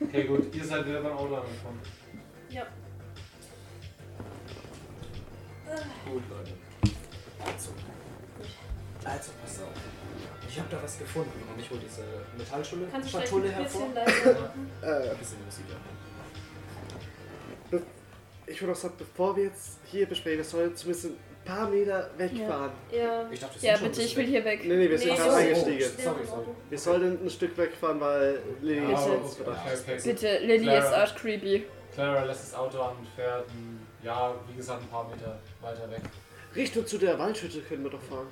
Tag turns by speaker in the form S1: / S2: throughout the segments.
S1: Okay, gut, ihr seid wieder beim Auto angekommen.
S2: Ja.
S1: Gut, Leute.
S3: Also, also pass auf. Ich habe da was gefunden und ich hole diese Metallschule,
S2: Kannst du vielleicht
S3: Schatulle
S2: ein
S3: hervor.
S2: bisschen leiser machen?
S4: Äh,
S3: Ein bisschen Musik an.
S4: ich würde auch sagen, bevor wir jetzt hier besprechen, wir sollen zumindest ein paar Meter wegfahren.
S2: Ja.
S3: Ich dachte, das
S5: Ja,
S3: sind
S5: bitte,
S3: schon
S5: ich will hier weg.
S4: Nee, nee, wir sind
S2: Nee,
S4: gerade
S2: so.
S4: eingestiegen.
S2: Ja,
S3: Sorry,
S2: im
S3: sorry.
S2: Auto.
S4: Wir sollen ein Stück wegfahren, weil Lilly
S1: Ah,
S5: Bitte.
S4: ist uns
S1: okay,
S4: bedacht.
S1: okay, okay.
S5: Bitte, Lilly
S1: Clara.
S5: ist arsch creepy.
S1: Clara lässt das Auto an und fährt, ein, ja, wie gesagt, ein paar Meter weiter weg.
S4: Richtung zu der Waldhütte können wir doch fahren.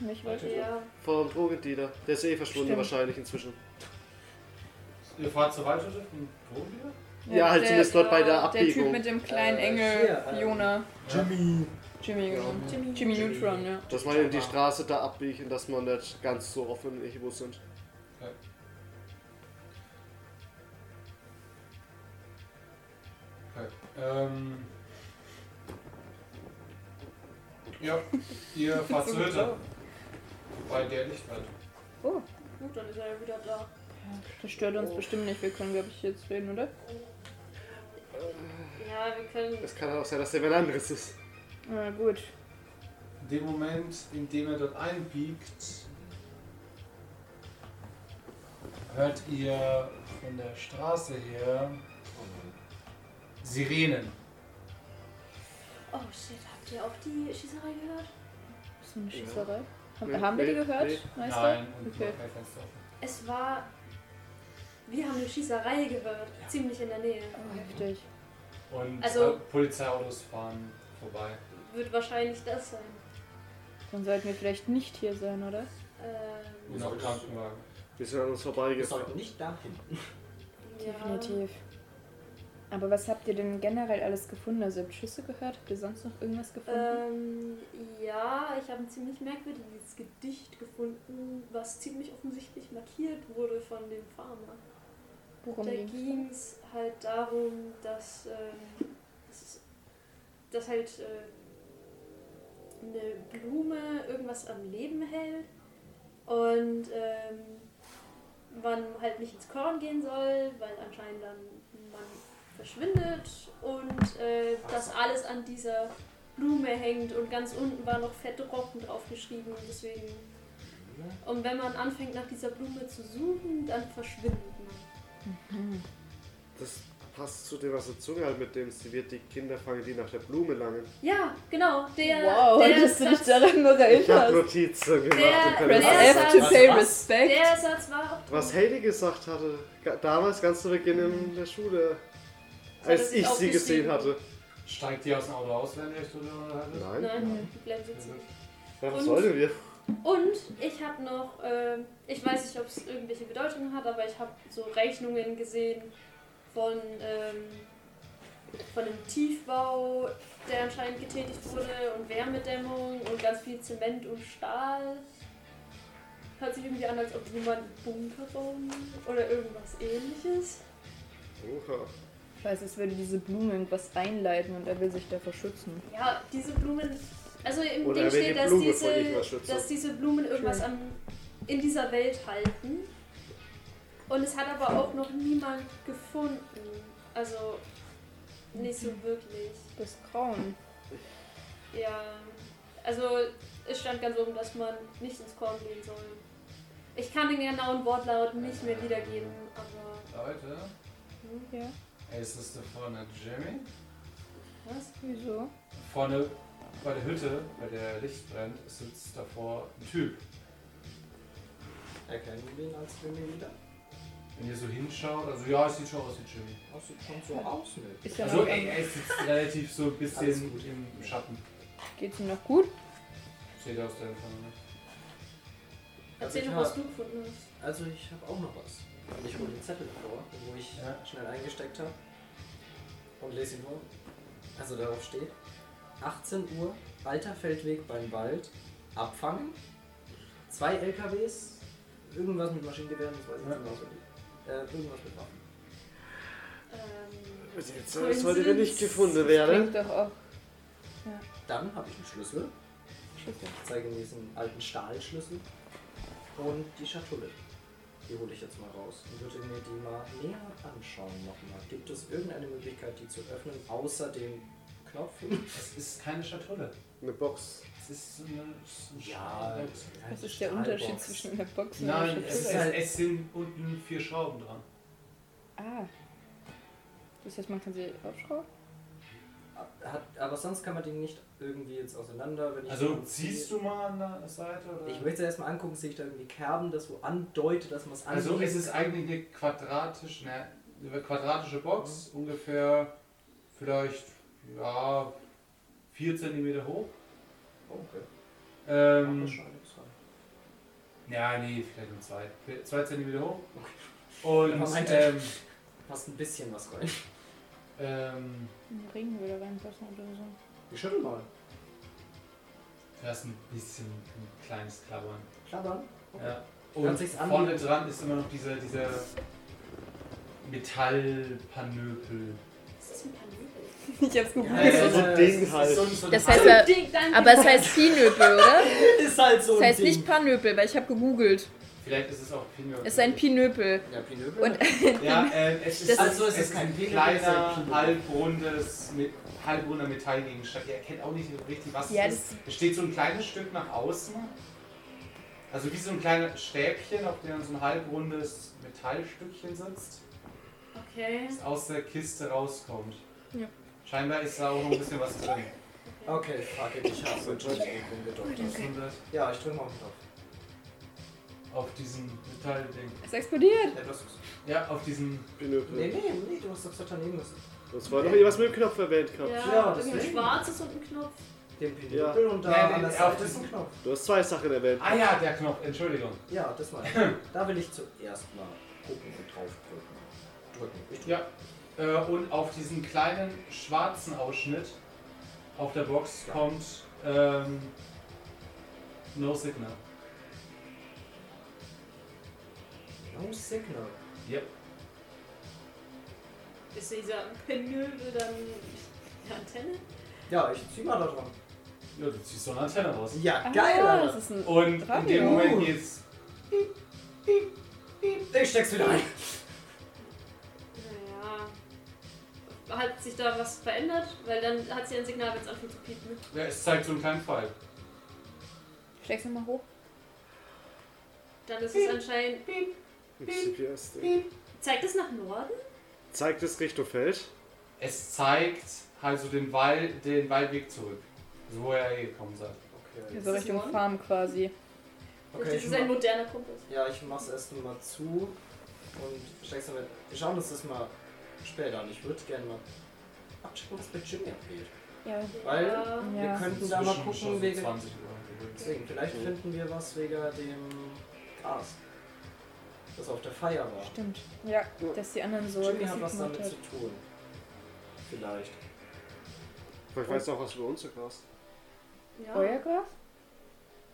S5: Mich wollte
S2: Ja.
S4: Vom Drogendealer. Der ist eh verschwunden
S5: Stimmt.
S4: wahrscheinlich inzwischen.
S1: Ihr fahrt zur Waldhütte von Boden wieder?
S4: Ja, halt zumindest dort bei der
S5: Der Typ
S4: Abbiegung.
S5: mit dem kleinen
S3: Äh,
S5: Engel,
S3: hier, ähm,
S5: Jonah.
S3: Jimmy.
S5: Jimmy, genau.
S2: Jimmy.
S5: Jimmy Neutron, ja.
S4: Dass man in die Straße da abbiegen, dass man nicht ganz so offen in Echibus sind.
S1: Okay. Ähm. Ja, ihr fahrt zur Hütte. Bei der Lichtwelt.
S2: Gut, dann ist er ja wieder da.
S5: Das stört uns bestimmt nicht. Wir können, glaube ich, jetzt reden, oder?
S2: Ja, wir können.
S4: Es kann halt auch sein, dass der wer anderes ist.
S5: Na gut.
S1: In dem Moment, in dem er dort einbiegt, hört ihr von der Straße her Sirenen.
S2: Oh shit, habt ihr auch die Schießerei gehört?
S5: So eine Schießerei. Haben,
S4: Nee,
S5: haben wir die
S4: nee,
S5: gehört?
S4: nee.
S5: Weißt du?
S1: Nein, und
S5: Okay.
S1: noch kein Fenster offen.
S2: Es war. Wir haben eine Schießerei gehört. Ziemlich in der Nähe.
S5: Oh, heftig.
S1: Und
S2: Also-
S1: äh, Polizeiautos fahren vorbei.
S2: Wird wahrscheinlich das sein.
S5: Dann sollten wir vielleicht nicht hier sein, oder?
S2: Ähm.
S1: Und auch Krankenwagen.
S4: Die sind an uns
S3: Wir
S4: vorbeigefahren.
S3: sollten nicht dahin.
S2: Ja.
S5: Definitiv. Aber was habt ihr denn generell alles gefunden? Also, habt ihr Schüsse gehört? Habt ihr sonst noch irgendwas gefunden?
S2: Ähm, ja, ich habe ein ziemlich merkwürdiges Gedicht gefunden, was ziemlich offensichtlich markiert wurde von dem Farmer.
S5: Worum
S2: Da
S5: ging's?
S2: ging es halt darum, dass, ähm, dass, dass halt äh, eine Blume irgendwas am Leben hält und ähm, man halt nicht ins Korn gehen soll, weil anscheinend dann man verschwindet und äh, dass alles an dieser Blume hängt und ganz unten war noch fette Brocken draufgeschrieben und deswegen und wenn man anfängt nach dieser Blume zu suchen, dann verschwindet man.
S4: Das passt zu dem, was der Zunge halt mit dem sie wird die Kinder fangen, die nach der Blume langen.
S2: Ja, genau. Der,
S5: Wow,
S2: der
S5: dass du dich
S2: Satz-
S5: daran noch
S4: Ich habe
S5: erinnerst.
S4: Notizen gemacht.
S2: Der-
S4: und keine
S5: Press
S2: Der
S5: F
S4: Ahnung.
S2: Satz-
S5: to pay
S2: was?
S5: respect.
S2: Der Satz war auch.
S4: Was Heidi gesagt hatte, ga- damals ganz zu Beginn in der Schule, als
S2: das
S4: ich
S2: nicht
S4: sie gesehen
S2: aufgeschrieben?
S4: hatte.
S1: Steigt ihr aus dem Auto aus, wenn ihr euch drüber haltet?
S4: Nein.
S2: Nein, die bleiben sitzen.
S4: Ja, was
S2: Und-
S4: sollen wir?
S2: Und ich habe noch, ähm, ich weiß nicht, ob es irgendwelche Bedeutung hat, aber ich habe so Rechnungen gesehen von, ähm, von einem Tiefbau, der anscheinend getätigt wurde, und Wärmedämmung und ganz viel Zement und Stahl. Hört sich irgendwie an, als ob jemand einen Bunker bauen oder irgendwas ähnliches.
S4: Oha.
S5: Ich weiß, es würde diese Blume irgendwas einleiten und er will sich davor schützen.
S2: Ja, diese Blumen. Also im
S4: Oder
S2: Ding
S4: wenn die
S2: steht, dass
S4: Blume vor irgendwas
S2: diese,
S4: schützt.
S2: dass diese Blumen irgendwas am, in dieser Welt halten. Und es hat aber auch noch niemand gefunden. Also nicht so wirklich.
S5: Das Grauen.
S2: Ja. Also es stand ganz oben, dass man nicht ins Korn gehen soll. Ich kann den genauen Wortlaut nicht mehr wiedergeben, aber.
S1: Leute,
S5: Ja.
S1: es ist da vorne Jimmy.
S2: Was?
S5: Wieso?
S1: Vorne bei der Hütte, bei der Licht brennt, sitzt davor ein Typ.
S3: Erkennen wir ihn als Jimmy wieder?
S1: Wenn ihr so hinschaut, also ja, es sieht schon aus wie Jimmy.
S3: Das sieht schon so aus ne? mit.
S5: Ist ja
S1: Also
S5: noch
S1: er, er sitzt relativ so ein
S3: Alles
S1: bisschen
S3: gut.
S1: im Schatten.
S5: Geht's ihm noch gut?
S1: Seht ihr aus der Entfernung. ne?
S2: Erzähl
S3: Also ich
S2: doch,
S3: hab-
S2: was du gefunden hast.
S3: Also ich habe auch noch was. Ich hole den Zettel vor, wo ich
S1: Ja.
S3: schnell eingesteckt habe und lese ihn vor. Also darauf steht 18 Uhr, alter Feldweg beim Wald, abfangen, zwei LKWs, irgendwas mit Maschinengewehren, das weiß ich
S1: Ja.
S3: nicht auswendig. Äh, irgendwas mit Waffen.
S2: Ähm,
S4: Jetzt äh, sollte wir nicht gefunden werden.
S5: Klingt doch auch.
S3: Dann habe ich einen Schlüssel,
S5: Schüsse.
S3: ich zeige ihm diesen alten Stahlschlüssel und die Schatulle. Die hole ich jetzt mal raus und würde mir die mal näher an
S6: anschauen nochmal. Gibt es irgendeine Möglichkeit, die zu öffnen, außer dem Knopf?
S1: Es ist keine Schatulle.
S4: Eine Box.
S1: Es ist so eine, es ist ein
S6: Ja,
S1: Stahl.
S5: Was ist der Unterschied zwischen einer Box und einer
S1: Nein, es, ist,
S5: Schatulle?
S1: halt- es sind unten vier Schrauben dran.
S5: Ah. Das heißt, man kann sie aufschrauben?
S6: Hat, aber sonst kann man den nicht irgendwie jetzt auseinander. Wenn ich
S1: Also ziehst du mal an der Seite? Oder?
S6: Ich möchte erstmal angucken, sehe ich da irgendwie Kerben, das so andeutet, dass man es
S1: also
S6: anbieten
S1: es ist eigentlich eine quadratisch, ne, eine quadratische Box,
S6: Mhm.
S1: ungefähr vielleicht ja, 4 cm hoch.
S6: kann. Oh, Okay.
S1: Ähm,
S6: Ach, schade, das war-
S1: Ja, nee, vielleicht nur zwei. Zwei Zentimeter hoch.
S6: Okay. Aber
S1: Und
S6: meinte-
S1: ähm,
S6: Passt ein bisschen was rein.
S1: ähm,
S5: Ein Ring würde reinpassen oder so.
S6: Ich schüttel mal.
S1: du hast ein bisschen ein kleines Klappern.
S6: Klappern.
S1: Ja.
S6: Kann
S1: Und
S6: sich's
S1: vorne
S6: anbieten.
S1: dran ist immer noch dieser, dieser Metallpanöpel.
S2: Das ist ein Panöbel.
S5: Ich hab's
S6: Ja,
S5: gegoogelt.
S4: ist so ein Ding
S1: es
S4: halt.
S1: so ein- so ein
S5: Das
S1: Hals-
S5: heißt, er,
S2: Ding, danke.
S5: aber es heißt Pinöpel, oder?
S6: Ist halt so
S5: Das
S6: ein
S5: heißt
S6: Ding.
S5: nicht Panöpel, weil ich habe gegoogelt.
S1: Vielleicht ist es auch Pinöpel.
S5: Es ist ein Pinöpel.
S6: Ja, Pinöbel.
S5: Und
S1: Ja, äh, es ist,
S5: Das
S1: also,
S6: ist-
S1: es ist ein
S6: Pinöpel, es ist ein
S1: kleiner,
S6: Pinöpel.
S1: halbrundes, mit, halbrunder Metallgegenstand. Ihr erkennt auch nicht richtig, was
S5: ja,
S1: es ist.
S5: das,
S1: Es steht so ein kleines Stück nach außen. Also wie so ein kleines Stäbchen, auf dem so ein halbrundes Metallstückchen sitzt,
S2: Okay.
S1: das aus der Kiste rauskommt.
S5: Ja.
S1: Scheinbar ist da auch noch ein bisschen was drin.
S6: Okay, fuck it, ich hab's so Joystick rumgedeutet.
S1: Und das
S6: Ja, ich drücke mal auf den Knopf.
S1: auf diesem Metallding.
S5: es explodiert.
S6: Ja, du hast-
S1: Ja, auf diesem.
S6: Nee,
S4: Pinöpel.
S6: nee, nee, du hast das daneben müssen.
S4: Das war noch irgendwas mit dem Knopf erwähnt
S2: Ja,
S4: gehabt.
S6: Ja,
S2: irgendwas
S6: deswegen.
S2: Schwarzes und ein Knopf.
S6: Den
S4: Ja.
S6: Pinöbel und da
S1: Nein,
S6: an
S1: den-
S6: der
S1: auf
S6: Seite
S1: diesen
S6: ist ein Knopf.
S4: Du hast zwei Sachen erwähnt.
S1: Ah ja, der Knopf, Entschuldigung.
S6: Ja, das meine ich. Da will ich zuerst mal gucken und drauf drücken. Drücken. Ich drücke.
S1: Ja. Äh, und auf diesen kleinen schwarzen Ausschnitt auf der Box
S6: Ja.
S1: kommt ähm, No Signal.
S6: No Signal.
S1: Yep.
S2: Ist dieser Panöbel dann eine Antenne?
S6: Ja, ich zieh mal da dran.
S1: Ja, du ziehst so eine Antenne raus.
S6: Ja,
S5: Ah,
S6: geil,
S5: das
S6: Alter.
S5: ist ein
S1: Und in dem
S5: Radio.
S6: Uh.
S1: Moment geht's.
S6: Ich steck's wieder ein.
S2: Naja. Hat sich da was verändert? Weil dann hat sie ein Signal, wenn es anfängt zu piepen.
S1: Ja, es zeigt so einen kleinen Pfeil.
S5: Steck's nochmal hoch.
S2: Dann ist es anscheinend.
S4: GPS-Ding.
S2: Zeigt es nach Norden?
S4: Zeigt es Richtung Feld?
S1: Es zeigt also den, Wald, den Waldweg zurück. So, wo ihr hergekommen seid.
S6: Okay.
S5: Also
S2: das
S5: Richtung
S2: Norden?
S5: Farm quasi.
S6: Okay,
S2: das
S6: ich
S2: ist ein
S6: mach,
S2: moderner Kompass.
S6: ja, ich mach's erst mal zu und steck's damit. Wir schauen uns das mal später an. Ich würde gerne mal abchecken, was bei Jimmy abgeht.
S5: Ja.
S6: Weil-
S2: Ja.
S6: Wir
S5: Ja.
S6: könnten da mal
S1: Inzwischen
S6: gucken
S1: Also schon
S6: wegen.
S1: 20 Uhr übrigens.
S6: Deswegen, vielleicht finden wir was wegen dem Gras. Das auf der Feier war.
S5: Stimmt. Ja, dass die anderen so
S6: Jimmy hat
S5: aggressiv
S6: was
S5: gemacht
S6: damit
S5: hat.
S6: zu tun. Vielleicht.
S4: Vielleicht weißt du auch was über uns, Klaus.
S2: Ja.
S5: Feuergras?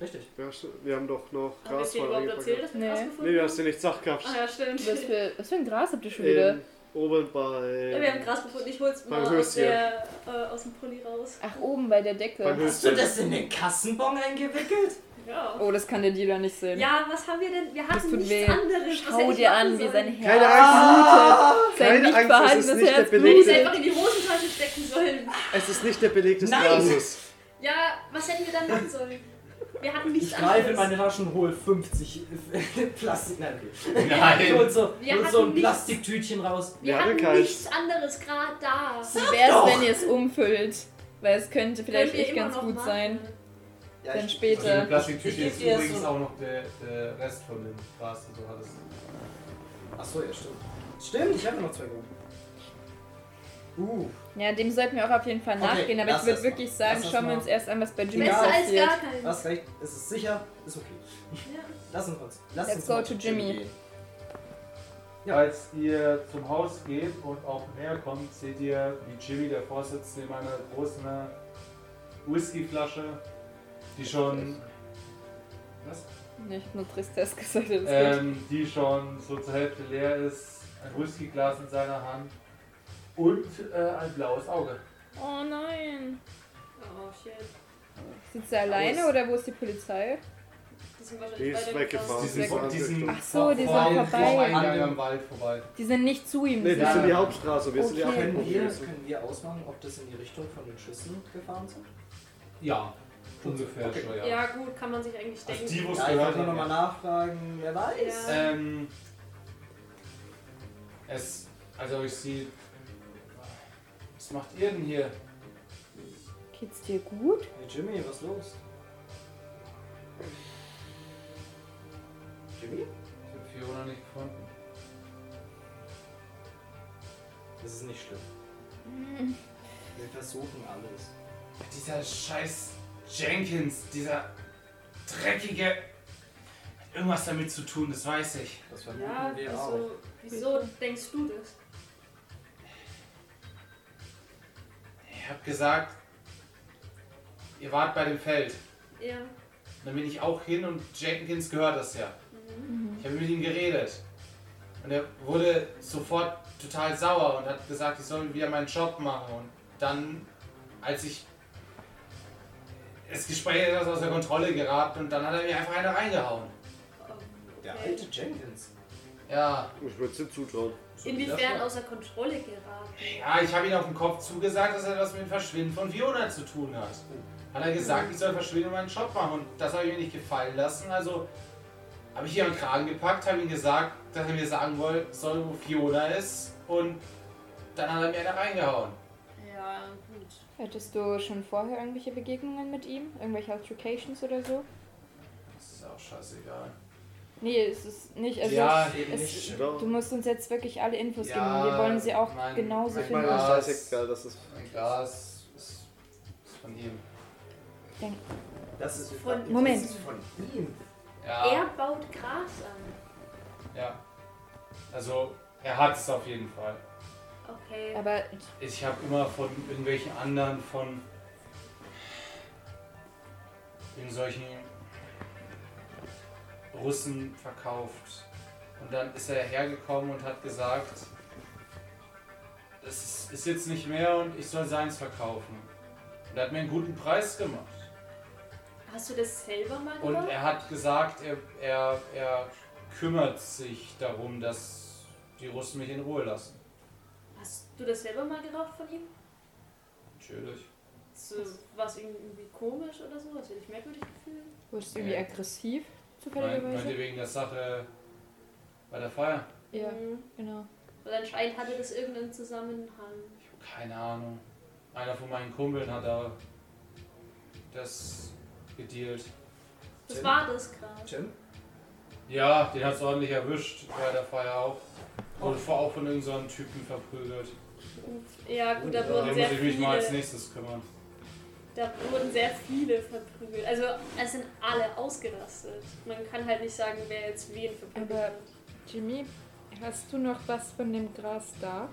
S6: Richtig.
S4: Ja, stimmt. Wir haben doch noch
S2: Haben wir
S4: Gras
S2: dir überhaupt erzählt,
S4: reingepackt.
S2: dass wir
S5: Nee.
S2: Gras
S4: Nee,
S2: gefunden
S4: du
S2: haben?
S4: hast dir nichts gesagt gehabt.
S2: Ah ja, stimmt.
S5: Was für, was für ein Gras habt ihr schon wieder?
S4: In oben bei.
S2: Ja, wir haben Gras gefunden. Ich hol's mal
S4: Beim
S2: aus,
S4: Höschen.
S2: der, äh, aus dem Pulli raus.
S5: Ach, oben bei der Decke.
S4: Beim
S6: Hast du das in den Kassenbon eingewickelt?
S2: Ja.
S5: Oh, das kann der Dealer nicht sehen.
S2: Ja, was haben wir denn? Wir
S5: Das
S2: hatten
S5: tut
S2: nichts
S5: weh.
S2: anderes. was
S5: Schau
S2: hätte ich
S5: dir
S2: machen
S5: an, wie
S2: sollen?
S5: sein Herz,
S4: Keine Angst!
S6: Ah!
S5: sein
S4: Keine
S5: nicht
S4: Angst, es
S5: vorhandenes
S4: ist nicht der
S5: Herz
S2: Hätte ich
S5: blutet.
S4: belegte,
S2: einfach in die Hosentasche stecken sollen.
S4: es ist nicht der Beleg des
S6: Nein!
S4: Grases.
S2: Ja, was hätten wir dann machen sollen? Wir hatten nichts
S6: Ich greife in
S2: anderes.
S6: meine Taschen und hole 50 Plastik. Nein, okay. Ich
S1: Nein! Also
S6: hol so,
S2: Wir
S6: hol
S2: hatten
S6: so ein
S2: nichts.
S6: Plastiktütchen raus.
S2: wir
S4: Ja,
S2: hatten
S4: keins.
S2: nichts anderes gerade da.
S5: Wie wär's, wenn ihr es umfüllt? Weil es könnte
S2: Können
S5: vielleicht
S2: wir
S5: echt
S2: immer
S5: ganz
S2: noch
S5: gut
S2: machen.
S5: sein.
S6: Ja,
S5: Dann
S6: ich-
S1: Also eine
S5: später.
S1: Plastiktüte
S6: Ich
S1: ist
S6: geb dir
S1: übrigens
S6: so-
S1: auch noch der, der Rest von dem Gras, den du hattest.
S6: Achso, ja, stimmt. Stimmt, ich habe noch zwei Gramm. Uh,
S5: Ja, dem sollten wir auch auf jeden Fall
S6: Okay,
S5: nachgehen, aber
S6: lass
S5: ich würde
S6: das mal.
S5: wirklich sagen,
S6: Lass das
S5: schauen wir
S6: mal.
S5: uns erst an, was bei Jimmy
S2: Besser als
S5: passiert.
S2: gar kein.
S6: hast recht, es ist sicher, ist okay.
S2: Ja.
S6: Lass uns kurz. Lass
S5: Let's
S6: uns
S5: go
S6: mal
S5: to
S6: zu
S5: Jimmy.
S6: gehen. Ja.
S1: Als ihr zum Haus geht und auch näher kommt, seht ihr, wie Jimmy davor sitzt, neben einer großen Whiskyflasche, die schon. Was?
S5: Nee, Ich hab nur Tristesse gesagt. Das geht.
S1: Ähm, die schon so zur Hälfte leer ist, ein Whiskyglas in seiner Hand und äh, ein blaues Auge.
S5: Oh nein.
S2: Oh shit.
S5: Sitzt er alleine
S6: Aus.
S5: oder wo ist die Polizei?
S2: Die sind
S4: Die
S2: wahrscheinlich
S4: ist
S2: beide
S4: weggefahren.
S2: geflossen.
S4: Die sind
S1: Diesen,
S4: voran
S1: diesen
S4: Richtung.
S5: Ach so, die sind
S1: Vor-
S5: vorbei.
S1: Voreingang am Wald vorbei.
S5: Die sind nicht zu ihm.
S4: Nee,
S5: sie
S4: das
S1: Ja.
S4: sind
S5: waren-
S4: die Hauptstraße. Wir sind die
S5: Okay.
S3: Können wir,
S4: Hauptstraße.
S3: können wir ausmachen, ob das in die Richtung von den Schüssen gefahren sind?
S1: Ja, ungefähr
S3: Okay.
S1: schon, ja.
S2: Ja. gut, kann man sich eigentlich denken.
S1: Also die, wo es
S3: Ja, ich
S1: gehört
S3: wollte
S1: hat,
S3: nochmal
S1: ja.
S3: nachfragen, wer weiß.
S2: Ja.
S1: Ähm, es, also ich sehe, was macht ihr denn hier?
S5: Geht's dir gut?
S3: Hey Jimmy, was ist los? Jimmy?
S1: Ich habe Fiona nicht gefunden.
S3: Das ist nicht schlimm.
S2: Hm.
S3: Wir versuchen alles.
S1: Dieser scheiß Jenkins, dieser dreckige, hat irgendwas damit zu tun, das weiß ich.
S3: Das vermuten
S2: ja,
S3: wir auch.
S2: wieso, wieso denkst du das?
S1: Ich habe gesagt, ihr wart bei dem Feld.
S2: Ja.
S1: Und dann bin ich auch hin und Jenkins gehört das ja. Ich habe mit ihm geredet. Und er wurde sofort total sauer und hat gesagt, ich soll wieder meinen Job machen. Und dann, als ich. Das Gespräch ist aus der Kontrolle geraten und dann hat er mir einfach eine reingehauen.
S2: Oh,
S3: Der
S2: okay.
S3: alte Jenkins.
S1: Ja.
S4: Ich würde dir zutrauen.
S2: Inwiefern außer Kontrolle geraten?
S1: Ja, ich habe ihm auf den Kopf zugesagt, dass er was mit dem Verschwinden von Fiona zu tun hat. Hat er gesagt, ich soll verschwinden und meinen Job machen. Und das habe ich mir nicht gefallen lassen. Also habe ich ihn am Kragen gepackt, habe ihm gesagt, dass er mir sagen woll- soll, wo Fiona ist. Und dann hat er mir eine reingehauen.
S2: Ja, gut.
S5: Hattest du schon vorher irgendwelche Begegnungen mit ihm? Irgendwelche Altercations oder so?
S1: Das ist auch scheißegal.
S5: Nee, es ist nicht. Also
S1: ja,
S3: es-
S1: eben
S5: es-
S1: nicht.
S4: Genau.
S5: Du musst uns jetzt wirklich alle Infos
S1: Ja,
S5: geben. Wir wollen sie auch
S1: mein-
S5: genauso
S1: mein-
S4: Ich meine,
S5: finden.
S1: mein-
S4: das ist scheißegal, das ist.
S1: Mein Glas ist, ist von ihm.
S3: Das ist
S2: Von-
S5: Moment.
S3: Das ist von ihm.
S1: Ja,
S2: Er baut Gras an.
S1: ja. Also, er hat es auf jeden Fall.
S2: Okay.
S5: Aber
S1: Ich habe immer von irgendwelchen anderen, von in solchen Russen verkauft. Und dann ist er hergekommen und hat gesagt, das ist- ist jetzt nicht mehr und ich soll seins verkaufen. Und er hat mir einen guten Preis gemacht.
S2: Hast du das selber mal
S1: Und
S2: gebaut?
S1: er hat gesagt, er, er, er kümmert sich darum, dass die Russen mich in Ruhe lassen.
S2: Hast du das selber mal geraucht von ihm?
S1: Natürlich.
S2: So, war es ihm irgendwie komisch oder so? Hast du dich merkwürdig gefühlt?
S5: wurdest du irgendwie
S1: Ja.
S5: aggressiv
S1: Meint meint ihr
S5: zufälligerweise?
S1: wegen der Sache bei der Feier?
S5: Ja,
S2: Mhm.
S5: genau.
S2: Weil anscheinend hatte das irgendeinen Zusammenhang.
S1: Keine Ahnung. Einer von meinen Kumpeln hat da das gedealt.
S2: Das
S3: Tim?
S2: war das gerade.
S3: Jim?
S1: Ja, den hat's ordentlich erwischt bei der Feier auch.
S2: Oh.
S1: Wurde vor auch von irgendeinem Typen verprügelt.
S2: Ja, gut, da
S3: Ja,
S1: Da
S2: wurden
S1: muss
S2: Oh, sehr
S1: ich mich mal als
S2: viele.
S1: nächstes kümmern.
S2: Da wurden sehr viele verprügelt. Also es sind alle ausgerastet. Man kann halt nicht sagen, wer jetzt wen verprügelt
S5: Aber-
S2: hat.
S5: Jimmy, hast du noch was von dem Gras da?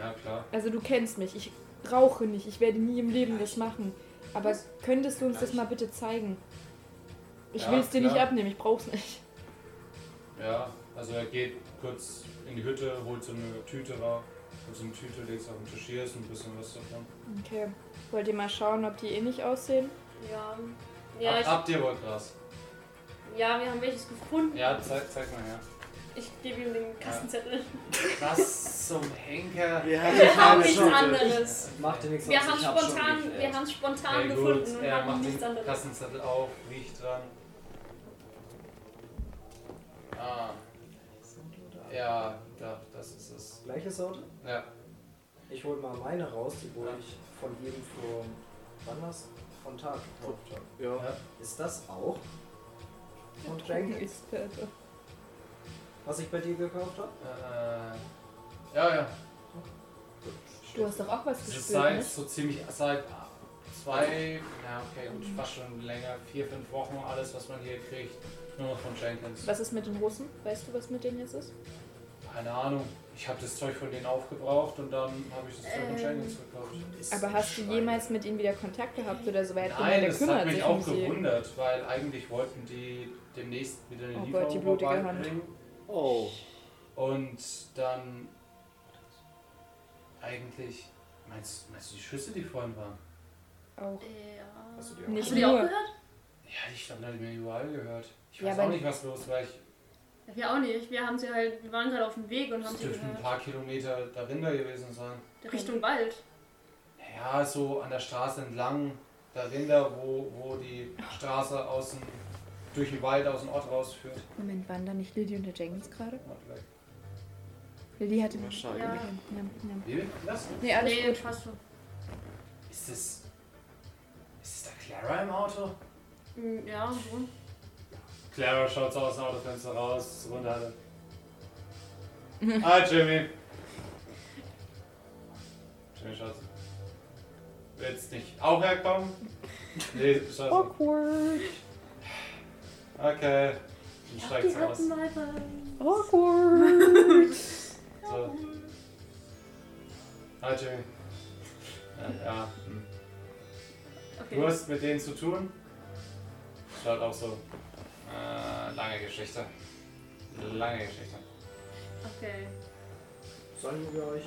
S1: Ja, klar.
S5: Also du kennst mich. Ich rauche nicht. Ich werde nie im Leben das machen. Aber könntest du uns das mal bitte zeigen? Ich
S1: Ja,
S5: will es dir nicht
S1: klar.
S5: abnehmen. Ich brauch's nicht.
S1: Ja, also er geht kurz in die Hütte, holt so eine Tüte raus. Holt so eine Tüte, legt auf den Tisch, hier ist ein bisschen was davon.
S5: Okay. Wollt ihr mal schauen, ob die ähnlich aussehen?
S2: Ja. Ja,
S1: Ja,
S2: ich,
S1: Habt ihr wohl Gras?
S2: ja, wir haben welches gefunden.
S1: Ja, zeig, zeig mal her.
S2: Ich gebe ihm den Kassenzettel.
S1: Was zum Henker?
S4: Wir
S2: Wir haben
S4: haben
S2: nichts
S4: schon.
S2: anderes.
S3: Macht dir nichts
S2: Wir
S3: aus,
S2: haben
S3: ich hab schon
S2: spontan,
S3: geklärt.
S2: wir haben spontan
S1: Ja, gut,
S2: gefunden und
S1: er
S2: haben
S1: macht
S2: nichts
S1: den
S2: anderes.
S1: Kassenzettel auf, riecht dran. Ah, ja, da, das ist es.
S3: Gleiche Sorte?
S1: Ja,
S3: Ich hol mal meine raus, die wurde
S1: Ja.
S3: ich von ihm vor. Wann war's? Von Tag gekauft habe.
S4: Ja.
S3: Ist das auch? Von Jenkins?
S5: Experte.
S3: Was ich bei dir gekauft habe?
S1: äh, ja, ja.
S5: Du hast doch auch was
S1: Das ist
S5: gespürt,
S2: ne?
S1: seit
S5: nicht?
S1: so ziemlich, seit zwei, na okay, gut, fast schon länger, vier, fünf Wochen, alles, was man hier kriegt, nur noch von Jenkins.
S5: ne? Was ist mit den Russen? Weißt du, was mit denen jetzt ist?
S1: Keine Ahnung, ich habe das Zeug von denen aufgebraucht und dann habe ich das Zeug von
S2: Ähm.
S1: Jenkins gekauft.
S3: Ist
S5: Aber hast du
S3: Schwein.
S5: jemals mit ihnen wieder Kontakt gehabt oder so? Weil er hat
S1: Nein,
S5: gemeint,
S1: das
S5: er kümmert
S1: hat mich
S5: sich
S1: auch
S5: um sie.
S1: gewundert, weil eigentlich wollten die demnächst wieder eine
S5: Oh
S1: Lieferung
S5: Gott, die blutige
S1: vorbeibringen.
S4: Oh.
S1: Und dann eigentlich, meinst, meinst du die Schüsse, die vorhin waren?
S5: Auch.
S2: Ja.
S3: Hast du die auch?
S5: Nicht
S2: Hast du die auch
S5: nur.
S2: gehört?
S1: Ja, die Stadt hat mir überall gehört. Ich
S5: Ja,
S1: weiß
S5: aber-
S1: auch nicht, was los war. Ich,
S2: Wir auch nicht. Wir haben sie halt, wir waren gerade auf dem Weg und haben
S1: es
S2: sie
S1: dürften ein
S2: gehört.
S1: paar Kilometer dahinter gewesen sein.
S2: Richtung Wald.
S1: Ja, so an der Straße entlang, dahinter, wo, wo die Straße außen durch den Wald aus dem Ort rausführt.
S5: Moment, waren da nicht Lily und der Jenkins gerade?
S1: Mal vielleicht.
S5: Lily hatte mich.
S4: Wahrscheinlich.
S2: Ja.
S1: Wie? Das?
S5: Nee, alles
S2: nee,
S5: gut.
S2: passt schon.
S1: Ist das. Ist das da Clara im Auto?
S2: Mm, Ja, so.
S1: Clara schaut so aus dem Autofenster raus, runter.
S2: Mhm.
S1: ah, Jimmy. Jimmy schaut so. Willst nicht auch herkommen? Nee, schaut so.
S2: Oh.
S5: Awkward.
S1: Okay. Dann
S2: Ja,
S1: steigt
S2: die
S1: sie aus.
S2: hatten mal was.
S5: Awkward.
S1: So. Hi, Jimmy. Ja, ja. hm. Du
S2: Okay.
S1: hast mit denen zu tun? Schaut halt auch so. Äh, lange Geschichte. Lange Geschichte.
S2: Okay.
S3: Sollen wir euch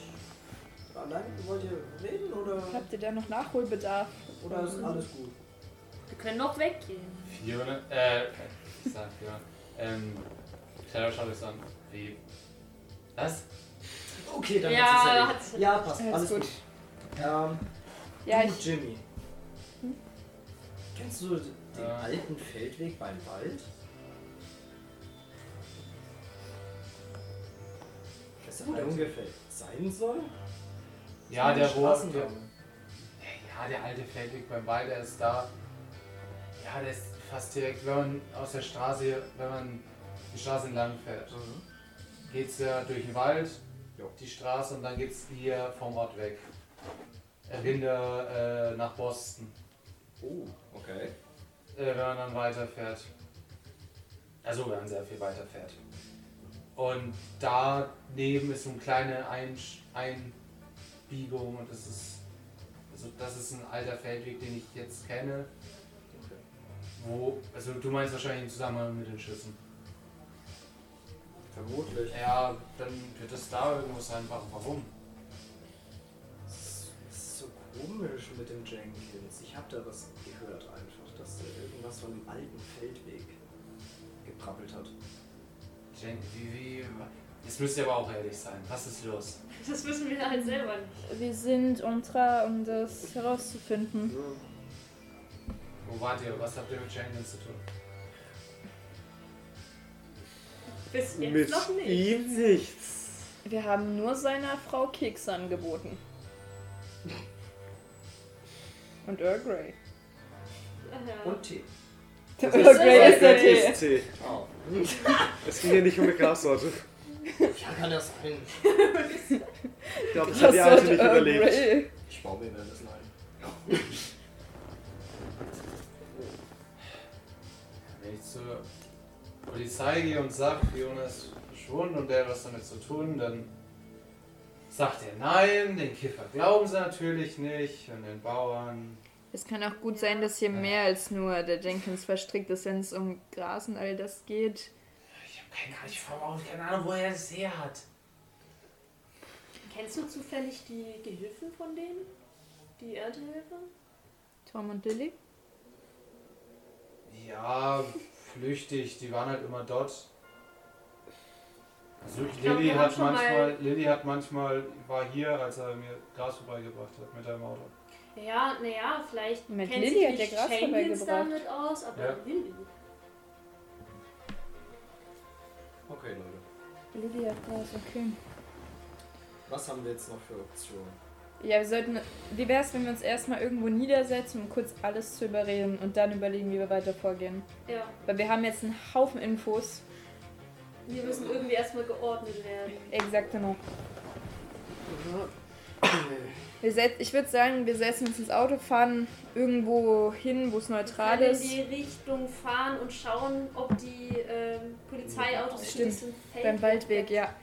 S3: allein? Wollt ihr reden oder,
S5: Habt ihr da noch Nachholbedarf?
S3: oder ist alles gut?
S2: Wir können noch weggehen.
S1: Fiona, äh, ich sag Fiona. Ähm, Clara schaut euch so an. Wie? Was?
S3: Okay, dann
S2: Ja,
S3: hat
S2: hat's-
S3: es Ja, passt.
S5: Ja, ist
S3: Alles
S5: gut.
S3: gut. Ähm,
S5: Ja,
S3: du,
S5: ich. Hm?
S3: Jimmy. Kennst du den
S1: Ja.
S3: alten Feldweg beim Wald? Weißt du, wo der
S1: Alte-
S3: ungefähr sein soll?
S1: Ja, der Rohr. Der,
S3: Straßenrahmen.
S1: ja, der alte Feldweg beim Wald, der ist da. Ja, der ist fast direkt, wenn man aus der Straße, wenn man die Straße entlang fährt.
S3: Mhm.
S1: geht's ja durch den Wald,
S3: Jo.
S1: die Straße und dann geht's hier vom Ort weg. Äh, Rinder äh, nach Boston,
S3: Oh, okay.
S1: äh, wenn man dann weiterfährt. Also wenn man sehr viel weiterfährt. Und daneben ist so eine kleine Einsch- Einbiegung und das ist, also das ist ein alter Feldweg, den ich jetzt kenne.
S3: okay.
S1: Wo, also du meinst wahrscheinlich im Zusammenhang mit den Schüssen.
S3: Vermutlich.
S1: Ja, dann wird das da irgendwo sein. Wa- Warum?
S3: Das ist so komisch mit dem Jenkins. Ich habe da was gehört einfach, dass der irgendwas von dem alten Feldweg geprappelt hat.
S1: Jen, wie, wie, jetzt müsst ihr aber auch ehrlich sein. Was ist los?
S2: Das wissen wir halt selber nicht.
S5: Wir sind unter, um das herauszufinden.
S1: Wo wart ihr? Was habt ihr mit Jenkins zu tun?
S2: Bis jetzt
S4: Mit
S2: noch nicht.
S4: ihm nichts.
S5: Wir haben nur seiner Frau Keks angeboten. Und Earl Grey.
S2: Aha.
S3: Und Tee.
S5: Der
S4: Das
S5: Earl
S4: ist-
S5: Grey ist der
S4: das
S5: Tee.
S4: ist Tee.
S3: Oh.
S4: Es ging ja nicht um eine Grassorte.
S3: Ja, kann das sein.
S4: Ich glaube, das
S5: Das
S4: hat die Alte
S5: wird
S4: nicht
S5: Earl
S4: überlebt.
S5: Grey.
S3: Ich baue mir währenddessen ein.
S1: Wenn ich zur Polizei gehe und sage, Fiona ist verschwunden und der hat was damit zu tun, dann sagt er nein, den Kiffer glauben sie natürlich nicht und den Bauern.
S5: Es kann auch gut sein, dass hier mehr als nur der Jenkins verstrickt ist, wenn es um Gras und all das geht.
S1: Ich habe keine Ahnung, ich habe auch keine Ahnung, woher er das her hat.
S2: Kennst du zufällig die Gehilfen von denen? Die Erntehilfe?
S5: Tom und Lily?
S1: Ja, flüchtig, die waren halt immer dort. Also
S2: glaub,
S1: Lilly
S2: wir haben
S1: hat
S2: schon
S1: manchmal, Lilly hat manchmal, war hier, als er mir Gras vorbeigebracht hat mit einem Auto.
S2: Ja, naja, vielleicht
S5: Mit
S2: kennt
S5: Lilly
S2: sich
S5: hat der
S2: nicht
S5: Gras
S2: Jenkins
S5: vorbeigebracht.
S2: damit aus, aber
S1: Ja.
S2: Lilly.
S3: Okay, Leute.
S5: Lily hat Gras, okay.
S3: Was haben wir jetzt noch für Optionen?
S5: Ja, wir sollten. Wie wäre es, wenn wir uns erstmal irgendwo niedersetzen, um kurz alles zu überreden und dann überlegen, wie wir weiter vorgehen?
S2: Ja,
S5: Weil wir haben jetzt einen Haufen Infos.
S2: wir müssen irgendwie erstmal geordnet werden.
S5: Exakt genau. Wir set- ich würde sagen, wir setzen uns ins Auto, fahren irgendwo hin, wo es neutral
S2: Alle in
S5: ist.
S2: die Richtung fahren und schauen, ob die ähm, Polizeiautos
S5: Stimmt,
S2: diesem Feld-
S5: Beim Waldweg, ja.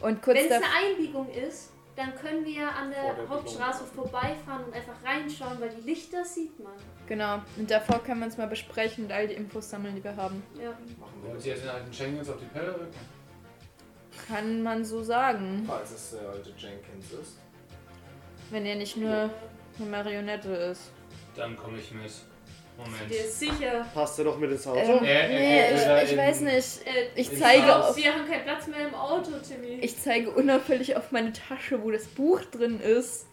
S5: Und kurz
S2: Wenn es
S5: da.
S2: eine Einbiegung ist, dann können wir an
S3: Vor
S2: der,
S3: der
S2: Hauptstraße vorbeifahren und einfach reinschauen, weil die Lichter sieht man.
S5: Genau. Und davor können wir uns mal besprechen und all die Infos sammeln, die wir haben.
S2: Ja.
S3: Machen wir
S1: Wollt ihr den alten Jenkins auf die Pelle rücken?
S5: Kann man so sagen.
S3: Falls es der alte Jenkins ist.
S5: Wenn er nicht nur eine Marionette ist.
S1: Dann komme ich mit. Moment.
S2: Der ist sicher.
S4: Passt er doch mit ins Auto?
S3: Ähm,
S1: Er- er
S3: nee,
S1: geht wieder
S3: ich, ich
S1: in-
S3: weiß nicht.
S2: Äh,
S3: Ich
S1: Ich
S3: zeige,
S1: weiß.
S3: auf,
S2: wir haben keinen Platz mehr im Auto, Timmy.
S3: ich zeige unauffällig auf meine Tasche, wo das Buch drin ist.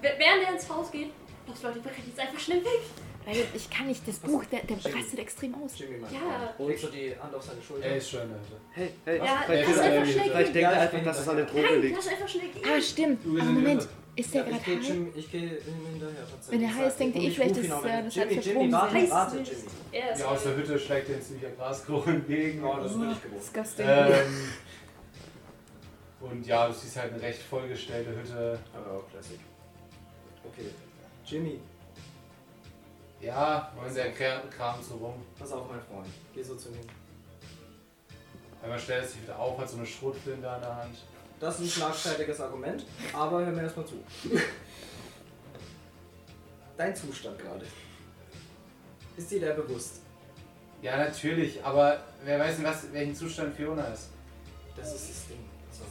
S2: W- Während er ins Haus geht, los Leute, wir rennen jetzt einfach schnell weg.
S3: Weil ich kann nicht, das Buch, Oh, der, der rastet extrem aus.
S6: Jimmy, mein
S2: Ja.
S6: Freund. Legst du die Hand auf seine Schulter?
S1: Er ist schön, Leute.
S4: Hey, hey,
S2: Ja,
S4: vielleicht,
S2: lass
S1: ist
S4: vielleicht,
S1: er-
S2: einfach schnell
S1: vielleicht-
S2: gehen.
S4: denkt
S6: Ja,
S4: er
S6: ich
S4: einfach,
S6: bin
S4: dass es
S6: da.
S4: an der Droge
S2: Nein,
S4: liegt.
S2: lass einfach schnell gehen.
S3: Ah, stimmt.
S1: Du bist
S3: Ah,
S1: in die
S3: Moment,
S1: Irre.
S3: ist der
S6: Ja, ich
S3: gerade
S6: gehe
S3: high?
S6: Jim, ich gehe ihm hinterher. tatsächlich.
S3: Wenn der high ist, denkt
S6: Und
S3: ihr eh
S6: ich
S3: vielleicht,
S6: ruf ihn
S3: das
S6: auch
S3: ist,
S6: an.
S3: äh, das hat
S6: Jimmy, Jimmy,
S3: Verstrom
S6: warte,
S2: sein.
S6: warte,
S2: Weiß
S6: Jimmy.
S2: Er ist Äh,
S1: Ja, also, aus der Hütte schlägt er ziemlicher Graskroch entgegen.
S6: Oh, das bin ich gewohnt.
S5: Disgusting.
S3: Äh,
S1: Ähm, und ja, du siehst halt eine recht vollgestellte Hütte.
S6: Aber auch Classic. Okay. Jimmy,
S1: Ja, und der Kra- Kram so rum.
S6: pass auf, mein Freund. Geh so zu ihm.
S1: Einmal stellt er sich wieder auf, hat so eine Schrotflinte an der Hand.
S6: Das ist ein schlagfertiges Argument, aber hör mir erstmal zu. Dein Zustand gerade. Ist dir der bewusst?
S1: Ja, natürlich, aber wer weiß denn, was, welchen Zustand Fiona ist.
S6: Das ist das Ding. So.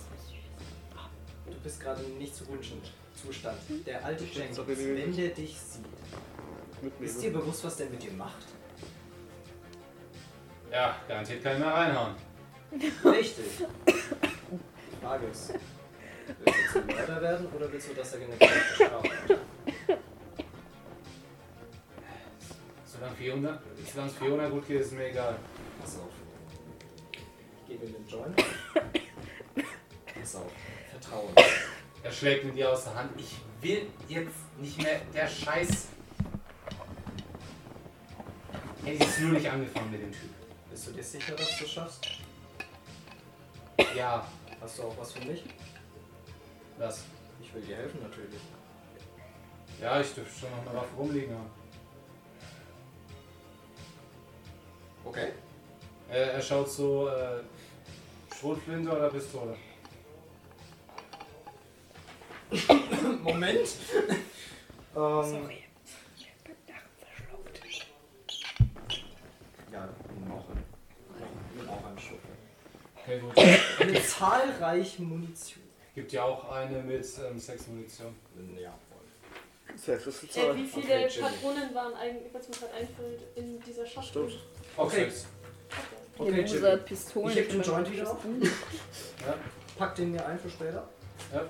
S6: Du bist gerade nicht zu wünschend. Zustand. Der alte Jenkins,
S4: Sorry, wir-
S6: wenn der dich sieht, ist dir
S4: Mitnehmen.
S6: bewusst, was der mit dir macht?
S1: Ja, garantiert kann ich mehr reinhauen.
S6: Richtig. Frage ist, willst du zum Mörder werden oder willst du, dass er generell bestraft wird?
S1: Solange Fiona, solange es Fiona gut geht, ist mir egal.
S6: Pass auf. Ich gebe ihm den Joint. Pass auf. Vertrauen.
S1: Er schlägt mir die aus der Hand. Ich will jetzt nicht mehr der Scheiß. Hätte ich jetzt nur nicht angefangen mit dem Typ.
S6: Bist du dir sicher, dass du es schaffst?
S1: Ja,
S6: Hast du auch was für mich?
S1: was?
S6: Ich will dir helfen natürlich.
S1: Ja, ich dürfte schon noch eine Waffe rumliegen haben.
S6: Okay.
S1: Er, er schaut so, äh, Schrotflinte oder Pistole?
S6: Moment. ähm,
S3: Sorry. Ich hab beim Lachen verschluckt.
S6: ja, noch ein. Mit auch einem Schuppen.
S1: Okay, gut.
S6: Mit zahlreich Munition.
S1: Gibt ja auch eine mit ähm, Sexmunition.
S6: Ja, voll.
S4: Sex ist eine
S2: Äh,
S4: Zahl.
S2: wie viele
S6: Okay, Jimmy.
S2: Patronen waren eigentlich, was mir gerade einfällt, in dieser Schachtel?
S4: Stimmt.
S6: Okay.
S1: Sex.
S3: Okay,
S6: Okay,
S3: Loser
S6: Jimmy.
S3: hat Pistolen.
S6: Ich heb den Joint wieder auf.
S1: Ja,
S6: Pack den mir ein für später.
S1: ja.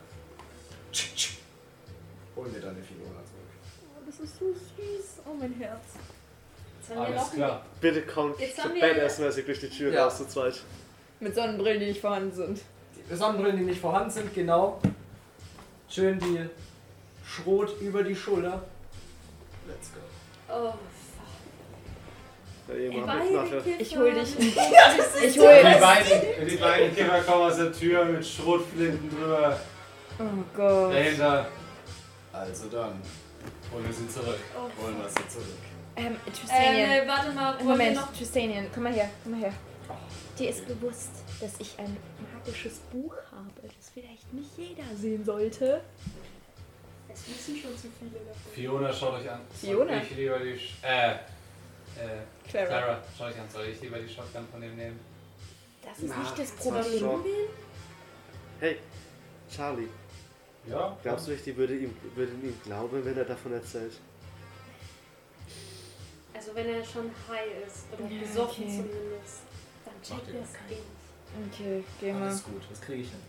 S6: Hol mir deine also. Fiona zurück.
S3: Oh, Das ist so süß. Oh, mein Herz.
S2: Jetzt haben wir
S1: Alles
S2: noch
S1: klar.
S4: Bitte kommt
S2: Jetzt
S4: so
S2: haben wir-
S4: badass-mäßig durch die Tür
S6: Ja.
S4: raus zu zweit.
S3: Mit Sonnenbrillen, die nicht vorhanden sind.
S6: Die Sonnenbrillen, die nicht vorhanden sind, genau. Schön die Schrot über die Schulter. Let's go.
S2: Oh,
S4: Ja, ihr macht nichts
S2: beide
S4: nachher.
S2: Kiffer.
S3: Ich hol dich. Ich
S1: Die
S3: hol.
S1: beiden, die beiden Kiffer kommen aus der Tür mit Schrotflinten drüber.
S5: Oh Gott.
S1: Dahinter.
S6: Also dann,
S1: Und wir sind zurück.
S2: Oh,
S6: holen wir sie zurück.
S3: Ähm, Tristanian.
S2: ähm, äh, warte mal, wollen wir
S3: Moment,
S2: noch...
S3: Tristanian, komm mal her, komm mal her. Dir ist bewusst, dass ich ein magisches Buch habe, das vielleicht nicht jeder sehen sollte.
S2: Es wissen schon zu viele davon.
S1: Fiona, schaut euch an. Soll
S3: Fiona?
S1: Ich lieber die. Sch äh. Äh.
S3: Clara.
S1: Clara, schaut euch an. Soll ich lieber die Shotgun von dem nehmen?
S3: Das ist
S4: Na,
S3: nicht das
S4: das war's
S3: Problem.
S4: schon. Hey, Charlie,
S1: Ja.
S4: glaubst du nicht, die würde ihm, würde ihm glauben, wenn er davon erzählt?
S2: Also wenn er schon high ist, oder
S5: Ja,
S2: besoffen
S5: okay.
S2: zumindest, dann
S6: Macht
S2: checkt
S6: ihr
S2: er es
S6: keinen.
S2: eh.
S5: Okay, geh mal.
S6: Alles gut, das kriege ich hin.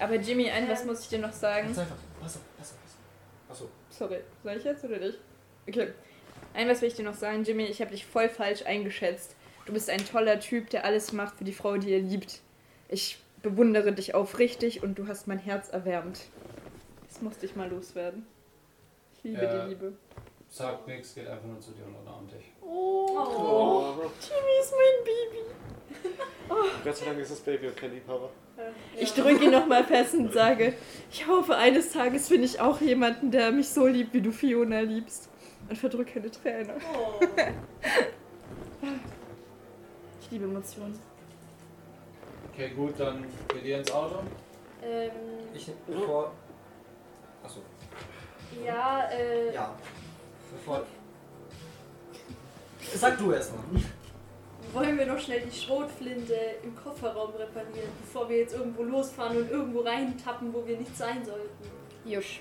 S5: Aber Jimmy, ein, was
S2: Ähm.
S5: muss ich dir noch sagen?
S6: Ganz einfach. Pass auf, pass auf, pass auf. Achso,
S5: Sorry, soll ich jetzt oder nicht? Okay. Ein, was will ich dir noch sagen, Jimmy? Ich habe dich voll falsch eingeschätzt. Du bist ein toller Typ, der alles macht für die Frau, die er liebt. Ich bewundere dich aufrichtig und du hast mein Herz erwärmt. Das musste ich mal loswerden. Ich liebe
S1: Ja.
S5: die Liebe.
S1: Sagt nichts, geht einfach nur zu dir und umarmt dich.
S2: Oh.
S4: Oh.
S5: Jimmy ist mein Baby.
S4: Gott sei Dank ist das Baby und kein Liebhaber.
S5: Ich drücke ihn nochmal fest und sage, ich hoffe, eines Tages finde ich auch jemanden, der mich so liebt, wie du Fiona liebst. Und verdrücke eine Träne.
S2: Oh.
S5: Ich liebe Emotionen.
S1: Okay, gut, dann geht ihr ins Auto.
S2: ähm,
S6: ich bevor. Achso,
S2: ja, äh,
S6: ja. Bevor. Sag du erstmal.
S2: wollen wir doch schnell die Schrotflinte im Kofferraum reparieren, bevor wir jetzt irgendwo losfahren und irgendwo reintappen, wo wir nicht sein sollten.
S3: Jusch.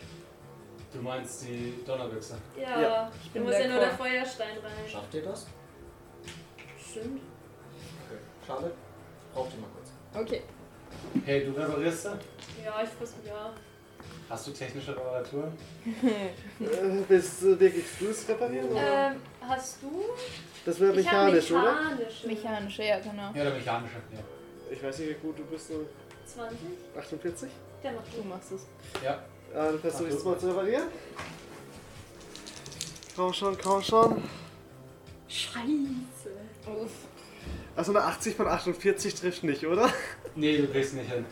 S1: Du meinst die Donnerbüchse.
S2: Ja,
S4: Ja.
S2: ich
S5: bin
S2: muss ja nur
S5: d'accord.
S2: der Feuerstein rein.
S6: Schafft ihr das?
S2: Stimmt.
S6: Okay. Schade. Braucht ihr mal kurz.
S5: Okay.
S1: Hey, du reparierst sie?
S2: Ja, ich wusste ja.
S1: Hast du technische Reparaturen?
S4: Äh, willst du wirklich Fuß reparieren? oder?
S2: Ähm, hast du?
S4: das wäre
S2: Ich hab
S4: mechanisch, oder?
S2: mechanische.
S5: Mechanische, ja, genau.
S1: Ja, der mechanische. Ja.
S4: Ich weiß nicht, wie gut du bist. nur
S2: 20?
S4: 48?
S2: Der macht
S5: Du
S2: du.
S5: machst es.
S1: ja.
S4: Äh, dann versuche ich
S1: Ach,
S4: es
S1: du-
S4: mal zu reparieren. Komm schon, komm schon.
S7: Scheiße.
S5: Uff.
S4: Also eine 80 von 48 trifft nicht, oder?
S1: Nee, du kriegst nicht hin.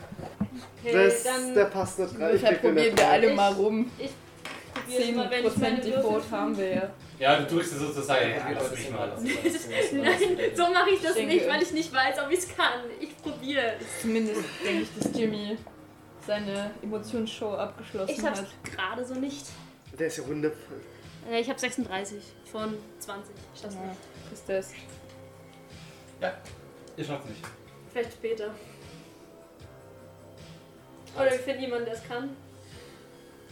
S2: Okay,
S4: das,
S2: dann
S4: der passt nicht rein. Ich
S5: Deshalb
S4: krieg den
S5: probieren
S4: nicht
S5: wir
S4: rein.
S5: alle mal rum.
S2: probier's mal, wenn ich meine
S5: 10%
S2: Würfel
S5: Default
S2: finde.
S5: haben wir ja.
S1: Ja, du drückst es sozusagen. Ja,
S6: Okay,
S1: lass
S6: das
S1: mich
S6: ist-
S1: mal.
S6: das
S1: Lass
S6: ist- das ist- das ist-
S2: Nein, so mache ich das
S5: Schenkel.
S2: nicht, weil ich nicht weiß, ob ich es kann. Ich probiere es.
S5: Zumindest denke ich, dass Jimmy seine Emotionsshow abgeschlossen
S2: Ich hab's
S5: hat.
S2: gerade so nicht.
S4: Der ist ja wundervoll.
S2: Äh, Ich habe 36 von 20. Ich schaff's
S5: Ja,
S2: nicht.
S5: ist das.
S1: Ich schaff's nicht.
S2: Vielleicht später. Oder wir finden jemanden, der es kann.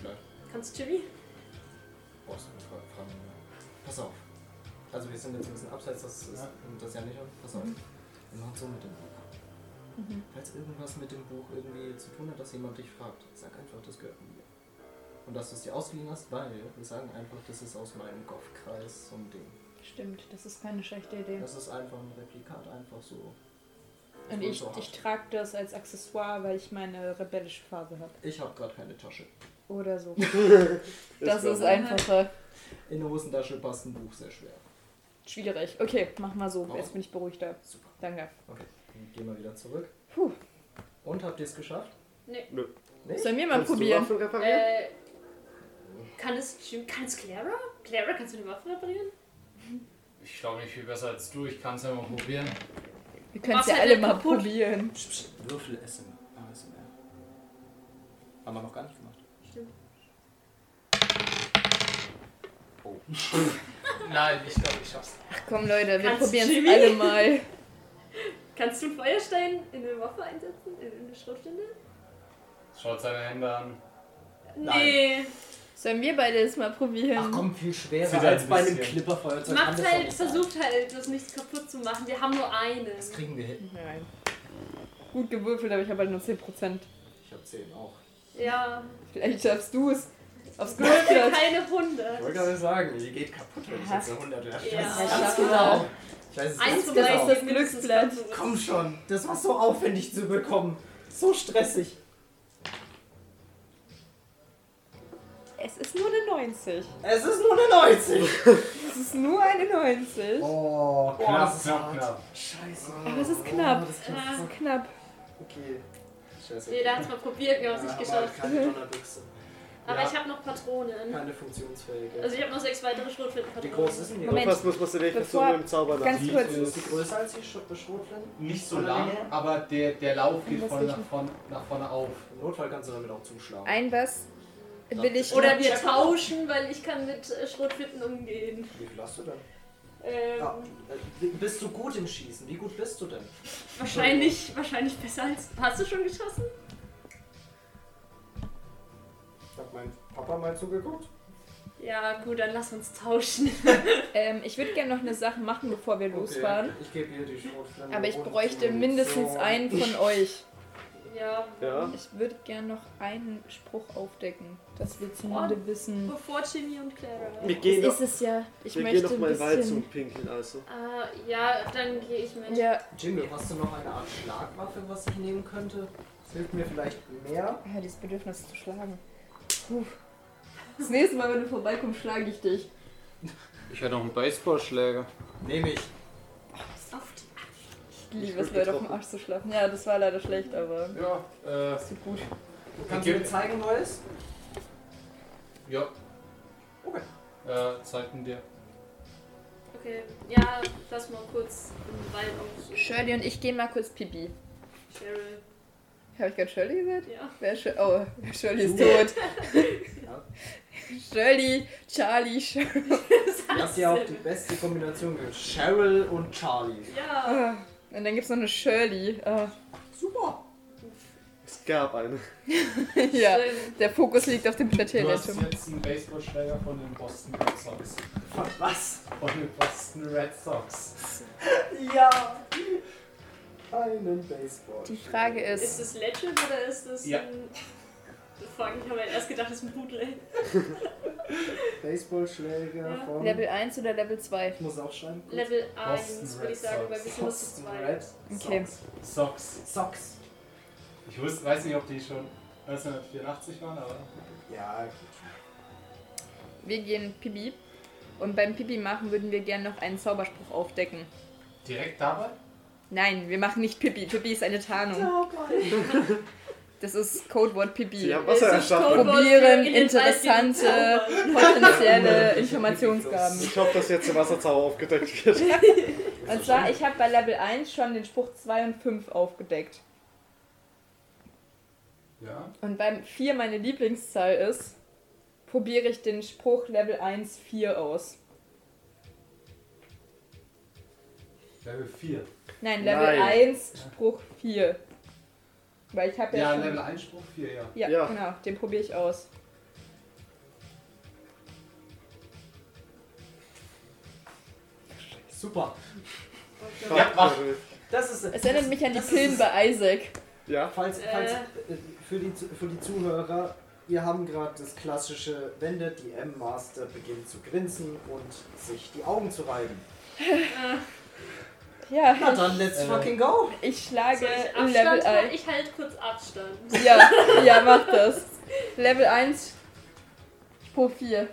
S6: Vielleicht.
S2: Kannst du Jimmy?
S6: Brauchst du nicht fra- fragen. Pass auf. Also wir sind jetzt ein bisschen abseits, das ist
S1: Ja.
S6: nimmt das ja nicht an. Pass auf. Wir machen so mit dem Buch. Falls irgendwas mit dem Buch irgendwie zu tun hat, dass jemand dich fragt, sag einfach, das gehört mir. Und dass du es dir ausgeliehen hast, weil wir sagen einfach, das ist aus meinem Goff-Kreis so ein Ding.
S5: Stimmt, das ist keine schlechte Idee.
S6: Das ist einfach ein Replikat, einfach so. Das
S5: Und
S6: man
S5: ich,
S6: so hat.
S5: ich trage das als Accessoire, weil ich meine rebellische Phase habe.
S6: ich habe gerade keine Tasche.
S5: Oder so.
S4: Das
S5: Das ist
S4: ist
S5: einfacher.
S6: In der Hosentasche passt ein Buch sehr schwer.
S5: Schwierig. Okay, mach mal so.
S6: Oh.
S5: Jetzt bin ich beruhigter.
S6: Super.
S5: Danke.
S6: Dann gehen wir wieder zurück.
S5: Puh.
S6: Und habt ihr es geschafft?
S2: Nee.
S6: Nicht?
S5: Sollen wir mal
S4: Kannst du
S5: probieren?
S4: Waffen reparieren?
S2: Äh, kann es Jim, kann es Clara? Clara, kannst du eine Waffe reparieren?
S1: Ich glaube nicht viel besser als du. Ich kann es ja mal probieren.
S5: Wir können es ja
S2: Mach's
S5: alle
S2: halt
S5: mal
S2: kaputt.
S5: probieren.
S6: Psst, psst, Würfel essen. ASMR. Haben wir noch gar nicht gemacht.
S2: Stimmt.
S1: Nein, ich glaube, ich schaff's.
S5: Ach komm, Leute, wir
S2: Kannst
S5: probieren
S2: Jimmy?
S5: es alle mal.
S2: Kannst du einen Feuerstein in eine Waffe einsetzen? In in eine Schrotflinte?
S1: Schaut seine Hände an.
S2: Nee.
S5: Sollen wir beide es mal probieren?
S6: Ach komm, viel schwerer
S1: Wieder ein
S6: als bei einem
S1: bisschen.
S6: Clipperfeuerzeug.
S2: Ähm,
S6: kann
S2: Macht
S6: das doch
S2: halt,
S6: nicht sein.
S2: versucht halt, das nichts kaputt zu machen. Wir haben nur eine.
S6: Das kriegen wir hin.
S5: Nein. Gut gewürfelt, aber ich habe halt nur 10%.
S6: Ich hab 10 auch.
S2: Ja.
S5: Vielleicht schaffst du es. Aufs
S2: Ich will
S5: Gewürfelt.
S2: keine 100.
S6: gerade sagen, die geht kaputt, wenn
S5: ich jetzt
S6: eine 100 werfe.
S2: Ja.
S6: Ich weiß
S5: Ja.
S6: es genau. Ich weiß es
S2: Eins
S6: ganz
S2: von
S5: das
S2: beiden
S5: ist
S6: genau.
S5: das
S2: geht mindestens
S5: Glücksblatt.
S2: kaputt.
S6: Komm schon, das war so aufwendig zu bekommen. So stressig.
S5: Es ist nur eine 90.
S6: Es ist nur eine 90.
S5: Es ist nur eine 90.
S1: Oh,
S6: knapp,
S1: knapp,
S6: knapp,
S1: knapp, knapp.
S6: Scheiße.
S5: Aber es ist knapp.
S2: Ah,
S5: Knapp.
S6: Okay. Scheiße.
S2: Nee, da hat's mal probiert, wir haben es nicht geschafft.
S6: Keine Donnerbüchse.
S2: Aber
S6: Ja.
S2: ich habe noch Patronen.
S6: Keine funktionsfähige.
S2: Also ich habe noch sechs weitere
S6: wie
S2: Schrotflintenpatronen.
S6: groß ist denn die?
S5: Moment.
S4: Fast muss man sie nicht
S5: Bevor-
S4: so mit dem Zauber
S5: Ganz
S4: nach.
S1: Die
S5: kurz.
S1: ist-
S6: Ist die größer als die Sch- Schrotflinte?
S1: Nicht so
S6: Von der
S1: lang,
S6: Länge her?
S1: aber der, der Lauf geht
S5: Muss
S1: von
S5: ich-
S1: nach, vorn, nach vorne auf.
S6: Im Notfall kannst du damit auch zuschlagen.
S5: Ein was will ich.
S2: Oder wir tauschen, weil ich kann mit äh, Schrotflinten umgehen.
S6: Wie viel hast du denn?
S2: Ähm,
S6: Ja. Äh, Bist du gut im Schießen? Wie gut bist du denn?
S2: wahrscheinlich, wahrscheinlich besser als... Hast du schon geschossen?
S6: Ich hab meinem Papa mal zugeguckt.
S2: Ja, gut, dann lass uns tauschen.
S5: Ähm, ich würde gerne noch eine Sache machen, bevor wir losfahren.
S6: Ich gebe dir die Schrotflinte.
S5: Aber ich
S6: und
S5: bräuchte
S6: die
S5: mindestens
S6: Munition.
S5: einen von euch.
S2: Ja.
S4: Ja.
S5: Ich würde gerne noch einen Spruch aufdecken, dass wir zumindest wissen.
S2: Bevor Jimmy und Clara.
S4: Wir
S5: Das
S4: gehen, noch,
S5: ist es ja. Ich
S4: wir gehen
S5: möchte
S4: noch
S5: ein
S4: mal in den Wald zum
S5: bisschen.
S4: Pinkeln, also.
S2: Ah, ja, dann gehe ich mit.
S5: Ja,
S6: Jimmy, hast du noch eine Art Schlagwaffe, was ich nehmen könnte? Das hilft mir vielleicht mehr.
S5: ja dieses Bedürfnis zu schlagen. Puh. Das nächste Mal, wenn du vorbeikommst, schlage ich dich.
S8: Ich hätte noch einen Baseballschläger.
S6: Nehme ich.
S2: Auf die-
S5: Ich liebe es, Leute auf dem Arsch zu schlafen. Ja, das war leider schlecht, aber
S1: Ja, äh,
S5: das tut gut.
S6: Kannst du mir zeigen, wo er ist?
S1: ja.
S6: Okay.
S1: Äh, zeigt ihn dir.
S2: Okay, ja, lass mal kurz im Wald auf.
S5: Shirley und ich gehen mal kurz Pipi.
S2: Cheryl.
S5: Habe ich gerade Shirley gesagt?
S2: Ja.
S5: Wer ist Shir- oh, Shirley ist tot.
S6: Ja.
S5: Shirley, Charlie, Shirley.
S6: Das ist ja auch die beste Kombination gewählt. Cheryl und Charlie.
S2: Ja.
S5: Ah, Und dann gibt es noch eine Shirley. Ah,
S6: Super.
S4: Es gab eine.
S5: ja, der Fokus liegt auf dem
S1: Du hast
S5: Plateaurettung.
S1: jetzt einen Baseballschläger von den Boston Red Sox.
S3: Was?
S1: Von den Boston Red Sox.
S3: Ja! Einen Baseball.
S5: Die Frage
S2: Ist
S5: ist,
S2: das Legend oder ist das
S1: Ja.
S2: ein. Fuck, ich habe erst gedacht, das ist ein Bootleg.
S3: Baseballschläger
S2: Ja.
S3: von.
S5: Level 1 oder Level 2?
S3: Ich muss auch schreiben. kurz.
S2: Level
S1: Boston
S2: 1, würde
S1: Red
S2: ich sagen,
S1: Sox.
S2: weil wir sind nur zu zweit.
S3: Red
S5: Okay.
S3: Sox.
S1: Sox.
S3: Socks.
S1: Ich wus- weiß nicht, ob die schon 1984 waren, aber.
S3: Ja,
S5: Wir gehen Pipi. Und beim Pipi machen würden wir gerne noch einen Zauberspruch aufdecken.
S1: Direkt dabei?
S5: Nein, wir machen nicht Pipi. Pipi ist eine Tarnung.
S2: Oh
S5: Das ist Codewort Pipi.
S4: Sie haben Wasser
S2: Es ist
S4: erschaffen.
S2: Codewort für
S5: Probieren
S2: in den Wald gehen
S5: interessante-
S2: zaubern.
S5: Potenzielle Informationsgaben.
S4: Ich hoffe, dass jetzt der Wasserzauber aufgedeckt wird.
S5: Und zwar, ich habe bei Level 1 schon den Spruch 2 und 5 aufgedeckt.
S1: Ja.
S5: Und beim 4 meine Lieblingszahl ist, probiere ich den Spruch Level 1 4 aus.
S1: Level 4.
S5: Nein, Level
S4: Nein.
S5: 1 Spruch 4. Weil ich habe ja,
S1: Ja,
S5: schon...
S1: Level 1 Spruch 4, ja.
S5: ja,
S4: Ja.
S5: genau, den probiere ich aus.
S3: super.
S1: Ja, mach.
S3: Das ist.
S5: Es erinnert mich an die
S3: das ist-
S5: Pillen bei Isaac.
S4: Ja,
S3: Falls,
S2: Äh.
S3: falls äh, für, die, Zu- für die Zuhörer, wir haben gerade das klassische, wenn der DM Master beginnt zu grinsen und sich die Augen zu reiben. Na
S5: Ja,
S3: dann, let's
S1: Äh.
S3: fucking go!
S5: ich schlage
S2: Soll ich
S5: im Level
S2: Abstand halten?
S5: 1.
S2: Ich halte kurz Abstand.
S5: Ja, ja, mach das. Level 1, Spruch 4.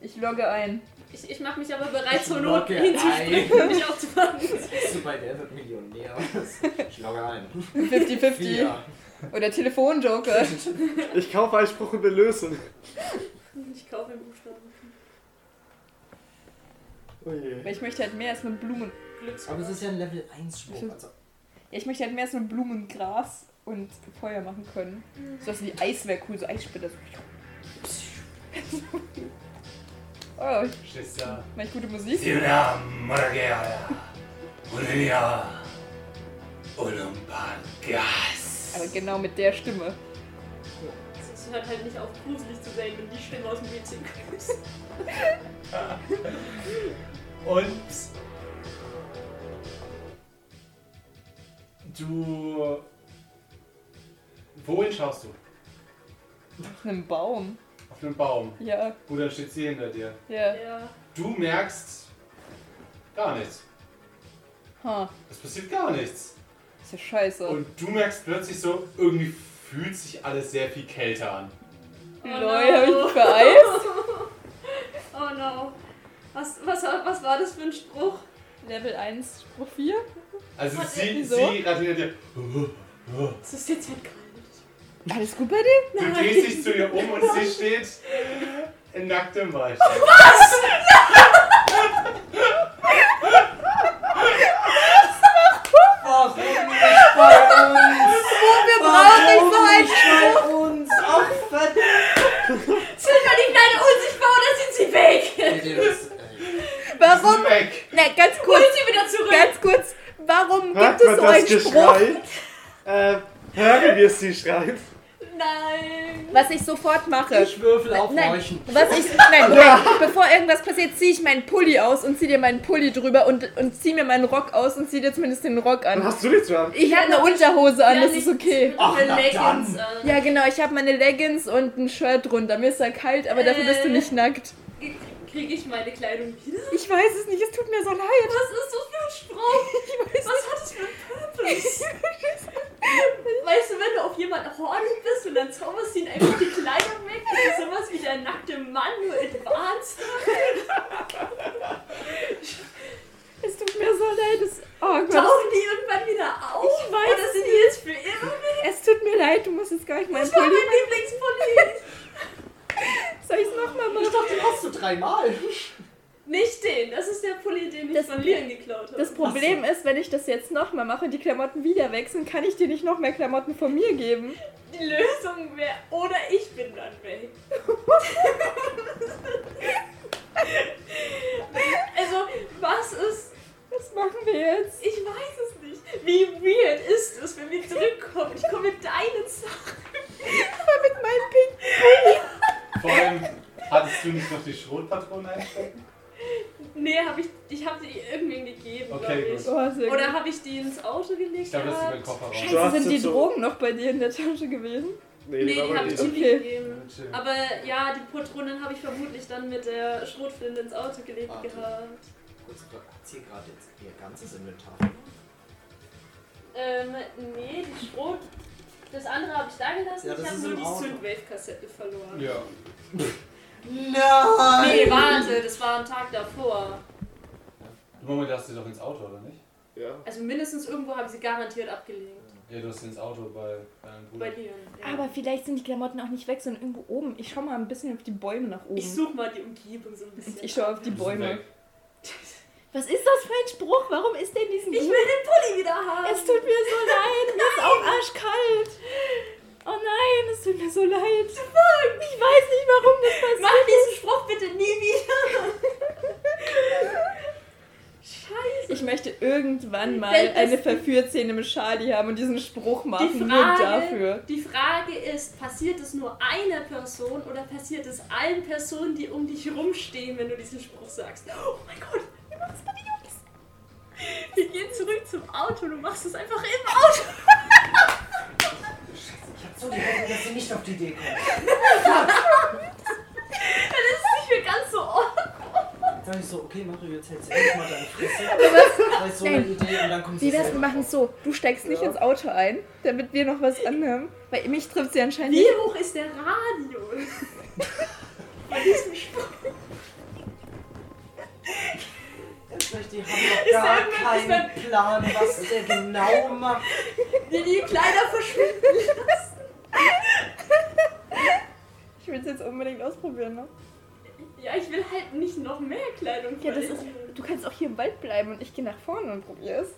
S5: Ich logge ein.
S2: Ich, ich mache mich aber bereit,
S3: Ich
S2: zur Not
S3: logge
S2: hinzuspringen und mich aufzufangen.
S3: Bist du bei der wird Millionär? Ich logge ein.
S5: 50-50.
S3: Vier.
S5: Oder Telefonjoker.
S4: ich kaufe einen Spruch und will lösen.
S2: Ich kaufe den Buchstaben.
S4: Oh
S5: Weil ich möchte halt mehr als nur Blumen.
S3: Aber es
S2: Glückswort.
S3: ist ja ein Level 1 Spruch.
S5: Stimmt.
S3: Also,
S5: Ja, ich möchte halt mehr als nur Blumengras und Feuer machen können. Sowas wie Eis wäre cool, so Eissplitter. Oh, ich
S1: Stehst ja.
S5: mach gute Musik.
S1: Siuna Morageaya. Unia. Ulumpangas.
S5: Aber genau mit der Stimme.
S2: Es hört halt nicht auf, gruselig zu sein, wenn die Stimme aus dem WC kommt.
S1: Und du. Wohin schaust du?
S5: Auf einem Baum.
S1: Auf den Baum.
S5: Ja,
S1: Gut, dann steht sie hinter dir.
S5: ja.
S2: Ja.
S1: Du merkst gar nichts.
S5: Ha,
S1: Es passiert gar nichts.
S5: ist ja scheiße.
S1: Und du merkst plötzlich so, irgendwie fühlt sich alles sehr viel kälter an.
S5: Lol,
S2: no.
S5: hab ich mich vereist?
S2: Oh no. Was, was, was war das für ein Spruch?
S5: Level 1, Spruch 4.
S1: Also
S2: Was,
S1: sie,
S5: wieso?
S1: sie gerade hinter dir.
S2: Es ist jetzt halt kalt.
S5: Alles gut bei dir?
S1: Du drehst dich zu ihr um und sie steht nackt im Wald.
S3: warum nicht bei uns? Wir brauchen nicht so einen Spruch! Ach, verdammt!
S2: Zünder die kleine unsichtbar oder sind sie weg?
S5: äh, Warum?
S1: Weg!
S5: Na, ganz kurz.
S2: Sie wieder zurück.
S5: Ganz kurz. Warum
S4: Hört
S5: gibt
S4: man
S5: es so
S4: das
S5: einen Spruch?
S4: Geschrei? Äh, hören wir sie schreien?
S2: Nein.
S5: Was ich sofort mache.
S3: Ich würfel auf
S5: Nein,
S3: Räuchen.
S5: was ich, nein, nein, bevor irgendwas passiert, ziehe ich meinen Pulli aus und ziehe dir meinen Pulli drüber und, und ziehe mir meinen Rock aus und ziehe dir zumindest den Rock
S4: Dann
S5: an.
S4: hast du nichts zu haben.
S5: Ich habe eine Unterhose an,
S2: Ja,
S5: Ah, das
S2: nicht-
S5: ist okay.
S2: mit
S3: Ach,
S2: den
S3: na
S2: Leggings
S3: dann.
S2: an.
S5: Ja, genau, ich habe meine Leggings und ein Shirt drunter. Mir ist ja kalt, aber dafür bist du
S2: Äh.
S5: nicht nackt.
S2: Kriege ich meine Kleidung wieder?
S5: Ich weiß es nicht, es tut mir so leid.
S2: Was ist das für ein Spruch? Was hat das für ein Purpose? weißt du, wenn du auf jemanden horny bist und dann zauberst du ihn einfach die Kleidung weg, das ist sowas wie der nackte Mann, nur advanced.
S5: Es tut mir so leid. Es, oh Gott.
S2: Tauchen die irgendwann wieder auf?
S5: Ich weiß
S2: Oder sind die jetzt für immer?
S5: Es tut mir leid, du musst jetzt gar nicht meinen
S2: Das war mein
S5: Pulli.
S2: Lieblingspulli.
S5: Soll ich es nochmal
S3: Ich
S5: machen?
S3: dachte, den hast du dreimal.
S2: Nicht den, das ist der Pulli, den ich
S5: Das-
S2: von Lian geklaut habe.
S5: Das Problem ist, wenn ich das jetzt nochmal mache und die Klamotten wieder wechseln, kann ich dir nicht noch mehr Klamotten von mir geben.
S2: Die Lösung wäre, oder ich bin dann weg. also, was ist.
S5: Was machen wir jetzt?
S2: Also, Ich weiß es nicht. Wie weird ist es, wenn wir zurückkommen? Ich komme mit deinen Sachen.
S5: mit meinem Pink.
S1: Vor allem, hattest du nicht noch die Schrotpatronen einstecken?
S2: Nee, hab ich, ich habe sie irgendwem gegeben,
S1: Okay,
S2: glaube
S1: gut.
S2: ich.
S5: Oh, sehr
S2: Oder
S5: gut.
S2: habe ich die ins Auto gelegt?
S1: Ich glaube, das ist über
S2: gehabt?
S1: den Kofferraum.
S4: Du
S5: Scheiße,
S4: hast
S5: sind
S4: sie
S5: die
S4: so-
S5: Drogen noch bei dir in der Tasche gewesen?
S2: Nee,
S4: Nee, die war
S2: die
S4: bei
S2: habe ich
S4: dir.
S2: ihm
S5: Okay.
S2: gegeben.
S1: Chill.
S2: Aber ja, die Patronen habe ich vermutlich dann mit der Schrotflinte ins Auto gelegt
S1: Ah,
S6: Warte.
S2: gehabt.
S6: Kurz Frage, hat sie gerade jetzt ihr ganzes Inventar verloren?
S2: Ähm, nee, die Schrot. Das andere habe ich da gelassen.
S6: Ja,
S2: ich
S6: das
S2: habe
S6: ist
S2: nur
S6: im
S2: die
S6: Auto.
S2: Synthwave-Kassette verloren.
S1: Ja.
S6: Nein!
S2: Nee, warte, das war am Tag davor.
S1: Moment, hast du doch ins Auto, oder nicht?
S4: Ja.
S2: Also mindestens irgendwo habe ich sie garantiert abgelegt.
S1: Ja, du hast sie ins Auto bei deinem Bruder.
S2: Bei dir. Ja.
S5: Aber vielleicht sind die Klamotten auch nicht weg, sondern irgendwo oben. Ich schau mal ein bisschen auf die Bäume nach oben.
S2: ich suche mal die Umgebung so ein bisschen.
S5: Ich schau auf die
S1: Die sind
S5: Bäume.
S1: weg.
S5: Was ist das für ein Spruch? Warum ist denn diesen
S2: Ich will den Pulli wieder haben.
S5: Es tut mir so leid. Mir ist auch arschkalt. Oh nein, es tut mir so leid. Ich weiß nicht, warum das passiert.
S2: Mach diesen Spruch bitte nie wieder. Scheiße.
S5: Ich möchte irgendwann mal
S2: Wenn das-
S5: eine Verführszene mit Charlie haben und diesen Spruch
S2: Die
S5: machen, nur
S2: Frage,
S5: dafür.
S2: die Frage ist, passiert es nur einer Person oder passiert es allen Personen, die um dich rumstehen, wenn du diesen Spruch sagst? Oh mein Gott, wir machen es bei den Jungs. Wir gehen zurück zum Auto, du machst es einfach im Auto.
S6: Ich hab so die Hoffnung, dass sie nicht auf die Idee kommt.
S2: Dann ist es nicht mehr ganz so oft.
S6: Dann sag ich so, okay Mario, jetzt hältst du endlich mal deine Fresse. Das ist so eine
S5: Nein.
S6: Idee und dann kommt sie
S5: Wie wär's, wir
S6: selber
S5: machen es
S6: drauf.
S5: so. Du steigst nicht ins Auto ein, damit wir noch was anhaben. Weil mich trifft sie anscheinend
S2: Wie
S5: nicht.
S2: hoch ist der Radio? Bei diesem Spruch.
S6: Jetzt möchte ich haben noch gar keinen Plan, was der genau macht.
S2: Die, die Kleider verschwinden.
S5: Ich will es jetzt unbedingt ausprobieren, ne?
S2: Ja, ich will halt nicht noch mehr Kleidung.
S5: Ja, das ist,
S2: verlieren.
S5: du kannst auch hier im Wald bleiben und ich gehe nach vorne und probiere es.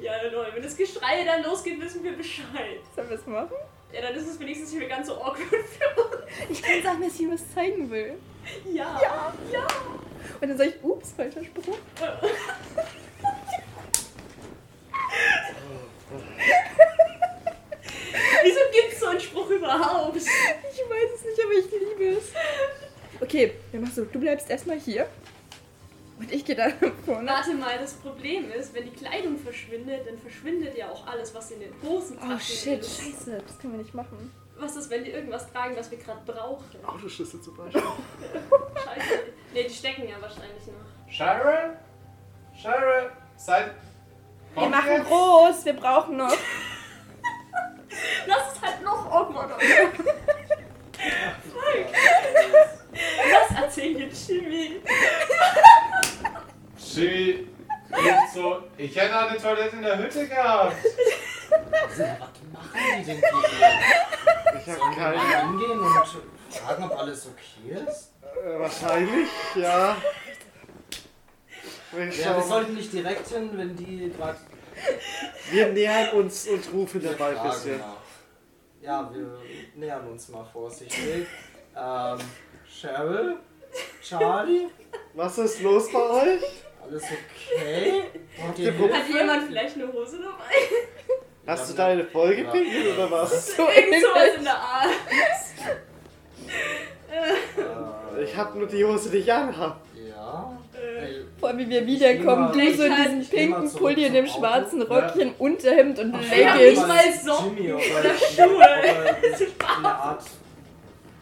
S2: Ja, lol, wenn das Geschrei dann losgeht, wissen wir Bescheid.
S5: Sollen wir es machen?
S2: Ja, dann ist es wenigstens nicht mehr ganz so awkward für uns.
S5: Ich kann sagen, dass ich ihm was zeigen will.
S2: Ja. Ja. ja.
S5: Und dann sage ich, ups, falscher Spruch.
S2: Wieso gibt's so einen Spruch überhaupt?
S5: Ich weiß es nicht, aber ich liebe es. Okay, dann machst du, du bleibst erstmal hier. Und ich gehe dann nach vorne.
S2: Warte mal, das Problem ist, wenn die Kleidung verschwindet, dann verschwindet ja auch alles, was in den Hosentaschen
S5: Oh shit,
S2: ist.
S5: scheiße, das können wir nicht machen.
S2: Was ist, wenn die irgendwas tragen, was wir gerade brauchen?
S4: Autoschlüssel zum Beispiel.
S2: Scheiße. Nee, die stecken ja wahrscheinlich noch.
S1: Sharon? Sharon? Seid.
S6: Oh,
S5: Wir machen groß, wir brauchen noch.
S2: Das ist halt noch awkward. Das erzählen jetzt Jimmy.
S1: Jimmy ruft so. Ich hätte eine Toilette in der Hütte gehabt.
S6: Was machen die denn hier?
S4: Ich habe
S6: Kann
S4: keine.
S6: man hingehen und fragen, ob alles okay ist?
S4: Äh, wahrscheinlich, ja. Wir,
S6: Ja, wir
S4: schauen.
S6: sollten nicht direkt hin, wenn die gerade
S4: wir nähern uns und rufen dabei ein
S6: Fragen
S4: bisschen.
S6: nach. Ja, wir nähern uns mal vorsichtig. Ähm, Cheryl? Charlie?
S4: Was ist los bei euch?
S6: Alles okay? Braucht ihr
S4: Der
S6: Hilfe?
S2: Hat jemand vielleicht eine Hose dabei?
S4: Hast du deine voll
S6: Ja.
S4: gepinkelt oder was?
S5: So
S2: Irgend sowas in der Art.
S6: Äh,
S4: Ich hab nur die Hose, die ich anhab.
S6: Ja.
S2: Äh,
S6: Ey,
S5: Vor allem, wie wir wiederkommen,
S6: Ich
S5: du
S6: nehme
S5: so
S2: mal-
S5: in diesem
S6: ich nehme mal
S5: pinken
S6: zurück
S5: Pulli und
S6: zum
S5: dem
S6: Auto.
S5: schwarzen
S1: Ja.
S5: Röckchen, Unterhemd und ein
S2: Ich hab
S5: Leggings.
S2: nicht mal Socken
S6: Jimmy oder,
S2: oder Schuhe.
S6: oder eine Art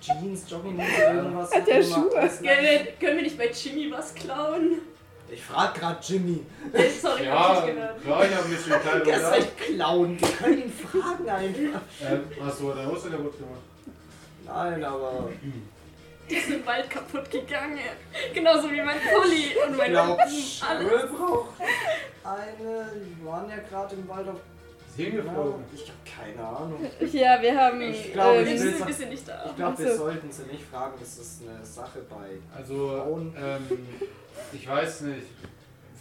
S6: Jeans, Jogginghose, irgendwas.
S5: Hat
S6: auch
S5: der
S6: immer.
S5: Schuhe?
S2: Können wir, können wir nicht bei Jimmy was klauen?
S6: Ich frag grad Jimmy.
S2: Äh, Sorry, hab
S1: Ja,
S2: ich nicht gehört.
S1: klar, ich habe mich schon klein
S6: Der ist
S1: gedacht.
S6: halt Clown. Wir können ihn fragen einfach.
S1: Ähm, hast du deine Hose in der Hut gemacht?
S6: Nein, aber
S2: Die ist im Wald kaputt gegangen. Genauso wie mein Pulli und
S6: ich
S2: mein
S6: glaub,
S2: alles.
S6: Cheryl braucht eine. Die waren ja gerade im Wald auf.
S1: Ist hingeflogen.
S6: Ich hab keine Ahnung.
S5: Ja, also- wir haben.
S2: Ich
S6: glaube,
S2: Wir
S6: ich
S5: ähm,
S2: sind
S6: will-
S2: ein bisschen nicht da.
S6: Ich glaube, wir
S5: Ach so.
S6: sollten sie nicht fragen. Das ist eine Sache bei.
S1: Also,
S6: Frauen.
S1: ähm, ich weiß nicht.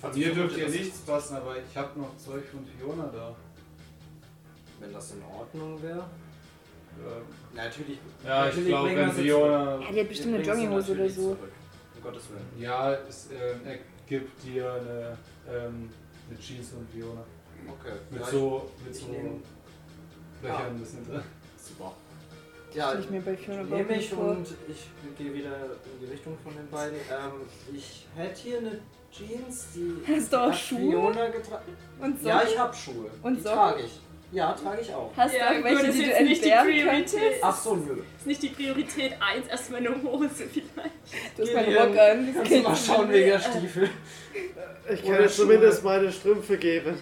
S1: Von
S6: Also,
S1: mir dürft
S6: vermute
S1: ihr
S6: das-
S1: nichts passen, aber ich habe noch Zeug von Fiona da.
S6: Wenn das in Ordnung wäre.
S1: Ähm,
S6: Natürlich.
S1: Ja, ich
S6: natürlich
S1: glaube,
S6: bringen wir
S1: wenn
S6: sie
S1: Fiona.
S5: ja, die hat bestimmt eine
S6: Wir bringen sie
S5: Jogginghose oder
S6: natürlich
S5: so.
S6: zurück. Um Gottes Willen.
S1: Ja, es, ähm, er gibt dir eine, ähm, eine Jeans und Fiona.
S6: Okay.
S1: Mit
S6: ja,
S1: so, mit
S6: ich Ah.
S1: so
S6: nehme-
S1: Löchern
S6: Ja.
S1: ein bisschen drin.
S6: Super.
S5: Ja,
S6: Ja,
S5: ich mir bei Fiona
S6: nehme
S5: Bauer
S6: ich
S5: vor.
S6: und ich gehe wieder in die Richtung von den beiden. Ähm, ich hätte hier eine Jeans, die
S5: Hast du auch
S6: hat
S5: Schuhe?
S6: Fiona getragen.
S5: Und so.
S6: Ja, ich habe Schuhe.
S5: Und
S6: die
S5: Socken?
S6: trage ich. Ja, trage ich auch.
S5: Hast
S2: Ja,
S5: du auch
S2: gut,
S5: welche,
S2: ist
S5: die du
S2: jetzt nicht die
S5: entbehren
S2: Priorität.
S5: könntest?
S6: Ach so, nö.
S2: Ist nicht die Priorität eins erstmal eine Hose vielleicht.
S5: Du hast
S6: Geh
S5: meinen
S6: dir-
S5: Rock an. Das
S6: Kannst du
S5: geht
S6: mal schauen, wegen
S5: Äh,
S6: der Stiefel.
S4: Ich kann
S6: Oder
S4: dir zumindest meine Strümpfe geben.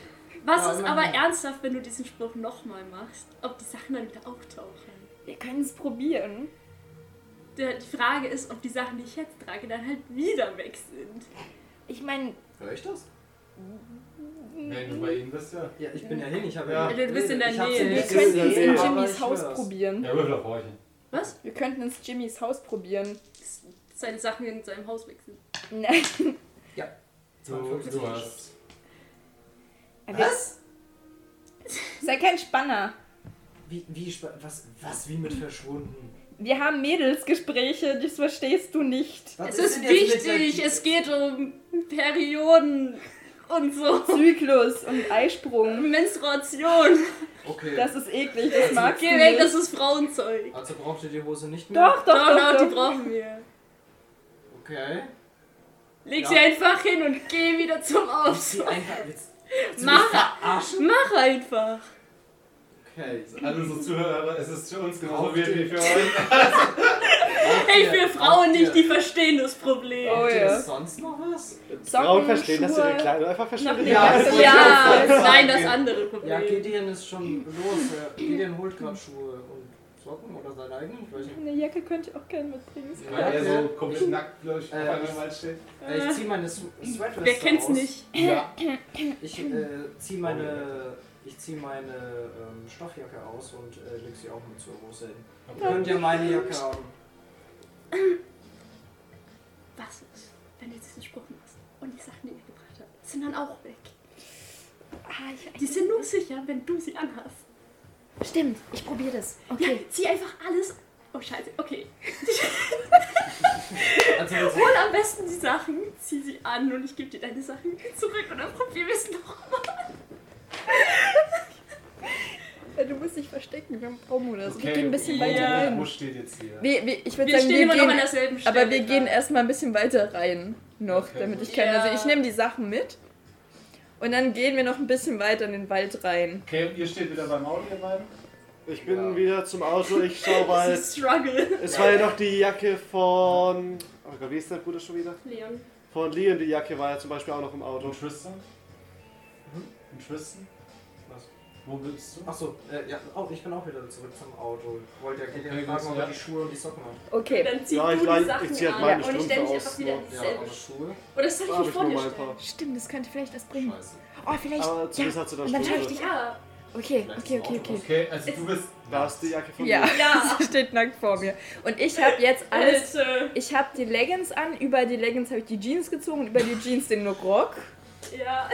S2: Was
S6: Ja,
S2: ist
S6: immerhin.
S2: aber ernsthaft, wenn du diesen Spruch nochmal machst, ob die Sachen dann wieder auftauchen?
S5: Wir können es probieren.
S2: Der- Die Frage ist, ob die Sachen, die ich jetzt trage, dann halt wieder weg sind.
S5: Ich meine,
S6: Hör ich das?
S1: Wenn du bei ihm bist, ja.
S6: Ja, ich bin ja hin, ich habe
S1: Ja.
S2: Du bist in der
S6: ich hab's
S2: Nähe.
S5: wir
S6: nicht
S4: können
S5: könnten
S6: gesehen,
S5: es in
S6: aber
S5: Jimmys
S6: ich
S5: Haus
S6: hör's.
S5: probieren.
S1: Ja, Würfel auf Horchen.
S2: Was?
S5: Wir könnten ins Jimmys Haus probieren.
S2: Seine Sachen in seinem Haus weg sind.
S5: Nein.
S1: Du, du hast.
S5: Äh,
S6: Was?
S5: Sei kein Spanner.
S6: Wie, wie, spa- was, was, wie mit verschwunden?
S5: Wir haben Mädelsgespräche, das verstehst du nicht.
S2: Es
S6: Was
S2: ist
S6: denn jetzt mit der
S2: wichtig,
S6: Jeans?
S2: es geht um Perioden und so.
S5: Zyklus und Eisprung.
S2: Menstruation.
S6: Okay.
S5: Das ist eklig, das magst du
S2: Geh weg,
S5: nicht.
S2: das ist Frauenzeug.
S6: also braucht ihr die Hose nicht mehr?
S5: doch, doch,
S2: Doch,
S5: doch,
S2: doch, die
S5: doch,
S2: brauchen wir.
S6: Okay.
S2: Leg
S6: Ja.
S2: sie einfach hin und geh wieder zum
S6: Sie
S2: Aufzug.
S6: einfach jetzt. jetzt will ich
S2: Mach,
S6: verarschen.
S2: mach einfach.
S6: Okay. also
S1: Alle unsere Zuhörer, es ist für uns genauso
S6: Auf
S1: wie wie
S6: die-
S1: für euch.
S2: Hey, für Frauen nicht, die
S6: die.
S2: verstehen das Problem.
S5: Oh,
S6: Habt ihr
S5: ja.
S6: sonst noch was?
S5: Socken,
S4: Frauen verstehen, dass ihre
S5: Schuhe.
S4: Kleidung einfach verschwinden.
S6: Ja, das wollte ich
S2: Ja,
S6: auch sagen.
S2: nein, das andere Problem.
S6: Ja, Gideon ist schon los. Ja, Gideon holt gerade Schuhe und Socken oder seine eigenen. Vielleicht.
S5: Eine Jacke könnte ich auch gerne mitbringen.
S1: Weil er so komplett
S6: Ich-
S1: nackt, glaube ich, auf
S6: Äh,
S1: einem Wald steht.
S6: Äh, ich ziehe meine Sw- Sweatweste
S2: Wer kennt's
S6: aus.
S2: nicht?
S1: Ja.
S6: Ich äh, ziehe meine, ich zieh meine ähm, Stoffjacke aus und äh, leg sie auch mit zur Hose hin. Könnt ihr meine Jacke haben?
S2: Was ist, wenn du diesen Spruch machst und die Sachen, die er gebracht hat, sind dann auch weg?
S3: Ah, ich,
S2: Die sind nur sicher, wenn du sie anhast.
S3: stimmt, ich probiere das.
S2: Ja,
S3: Okay.
S2: zieh einfach alles. Oh, scheiße, okay.
S6: Also, das-
S2: Hol am besten die Sachen, zieh sie an und ich gebe dir deine Sachen zurück und dann probieren wir es nochmal.
S5: Du musst dich verstecken, wir haben Raum oder so.
S1: Okay,
S5: Wir gehen ein bisschen
S1: wo-
S5: weiter
S2: ja.
S1: Wo
S5: rein.
S1: steht jetzt hier?
S5: Wir, wir, ich würde
S2: Wir stehen
S5: sagen, wir
S2: immer noch an
S5: gehen,
S2: derselben Stelle.
S5: aber wir gehen erstmal ein bisschen weiter rein noch,
S1: Okay,
S5: damit
S1: gut.
S5: ich keine... Also
S2: Ja.
S5: ich nehme die Sachen mit und dann gehen wir noch ein bisschen weiter in den Wald rein.
S1: Okay, und ihr steht wieder beim Auto, ihr beiden?
S4: Ich bin
S6: Ja.
S4: wieder zum Auto, ich schau mal.
S2: Das ist ein Struggle.
S4: Es war ja noch die Jacke von. Oh Gott, wie ist der Bruder schon wieder?
S2: Leon.
S4: Von Leon, die Jacke war ja zum Beispiel auch noch im Auto.
S1: Und Tristan?
S5: Mhm.
S1: Und Tristan?
S6: Was?
S1: Wo bist du?
S6: Achso, äh, ja, auch, ich bin auch wieder zurück zum Auto. Wollt ihr Gideon
S1: Okay,
S6: fragen, ob
S1: ja.
S6: er die Schuhe und die Socken hat?
S5: Okay,
S2: Dann zieh
S4: Ja, ich
S2: du die
S4: leih-
S2: Sachen
S4: ich zieh halt
S2: an.
S4: meine
S2: ja, und ich stelle
S4: Strümpfe
S2: mich
S4: aus,
S2: einfach wieder
S4: ja.
S2: ins
S6: Ja,
S2: selbe
S6: aber Schuhe?
S2: Oder soll ich
S4: Da hab
S2: mich
S4: ich
S2: vor
S4: nur
S2: dir
S4: mal ein
S2: stellen?
S4: paar.
S3: Stimmt, das könnte vielleicht was bringen.
S6: Scheiße.
S3: Oh, vielleicht.
S4: Aber
S3: ja.
S4: zumindest hat sie da
S3: Und dann schaue ich
S4: Strümpfe.
S3: dich an.
S2: Ja.
S3: Okay,
S6: Vielleicht
S3: okay,
S6: ist
S3: okay,
S6: es auch
S3: okay.
S1: Okay, also du bist.
S4: Da ist die Jacke von
S5: ja,
S4: Leon.
S5: sie steht nackt vor mir. Und ich habe jetzt alles
S2: Alles. Äh,
S5: Ich habe die Leggings an, über die Leggings habe ich die Jeans gezogen und über die Jeans den Rock
S2: ja.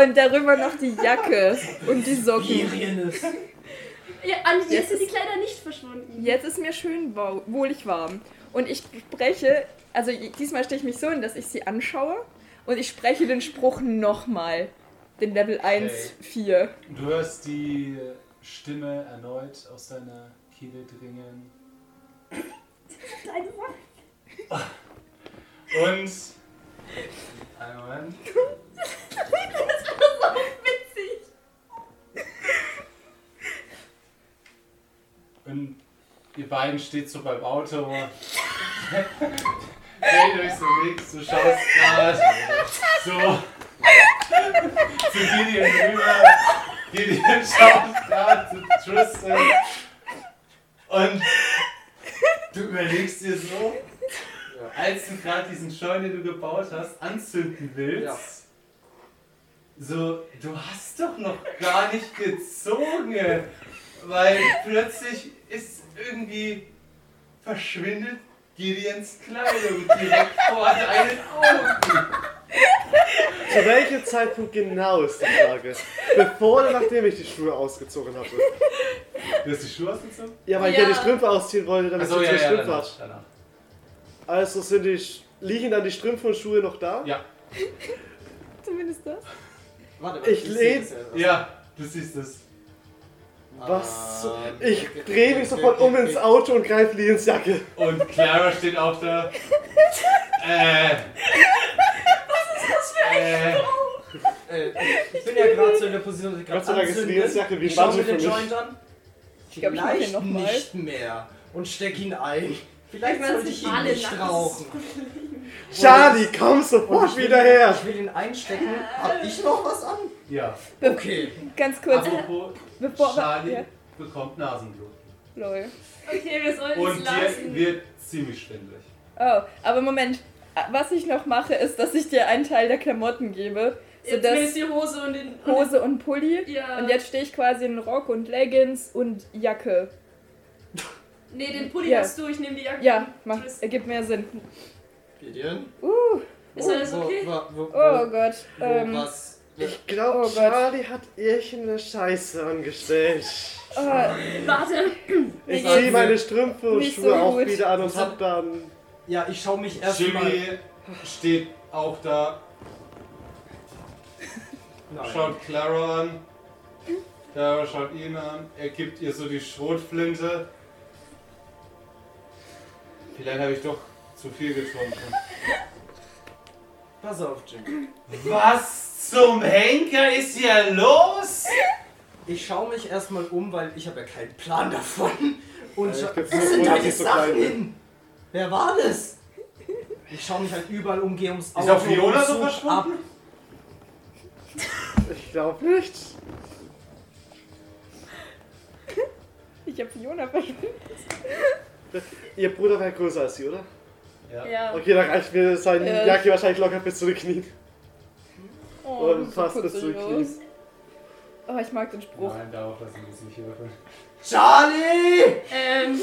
S5: und darüber noch die Jacke und die Socken.
S6: Gideon ist.
S2: ja. An dir
S5: Jetzt
S2: sind die
S5: ist-
S2: Kleider nicht verschwunden.
S5: Jetzt ist mir schön wau- wohlig warm und ich spreche, also diesmal stehe ich mich so hin, dass ich sie anschaue und ich spreche den Spruch nochmal, den Level 1, 4.
S1: Du hörst die Stimme erneut aus deiner Kehle dringen.
S2: Deine Sachen.
S1: Und. Einen Moment. Und ihr beiden steht so beim Auto. Dreht euch so links, du schaust gerade so zu Gideon rüber. Gideon schaut gerade zu Tristan. Und du überlegst dir so,
S6: Ja.
S1: als du gerade diesen Scheun, den du gebaut hast, anzünden willst.
S6: Ja.
S1: So, du hast doch noch gar nicht gezogen, weil plötzlich ist irgendwie verschwindet Gideons Kleidung direkt vor deinen Augen.
S4: Zu welchem Zeitpunkt genau ist die Frage? Bevor oder nachdem ich die Schuhe ausgezogen hatte?
S1: Du hast die Schuhe ausgezogen?
S4: Ja, weil ich
S2: Ja.
S4: ja die Strümpfe ausziehen wollte, damit
S1: Achso,
S4: sie
S1: ja,
S4: zwei
S1: ja,
S6: genau.
S4: Strümpfe
S1: danach,
S4: hat.
S1: danach.
S4: Also sind die, Sch- liegen dann die Strümpfe und Schuhe noch da?
S1: Ja,
S5: Zumindest das.
S6: Warte,
S4: Ich
S6: seh
S4: lehn-
S6: das ja.
S1: Ja, du siehst es.
S4: Was?
S6: Ähm,
S4: Ich
S6: okay,
S4: drehe
S6: okay,
S4: mich sofort
S6: okay,
S4: um
S6: okay.
S4: ins Auto und greife Liens Jacke.
S1: Und Clara steht auch da. Äh. Was ist das für ein äh,
S6: Äh, ich bin ja gerade so in der Position, dass ich gerade
S4: Gott sei Dank ist
S6: anzünde.
S4: Liens Jacke wie
S6: Ich schau
S4: Banjo
S6: mir
S4: für
S6: den
S4: mich.
S6: Joint an.
S5: Ich glaub, ich mach den
S6: Vielleicht
S5: noch mal.
S6: nicht mehr. Und steck ihn ein. Vielleicht sollte ich ihn
S2: alle
S6: nicht
S2: nachts.
S6: rauchen.
S4: Charlie, komm
S6: Und
S4: sofort
S6: ich will-
S4: wieder her!
S6: Ich will ihn einstecken. Hab ich noch was an?
S1: Ja.
S6: Okay.
S5: Ganz kurz,
S1: Apropos,
S5: bevor
S1: Also, Charlie
S5: Ja,
S1: bekommt Nasenblut.
S5: lol.
S2: Okay, wir sollten es
S1: Und dir
S2: lassen.
S1: wird ziemlich schwindelig.
S5: Oh, aber Moment. Was ich noch mache, ist, dass ich dir einen Teil der Klamotten gebe.
S2: Jetzt
S5: sodass-
S2: willst du die Hose und den... Und
S5: Hose und Pulli.
S2: den ja.
S5: Und jetzt stehe ich quasi in Rock und Leggings und Jacke.
S2: Nee, den Pulli
S5: Ja.
S2: hast du, ich nehme die Jacke.
S5: Ja, macht, ergibt mehr Sinn.
S6: Gideon?
S5: Uh,
S2: Ist alles okay?
S6: Wo, wo, wo,
S5: oh Gott.
S6: wo,
S5: Ähm,
S6: was?
S4: Ich glaube,
S5: Oh Gott.
S4: Charlie hat irgendeine Scheiße angestellt.
S5: oh,
S2: Warte.
S4: Ich
S6: geht's
S4: ziehe meine Strümpfe und
S5: nicht so
S4: Schuhe auch
S5: gut.
S4: wieder an und
S6: Was
S4: hab
S6: hat-
S4: dann.
S6: Ja, ich schau mich erstmal.
S1: Jimmy steht auch da, schaut Clara an. Clara schaut ihn an. Er gibt ihr so die Schrotflinte. Vielleicht habe ich doch zu viel getrunken.
S6: Pass auf, Jimmy.
S1: Was zum Henker ist hier los?
S6: Ich schau mich erstmal um, weil ich habe ja keinen Plan davon. Und
S4: Ja, ich
S6: scha-
S4: glaub, so
S6: was sind
S4: froh, dass
S6: deine
S4: ich so
S6: Sachen?
S4: klein bin.
S6: Wer war das? Ich schau mich halt überall um, geh ums Auto.
S1: Ist auch Fiona
S6: und
S1: so
S6: such
S1: verschwunden?
S4: Ich glaube nicht.
S5: ich habe Fiona verschwunden.
S4: Ihr Bruder wäre größer als sie, oder?
S1: Ja.
S2: Ja.
S4: Okay, dann reicht mir seine
S5: Äh.
S4: Jacke wahrscheinlich locker bis zu den Knien.
S5: Oh,
S4: Und
S5: so
S4: fast bis
S5: putzig
S4: zu den
S5: aus.
S4: Knien.
S5: Oh, ich mag den Spruch.
S1: Nein, darauf lassen wir uns nicht überführen.
S6: Charlie!
S2: Ähm,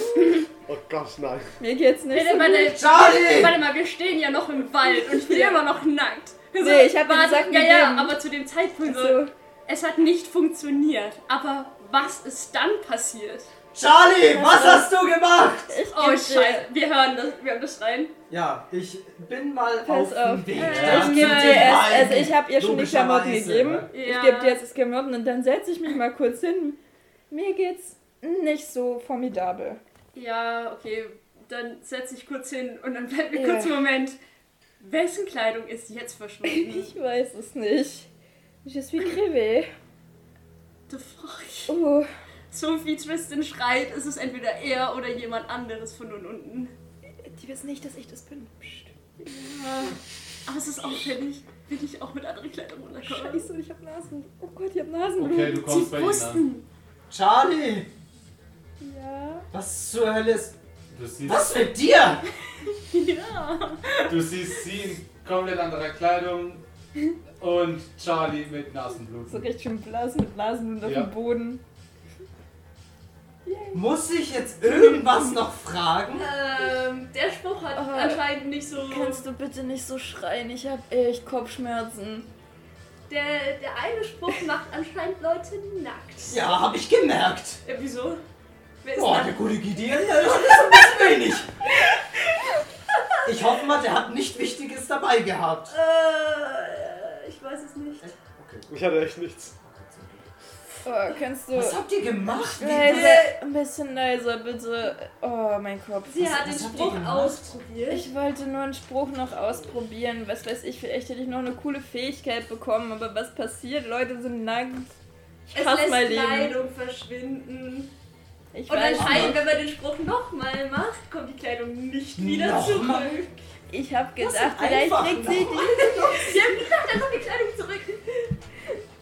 S4: Oh Gott, nein.
S5: Mir geht's nicht.
S2: warte, warte,
S6: Charlie!
S2: warte mal, wir stehen ja noch im Wald und ich bin immer noch nackt. Also,
S5: Nee, ich hab dir die Sachen
S2: Ja, ja,
S5: gegeben.
S2: aber zu dem Zeitpunkt so.
S5: So,
S2: Es hat nicht funktioniert. Aber was ist dann passiert?
S6: Charlie, was hast du gemacht?
S5: Also, ich
S2: Oh
S5: geb dir-
S2: Scheiße, wir hören das, wir haben das Schreien.
S6: Ja, ich bin mal
S5: Pass
S6: auf
S5: auf.
S6: dem Weg.
S5: Ich geb dir erst, also ich habe ihr schon die Klamotten
S6: Logischerweise.
S5: gegeben. Ich
S2: Ja.
S5: gebe dir jetzt das Klamotten und dann setze ich mich mal kurz hin. Mir geht's nicht so formidabel.
S2: Ja, okay, dann setz dich kurz hin und dann bleibt mir
S5: Ja.
S2: kurz einen Moment. Wessen Kleidung ist jetzt verschwunden?
S5: Ich weiß es nicht. Je suis crevé.
S2: The fuck?
S5: Oh,
S2: So wie Tristan schreit, ist es entweder er oder jemand anderes von nun unten.
S9: Die wissen nicht, dass ich das bin. Psst.
S2: Aber es ist auffällig, wenn ich auch mit anderen Kleidung runterkomme.
S5: scheiße, ich hab Nasen. Oh Gott, ich hab Nasenblut.
S1: Okay, du kommst
S2: Sie
S1: bei ihnen an.
S2: wussten.
S6: Charlie,
S5: Ja.
S6: was zur Hölle ist.
S1: Du siehst,
S6: Was mit dir?
S2: Ja.
S1: du siehst sie in komplett anderer Kleidung und Charlie mit Nasenblut.
S5: So richtig schön blass mit Nasenblut auf
S1: Ja.
S5: dem Boden.
S6: Muss ich jetzt irgendwas noch fragen?
S2: Ähm, der Spruch hat
S5: Oh.
S2: anscheinend nicht so.
S5: du bitte nicht so schreien? Ich hab echt Kopfschmerzen.
S2: Der, der eine Spruch macht anscheinend Leute nackt.
S6: Ja, hab ich gemerkt.
S2: Äh, wieso? Wer ist
S6: Boah, der
S2: nackt?
S6: gute Gideon, der ist ein bisschen wenig. Ich hoffe mal, der hat nicht Wichtiges dabei gehabt.
S2: Äh, ich weiß es nicht.
S6: Okay.
S4: Ich hatte echt nichts.
S5: Oh, kannst du
S6: Was habt ihr gemacht? Wie-
S5: leiser, ein bisschen leiser bitte? Oh, mein Kopf.
S2: Sie
S6: Was-
S2: hat den
S6: was habt ihr
S2: Spruch
S6: gemacht?
S2: ausprobiert.
S5: Ich wollte nur einen Spruch noch ausprobieren. Was weiß ich, vielleicht hätte ich noch eine coole Fähigkeit bekommen, aber was passiert? Leute sind nackt. Ich
S2: es
S5: hasse
S2: lässt
S5: mein Leben.
S2: Kleidung verschwinden.
S5: Ich
S2: Und
S5: weiß
S2: anscheinend,
S5: nicht.
S2: wenn man den Spruch nochmal macht, kommt die Kleidung nicht wieder zurück.
S6: Nochmal?
S5: Ich habe
S6: Das
S5: gedacht,
S6: ist
S5: vielleicht
S6: einfach
S5: kriegt sie die.
S2: Sie haben gesagt, dann kommt die Kleidung zurück.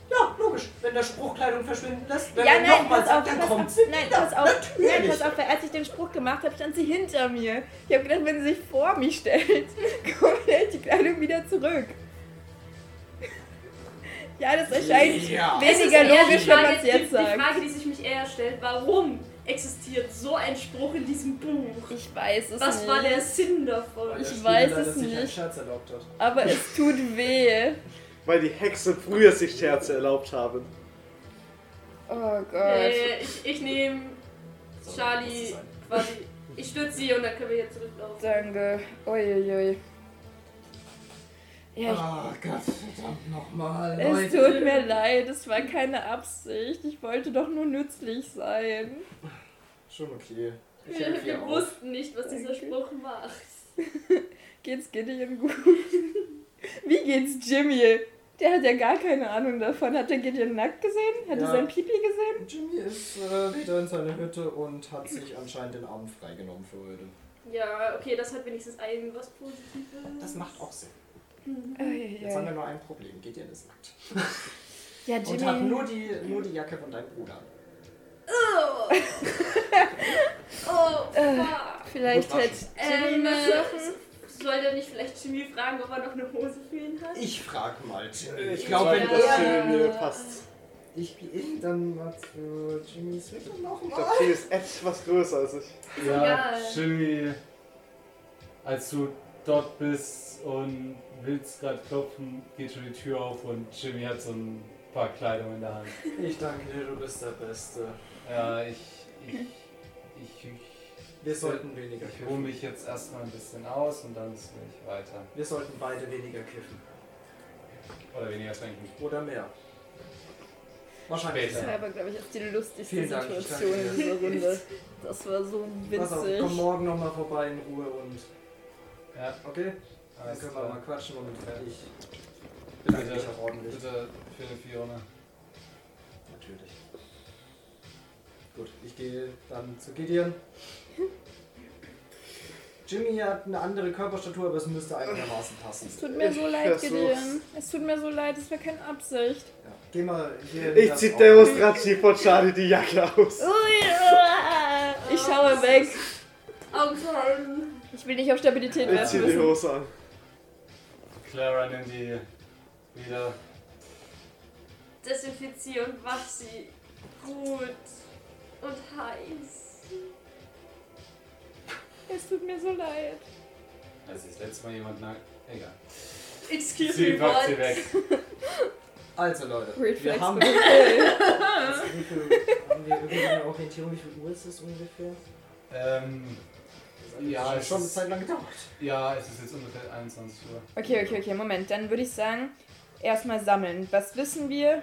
S6: Ja, logisch. Wenn der Spruch Kleidung verschwinden lässt, wenn
S5: Ja,
S6: er
S5: nein,
S6: nochmal
S5: pass auf,
S6: sagt, dann
S5: pass
S6: kommt
S5: auf,
S6: sie
S5: nein,
S6: wieder.
S5: pass auf, nein,
S6: Natürlich.
S5: pass auf, weil als ich den Spruch gemacht habe, stand sie hinter mir. Ich habe gedacht, wenn sie sich vor mich stellt, kommt vielleicht die Kleidung wieder zurück. Ja, das erscheint
S6: Ja.
S5: weniger
S2: Es ist eher die
S5: logisch, wenn man es
S2: Frage-
S5: jetzt
S2: die, Die
S5: sagt.
S2: Frage, die sich mich eher stellt, warum existiert so ein Spruch in diesem Buch?
S5: Ich weiß es
S2: Was
S5: nicht. Oh
S2: war der Sinn davon?
S5: Ich weiß es nicht.
S6: Scherz erlaubt hat.
S5: Aber es tut weh.
S4: Weil die Hexe früher sich Scherze erlaubt haben.
S5: Oh Gott.
S2: Äh, ich ich nehme
S6: So, muss es
S2: Charlie
S6: sein.
S2: quasi. Ich stütze sie und dann können wir hier zurücklaufen.
S5: Danke. Uiuiui.
S3: Ja, ich,
S6: Ah, Gott, verdammt
S2: Oh,
S6: nochmal.
S3: es tut mir leid, es war keine Absicht. Ich wollte doch nur nützlich sein.
S6: Schon okay. Ich helfe
S2: Wir
S6: dir auf.
S2: wussten nicht, was dieser Spruch macht.
S3: Geht's Gideon gut? Wie geht's Jimmy? Der hat ja gar keine Ahnung davon. Hat er Gideon nackt gesehen? Hat er
S6: Ja.
S3: sein Pipi gesehen?
S6: Jimmy ist äh, wieder in seiner Hütte und hat sich anscheinend den Abend freigenommen für heute.
S2: Ja, okay, das hat wenigstens irgendwas Positives.
S6: Das macht auch Sinn.
S3: Äh,
S6: Jetzt haben wir
S3: Eieiei.
S6: nur ein Problem. Geht dir das nackt.
S3: Ja,
S6: Und hat
S3: Jimmy.
S6: nur die, nur die Jacke von deinem Bruder.
S2: Oh! oh,
S5: Äh.
S2: fuck.
S3: Vielleicht hätte
S2: Ähm,
S3: Jimmy mehr Sachen.
S2: soll der nicht vielleicht Jimmy fragen, ob er noch eine Hose für ihn hat?
S6: Ich frag mal Jimmy. Äh, Ich
S4: Ich
S6: glaube,
S4: glaube,
S6: wenn
S4: das
S2: Ja.
S4: Jimmy mir passt.
S6: Ich gehe dann mal zu Jimmys Hütte
S4: Ich
S6: nochmal.
S4: glaube, Jimmy ist etwas größer als ich.
S1: Ja,
S2: egal.
S1: Jimmy, als du dort bist und willst gerade klopfen, geht schon die Tür auf und Jimmy hat so ein paar Kleidung in der Hand.
S6: Ich danke dir, du bist der Beste.
S1: Ja, ich, ich, ich, ich,
S6: Wir sollten weniger
S1: ich ruhe
S6: kiffen.
S1: mich jetzt erstmal ein bisschen aus und dann müssen wir weiter.
S6: Wir sollten beide weniger kiffen.
S1: Oder weniger trinken.
S6: Oder mehr. Wahrscheinlich.
S1: Später.
S3: Das war aber, glaube ich, jetzt die lustigste
S6: Vielen Dank, ich
S3: Situation
S6: danke
S3: in dieser Runde. Das war so
S6: Pass auf, komm
S3: witzig.
S6: morgen nochmal vorbei in Ruhe und.
S1: Ja,
S6: Okay? Dann
S1: alles
S6: können wir mal
S1: klar.
S6: quatschen und
S1: Ja.
S6: ich bedanke
S1: Bitte,
S6: mich auch ordentlich.
S1: bitte für den Fiona.
S6: Natürlich. Gut, ich gehe dann zu Gideon. Jimmy hat eine andere Körperstatur, aber es müsste einigermaßen passen.
S3: Es tut mir so
S4: Ich
S3: leid,
S4: versuch's.
S3: Gideon. Es tut mir so leid, es war keine Absicht.
S6: Ja. Geh mal hier. in
S4: Ich
S6: das
S4: zieh
S6: Auto.
S4: demonstrativ von Charlie die Jacke aus.
S3: Ich schaue weg.
S2: Augen zuhalten.
S3: Ich will nicht auf Stabilität
S4: Ich
S3: werfen
S4: zieh die
S3: müssen.
S4: Hose an.
S1: Clara nimmt die wieder.
S2: Desinfizier und wasch sie gut und heiß.
S3: Es tut mir so leid.
S1: Also das letzte Mal jemand nackt. Egal.
S2: Excuse
S1: Sie
S2: me,
S1: packt sie
S2: what?
S1: weg.
S6: Also Leute,
S3: Red
S6: wir
S3: Flags
S6: haben,
S3: bin ich.
S6: wie viel, haben wir irgendwie eine Orientierung, wie viel Uhr ist es ungefähr?
S1: Ähm,
S6: Das
S1: Ja,
S6: hat
S1: es
S6: schon eine
S1: ist-
S6: Zeit lang gedauert.
S1: ja, es ist jetzt ungefähr 21 Uhr.
S3: Okay, okay, okay, Moment. Dann würde ich sagen, erstmal sammeln. Was wissen wir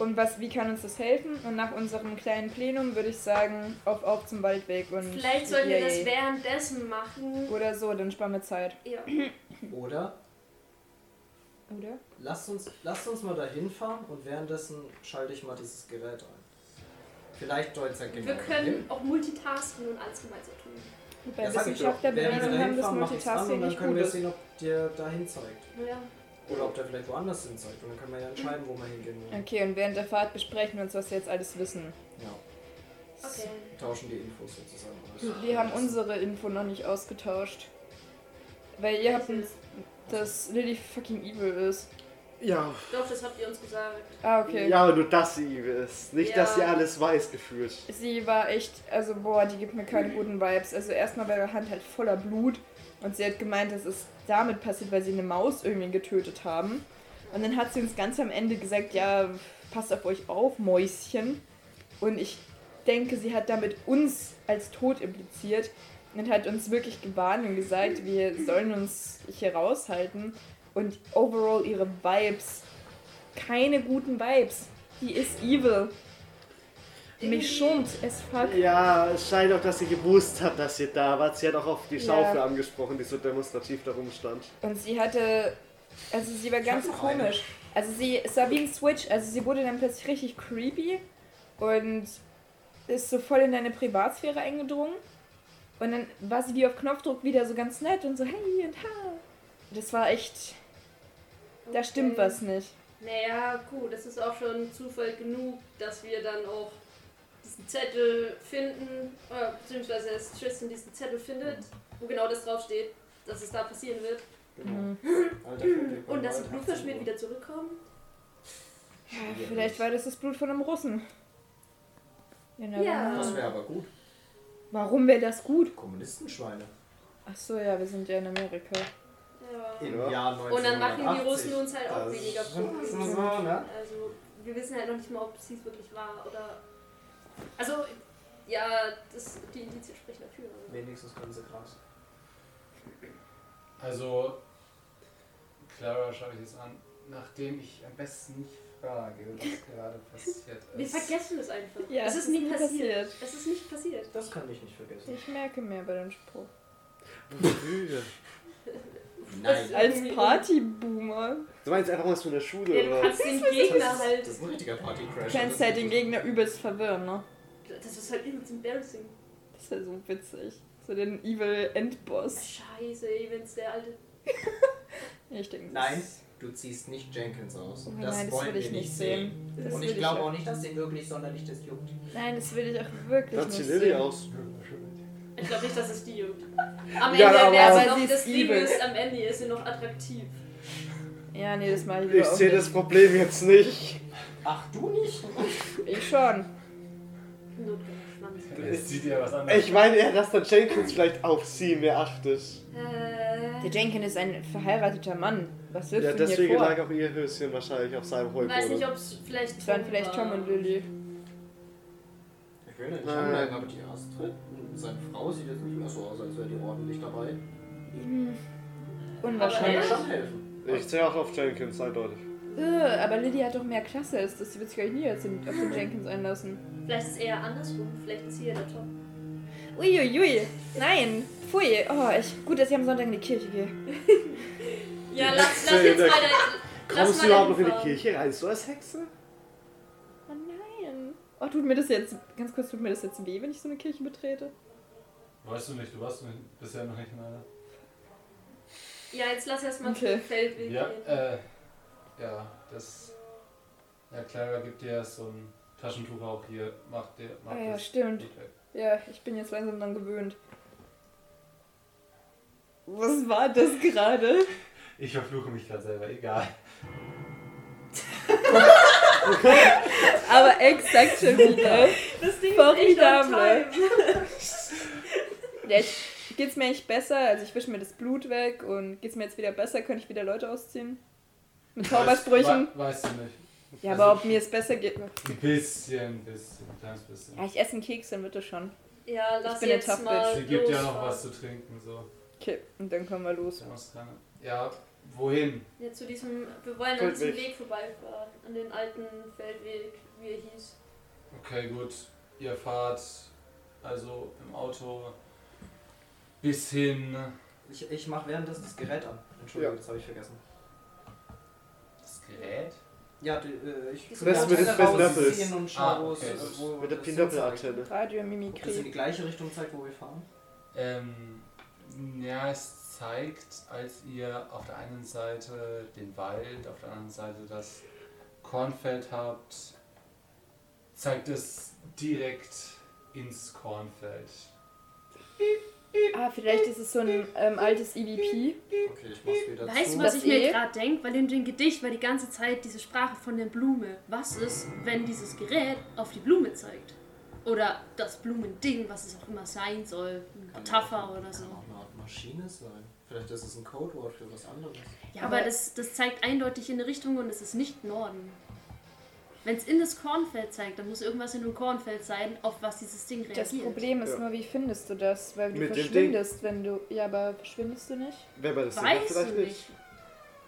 S3: und was, wie kann uns das helfen? Und nach unserem kleinen Plenum würde ich sagen, auf, auf zum Waldweg und.
S2: Vielleicht sollten wir das
S3: Yay.
S2: währenddessen machen.
S3: Oder so, dann sparen wir Zeit.
S2: Ja.
S6: Oder
S3: Oder?
S6: lasst uns, lasst uns mal dahin fahren und währenddessen schalte ich mal dieses Gerät ein. Vielleicht deutet er genau
S2: Wir
S6: hin.
S2: können auch multitasken und alles gemeinsam tun.
S3: Bei
S6: sag ich doch. Während wir
S3: Wissenschaftlerbildung
S6: dahin
S3: haben das
S6: fahren, mach ich's an
S3: Multitasking
S6: und dann
S3: nicht
S6: können
S3: gut.
S6: wir
S3: ist.
S6: sehen, ob der dahin zeigt.
S2: Ja.
S6: Oder ob der vielleicht woanders hin zeigt. Und dann können wir ja entscheiden, wo wir hingehen wollen.
S3: Okay, und während der Fahrt besprechen wir uns, was wir jetzt alles wissen.
S6: Ja,
S2: Okay.
S6: tauschen die Infos sozusagen aus.
S3: Wir haben unsere Info noch nicht ausgetauscht. Weil ihr habt uns, dass Lily fucking evil ist.
S4: Ja.
S2: Doch, das habt ihr uns gesagt.
S3: Ah, okay.
S4: Ja, aber nur das sie evil ist. Nicht, dass sie
S2: Ja.
S4: alles weiß gefühlt.
S3: Sie war echt, also boah, die gibt mir keine guten Vibes. Also erstmal war ihre Hand halt voller Blut und sie hat gemeint, das ist damit passiert, weil sie eine Maus irgendwie getötet haben. Und dann hat sie uns ganz am Ende gesagt, ja, passt auf euch auf, Mäuschen. Und ich denke, sie hat damit uns als tot impliziert und hat uns wirklich gewarnt und gesagt, wir sollen uns hier raushalten. Und overall ihre Vibes, keine guten Vibes. Die ist evil. Mich schont es fuck.
S4: Ja, es scheint auch, dass sie gewusst hat, dass ihr da wart. Sie hat auch auf die
S3: Ja.
S4: Schaufel angesprochen, die so demonstrativ da rumstand.
S3: Und sie hatte. Also sie war ganz
S6: hab noch eine.
S3: komisch. Also sie es war wie ein Switch. Also sie wurde dann plötzlich richtig creepy und ist so voll in deine Privatsphäre eingedrungen. Und dann war sie wie auf Knopfdruck wieder so ganz nett und so hey und ha. Das war echt. Da stimmt
S2: Okay.
S3: was nicht.
S2: Naja, gut, das ist auch schon Zufall genug, dass wir dann auch diesen Zettel finden, äh, beziehungsweise dass Tristan diesen Zettel findet, wo genau das draufsteht, dass es da passieren wird.
S6: Genau. Alter,
S2: Mhm. Und dass die Blutverschmiert wieder zurückkommen.
S3: Ja, vielleicht war das das Blut von einem Russen. You never
S2: Ja.
S3: know.
S6: Das wäre aber gut.
S3: Warum wäre das gut?
S6: Kommunistenschweine.
S3: Ach so, ja, wir sind ja in Amerika.
S2: Ja.
S6: Im
S4: Ja.
S6: Jahr
S2: Und dann machen die
S6: 1980.
S2: Russen uns halt auch
S6: Das
S2: weniger
S6: ist
S2: Punkte.
S6: so, ne?
S2: Also, wir wissen halt noch nicht mal, ob es dies wirklich war oder. Also, ja, das, die Indizien sprechen dafür.
S6: Wenigstens können sie Gras.
S1: Also, Clara schaue ich jetzt an, nachdem ich am besten nicht frage, was gerade passiert
S2: Wir
S1: ist.
S2: vergessen es einfach.
S5: Ja,
S2: es ist nie passiert.
S5: passiert.
S2: Es ist nicht passiert.
S6: Das kann ich nicht vergessen.
S5: Ich merke mehr bei dem Spruch.
S4: Brühe.
S6: Nein.
S5: Als Partyboomer.
S4: Du meinst einfach mal so in der Schule
S2: Ja, du
S4: oder?
S2: kannst den Gegner
S6: Das
S2: halt.
S6: ist ein richtiger Party-Crash.
S5: Du kannst halt den Gegner übelst verwirren, ne?
S2: Das ist halt übelst embarrassing.
S5: Das ist ja so witzig. So den Evil Endboss.
S2: Scheiße, ey, wenn's der alte.
S5: Ja, Ich denke,
S6: Nein, du ziehst nicht Jenkins aus.
S5: Oh
S6: Das,
S5: nein, das
S6: wollen
S5: will
S6: wir
S5: ich nicht sehen. Das
S6: Und
S5: will
S6: ich glaube
S5: auch-
S6: auch nicht, dass den wirklich sonderlich das juckt.
S5: Nein, das will ich auch wirklich
S4: Dann
S5: nicht
S4: zieh
S5: sehen.
S4: Lilly aus.
S2: Ich glaube nicht, dass es die juckt. Am
S4: Ja,
S2: Ende
S4: aber-
S2: wäre
S5: Aber
S2: sie noch.
S5: sie ist
S2: das Ding
S5: evil.
S2: ist, am Ende ist sie noch attraktiv.
S5: Ja, nee, das mache ich
S4: Ich
S5: lieber auch
S4: sehe das
S5: nicht.
S4: Problem jetzt nicht.
S6: Ach, du nicht?
S5: Ich schon.
S2: Notgeschwanz.
S1: Jetzt sieht ihr was anderes.
S4: Ich meine eher, dass dann Jenkins vielleicht auf sie mehr achtet.
S2: Äh.
S5: Der Jenkins ist ein verheirateter Mann. Was wirft
S4: Ja,
S5: ja, denn hier
S4: deswegen
S5: vor?
S4: lag auch ihr Höschen wahrscheinlich auf seinem
S2: Ich weiß nicht,
S4: Heuboden.
S2: ob es vielleicht.
S5: Das waren vielleicht Tom und Lilly.
S6: Ich will nicht
S4: Nein.
S6: anmerken, aber die Astrid, seine Frau sieht jetzt nicht mehr so aus, als wäre die ordentlich dabei. Das kann ja
S5: Unwahrscheinlich.
S6: schon helfen.
S4: Ich sehe auch auf Jenkins, eindeutig.
S5: Äh, aber Lilly hat doch mehr Klasse als das. Sie wird sich gar nicht nie als den, auf den Jenkins einlassen.
S2: Vielleicht ist es eher andersrum. Vielleicht ist hier der Tom.
S5: Uiuiui. Nein. Pfui. Oh, ich, gut, dass ich am Sonntag in die Kirche gehe.
S2: Ja,
S4: Die
S2: lass,
S4: Hexe
S2: lass jetzt
S4: in der-
S2: mal dein. Lass
S4: Kommst
S2: mal
S4: du überhaupt noch in die
S2: hinfahren.
S4: Kirche rein? So als Hexe?
S5: Oh nein. Oh, tut mir das jetzt, ganz kurz, tut mir das jetzt weh, wenn ich so eine Kirche betrete?
S1: Weißt du nicht, du warst nicht- bisher noch nicht in einer.
S2: Ja, jetzt lass erst mal
S5: Okay.
S2: okay. Feldweg
S1: Ja,
S2: gehen.
S1: äh, ja, das. Ja, Clara gibt dir so ein Taschentuch auch hier. Macht dir. Macht
S5: Ah ja,
S1: das
S5: stimmt.
S1: Licht weg.
S5: Ja, ich bin jetzt langsam dran gewöhnt. Was war das gerade?
S1: Ich verfluche mich gerade selber, egal.
S5: Aber exakt schon wieder.
S2: Das Ding
S5: Formidable. Ja, ich, geht's mir echt besser? Also ich wische mir das Blut weg und geht's mir jetzt wieder besser? Könnte ich wieder Leute ausziehen? Mit Zaubersprüchen?
S1: Wei- Weißt du nicht.
S5: Ja, aber ob mir es besser geht.
S1: Ein bisschen, ein bisschen, ein kleines bisschen.
S5: Ja, ich esse einen Keks, dann wird das schon.
S2: Ja, lass
S5: bin
S2: jetzt
S5: eine Tough
S2: mal.
S1: Sie gibt ja noch
S2: losfahren.
S1: was zu trinken, so.
S5: Okay, und dann können wir los.
S1: Du musst keine- Ja, wohin?
S2: Ja, zu diesem, wir wollen an
S4: Feldweg.
S2: diesem Weg vorbeifahren, an den alten Feldweg, wie er hieß.
S1: Okay, gut. Ihr fahrt also im Auto bis hin.
S6: Ich, ich mache währenddessen das Gerät an. Entschuldigung,
S4: Ja.
S6: das habe ich vergessen.
S1: Das Gerät?
S6: Ja, die, äh, ich
S2: Das
S6: würde
S2: mit den
S6: gerne
S4: fetten
S6: rausziehen
S4: Löffels.
S6: und schau,
S1: Ah,
S6: wo es-
S1: okay.
S6: äh, wo
S4: Mit der
S6: es
S4: Pinöppel-Antenne.
S6: hinzeigt. Ob Das in die
S5: Radiomimikrie.
S6: gleiche Richtung zeigt, wo wir fahren.
S1: Ähm, ja, es zeigt, als ihr auf der einen Seite den Wald, auf der anderen Seite das Kornfeld habt, zeigt es direkt ins Kornfeld.
S5: Ah, vielleicht ist es so ein ähm, altes EVP.
S6: Okay, ich mach's wieder
S3: Weißt
S6: zu.
S3: du, was ich mir
S5: eh-
S3: gerade denke? Weil in dem Gedicht war die ganze Zeit diese Sprache von der Blume. Was ist, wenn dieses Gerät auf die Blume zeigt? Oder das Blumending, was es auch immer sein soll. Ein
S6: Kann
S3: Metapher
S6: auch-
S3: oder so.
S6: Kann auch eine Art Maschine sein. Vielleicht ist es ein Codewort für was anderes.
S3: Ja, aber das, das zeigt eindeutig in eine Richtung und es ist nicht Norden. Wenn es in das Kornfeld zeigt, dann muss irgendwas in dem Kornfeld sein, auf was dieses Ding reagiert.
S5: Das Problem ist
S4: Ja.
S5: nur, wie findest du das? Weil du
S4: Mit dem Ding.
S5: verschwindest, wenn du. Ja, aber verschwindest du nicht?
S4: Wer bei das Ding hat,
S3: Weißt du
S4: vielleicht
S3: nicht.
S4: nicht.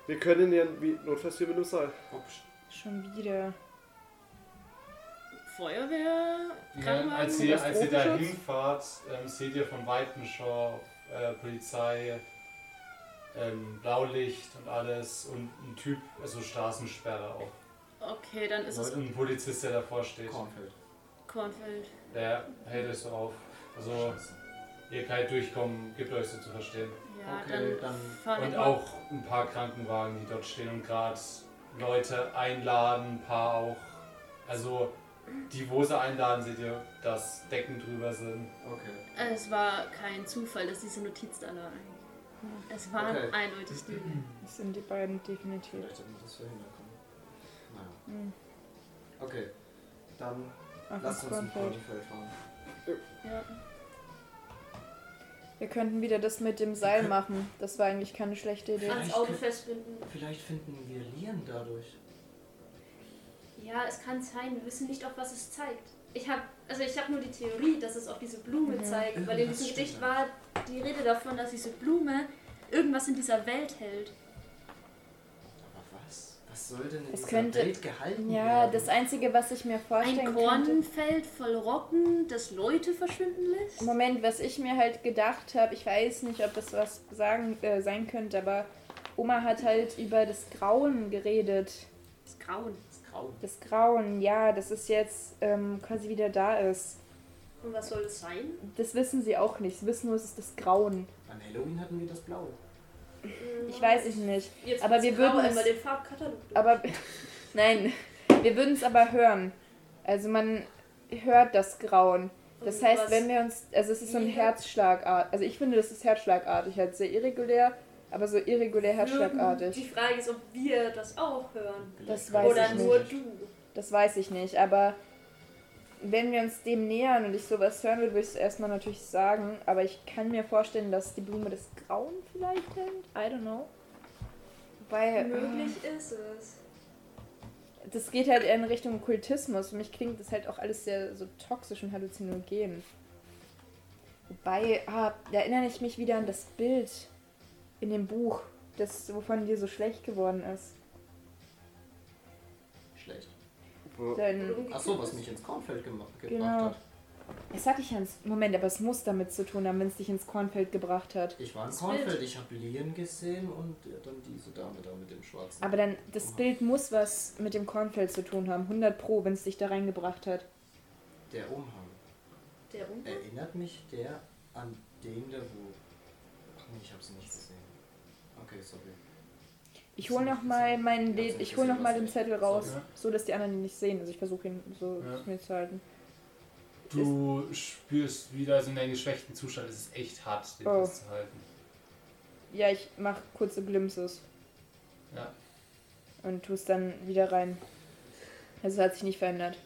S4: Wir können ihn ja wie notfalls hier mit dem Seil.
S6: Ups.
S5: Schon wieder.
S3: Feuerwehr?
S1: Ja,
S3: Krankenwagen,
S1: als ihr, als ihr da
S5: Katastrophenschutz?
S1: hinfahrt, ähm, seht ihr von Weitem schon äh, Polizei, ähm, Blaulicht und alles und ein Typ, also Straßensperre auch.
S3: Okay, dann ist es
S1: Und ein Polizist, der davor steht.
S6: Kornfeld.
S3: Kornfeld.
S1: Der hält euch so auf. Also,
S6: Scheiße.
S1: ihr könnt durchkommen, gibt euch so zu verstehen.
S3: Ja,
S6: Okay,
S3: dann
S6: dann
S3: fahren wir
S1: Und
S3: mal-
S1: auch ein paar Krankenwagen, die dort stehen und gerade Leute einladen, ein paar auch. Also, die, wo sie einladen, seht ihr, dass Decken drüber sind.
S6: Okay.
S3: Es war kein Zufall, dass diese Notiz da lag. Es waren
S6: Okay.
S3: eindeutig die.
S5: Das sind die beiden definitiv.
S6: Vielleicht hätten wir das verhindern können. Naja. Okay. Dann
S5: Auf
S6: lasst
S5: Hm.
S6: uns
S5: das
S6: ins
S5: Kornfeld.
S6: Kornfeld fahren.
S3: Ja.
S5: Wir könnten wieder das mit dem Seil machen. Das war eigentlich keine schlechte Idee.
S2: Ans
S6: Vielleicht
S2: Auto
S6: kann-
S2: festbinden.
S6: Vielleicht finden wir Lian dadurch.
S2: Ja, es kann sein, wir wissen nicht, auf was es zeigt. Ich habe also ich habe nur die Theorie, dass es auf diese Blume zeigt, weil in
S6: Irgendwas
S2: diesem
S6: stimmt
S2: Gedicht
S6: da.
S2: war die Rede davon, dass diese Blume irgendwas in dieser Welt hält.
S3: Was soll denn in
S5: Es
S3: dieser
S5: könnte-
S3: Welt gehalten
S5: Ja,
S3: werden?
S5: das Einzige, was ich mir vorstellen
S10: Ein
S5: könnte...
S10: Kornfeld voll Rocken, das Leute verschwinden lässt?
S5: Moment, was ich mir halt gedacht habe, ich weiß nicht, ob das was sagen, äh, sein könnte, aber Oma hat halt über das Grauen geredet.
S10: Das Grauen.
S3: Das Grauen.
S5: Das Grauen, ja, dass es jetzt ähm, quasi wieder da ist.
S10: Und was soll das sein?
S5: Das wissen sie auch nicht. Sie wissen nur, es ist das Grauen.
S3: An Halloween hatten wir das Blaue.
S5: Ich weiß es nicht.
S2: Jetzt
S5: Aber
S2: wird's
S5: wir würden
S2: grau,
S5: es-
S2: einmal den Farbkatalog. durch.
S5: Aber nein, wir würden es aber hören. Also man hört das Grauen. Das
S2: Und
S5: heißt,
S2: was-
S5: wenn wir uns, also es ist so ein
S2: Wie-
S5: Herzschlagart. Also ich finde, das ist herzschlagartig, halt sehr irregulär, aber so irregulär
S2: Die
S5: herzschlagartig.
S2: Frage ist, ob wir das auch hören.
S5: Das weiß
S2: Oder
S5: ich
S2: nur
S5: nicht.
S2: du.
S5: Das weiß ich nicht, aber wenn wir uns dem nähern und ich sowas hören würde, würde ich es erstmal natürlich sagen. Aber ich kann mir vorstellen, dass die Blume des Grauen vielleicht hält. I don't know. Weil
S2: Möglich ist es.
S5: das geht halt eher in Richtung Kultismus. Für mich klingt das halt auch alles sehr so toxisch und halluzinogen. Wobei, ah, da erinnere ich mich wieder an das Bild in dem Buch, das wovon dir so schlecht geworden ist.
S3: Schlecht.
S5: Denn,
S3: Achso, was mich ins Kornfeld gema- gebracht
S5: Genau.
S3: hat.
S5: das hatte ich ja. ins- Moment, aber es muss damit zu tun haben, wenn es dich ins Kornfeld gebracht hat.
S3: Ich war im
S10: Das
S3: Kornfeld,
S10: Bild.
S3: ich habe Lien gesehen und ja, dann diese Dame da mit dem Schwarzen.
S5: Aber dann, das
S3: Oh.
S5: Bild muss was mit dem Kornfeld zu tun haben. 100 Pro, wenn es dich da reingebracht hat.
S3: Der Umhang.
S10: Der Umhang?
S3: Erinnert mich der an den, der wo. Ach nee, ich hab's nicht gesehen. Okay, sorry.
S5: Ich
S3: Ist
S5: hole
S3: nicht
S5: noch mal
S3: gesehen.
S5: meinen
S3: Ja,
S5: Bild,
S3: ist nicht
S5: ich hole noch
S3: gesehen,
S5: mal
S3: was
S5: den
S3: ich-
S5: Zettel raus,
S1: Sorry.
S5: so dass die anderen ihn nicht sehen. Also ich versuche ihn so
S1: Ja.
S5: zu mir zu halten.
S1: Du spürst wieder so in deinem geschwächten Zustand. Es ist echt hart, den
S5: Oh.
S1: festzuhalten.
S5: Ja, ich mache kurze Glimpses
S1: Ja.
S5: und tue es dann wieder rein. Also es hat sich nicht verändert.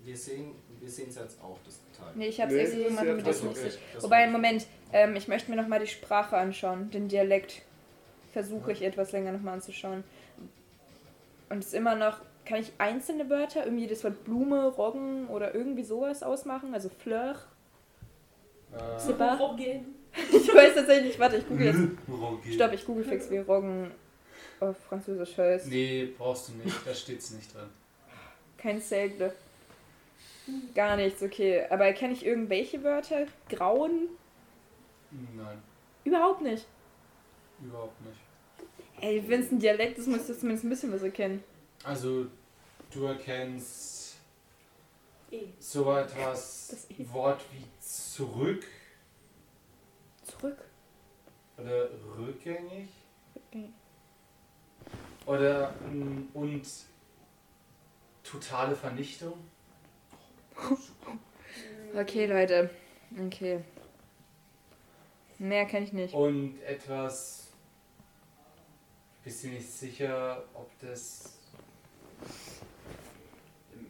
S3: Wir sehen wir sehen's jetzt auch, das Teil.
S5: Nee, ich habe es
S4: Nee,
S5: erst so
S4: das ist
S5: gemacht,
S4: ja
S5: damit ich
S4: trotzdem
S5: nicht
S3: okay. Das
S5: Wobei,
S3: war-
S5: Moment, ähm, ich möchte mir nochmal die Sprache anschauen, den Dialekt. Versuche ich etwas länger nochmal anzuschauen. Und es ist immer noch, kann ich einzelne Wörter, irgendwie das Wort Blume, Roggen oder irgendwie sowas ausmachen? Also Fleur,
S1: Äh,
S5: Zipper.
S2: Rumgehen.
S5: Ich weiß tatsächlich nicht, warte, ich google jetzt.
S1: Rogi.
S5: Stopp, ich google fix, wie Roggen auf Französisch heißt.
S1: Nee, brauchst du nicht. Da steht's nicht drin.
S5: Kein Zelgle. Gar nichts, okay. Aber kenne ich irgendwelche Wörter? Grauen?
S1: Nein,
S5: Überhaupt nicht.
S1: überhaupt nicht.
S5: Ey, wenn es ein Dialekt ist, musst du zumindest ein bisschen was erkennen.
S1: Also, du erkennst
S2: Eh.
S1: so etwas
S5: E. Das E.
S1: Wort wie zurück
S5: Zurück.
S1: oder rückgängig oder mm, und totale Vernichtung.
S5: Okay, Leute. Okay. Mehr kann ich nicht.
S1: Und etwas. Bist du nicht sicher, ob das. ähm,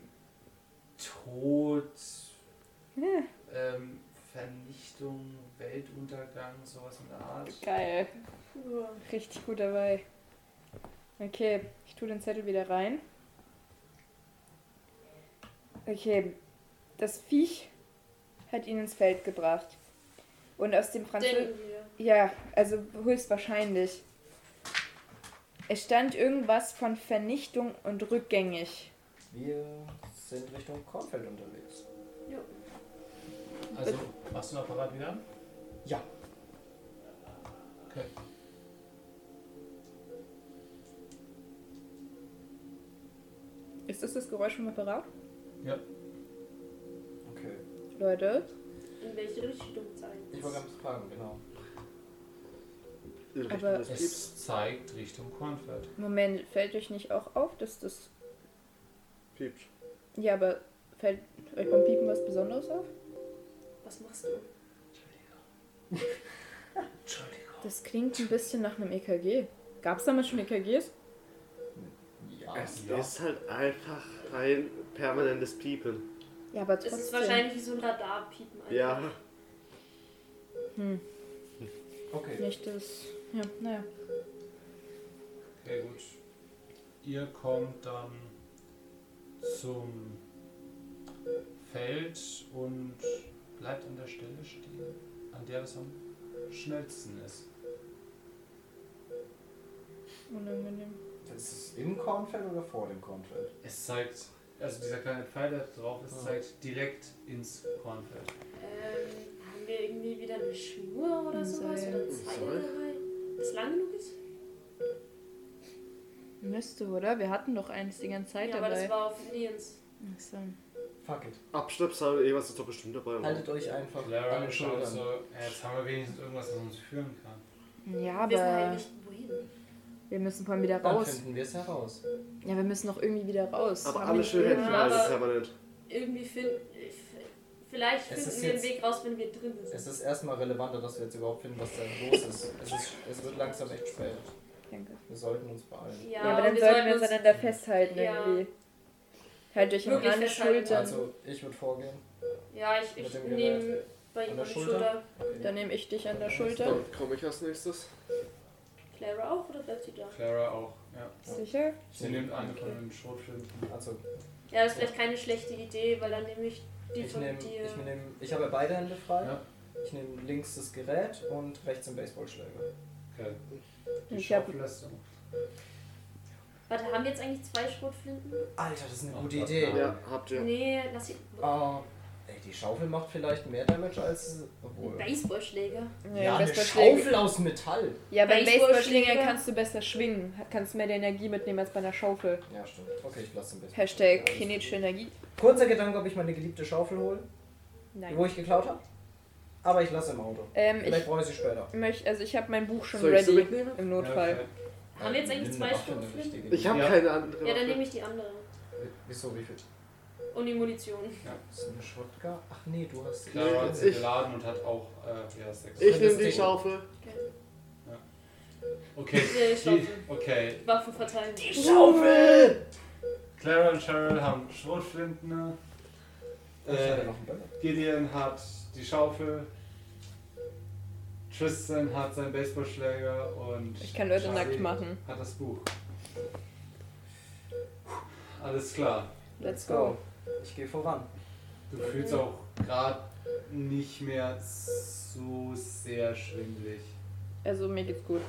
S1: Tod. Ähm, Vernichtung, Weltuntergang, sowas in der Art.
S5: Geil.
S2: Ja.
S5: Richtig gut dabei. Okay, ich tue den Zettel wieder rein. Okay, das Viech hat ihn ins Feld gebracht. Und aus dem Französischen.
S2: Denken wir.
S5: Ja, also höchstwahrscheinlich. Es stand irgendwas von Vernichtung und rückgängig.
S3: Wir sind Richtung Kornfeld unterwegs.
S1: Also, machst du den Apparat wieder an?
S3: Ja.
S1: Okay.
S5: Ist das das Geräusch vom Apparat?
S3: Okay.
S5: Leute,
S2: In welche Richtung zeigen?
S3: Ich wollte ganz fragen, genau.
S4: In Richtung
S5: Aber-
S4: des Diebs.
S1: Es zeigt Richtung Kornfeld.
S5: Moment, fällt euch nicht auch auf, dass das.
S4: Piept.
S5: Ja, aber fällt euch beim Piepen was Besonderes auf?
S2: Was machst du?
S1: Entschuldigung.
S5: Das klingt ein bisschen nach einem E EKG. Gab es damals schon E EKGs?
S6: Oh,
S3: Ja.
S4: Es
S1: Ja.
S4: ist halt einfach ein permanentes Piepen.
S5: Ja, aber
S2: Es
S5: trotzdem.
S2: ist wahrscheinlich wie so ein Radarpiepen. einfach.
S4: Ja.
S5: Hm,
S3: Okay.
S5: nicht das. Ja, naja.
S1: Okay, gut. Ihr kommt dann zum Feld und bleibt an der Stelle stehen, an der es am schnellsten ist.
S5: Unangenehm.
S6: Ist es im Kornfeld oder vor dem Kornfeld?
S1: Es zeigt, also dieser kleine Pfeil, der drauf ist, zeigt direkt ins Kornfeld.
S2: Ähm, haben wir irgendwie wieder eine Schnur oder
S5: Ein
S2: sowas?
S5: Seil.
S2: Oder ein
S6: Ein
S2: Seil
S6: Seil?
S2: dabei? Das lang genug ist?
S5: Müsste, oder? Wir hatten doch eins die ganze Zeit
S2: ja, aber
S5: dabei.
S2: das war auf Nils.
S5: Ach so.
S6: Fuck it.
S4: Abschleppseil, irgendwas eh ist doch bestimmt dabei. oder?
S6: Haltet euch einfach
S1: Lara
S6: an den
S1: ist schon
S6: Schultern.
S1: so, ja, jetzt haben wir wenigstens irgendwas, was uns führen kann.
S5: Ja,
S2: Wir wissen halt
S5: aber
S2: nicht, wohin.
S5: wir müssen vor allem wieder
S6: Dann
S5: raus.
S6: finden wir es heraus.
S5: Ja, wir müssen noch irgendwie wieder raus.
S4: Aber
S5: Haben
S4: alle
S5: wir-
S4: Schönheiten für
S2: Ja,
S4: alles
S2: aber-
S4: permanent.
S2: Irgendwie finden. Vielleicht
S6: Es ist
S2: finden wir den
S6: jetzt-
S2: Weg raus, wenn wir drin sind.
S6: Es ist erstmal relevanter, dass wir jetzt überhaupt finden, was da los ist. Es, ist, es wird langsam echt spät.
S5: Danke.
S6: Wir sollten uns beeilen.
S5: Ja, aber dann sollten wir uns aneinander festhalten
S2: Ja.
S5: irgendwie. Halt euch im
S2: Wirklich
S5: Hand,
S2: festhalten.
S5: Schultern.
S6: Also, ich würde vorgehen.
S2: Ja, ich,
S6: Mit
S2: ich
S6: dem
S2: nehme bei
S6: An
S2: ihm
S6: der
S2: die
S6: Schulter?
S2: Schulter.
S5: Dann nehme ich dich an der Schulter.
S4: Dann komme ich als nächstes.
S2: Clara auch oder bleibt sie da?
S1: Clara auch, ja.
S5: Sicher?
S6: Mhm.
S1: Sie nimmt an von dem Schrotflint.
S6: Also,
S2: Ja, das ist vielleicht keine schlechte Idee, weil dann nehme ich die
S6: ich
S2: von
S6: nehme,
S2: dir.
S6: ich nehme, ich habe ja beide Hände frei.
S1: Ja.
S6: Ich nehme links das Gerät und rechts den Baseballschläger.
S1: Okay. Die
S5: Ich hab-
S1: Schaufel lässt du.
S2: Warte, haben wir jetzt eigentlich zwei Schrotflinten?
S6: Alter, das ist eine
S1: Ach,
S6: gute
S1: Gott,
S6: Idee.
S1: nein.
S4: Ja, habt ihr.
S2: Nee, lass sie.
S6: Ah, ey, die Schaufel macht vielleicht mehr Damage als. Obwohl.
S2: Baseballschläger.
S5: Nee,
S6: Ja, eine
S5: Baseballschläge-
S6: Schaufel aus Metall.
S5: Ja, beim
S2: Baseballschläger
S5: Baseballschläger kannst du besser schwingen. Kannst mehr der Energie mitnehmen als bei einer Schaufel.
S6: Ja, stimmt. Okay, ich lasse den Baseball.
S5: Hashtag kinetische Energie.
S6: Kurzer Gedanke, ob ich meine geliebte Schaufel hole, die wo
S5: Nein.
S6: ich geklaut habe. Aber ich lasse im Auto.
S5: Ähm,
S6: Vielleicht
S5: ich
S6: brauche ich sie später.
S5: möchte, also ich habe mein Buch schon
S4: Soll ich sie
S5: ready
S4: mitnehmen?
S5: im
S1: Ja,
S5: Notfall.
S1: okay.
S2: Haben wir jetzt eigentlich
S6: Nimm
S2: zwei
S6: eine Waffe, eine
S2: Schrotflinten?
S6: richtige.
S4: Ich habe
S1: Ja.
S4: keine andere.
S2: Ja, dann nehme
S4: Waffe.
S2: ich die andere.
S6: Wieso, wie viel?
S2: Und die Munition.
S6: Das ist eine Shotgun? Ach nee, du hast.
S1: Clara hat sie
S4: Ich-
S1: geladen und hat auch, äh, ja, sechs.
S4: Ich
S6: das
S4: nehme die
S6: Ding.
S4: Schaufel.
S1: Okay.
S2: Äh,
S1: Die,
S2: Schaufel.
S1: okay.
S2: Waffen verteilen.
S4: Schaufel!
S1: Clara und Cheryl haben Schrotflinten.
S6: Ich hatte
S1: Äh,
S6: noch einen Böller.
S1: Gideon hat die Schaufel. Tristan hat seinen Baseballschläger und
S5: Ich kann Leute
S1: Charlie
S5: nackt machen.
S1: hat das Buch. Alles klar.
S5: Let's go.
S6: Oh. Ich gehe voran.
S1: Du fühlst auch gerade nicht mehr so sehr schwindelig.
S5: Also mir geht's gut.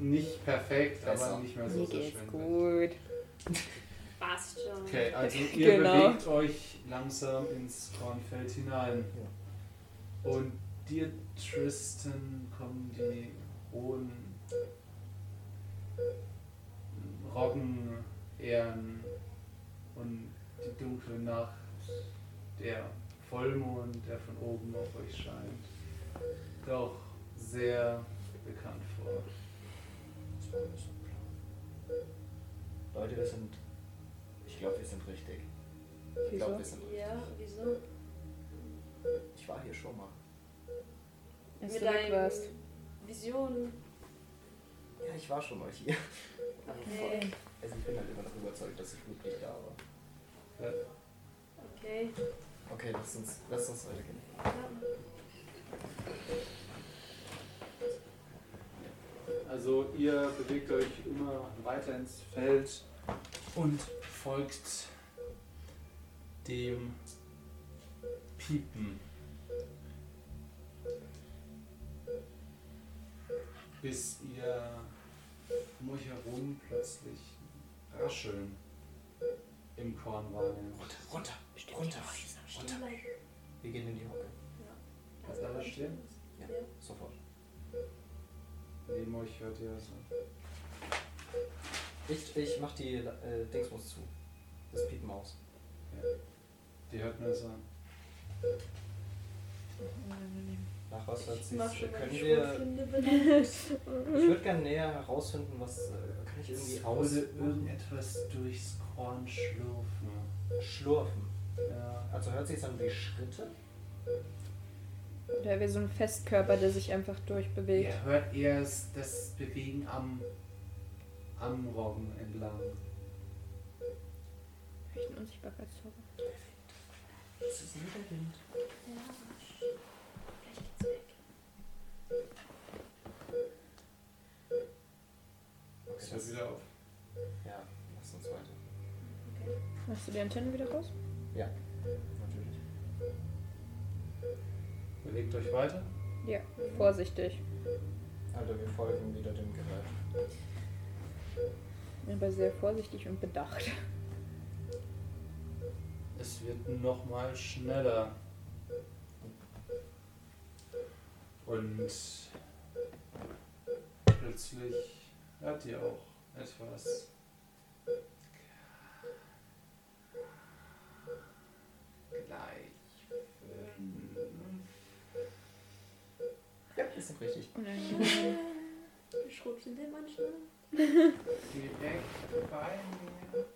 S1: Nicht perfekt, aber
S6: Besser.
S1: nicht mehr so
S5: Mir
S1: sehr
S5: geht's
S1: schwindelig.
S5: gut.
S2: Passt schon.
S1: Okay, also ihr
S5: Genau.
S1: bewegt euch langsam ins Kornfeld hinein. Und dir, Tristan, kommen die hohen Roggen, Ähren und die dunkle Nacht, der Vollmond, der von oben auf euch scheint, doch sehr bekannt vor.
S6: Leute, wir sind. Ich glaube, wir sind richtig. Ich glaube,
S5: Wieso?
S6: wir sind richtig.
S2: Ja, wieso?
S6: Ich war hier schon mal.
S5: Als du weg warst.
S2: Visionen.
S6: Ja, ich war schon mal hier.
S2: Okay.
S6: Also ich bin halt immer noch überzeugt, dass ich wirklich da war.
S2: Okay.
S6: Okay, lass uns, lass uns weitergehen.
S1: Also ihr bewegt euch immer weiter ins Feld und folgt dem Piepen. Bis ihr um euch herum plötzlich Rascheln im Korn wahrnimmt.
S6: Runter, runter, runter, runter. Wir gehen in die Hocke.
S1: Kannst du da was stehen?
S6: Sofort.
S1: Neben euch hört ihr das.
S6: Ich, ich mach die äh, Dingsmus zu. Das Piepen aus.
S1: Die hört mir das an.
S6: Nach was hört
S2: Ich
S6: sich?
S2: mach schon
S6: Können
S2: meine
S6: wir.
S2: Schrotflinte benannt.
S6: Ich würde gerne näher herausfinden, was. Äh, kann ich irgendwie
S1: Es würde
S6: aus
S1: irgendetwas durchs Korn schlurfen.
S6: schlurfen?
S1: Ja.
S6: Also hört sich an wie Schritte?
S5: Da wäre so ein Festkörper, der sich einfach durchbewegt.
S1: Ihr hört erst das Bewegen am, am Roggen entlang.
S5: Vielleicht ein Unsichtbarkeitszauber.
S6: Das ist nur der Wind. Okay,
S1: Es hört
S6: das,
S1: wieder auf.
S6: ja, lass uns weiter.
S5: Machst du die Antenne wieder raus?
S6: Natürlich.
S1: Bewegt euch weiter.
S5: Vorsichtig.
S6: Alter, wir folgen wieder dem Gerät.
S5: Aber sehr vorsichtig und bedacht.
S1: Es wird nochmal schneller. Und plötzlich hört ihr auch etwas. Gleich.
S6: Ja, ist doch richtig.
S2: Schrubst in der Mannschaft.
S1: Direkt bei mir.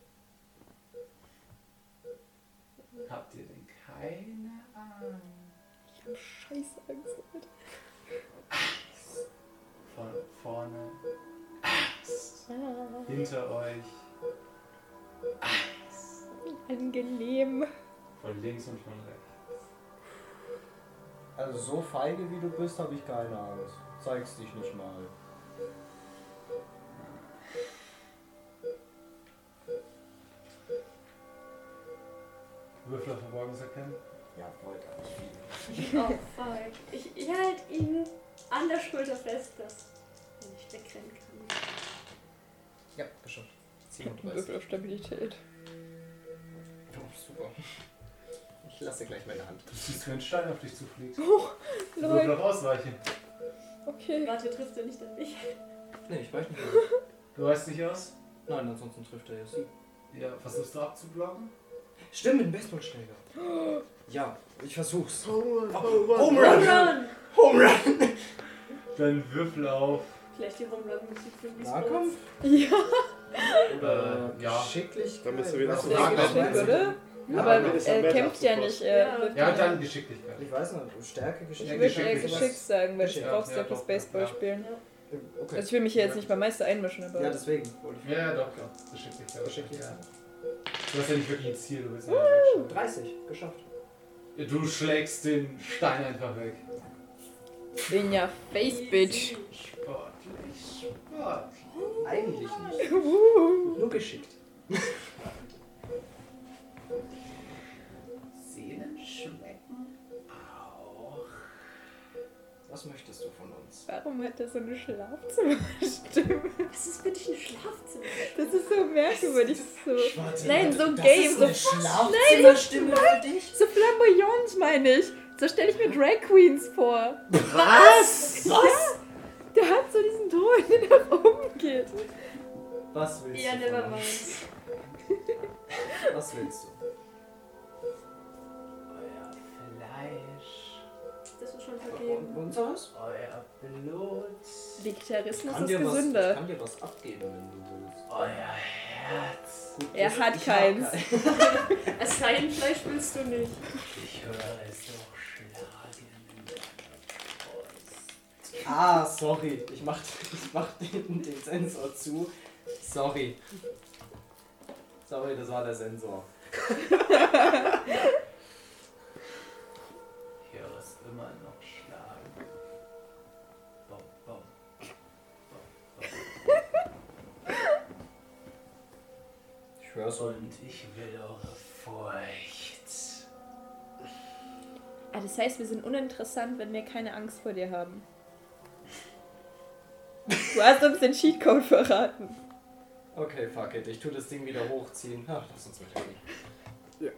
S1: Habt ihr denn keine Angst?
S5: Scheiße, Angst.
S1: Von vorne. Angst.
S5: Ah.
S1: Hinter euch.
S5: Angenehm.
S1: Von links und von rechts.
S11: Also so feige wie du bist, habe ich keine Angst. Zeigst dich nicht mal.
S1: Würfel auf Verborgenserkennen.
S11: Ja, wollte aber nicht viel.
S2: Oh fuck. Ich, ich halte ihn an der Schulter fest, dass er nicht wegrennen kann.
S6: Ja, geschafft.
S5: Würfel
S6: 37.
S5: auf Stabilität.
S6: Oh, super. Ich lasse gleich meine Hand.
S1: Du siehst, wie ein Stein auf dich zufliegt. Würfel
S5: Oh, Leute,
S1: auf Ausweichen.
S5: okay.
S2: Warte, trifft er nicht an mich?
S6: Nee, ich weiß nicht.
S1: Du weißt nicht aus?
S6: Nein, ansonsten trifft er jetzt.
S1: Ja, versuchst du abzublocken?
S6: Stimmt, mit dem Baseballschläger. Ja, ich versuch's.
S4: Home Run.
S6: Home Run.
S2: Run!
S6: Home Run!
S1: Dann Würfel auf.
S2: Vielleicht die Rumlaufen-Musik für mich.
S6: Nahkampf? Oder
S1: Äh, ja.
S6: geschicklich?
S4: Dann bist du wieder
S6: Also,
S4: zu
S6: Nahkampf
S5: Geschickt,
S6: meinst du?
S5: oder?
S4: Ja,
S5: Aber
S4: dann ist er
S5: er
S4: besser
S5: äh, kämpft ja
S4: aufgepasst.
S5: nicht. Äh,
S2: Ja.
S5: wirft
S1: Ja,
S5: ja
S1: dann Geschicklichkeit.
S6: Ich weiß nicht, Stärke,
S5: Ich
S1: Ja,
S6: Geschicklichkeit.
S5: würde eher
S1: Geschick-
S5: geschickt sagen, weil ich
S6: Geschick.
S5: brauch's
S1: Ja,
S5: ja
S1: doch,
S5: fürs
S1: ja,
S5: Baseball
S1: ja.
S5: spielen. Also
S6: Okay.
S5: ich will mich ja jetzt nicht beim Meister einmischen, aber
S6: Ja, deswegen. wollte ich-
S1: Ja, doch, doch. Geschicklichkeit.
S6: Geschicklichkeit.
S1: Du hast ja nicht wirklich ein Ziel, du willst ja nicht
S6: 30, geschafft.
S1: wegschauen. Du schlägst den Stein einfach weg.
S5: bin ja Face Bitch.
S1: Sportlich, sportlich.
S6: Eigentlich nicht. Nur geschickt.
S1: Seelen schmecken auch.
S6: Was möchtest du von uns?
S5: Warum hat er so eine Schlafzimmerstimme?
S2: Was ist für dich ein Schlafzimmer?
S5: Das ist so merkwürdig. So, Nein, so
S6: das
S5: gay,
S6: ist
S5: so-
S6: eine Schlafzimmerstimme für dich?
S5: so flamboyant meine ich. So stelle ich mir Drag Queens vor.
S6: Was? Was?
S5: Der hat so diesen Ton, der nach oben geht.
S6: Was willst
S2: Ja,
S6: du?
S2: never
S6: von uns?
S2: mind.
S6: Was willst du?
S1: Euer Fleisch,
S2: Das ist schon
S6: Und
S2: vergeben.
S6: unseres?
S1: euer Blut,
S5: Vegetarismus
S6: Kann
S5: ist
S6: dir was, ich
S5: gesünder.
S6: kann dir was abgeben, wenn du willst.
S1: euer Herz.
S6: Gut,
S5: Er
S6: das-
S5: hat
S6: ich
S5: keins.
S6: Hab keins.
S2: Ein Seidenfleisch willst du nicht.
S1: Ich höre es doch schlagen in deinem
S6: Ah, sorry. Ich mach, ich mach den, den Sensor zu. Sorry. Sorry, das war der Sensor.
S1: Puls. Ich höre es immer noch schlagen. Bom, bom.
S6: Ich schwör's euch.
S1: Und ich will eure Furcht.
S5: Ah, das heißt, wir sind uninteressant, wenn wir keine Angst vor dir haben. Du hast uns den Cheatcode verraten.
S6: Okay, fuck it. Ich tu das Ding wieder hochziehen. Ach, lass uns weitergehen.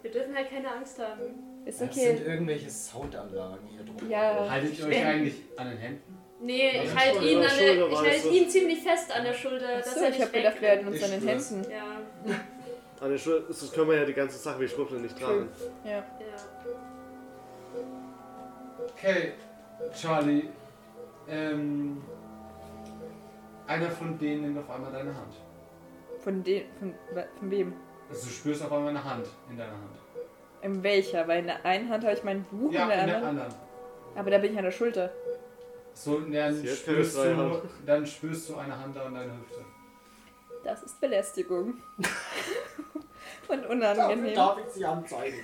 S2: Wir dürfen halt keine Angst haben.
S5: Ist
S6: Es sind
S5: okay.
S6: irgendwelche Soundanlagen hier drum.
S5: Ja.
S1: Haltet ihr euch eigentlich an den Händen?
S2: Nee, ich
S4: Ja,
S2: halte ihn,
S4: Schulter,
S2: an der- ich
S4: Schulterweise.
S2: halt ihn ziemlich fest an der Schulter, dass
S5: Achso,
S2: er
S5: ich
S2: nicht
S5: habe gedacht, wir hätten uns
S6: Ich
S5: an den
S6: spür's.
S5: Händen.
S2: Ja,
S4: An den Schul das können wir ja die ganze Sache wie Schwuppeln nicht tragen.
S5: Ja.
S2: ja.
S1: Okay, Charlie. Ähm, einer von denen nimmt auf einmal deine Hand.
S5: Von dem. Von, von wem?
S1: Also du spürst auf einmal eine Hand in deiner Hand.
S5: In welcher? Weil in der einen Hand habe ich mein Buch,
S1: Ja,
S5: in der
S1: in der
S5: anderen.
S1: anderen.
S5: Aber da bin ich an der Schulter.
S1: So, dann
S4: Sie hat keine
S1: spürst,
S4: freie
S1: du,
S4: Hand.
S1: dann spürst du eine Hand an deiner Hüfte.
S5: Das ist Belästigung. Und
S6: Dafür
S5: unangenehm.
S6: darf ich sie anzeigen.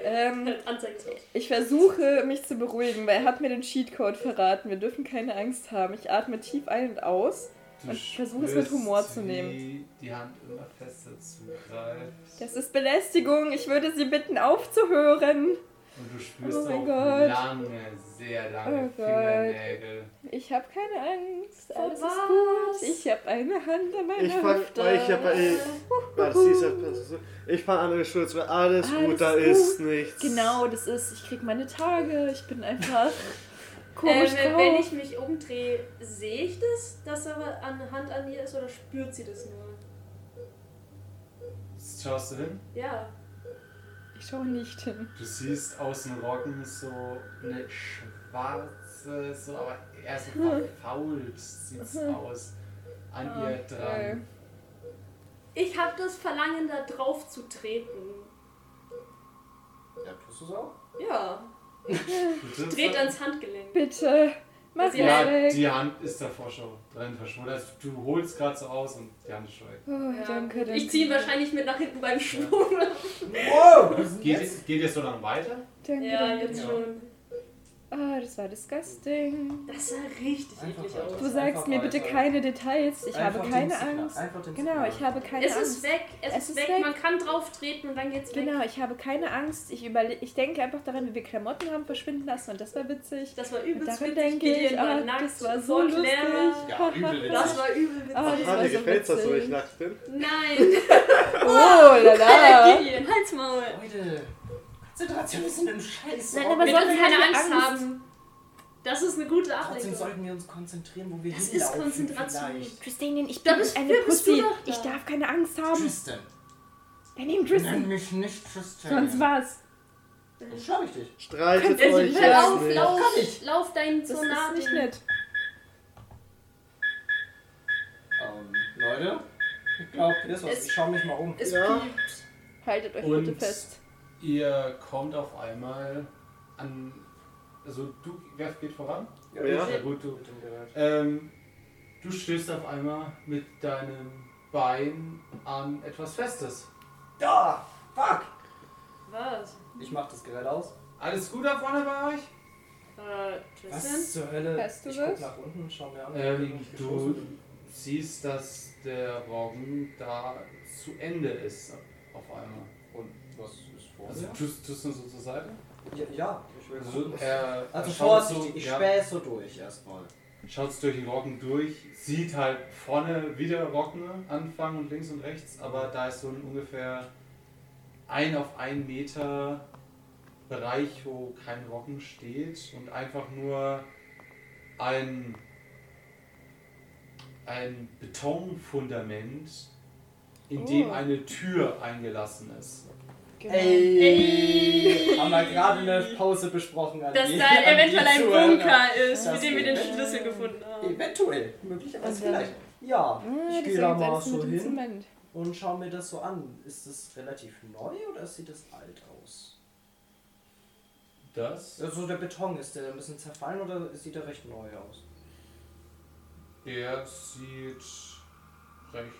S5: Ähm,
S2: Anzeige drauf.
S5: ich versuche, mich zu beruhigen, weil er hat mir den Cheatcode verraten. Wir dürfen keine Angst haben. Ich atme tief ein und aus.
S1: Du
S5: Und versuch es mit
S1: spürst,
S5: Humor zu
S1: wie
S5: nehmen.
S1: Die Hand immer fester zugreift.
S5: Das ist Belästigung. Ich würde Sie bitten, aufzuhören.
S1: Und du spürst
S5: Oh mein
S1: auch
S5: Gott.
S1: lange, sehr lange
S5: Oh Gott.
S1: Fingernägel.
S5: Ich habe keine Angst. Alles
S2: Vor
S5: ist
S2: was?
S5: gut. Ich habe eine Hand an meiner
S4: Ich fang,
S5: Hüfte.
S4: weil ich ja bei. Warte, sie ist ja- das ist so- Ich fang an, Schule zu alles,
S5: Alles
S4: gut, da
S5: gut.
S4: ist nichts.
S5: Genau, das ist, ich krieg meine Tage. Ich bin einfach komisch
S2: Ähm, wenn
S5: drauf.
S2: ich mich umdrehe, sehe ich das, dass aber an Hand an ihr ist oder spürt sie das nur?
S1: Schaust du hin?
S2: Ja.
S5: Ich, schau schaue nicht hin.
S1: Du siehst aus den Rocken so eine schwarze, so aber eher so verfault sieht's aus an ihr dran.
S2: Ich habe das Verlangen, da drauf zu treten.
S6: Ja, tust du es auch?
S2: Ja.
S1: Du
S2: Dreht
S1: triffst-
S2: ans Handgelenk.
S5: Bitte, mach
S2: Sie
S5: ja,
S1: Ja,
S5: weg.
S1: die Hand ist davor schon drin verschwunden. Also du holst gerade so aus und die Hand ist schon weg.
S5: oh, danke, danke.
S2: Ich ziehe ihn wahrscheinlich mit nach hinten beim Schwung.
S6: Wow!
S1: Geht, geht ihr so lang weiter?
S5: Danke,
S2: Ja,
S5: danke.
S2: jetzt schon.
S5: Ah, das war disgusting.
S2: Das sah richtig
S3: Einfach
S2: eklig
S3: weiter.
S2: aus.
S5: Du
S3: ist
S5: sagst
S3: einfach
S5: mir
S3: weiter.
S5: bitte keine Details. Ich
S3: Einfach
S5: habe
S3: den
S5: keine
S3: Sticker.
S5: Angst.
S3: Einfach den
S5: Genau,
S3: Sticker.
S5: ich habe keine
S2: Es
S5: Angst.
S2: ist weg, es, ist weg. man kann drauf treten und dann geht's weg.
S5: Genau, ich habe keine Angst. Ich, überle ich denke einfach daran, wie wir Klamotten haben verschwinden lassen und das war witzig.
S2: Das war übelst
S5: Daran
S2: witzig.
S5: denke
S2: Gideon
S5: ich, ah,
S2: nackt
S5: das war so
S2: vor
S5: lustig.
S2: Clara.
S6: Ja, übel.
S2: Das war übel witzig.
S5: Ah, das
S4: Aha,
S5: war
S4: dir
S5: so
S4: gefällt's das, wenn ich
S5: witzig.
S4: nackt bin.
S2: Nein,
S5: Oh,
S2: Alter,
S5: lala.
S2: Gideon, halt's Maul.
S3: Leute, Konzentration ist in einem Scheiß.
S5: Nein, aber
S2: Wir
S5: sollten
S2: dürfen
S5: wir
S2: keine
S5: nicht
S2: Angst
S5: Angst-
S2: haben. Das ist eine gute
S3: Trotzdem
S2: Ablenkung.
S3: sollten wir uns konzentrieren, wo wir
S2: Das ist
S3: hinlaufen.
S2: Konzentration.
S3: vielleicht.
S12: Christine, ich
S2: Da
S12: bin
S2: bist-
S12: eine
S2: da bist du
S12: Pussy.
S2: doch da.
S12: Ich darf keine Angst haben.
S6: Tristan.
S5: Dann nehmen
S6: Nenn
S5: Tristan.
S6: mich nicht Tristan.
S5: Sonst was.
S6: Sonst schau ich dich.
S4: Streitet
S5: Könnt ihr
S4: euch
S5: nicht
S4: jetzt
S5: mehr
S2: Lauf,
S4: nicht.
S2: lauf, lauf deinen
S5: Das ist nicht
S2: Sonaten.
S5: nett.
S6: Ähm, Leute, ich glaube, das war's.
S2: Es-
S6: Ich schau mich mal um.
S2: Es
S4: Ja.
S2: piept.
S5: Haltet euch
S1: Und-
S5: bitte fest.
S1: Ihr kommt auf einmal an. Also du, wer geht voran?
S4: Ja. Ja.
S1: Ja gut, du.
S6: Mit dem Gerät.
S1: Ähm, du stößt auf einmal mit deinem Bein an etwas Festes.
S6: Da! Fuck!
S2: Was?
S6: Ich mach das Gerät aus.
S1: Alles gut da vorne bei euch?
S2: Äh, Tristan?
S3: Was zur Hölle?
S5: Weißt du
S3: ich
S5: das?
S3: guck nach unten und schau mir an.
S1: Ähm,
S3: ich
S1: du
S3: geschossen bin.
S1: siehst, dass der Roggen da zu Ende ist auf einmal.
S6: Und was ist vor
S1: Also
S6: mir?
S1: tust, tust du ihn so zur Seite?
S6: Ja, ja ich will
S1: Also,
S6: gucken.
S1: er,
S3: Also
S1: er
S3: vorsichtig,
S1: so,
S3: ich
S1: ja,
S3: spähe so durch erstmal.
S1: schaut's durch die Rocken durch, sieht halt vorne wieder Rocken anfangen und links und rechts, aber da ist so ein ungefähr ein auf einen Meter Bereich, wo kein Rocken steht und einfach nur ein, ein Betonfundament, in dem
S5: Oh.
S1: eine Tür eingelassen ist.
S5: Genau.
S6: Ey! Haben wir gerade in der Pause besprochen. An
S2: Dass
S6: die-
S2: da
S6: an die
S2: eventuell ein
S6: Zuhörer.
S2: Bunker ist,
S6: Das
S2: mit dem wir den
S6: geht.
S2: Schlüssel gefunden haben.
S6: Eventuell,
S5: Und
S6: möglicherweise
S5: dann-
S6: vielleicht. Ja,
S5: Ah,
S6: ich
S5: das
S6: gehe da
S5: ergibt
S6: mal
S5: alles
S6: so
S5: mit dem
S6: hin
S5: Zement.
S6: und schau mir das so an. Ist das relativ neu oder sieht das alt aus?
S1: Das?
S6: Also der Beton, ist der ein bisschen zerfallen oder sieht er recht neu aus?
S1: Der sieht recht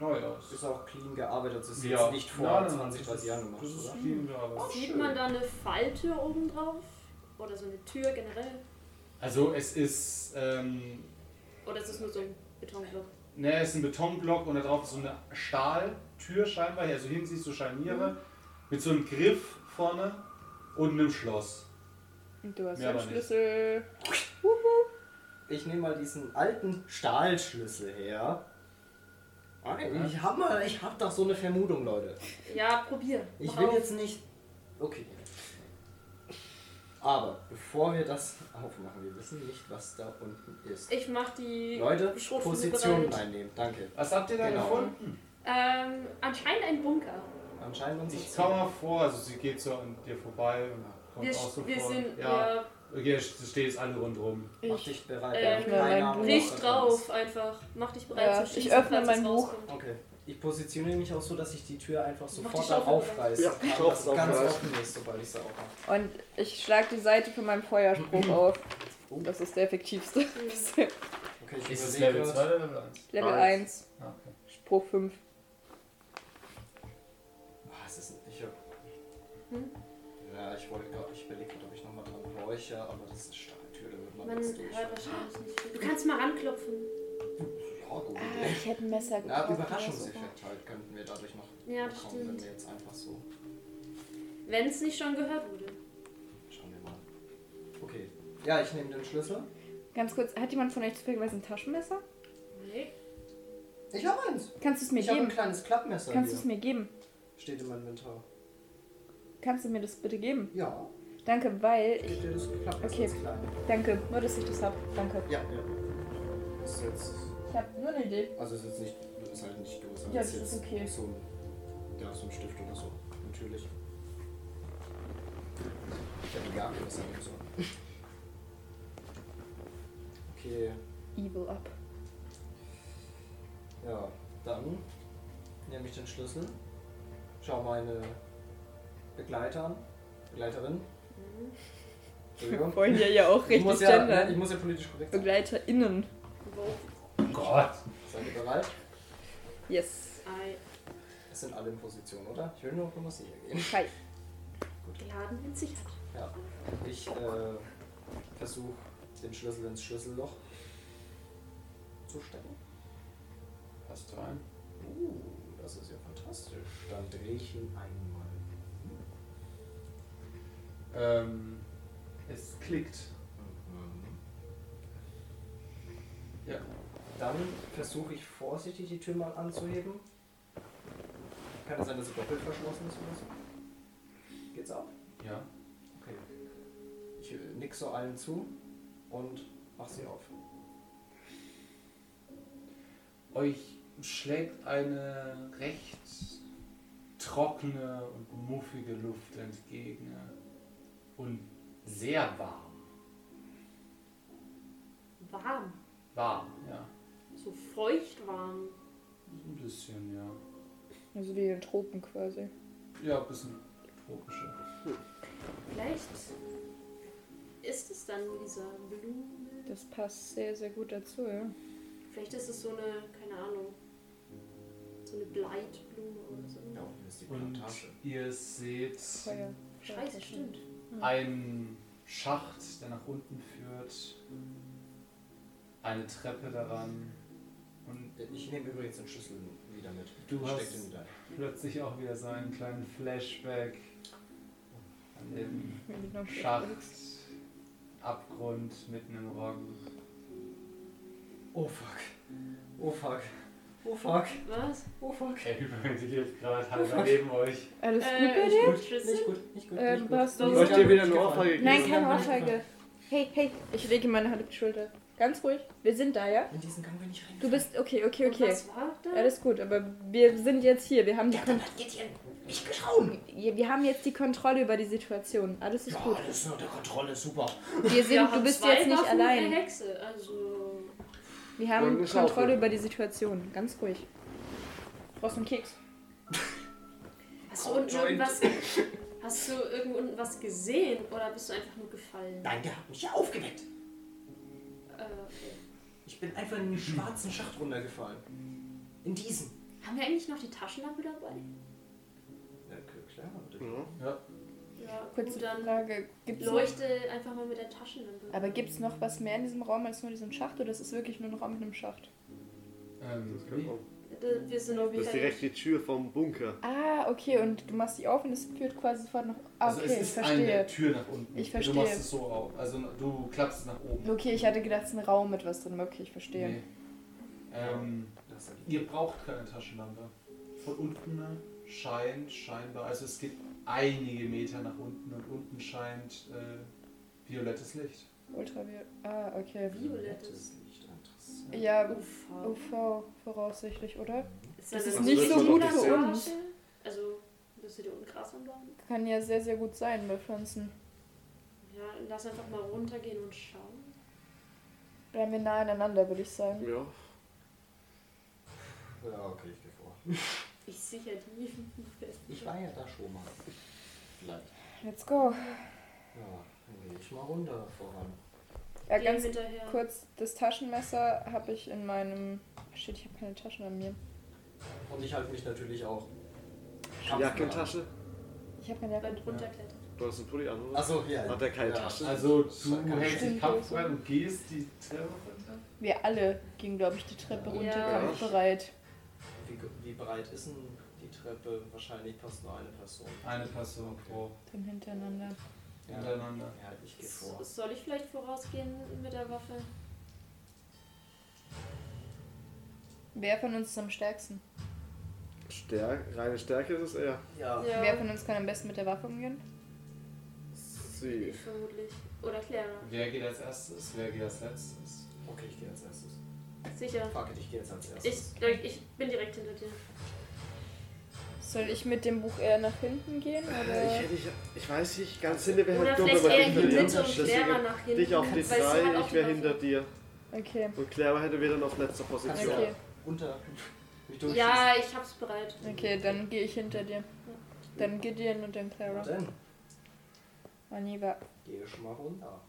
S1: neu aus.
S6: Ist auch clean gearbeitet, also ist jetzt nicht vor 20, 30 Jahren gemacht,
S1: Das ist
S6: oder? Oh,
S1: clean gearbeitet.
S2: Sieht man da eine Falltür oben drauf? Oder so eine Tür generell?
S1: Also es ist, ähm,
S2: Oder ist es nur so ein Betonblock?
S1: ne, es ist ein Betonblock und da drauf ist so eine Stahltür scheinbar. Also hinten siehst du Scharniere
S6: Mhm.
S1: mit so einem Griff vorne und einem Schloss.
S5: Und du hast
S1: Mehr
S5: den
S1: aber nicht.
S5: Schlüssel.
S6: Ich nehme mal diesen alten Stahlschlüssel her. Ich hab, mal, ich hab doch so eine Vermutung, Leute.
S2: Ja, probier.
S6: Ich
S2: Mach
S6: will
S2: auf.
S6: jetzt nicht. Okay. Aber bevor wir das aufmachen, wir wissen nicht, was da unten ist.
S2: Ich mach die
S6: Leute,
S2: Schrotflinte
S6: Positionen
S2: bereit.
S6: einnehmen. Danke.
S1: Was habt ihr da
S6: Genau.
S1: gefunden?
S2: Ähm, anscheinend ein Bunker.
S6: Anscheinend uns
S1: Ich komme mal vor, also sie geht so an dir vorbei und kommt
S2: Wir,
S1: auch so
S2: wir
S1: vor.
S2: sind,
S1: ja.
S2: ja,
S1: Hier steht jetzt alle rundrum.
S6: Mach
S5: Ich,
S6: dich bereit.
S2: Ähm,
S6: wir haben keine Ahnung, was
S2: riech
S6: da drin
S2: drauf einfach. Mach dich bereit
S5: Ja,
S2: zu schießen.
S5: ich öffne
S2: falls es
S5: mein Buch.
S2: rauskommt.
S6: ist. Okay. Ich positioniere mich auch so, dass ich die Tür einfach sofort
S2: die Schaufel
S6: aufreiße.
S4: Ja, die
S6: kann,
S4: Schaufel
S6: dass es ganz
S4: aufreißen.
S6: offen ist, sobald ich sie aufmache.
S5: und ich schlage die Seite für meinen Feuerspruch auf. Das ist der effektivste. bisher.
S6: Okay, ich
S1: Ist es
S6: überlege
S1: Level
S6: kurz.
S1: 2 oder Level 1?
S5: Level
S4: Eins.
S5: 1,
S1: Ah, okay.
S5: Spruch 5.
S6: Ah, es ist ich hab,
S2: Hm?
S6: Ja, ich wollte gerade, ich überlege gerade, ob ich nochmal dran räuche, aber das ist eine starke Tür, da wird man,
S2: Man hört
S6: jetzt durch.
S2: wahrscheinlich nicht viel. Du kannst mal ranklopfen.
S6: Ja, gut.
S5: Ah,
S6: ne?
S5: Ich hätte ein Messer
S6: Na,
S5: gebraucht.
S6: Überraschungseffekt halt könnten wir dadurch noch
S2: Ja, das
S6: bekommen, wenn
S2: stimmt.
S6: wir jetzt einfach so.
S2: Wenn es nicht schon gehört wurde.
S6: Ja, ich nehme den Schlüssel.
S5: Ganz kurz, hat jemand von euch zufälligerweise ein Taschenmesser?
S2: Nee.
S6: Ich habe eins.
S5: Kannst du es mir
S6: Ich habe ein
S5: geben?
S6: kleines Klappmesser
S5: Kannst du
S6: hier.
S5: es mir geben?
S6: Steht in meinem Inventar.
S5: Kannst du mir das bitte geben?
S6: Ja,
S5: Danke, weil ich.
S6: steht dir das Klappmesser
S5: Okay.
S6: ist klein.
S5: Danke, nur dass ich das hab. Danke.
S6: Ja, ja. Ist jetzt,
S5: Ich hab nur eine Idee.
S6: also ist jetzt nicht, ist halt nicht größer.
S5: Ja, das
S6: jetzt
S5: ist okay.
S6: So ein, ja, so ein Stift oder so. Natürlich. Ich hätte gar nicht sagen sollen. Okay,
S5: Evil up.
S6: ja, dann nehme ich den Schlüssel, schau meine Begleiter an, Begleiterin. Entschuldigung.
S5: Wir wollen ja hier auch
S6: Ich
S5: richtig
S6: muss, ja, ne, ich
S5: gendern.
S6: muss ja politisch korrekt sein.
S5: BegleiterInnen.
S1: Gott.
S6: Seid ihr bereit?
S5: Yes.
S2: Ei.
S6: Es sind alle in Position, oder? Ich will nur auf Nummer sicher gehen.
S5: Hi.
S2: Geladen in Sicherheit.
S6: Ja. Ich äh, versuche den Schlüssel ins Schlüsselloch zu stecken.
S13: Hast du einen?
S6: Uh, das ist ja fantastisch. Dann drehe ich ihn einmal.
S1: Ähm, es klickt. Ja.
S6: Dann versuche ich vorsichtig die Tür mal anzuheben. Kann es sein, dass sie doppelt verschlossen ist oder so? Geht's auf?
S1: Ja.
S6: Okay. Ich äh, nick so allen zu und mach sie auf.
S1: Euch schlägt eine recht trockene und muffige Luft entgegen und sehr warm.
S2: Warm.
S1: Warm, ja.
S2: So feucht warm.
S1: So ein bisschen, ja.
S5: Also wie in den Tropen quasi.
S1: Ja, ein bisschen tropischer.
S2: Vielleicht ist es dann dieser Blume.
S5: Das passt sehr, sehr gut dazu, ja.
S2: Vielleicht ist es so eine, keine Ahnung, so eine Bleitblume oder so.
S6: Ja, und ist die
S1: Und
S6: Plantage.
S1: ihr seht
S5: Feuer.
S2: Scheiße, stimmt.
S1: einen Schacht, der nach unten führt, eine Treppe daran und
S6: Ich nehme übrigens den Schlüssel wieder mit.
S1: Du
S6: Ich
S1: hast-
S6: steck den wieder ein.
S1: plötzlich auch wieder so einen kleinen Flashback an dem
S5: Genau.
S1: Schacht, Abgrund mitten im Roggen.
S6: Oh fuck. Oh fuck. Oh fuck.
S2: Was?
S6: Oh fuck.
S1: Er hyperventiliert
S5: Oh
S1: gerade halber neben euch.
S5: Alles gut
S2: Äh,
S5: bei
S2: ich
S5: dir?
S2: hol Schlüssel.
S6: Nicht gut, nicht gut.
S5: Ähm,
S6: nicht
S5: du
S6: gut. Nicht
S5: hast sonst-
S6: gut.
S4: Soll ich dir wieder eine Ohrfeige geben?
S5: Nein, keine Ohrfeige. Hey, hey. Ich lege meine Hand auf die Schulter. Ganz ruhig. Wir sind da, ja?
S6: In diesen Gang bin ich rein.
S5: Du bist. Okay, okay, Äh,
S2: Und
S5: okay.
S2: was war da?
S5: Alles gut, aber wir sind jetzt hier. Wir haben die, Kon
S6: geht hier nicht geschaut.
S5: wir haben jetzt die Kontrolle über die Situation. Alles ist
S6: Ja,
S5: gut.
S6: das ist nur der Kontrolle, super.
S5: Wir sind,
S2: Wir
S5: du
S2: haben
S5: bist
S2: zwei
S5: jetzt nicht
S2: Waffen und
S5: allein.
S2: Eine Hexe, also
S5: Wir
S4: Und
S5: haben
S4: eine Schaufel.
S5: Kontrolle über die Situation. Ganz ruhig. Du brauchst einen Keks.
S2: hast du unten irgendwas, hast du irgendwo unten was gesehen oder bist du einfach nur gefallen?
S6: Nein, der hat mich ja aufgeweckt.
S2: Äh, okay.
S6: Ich bin einfach in den schwarzen Schacht runtergefallen. In diesen.
S2: Haben wir eigentlich noch die Taschenlampe dabei?
S6: Ja, k- klar.
S1: Mhm.
S2: Ja,
S5: Kurze
S2: gut, dann
S5: Frage. Ähm, Gibt's noch,
S2: leuchte einfach mal mit der Taschenlampe.
S5: aber gibt es noch was mehr in diesem Raum als nur diesen Schacht oder ist es wirklich nur ein Raum mit einem Schacht?
S1: Ähm,
S2: Da- Äh, Wir sind
S4: Das ist direkt die Tür vom Bunker.
S5: Ah, okay, und du machst die auf und es führt quasi sofort noch. Ah,
S1: also
S5: okay,
S1: es
S5: ich
S1: ist eine
S5: verstehe.
S1: Tür nach unten.
S5: Ich
S1: Du
S5: verstehe.
S1: machst es so auf. Also du klappst es nach oben.
S5: Okay, ich hatte gedacht, es ist ein Raum mit was drin. Okay, ich verstehe.
S1: Nee. Ähm,
S6: Das ist
S1: ihr braucht keine Taschenlampe. Von unten scheint scheinbar, also es geht einige Meter nach unten und unten scheint äh, violettes Licht.
S5: Ultraviol. Ah, okay.
S2: violettes
S6: nicht interessant.
S5: Ja,
S2: UV.
S5: UV voraussichtlich, oder?
S2: das
S5: ist
S2: dann
S4: nicht so
S2: die
S4: gut
S2: Plantage?
S5: für uns.
S2: Also, müsst ihr dir unten Gras anbauen?
S5: Kann ja sehr, sehr gut sein bei Pflanzen.
S2: Ja, lass einfach mal runtergehen und schauen.
S5: Bleiben wir nah aneinander, würde ich sagen.
S4: Ja.
S6: Ja, okay, ich gehe vor.
S2: Ich sicher die.
S6: Ich war ja da schon mal. Vielleicht.
S5: Let's go.
S6: Ja, dann gehe ich mal runter voran.
S5: Ja,
S2: Gehen
S5: ganz
S2: hinterher.
S5: kurz, das Taschenmesser habe ich in meinem. Shit, ich habe keine Taschen an mir.
S6: Und ich halte mich natürlich auch.
S4: Jackentasche?
S5: Ich habe keine
S2: Beim
S5: Jacke.
S2: runterklettern.
S4: Du hast einen Pulli an, oder?
S6: Achso, ja.
S4: Hat er keine
S6: ja.
S4: Tasche?
S1: Also du
S6: Stimmt.
S1: hältst den Kampf rein und gehst die Treppe runter.
S5: Wir alle gingen, glaube ich, die Treppe runter,
S2: Ja.
S5: kampfbereit.
S6: Wie, wie breit ist denn die Treppe? Wahrscheinlich passt nur eine Person.
S1: Eine Person pro.
S5: Dann hintereinander.
S1: hintereinander.
S6: Ja, ich gehe vor.
S2: Soll ich vielleicht vorausgehen mit der Waffe?
S5: Wer von uns ist am stärksten?
S4: Stärk, reine Stärke ist es eher.
S6: Ja.
S5: Wer von uns kann am besten mit der Waffe umgehen?
S4: Sie.
S2: Ich vermutlich. Oder Clara.
S1: Wer geht als erstes? Wer geht als letztes?
S6: Okay, ich gehe als erstes.
S2: Sicher.
S6: Fuck it, ich gehe jetzt als erstes.
S2: Ich, ich bin direkt hinter dir.
S5: Soll ich mit dem Buch eher nach hinten gehen?
S4: Äh, Ich,
S5: Oder?
S4: hätte, ich, ich weiß nicht, ganz hinten wäre
S2: Oder
S4: halt dumm,
S2: vielleicht
S4: aber
S2: eher in
S4: ich
S2: die
S4: würde
S2: Mitte und
S4: deswegen
S2: Clara nach hinten.
S4: dich auf die
S2: weil sie hat
S4: drei,
S2: auch
S4: ich
S2: die
S4: wäre
S2: Waffe.
S4: hinter dir.
S5: Okay.
S4: Und Clara hätte wir dann auf letzter Position.
S5: Okay.
S6: Unter. Mich durchschießen.
S2: Ja, ich hab's bereit.
S5: Okay, dann gehe ich hinter dir. Dann Gideon und dann Clara.
S6: Dann
S5: Oh nee, war.
S6: gehe ich mal runter.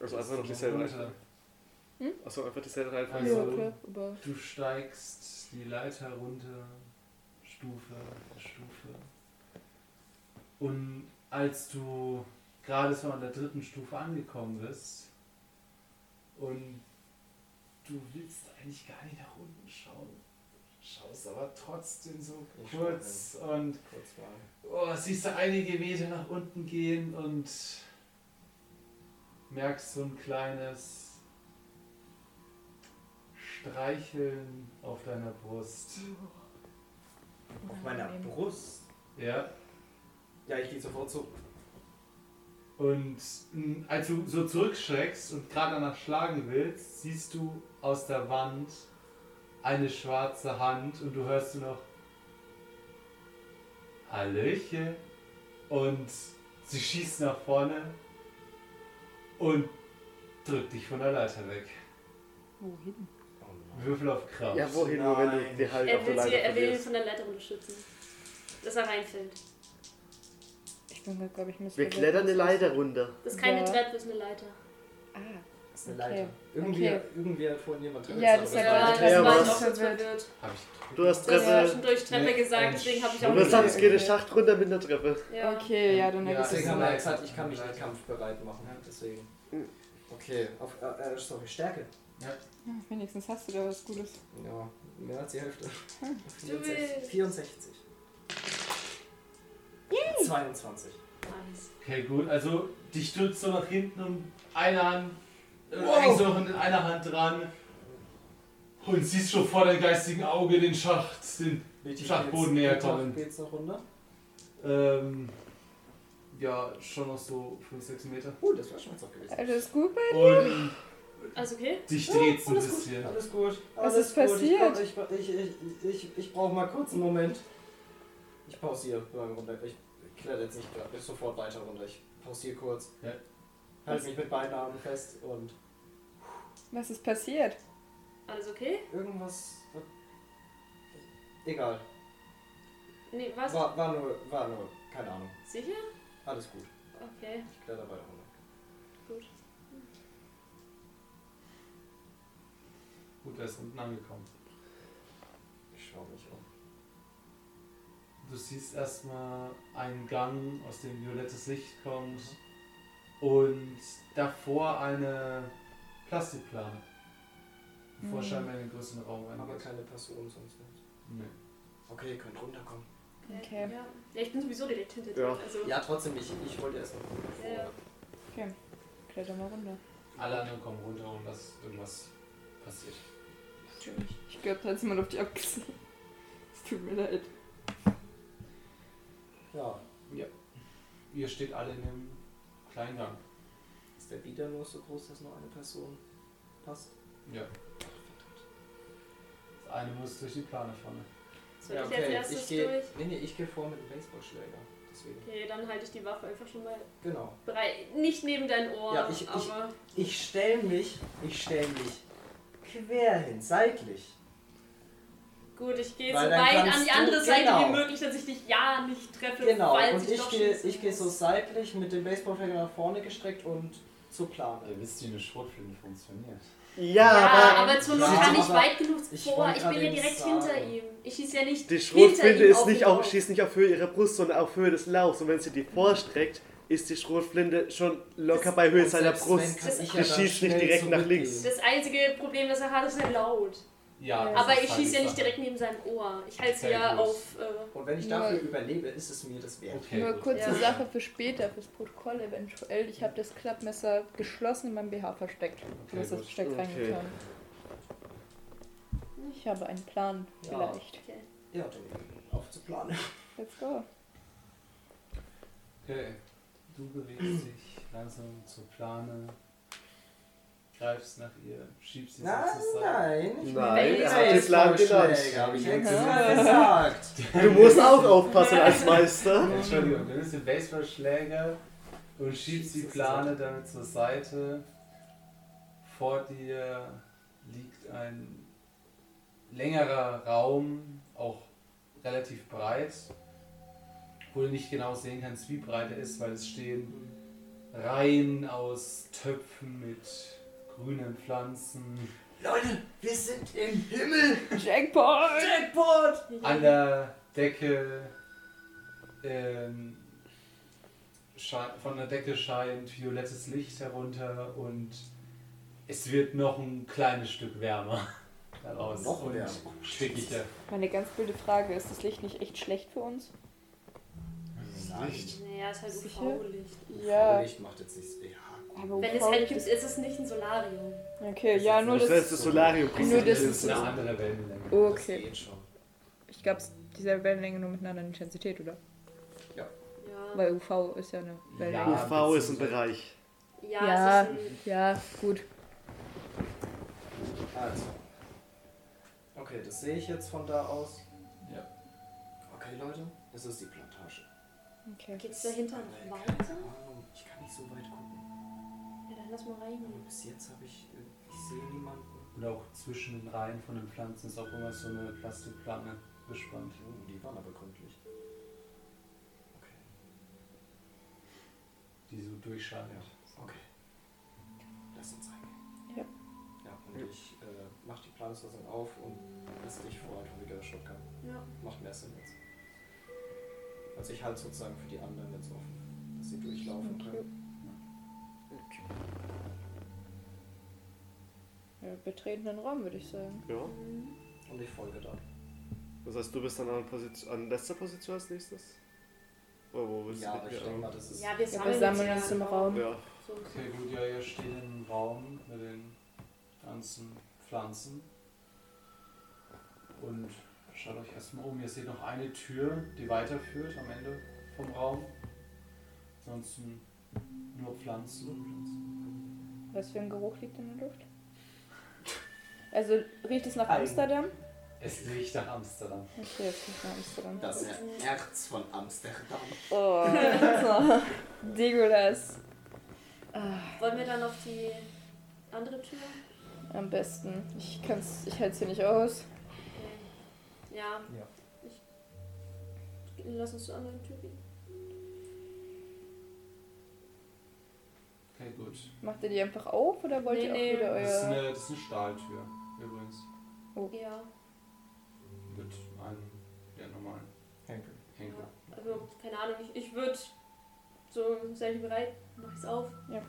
S4: Also einfach noch dieselbe Reihenfolge.
S1: Runter.
S4: Also einfach dieselbe Reihenfolge.
S5: Ja,
S1: Also-
S5: okay. Aber
S1: Du steigst die Leiter runter, Stufe für Stufe. Und als du gerade so an der dritten Stufe angekommen bist und du willst eigentlich gar nicht nach unten schauen, schaust aber trotzdem so
S6: Ich schau
S1: kurz und
S6: Kurz mal.
S1: oh, siehst du einige Meter nach unten gehen und merkst so ein kleines Streicheln auf deiner Brust.
S6: Auf meiner Brust.
S1: Ja.
S6: Ja, ich gehe sofort zu.
S1: Und mh, als du so zurückschreckst und gerade danach schlagen willst, siehst du aus der Wand eine schwarze Hand und du hörst nur noch Hallöchen. Und sie schießt nach vorne und drückt dich von der Leiter weg.
S5: wohin?
S6: Oh nein.
S1: Würfel auf Kraft.
S4: Ja, wohin nur, wenn du
S6: Nein.
S4: die Halt auf
S2: Er
S4: der
S2: will, sie,
S4: Leiter
S2: er will ihn
S4: verlierst.
S2: von der Leiter unterstützen. Dass er reinfällt.
S5: Ich bin glaube ich müssen.
S4: Wir klettern eine Leiter runter.
S2: Das ist keine
S5: Ja.
S2: Treppe, das ist eine Leiter.
S5: Ah,
S6: Das ist eine
S5: Okay.
S6: Leiter. Irgendwie,
S5: Okay.
S6: irgendwie hat vorhin jemand drin
S5: Ja, das
S6: gesagt,
S5: war-
S6: aber-
S2: das
S4: Treppe.
S2: war ich
S4: Was?
S2: auch kurz verwirrt.
S1: Hab ich
S4: Du hast
S2: Das war
S4: Treppe.
S2: schon durch Treppe
S1: Nee,
S2: gesagt,
S1: ein
S2: deswegen habe ich
S4: Du
S2: auch
S5: Sch-
S4: hast
S2: nicht.
S4: gesagt, es geht eine
S5: Okay.
S4: Schacht runter mit einer Treppe.
S2: Ja.
S5: okay, ja, dann
S1: Ja,
S5: ergibt
S6: Deswegen
S5: es
S6: haben wir
S1: Leiter.
S6: gesagt, ich kann mich nicht
S1: Leiter.
S6: kampfbereit machen.
S1: Ja.
S6: Deswegen.
S5: Mm.
S4: Mhm.
S6: Okay, auf, äh, äh, sorry, Stärke.
S5: Ja, wenigstens hast du da was Gutes.
S6: Ja, mehr als die Hälfte.
S5: Hm.
S2: Du
S6: 64.
S2: willst.
S6: 64. 22.
S2: Nice.
S1: Okay, gut. Also dich drückt so nach hinten und eine Hand, äh,
S6: Wow.
S1: hängst du noch in einer Hand dran und siehst schon vor deinem geistigen Auge den Schacht, den
S6: Richtig
S1: Schachboden
S6: geht's-
S1: näher
S6: gut, noch-
S1: kommen.
S6: Geht's noch runter?
S1: Ähm, ja, schon noch so 5, 6 Meter.
S6: Uh, das war schon jetzt auch gewesen.
S5: Alles gut bei
S1: Und
S2: Alles okay?
S1: dich dreht ein
S6: alles gut,
S1: bisschen.
S6: Alles gut.
S5: Was
S6: Alles
S5: ist
S6: gut.
S5: passiert?
S6: Ich, brauch- ich, ich, ich, ich, ich brauche mal kurz einen Moment. Ich pausiere beim runter. Ich kletter jetzt nicht grad- sofort weiter runter. Ich pausiere kurz.
S1: Ja.
S6: Halte mich mit beiden Armen fest und
S5: Was ist passiert?
S2: Alles okay?
S6: irgendwas. wird- Egal.
S2: Nee, was?
S6: War, war nur, war nur, keine Ahnung.
S2: Sicher?
S6: Alles gut.
S2: Okay,
S6: Ich kletter weiter runter.
S2: gut.
S1: Gut, er ist unten angekommen.
S6: Ich schaue mich um.
S1: Du siehst erstmal einen Gang, aus dem violettes Licht kommt und davor eine Plastikplane. Bevor
S5: Mhm.
S1: scheinbar in den größeren Raum
S6: Aber
S1: reingeht.
S6: keine Person sonst nicht.
S1: Nee.
S6: Okay, ihr könnt runterkommen.
S5: Okay.
S2: Ja. ja, ich bin sowieso direkt hinter dir.
S4: Ja.
S2: Also,
S6: Ja, trotzdem, ich, ich wollte erstmal.
S2: Ja.
S5: Kletter mal runter.
S1: Alle anderen kommen runter und dass irgendwas passiert.
S5: Ich glaube, da hat jemand auf dich abgesehen. Es tut mir leid.
S6: Ja,
S1: Ihr steht alle in dem kleinen Gang.
S6: ist der wieder nur so groß, dass nur eine Person passt?
S1: Ja. Das eine muss durch die Plane vorne.
S2: soll ich als erstes
S6: ich gehe.
S2: durch?
S6: Nee, nee, ich gehe vor mit dem Baseballschläger. Deswegen.
S2: Okay, dann halte ich die Waffe einfach schon mal
S6: Genau.
S2: bereit. Nicht neben dein Ohr,
S6: Ja, ich- ich-
S2: aber.
S6: Ich stelle mich, ich stelle mich quer hin, seitlich.
S2: Gut, ich gehe
S6: Weil
S2: so
S6: dann
S2: weit
S6: kannst
S2: an die
S6: du-
S2: andere Seite
S6: genau.
S2: wie möglich, dass ich dich ja nicht treffe,
S6: Genau.
S2: falls
S6: Und
S2: ich
S6: ich
S2: doch
S6: gehe
S2: schieße.
S6: ich geh so seitlich mit dem Baseballschläger nach vorne gestreckt und zur Plane.
S13: Ihr wisst, wie eine Schrotflinte funktioniert.
S4: Ja,
S2: Ja,
S4: aber
S2: aber zur Not
S6: Ja,
S2: kann ich
S6: aber
S2: weit genug
S6: ich
S2: vor.
S6: wollte
S2: Ich bin ja
S6: gerade
S2: direkt
S6: sagen.
S2: hinter ihm. Ich schieße ja nicht
S4: die
S2: hinter
S4: Schrotflinte
S2: ihm
S4: ist nicht
S2: den
S4: auf,
S2: Kopf.
S4: schießt nicht auf Höhe ihrer Brust, sondern auf Höhe des Lauchs. Und wenn sie die vorstreckt, ist die Schrotflinte schon locker bei Höhe
S6: Und
S4: seiner
S6: selbst wenn,
S4: Brust.
S6: kann
S2: Das-
S6: ich
S4: Die
S6: ja dann
S4: schießt nicht
S6: schnell
S4: direkt nach links.
S6: zurückgehen.
S2: Das einzige Problem, das er hat, ist er laut.
S14: Ja, das
S2: Aber
S14: ist
S2: ich
S14: halt
S2: schieße ja
S14: die
S2: nicht
S14: Sache.
S2: direkt neben seinem Ohr. Ich halte sie
S14: Sehr
S2: ja
S14: gut.
S2: auf. Äh,
S6: Und wenn ich
S5: Nur-
S6: dafür überlebe, ist es mir das wert.
S14: Okay,
S5: Nur
S14: gut.
S5: kurze
S2: Ja.
S5: Sache für später, fürs Protokoll eventuell. Ich habe das Klappmesser geschlossen in meinem BH versteckt. Du hast das
S14: gut.
S5: versteckt
S4: Okay.
S5: reingetan. Ich habe einen Plan,
S6: Ja.
S5: vielleicht.
S6: Ja, Jenny, auf zu planen.
S5: Let's go.
S14: Okay.
S1: Du bewegst dich langsam zur Plane, greifst nach ihr, schiebst sie so
S6: Nein,
S1: zur Seite.
S6: nein. ich
S4: Nein,
S6: bin
S4: er hat den genau. Plan
S6: Baseballschläger,
S4: genannt.
S6: habe ich jetzt mal gesagt.
S4: Du musst auch aufpassen als Meister.
S1: Entschuldigung, du nimmst den Baseballschläger und schiebst die Plane damit zur Seite. Vor dir liegt ein längerer Raum, auch relativ breit, wo du nicht genau sehen kannst, wie breit er ist, weil es stehen Reihen aus Töpfen mit grünen Pflanzen.
S6: Leute, wir sind im Himmel.
S5: Jackpot!
S6: Jackpot.
S1: An der Decke ähm, schei- von der Decke scheint violettes Licht herunter und es wird noch ein kleines Stück wärmer daraus
S6: Noch
S1: und
S6: wärmer.
S1: schickiger.
S5: Meine ganz blöde Frage, ist das Licht nicht echt schlecht für uns?
S6: Nein.
S2: naja, ist halt
S5: Sicher?
S2: UV-Licht.
S5: Ja. halt
S6: Licht macht jetzt nichts. Ja, gut.
S5: Aber
S2: Wenn es
S5: UV
S2: hell gibt, ist es nicht ein Solarium.
S5: Okay, ja, nur
S4: Das
S5: das.
S4: ist das Solarium.
S5: Nur das-
S1: Das ist eine andere Wellenlänge.
S5: Okay.
S6: Das geht schon.
S5: Ich glaube, dieselbe Wellenlänge nur mit einer anderen Intensität, oder?
S2: Ja.
S5: Weil UV ist ja eine Wellenlänge.
S4: UV ist ein Bereich.
S2: Ja,
S5: Ja.
S2: es ist ein.
S5: Ja, gut.
S6: Also. Okay, das sehe ich jetzt von da aus.
S1: Ja.
S6: Okay, Leute, es ist die Plantage.
S5: Okay.
S2: Geht's dahinter noch
S6: Keine
S2: weiter?
S6: Ahnung, ich kann nicht so weit gucken.
S2: Ja, dann lass mal reingehen.
S6: Bis jetzt habe ich. äh, Ich sehe niemanden.
S1: Und auch zwischen den Reihen von den Pflanzen ist auch immer so eine Plastikplane gespannt.
S6: Oh, die waren aber gründlich. Okay,
S1: die so durchschaltet.
S6: okay. Lass uns reingehen.
S5: Ja.
S6: Ja, und ich äh, mach die Planungsfassung auf und lass dich vor atomiger Shotgun.
S2: Ja.
S6: Macht mehr Sinn jetzt. Also ich halte sozusagen für die anderen jetzt offen, dass sie durchlaufen können.
S5: Wir betreten den Raum, würde ich sagen.
S4: Ja.
S5: Mhm.
S6: Und ich folge dann.
S4: Das heißt, du bist dann an, Position, an letzter Position als nächstes? Oder wo willst
S6: Ja,
S4: du
S6: aber
S4: mit
S6: ich
S4: mir
S6: denke
S4: an?
S6: mal, das ist.
S2: Ja, wir
S5: Ja,
S2: sammeln,
S5: wir sammeln
S2: ja
S5: uns im
S2: auch.
S5: Raum.
S4: Ja.
S2: So, so.
S1: Okay, gut, ja, ihr steht im Raum mit den ganzen Pflanzen. Und schaut euch erstmal um. Ihr seht noch eine Tür, die weiterführt am Ende vom Raum. Ansonsten nur Pflanzen und Pflanzen.
S5: Was für ein Geruch liegt in der Luft? Also riecht es nach Amsterdam?
S1: Es riecht nach Amsterdam.
S5: Okay, es riecht nach Amsterdam.
S6: Das Erz von Amsterdam.
S5: Oh, so. Degulas. Ah,
S2: Wollen wir dann auf die andere Tür?
S5: Am besten. Ich kann's, ich halte hier nicht aus.
S2: Okay. Ja.
S6: Ja.
S2: Ich, lass uns zur anderen Tür gehen.
S1: Okay, gut.
S5: Macht ihr die einfach auf oder wollt
S2: Nee,
S5: ihr auch
S2: nee.
S5: wieder
S1: Das ist
S5: euer.
S1: eine, das ist eine Stahltür übrigens.
S2: Ja.
S1: Mit einem der normalen
S6: Henkel.
S1: Henkel.
S2: Also, keine Ahnung, ich, ich würde. So, seid ihr bereit? Mach ich's auf.
S5: Ja.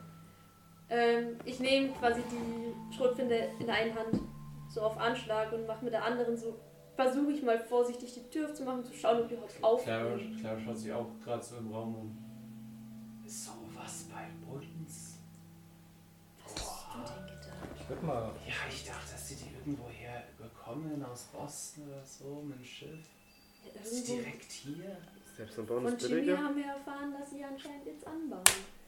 S2: Ähm, ich nehme quasi die Schrotflinte in der einen Hand so auf Anschlag und mache mit der anderen so. Versuche ich mal vorsichtig die Tür aufzumachen, zu schauen, ob die überhaupt
S1: Clara,
S2: aufgeht.
S1: Clara schaut sich auch gerade so im Raum um. Ist sowas bei uns?
S2: Was hast du denn gedacht?
S6: Ich würde mal.
S1: Ja, ich dachte, dass sie die irgendwo her bekommen aus Boston oder so mit dem Schiff.
S2: Ja,
S1: Das ist
S2: irgendwo-
S1: direkt hier.
S4: Selbst am Bauen
S2: Von
S4: ist
S2: Jimmy
S4: billiger.
S2: haben wir erfahren, dass sie anscheinend jetzt anbauen.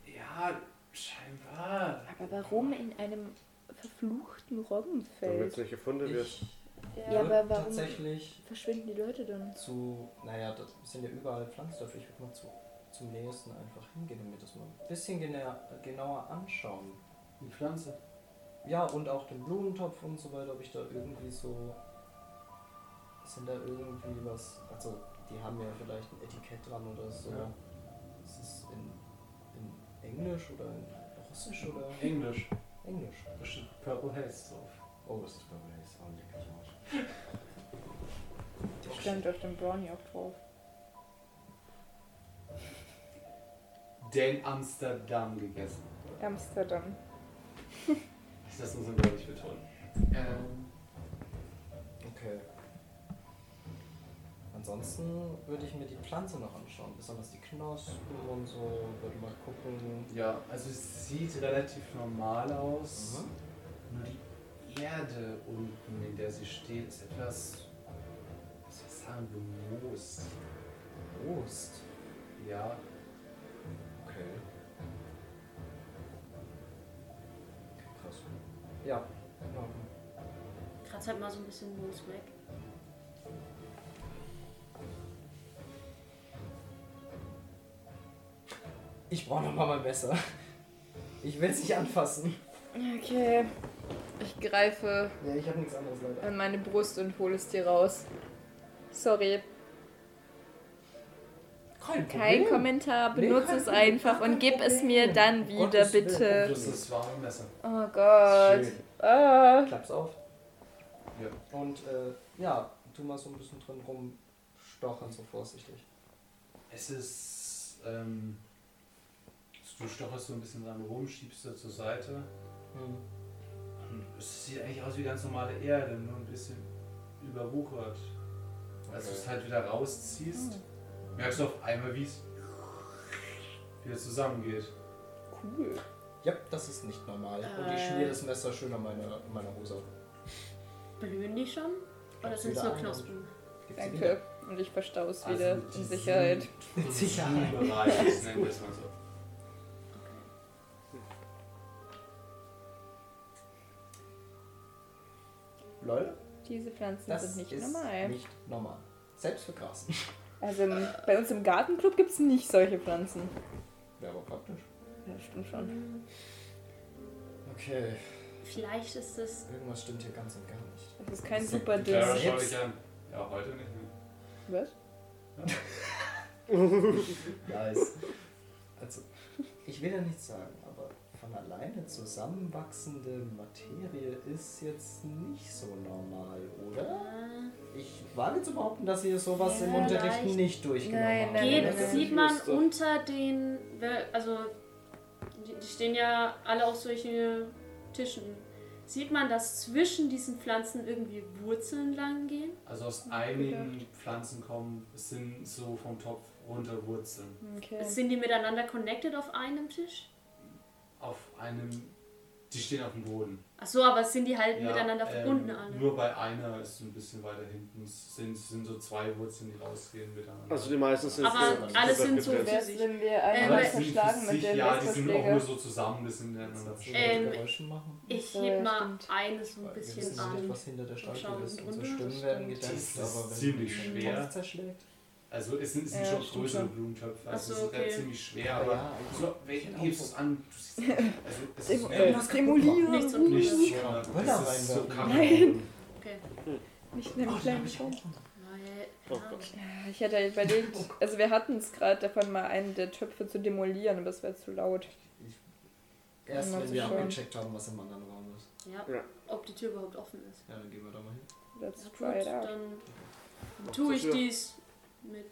S1: Ja, scheinbar.
S15: Aber warum in einem verfluchten
S4: Damit es
S15: Robbenfeld?
S4: nicht gefunden wird.
S6: Ich
S2: Ja.
S15: Ja,
S6: ja,
S15: aber
S6: aber
S15: warum-
S6: tatsächlich
S15: Verschwinden die Leute dann?
S6: zu. Naja, das sind ja überall Pflanzdörfer. Ich würde mal zu, zum nächsten einfach hingehen und mir das mal ein bisschen genäher, genauer anschauen.
S1: Die Pflanze.
S6: Ja, und auch den Blumentopf und so weiter, ob ich da irgendwie so. Sind da irgendwie was. Also, die haben ja vielleicht ein Etikett dran oder so.
S1: Ja.
S6: Ist es in, in Englisch oder in Russisch oder
S1: Englisch.
S6: Englisch?
S1: Da steht Purple Haze drauf.
S6: Oh, das ist bei mir jetzt auch lecker.
S5: Stand auf dem Brownie auch drauf.
S1: Den Amsterdam gegessen.
S5: Amsterdam.
S1: Ich lasse uns deutlich betonen. Ähm,
S6: ansonsten würde ich mir die Pflanze noch anschauen, besonders die Knospen und so. Würde mal gucken.
S1: Ja, also es sieht relativ normal aus.
S6: Mhm.
S1: Nur die Erde unten, in der sie steht, ist etwas, was soll ich sagen, bemoost.
S6: Prost.
S1: Ja,
S6: Okay. Krass. Ja. in Ordnung.
S2: Kratz halt mal so ein bisschen Moos weg.
S6: Ich brauche nochmal mein Messer. Ich will es nicht anfassen.
S5: Okay. Ich greife
S6: Ja, ich habe nichts anderes leider.
S5: an meine Brust und hole es dir raus. Sorry.
S6: Kein
S5: Kein
S6: Problem.
S5: Kommentar.
S6: Nee,
S5: Benutze
S6: kein
S5: es
S6: Problem,
S5: einfach
S6: kein
S5: und gib es
S6: Problem.
S5: mir dann
S6: Um
S5: wieder,
S6: Gottes Willen,
S5: bitte.
S1: das ist das warme Messer.
S5: Oh Gott.
S6: Schön.
S5: Ah.
S6: Klapp's auf.
S1: Ja.
S6: Und äh, ja, tu mal so ein bisschen drin rumstochern, so vorsichtig.
S1: Es ist, ähm, du stocherst so ein bisschen dran rum, schiebst du zur Seite.
S6: Hm.
S1: Und es sieht eigentlich aus wie ganz normale Erde, nur ein bisschen überwuchert. Als du es halt wieder rausziehst, merkst du auf einmal, wie es wieder zusammengeht.
S5: Cool.
S6: Ja, das ist nicht normal. Und ich schmier das Messer schön an meiner, an meiner Hose.
S5: Oh,
S2: Blühen die schon? Oder
S6: Gibt's
S2: sind es
S6: wieder
S2: nur
S6: einen?
S2: Knospen?
S6: Gibt's die
S5: Danke. Und ich verstaue es wieder
S1: Also
S6: Also,
S1: die
S5: in Sicherheit.
S1: sind
S6: In Sicherheit.
S1: Bereit, nennen wir es mal so.
S6: wieder? Lol,
S5: Diese Pflanzen
S6: das
S5: sind nicht
S6: ist
S5: normal.
S6: nicht normal. Selbst für Gras.
S5: Also im, bei uns im Gartenclub gibt es nicht solche Pflanzen.
S6: Wäre aber praktisch.
S5: Ja, stimmt schon.
S6: Okay,
S2: Vielleicht ist es.
S6: irgendwas stimmt hier ganz und gar nicht.
S5: Das ist kein
S6: Das ist
S5: super Diss.
S1: Clara
S6: Selbst-
S1: schau dich an. Ja, heute nicht. ne?
S5: Was?
S6: Nice. Also, ich will ja nichts sagen, aber von alleine zusammenwachsende Materie ist jetzt nicht so normal,
S2: äh,
S6: oder? Ich wage zu behaupten, dass ihr sowas im
S2: Vielleicht.
S6: Unterricht nicht durchgenommen
S5: Nein,
S6: habt.
S4: Äh,
S5: nein,
S2: Geht,
S5: nein, nein.
S2: sieht man unter den. wer- Also, die, die stehen ja alle auf solchen Tischen. Sieht man, dass zwischen diesen Pflanzen irgendwie Wurzeln lang gehen?
S1: Also aus einigen Pflanzen kommen, es sind so vom Topf runter Wurzeln.
S5: Okay.
S2: Sind die miteinander connected auf einem Tisch?
S1: Auf einem, die stehen auf dem Boden.
S2: Ach so, aber sind die halt
S1: Ja,
S2: miteinander
S1: ähm,
S2: verbunden alle?
S1: Nur bei einer ist ein bisschen weiter hinten. Es sind, es sind so zwei Wurzeln, die rausgehen miteinander.
S4: Also die meisten sind
S2: Aber
S4: sehr-
S2: alle
S4: sehr
S2: sind so
S4: getrennt.
S5: Wer ist, wenn wir einmal
S1: aber
S2: Ähm,
S1: es sind
S5: verschlagen
S1: für
S5: mit
S1: sich,
S5: dem
S1: ja, die sind auch
S5: Messerschläger?
S1: nur so zusammen, ein bisschen miteinander verschlagen.
S2: Ähm,
S6: Geräusche machen.
S2: Ich
S5: Ja,
S2: heb mal
S5: stimmt.
S2: eine so ein
S6: Weil wir
S2: bisschen
S6: wissen
S2: an.
S6: nicht, was hinter der
S2: Schauen
S6: Statue ist.
S2: drunter,
S6: Unsere Stimmen
S5: das
S6: werden
S5: stimmt.
S6: gedämpft,
S1: Das
S6: aber
S1: ist
S6: wenn
S1: ziemlich
S6: man den
S1: schwer.
S6: Kopf zerschlägt.
S1: Also es sind, es sind
S5: Ja,
S1: schon
S5: stimmt
S1: größere
S5: schon.
S1: Blumentöpfe. Also
S2: Ach
S1: es
S2: so,
S1: ist
S2: okay.
S1: ziemlich schwer,
S6: Aber
S1: aber
S6: ja, also-
S1: so, wenn du hebst es an, du siehst also es ist
S5: Demo
S1: äh,
S5: äh, demolieren.
S2: Nichts und
S1: nicht so,
S6: Böller
S1: es ist so
S6: reinwerfen.
S1: Kamin.
S5: Nicht in einem
S6: Oh,
S5: kleinen Raum.
S2: Weil,
S4: Oh
S2: keine Ahnung.
S4: Gott.
S5: Ja, Ich hätte überlegt, also wir hatten es gerade davon, mal einen der Töpfe zu demolieren, aber es wäre zu laut.
S6: Erst
S5: Mal
S6: wenn
S5: zu
S6: wir
S5: schauen.
S6: abgecheckt haben, was im anderen Raum ist.
S2: Ja,
S4: Ja.
S2: ob die Tür überhaupt offen ist.
S6: Ja, dann gehen wir da mal hin.
S5: Let's
S2: Ja,
S5: try
S2: gut,
S5: it out.
S2: dann
S4: Macht
S2: tue
S4: das
S2: ich
S4: ja.
S2: dies mit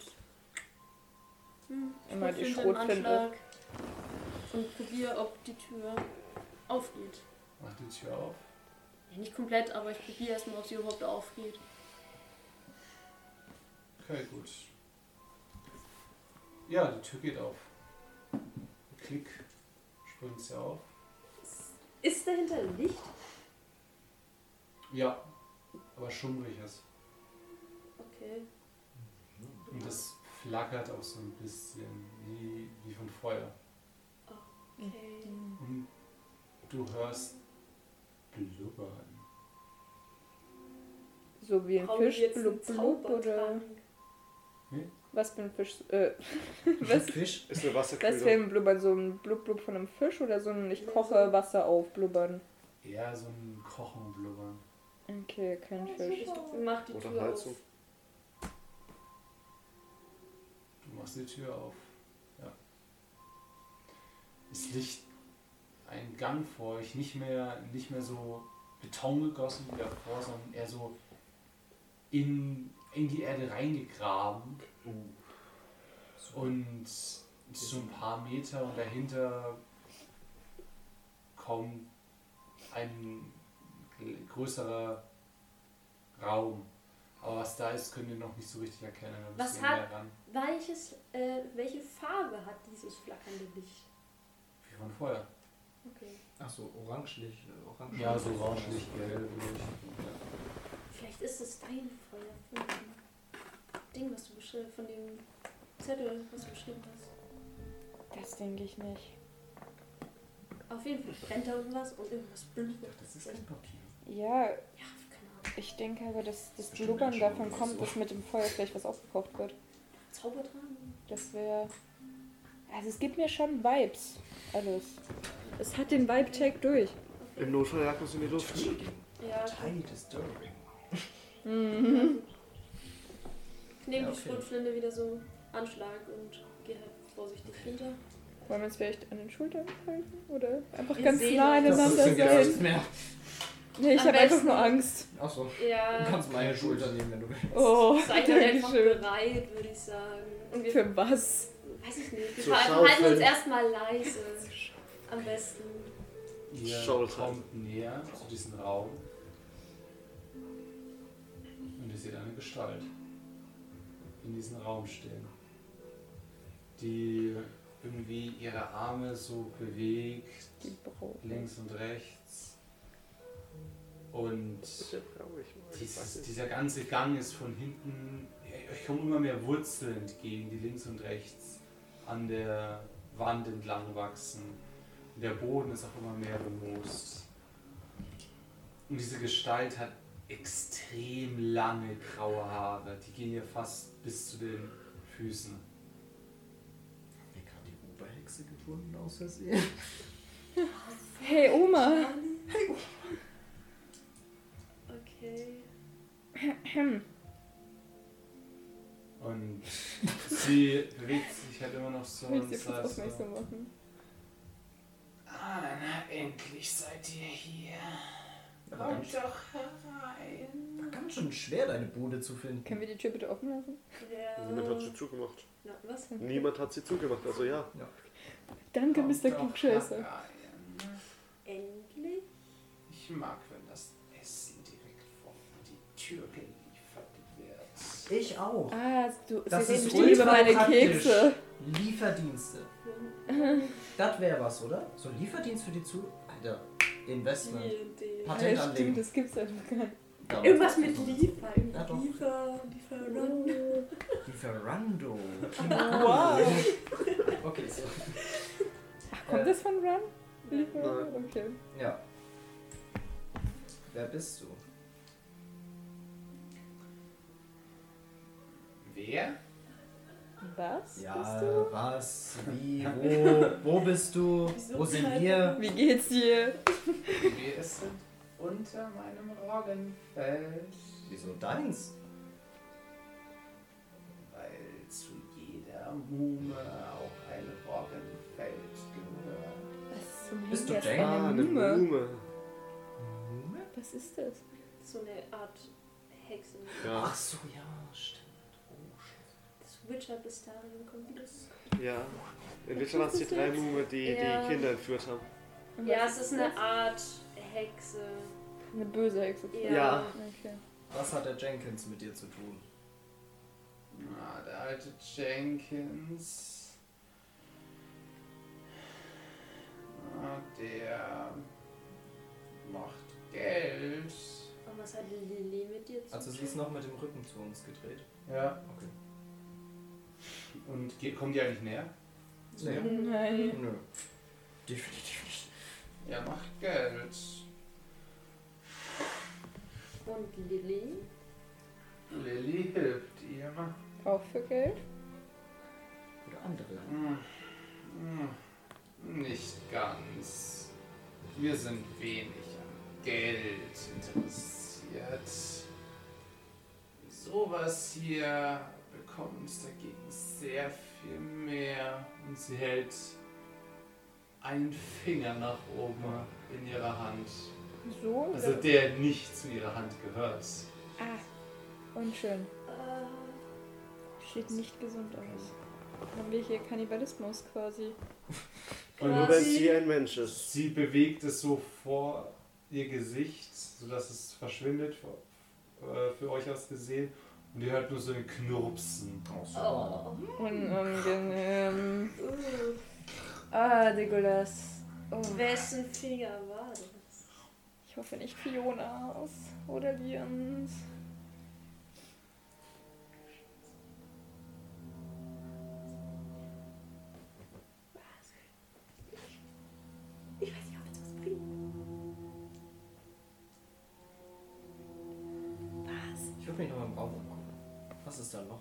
S2: hm,
S5: Immer
S2: Schrotflinte
S5: die
S2: im
S5: Schrotflinte.
S2: Anschlag und probiere, ob die Tür aufgeht.
S1: Mach die Tür auf.
S2: Ja, nicht komplett, aber ich probiere erstmal, ob sie überhaupt aufgeht.
S1: Okay, gut. Ja, die Tür geht auf. Klick, springt sie auf.
S16: Ist dahinter Licht?
S1: Ja, aber schummrig ist.
S16: Okay.
S1: Und das flackert auch so ein bisschen wie, wie von Feuer.
S5: Hm.
S16: Okay.
S1: Und du hörst Blubbern.
S5: So wie ein
S16: Brauchen wir
S5: Fisch,
S16: jetzt einen
S5: blub, blub, oder
S16: Zaubertrank?
S5: was für ein Fisch, äh, was,
S6: Fisch?
S4: Ist eine
S5: was für
S4: Wasserkühlung.
S5: ein Blubbern, so ein blub, blub von einem Fisch oder so ein ich koche Wasser auf, blubbern.
S1: Eher so ein Kochen und Blubbern.
S5: Okay, kein Fisch.
S16: Mach die
S4: Oder
S16: Tür auf.
S4: Heizung.
S1: Du machst die Tür auf. Ja. Es liegt ein Gang vor euch, nicht mehr, nicht mehr so Beton gegossen wie davor, sondern eher so in, in die Erde reingegraben. Und so ein paar Meter und dahinter kommt ein größerer Raum. Aber was da ist, könnt ihr noch nicht so richtig erkennen. Da
S2: Was
S1: müsst ihr
S2: hat-
S1: näher ran.
S2: Welches, äh, welche Farbe hat dieses flackernde Licht?
S1: Wie von vorher.
S2: Okay.
S6: Achso, orangelich. äh, orange-
S1: Ja, so orangelich, gelb.
S2: Vielleicht ist es dein Feuer von dem Ding, was du beschrieben von dem Zettel, was du beschrieben hast.
S5: Das denke ich nicht.
S2: Auf jeden Fall brennt da irgendwas und irgendwas blüht.
S1: Das ist kein Papier.
S5: Ja,
S2: Ja, keine Ahnung.
S5: ich denke aber, dass das Blubbern davon kommt, dass mit dem Feuer vielleicht was aufgekocht wird.
S2: Zaubertragen?
S5: Das wäre. Also es gibt mir schon Vibes. Alles. Es hat den Vibe-Check durch.
S4: Im Notfall jagt uns in die Luft.
S2: Ja.
S6: Tide is stirring.
S2: Ich nehme Mhm.
S6: Ja,
S2: die
S6: okay.
S2: Schrotflinte wieder so Anschlag und gehe halt vorsichtig hinter.
S5: Wollen wir uns vielleicht an den Schultern halten? Oder einfach
S2: Wir
S5: ganz
S2: sehen
S5: nah
S2: uns.
S6: Das
S5: aneinander
S6: ist gar nichts
S5: sein?
S6: mehr.
S5: Nee, ich
S2: Am
S5: habe einfach
S2: besten-
S5: nur Angst.
S6: Achso, du
S2: Ja,
S6: kannst meine Schulter nehmen, wenn du willst.
S5: Oh,
S2: seid halt einfach
S5: Dankeschön.
S2: bereit, würde ich sagen. Und wir,
S5: Für was?
S2: weiß ich nicht, wir
S4: Zur
S2: verhalten uns
S4: Schaufel.
S2: erstmal leise. Am besten.
S13: Ihr
S4: Showtime.
S13: kommt näher zu diesem Raum. Und ihr seht eine Gestalt in diesem Raum stehen, die irgendwie ihre Arme so bewegt,
S5: Die Braut.
S13: links und rechts. Und dieses, dieser ganze Gang ist von hinten, euch kommen immer mehr Wurzeln entgegen, die links und rechts an der Wand entlang wachsen. Und der Boden ist auch immer mehr bemoost. Und diese Gestalt hat extrem lange graue Haare, die gehen ihr fast bis zu den Füßen.
S6: Mir kann die Oberhexe gefunden aus Versehen.
S5: Hey Oma.
S2: Okay.
S13: Und sie bewegt sich halt immer noch so
S5: Ich will
S13: und
S5: sie
S13: sagt
S5: kurz
S13: so,
S5: aufmerksam machen.
S1: Ah, na endlich seid ihr hier.
S6: Aber ganz,
S1: doch herein.
S6: ganz schön schwer, deine Bude zu finden.
S5: Können wir die Tür bitte offen lassen?
S4: Niemand hat sie
S2: Ja.
S4: zugemacht.
S2: Na, was?
S4: Niemand hat sie zugemacht, also ja.
S5: Danke, Mr.
S1: doch
S5: Klugscheißer.
S1: herein.
S2: Endlich?
S1: Ich mag, wenn das Essen direkt vor die Tür geliefert wird.
S6: Ich auch.
S5: Ah, du,
S6: Das
S5: sie
S6: ist
S5: sehen bestimmt
S6: ultra
S5: meine
S6: praktisch.
S5: Kekse.
S6: Lieferdienste. Das wäre was, oder? So ein Lieferdienst für die Zu... Alter, Investment.
S2: D&D.
S6: Patent
S5: Ja, stimmt,
S6: anlegen.
S5: das gibt's einfach gar nicht.
S6: Damals.
S2: Irgendwas mit Liefer.
S6: Ja, doch.
S2: Liefer. Lieferant.
S6: Lieferando.
S5: Wow.
S6: Okay, so.
S5: Ach, kommt das von Run?
S6: Äh,
S4: Nein.
S5: Okay.
S6: Ja. Wer bist du?
S1: Wer?
S5: Was?
S6: Ja,
S5: Bist du?
S6: was? Wie? Wo? Wo bist du? Wo sind wir?
S5: Wie geht's dir?
S1: Wir sind unter meinem Roggenfeld,
S6: Wieso deins?
S1: weil zu jeder Mume auch ein Roggenfeld gehört.
S5: Was zum
S6: Bist du
S5: Henker ist
S6: Jane? ne
S5: eine
S4: Ah, eine
S5: Mume?
S4: Blume.
S5: Was ist das?
S2: So eine Art Hexen.
S4: Ja.
S6: Ach so, ja, stimmt. Oh, shit.
S2: Das Witcher-Bistarium kommt wieder.
S4: ja. In Witcher waren es die drei Mume, die
S2: Ja.
S4: die Kinder entführt haben.
S5: Und
S2: Ja,
S5: was
S2: es ist eine Art Hexe.
S5: Eine böse Hexe.
S2: Ja.
S4: Ja.
S5: Okay.
S6: Was hat der Jenkins mit dir zu tun?
S1: Na, der alte Jenkins. Ah, Der macht Geld.
S2: Und was hat Lilly mit dir zu
S6: Also sie ist noch mit dem Rücken zu uns gedreht.
S1: Ja.
S6: Okay.
S1: Und geht, kommt ihr eigentlich näher?
S6: Nee.
S5: Nein.
S6: Nö. Definitiv nicht.
S1: Er macht Geld.
S2: Und Lilly?
S1: Lilly hilft ihm.
S5: Auch für Geld?
S6: Oder andere.
S1: Hm, hm, Nicht ganz. Wir sind wenig an Geld interessiert. Sowas hier bekommt dagegen sehr viel mehr. Und sie hält einen Finger nach oben in ihrer Hand.
S5: So? Oder?
S1: Also der nicht zu ihrer Hand gehört.
S5: ah. Unschön.
S2: Äh,
S5: Sieht nicht gesund aus. Haben wir hier Kannibalismus quasi.
S2: Äh,
S4: Nur wenn sie ein Mensch ist.
S13: Sie bewegt es so vor ihr Gesicht, sodass es verschwindet vor,
S1: äh, für euch was gesehen. Und ihr hört nur so ein Knurpsen.
S17: Oh.
S5: Unangenehm.
S17: Uh,
S5: ähm,
S2: Äh.
S5: Ah, Degulas. Oh.
S17: wessen Finger war das?
S5: Ich hoffe nicht Fionas oder Lians.
S18: Ich weiß nicht, ob es was bringt.
S6: Ich würde mich noch mal im Raum umgucken. Was ist da noch?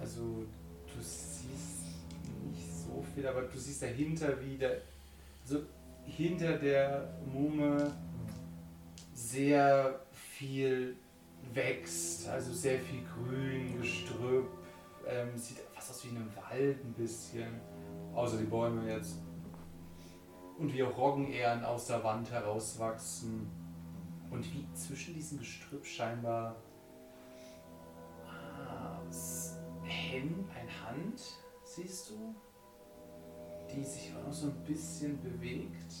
S1: Also du siehst nicht so viel, aber du siehst dahinter wieder, so hinter der Mume sehr viel wächst, also sehr viel Grün, Gestrüpp, ähm, sieht fast aus wie in einem Wald ein bisschen, außer die Bäume jetzt. Und wie auch Roggenähren aus der Wand herauswachsen und wie zwischen diesem Gestrüpp scheinbar Ah, s- Hen, ein Hand, siehst du, die sich auch noch so ein bisschen bewegt.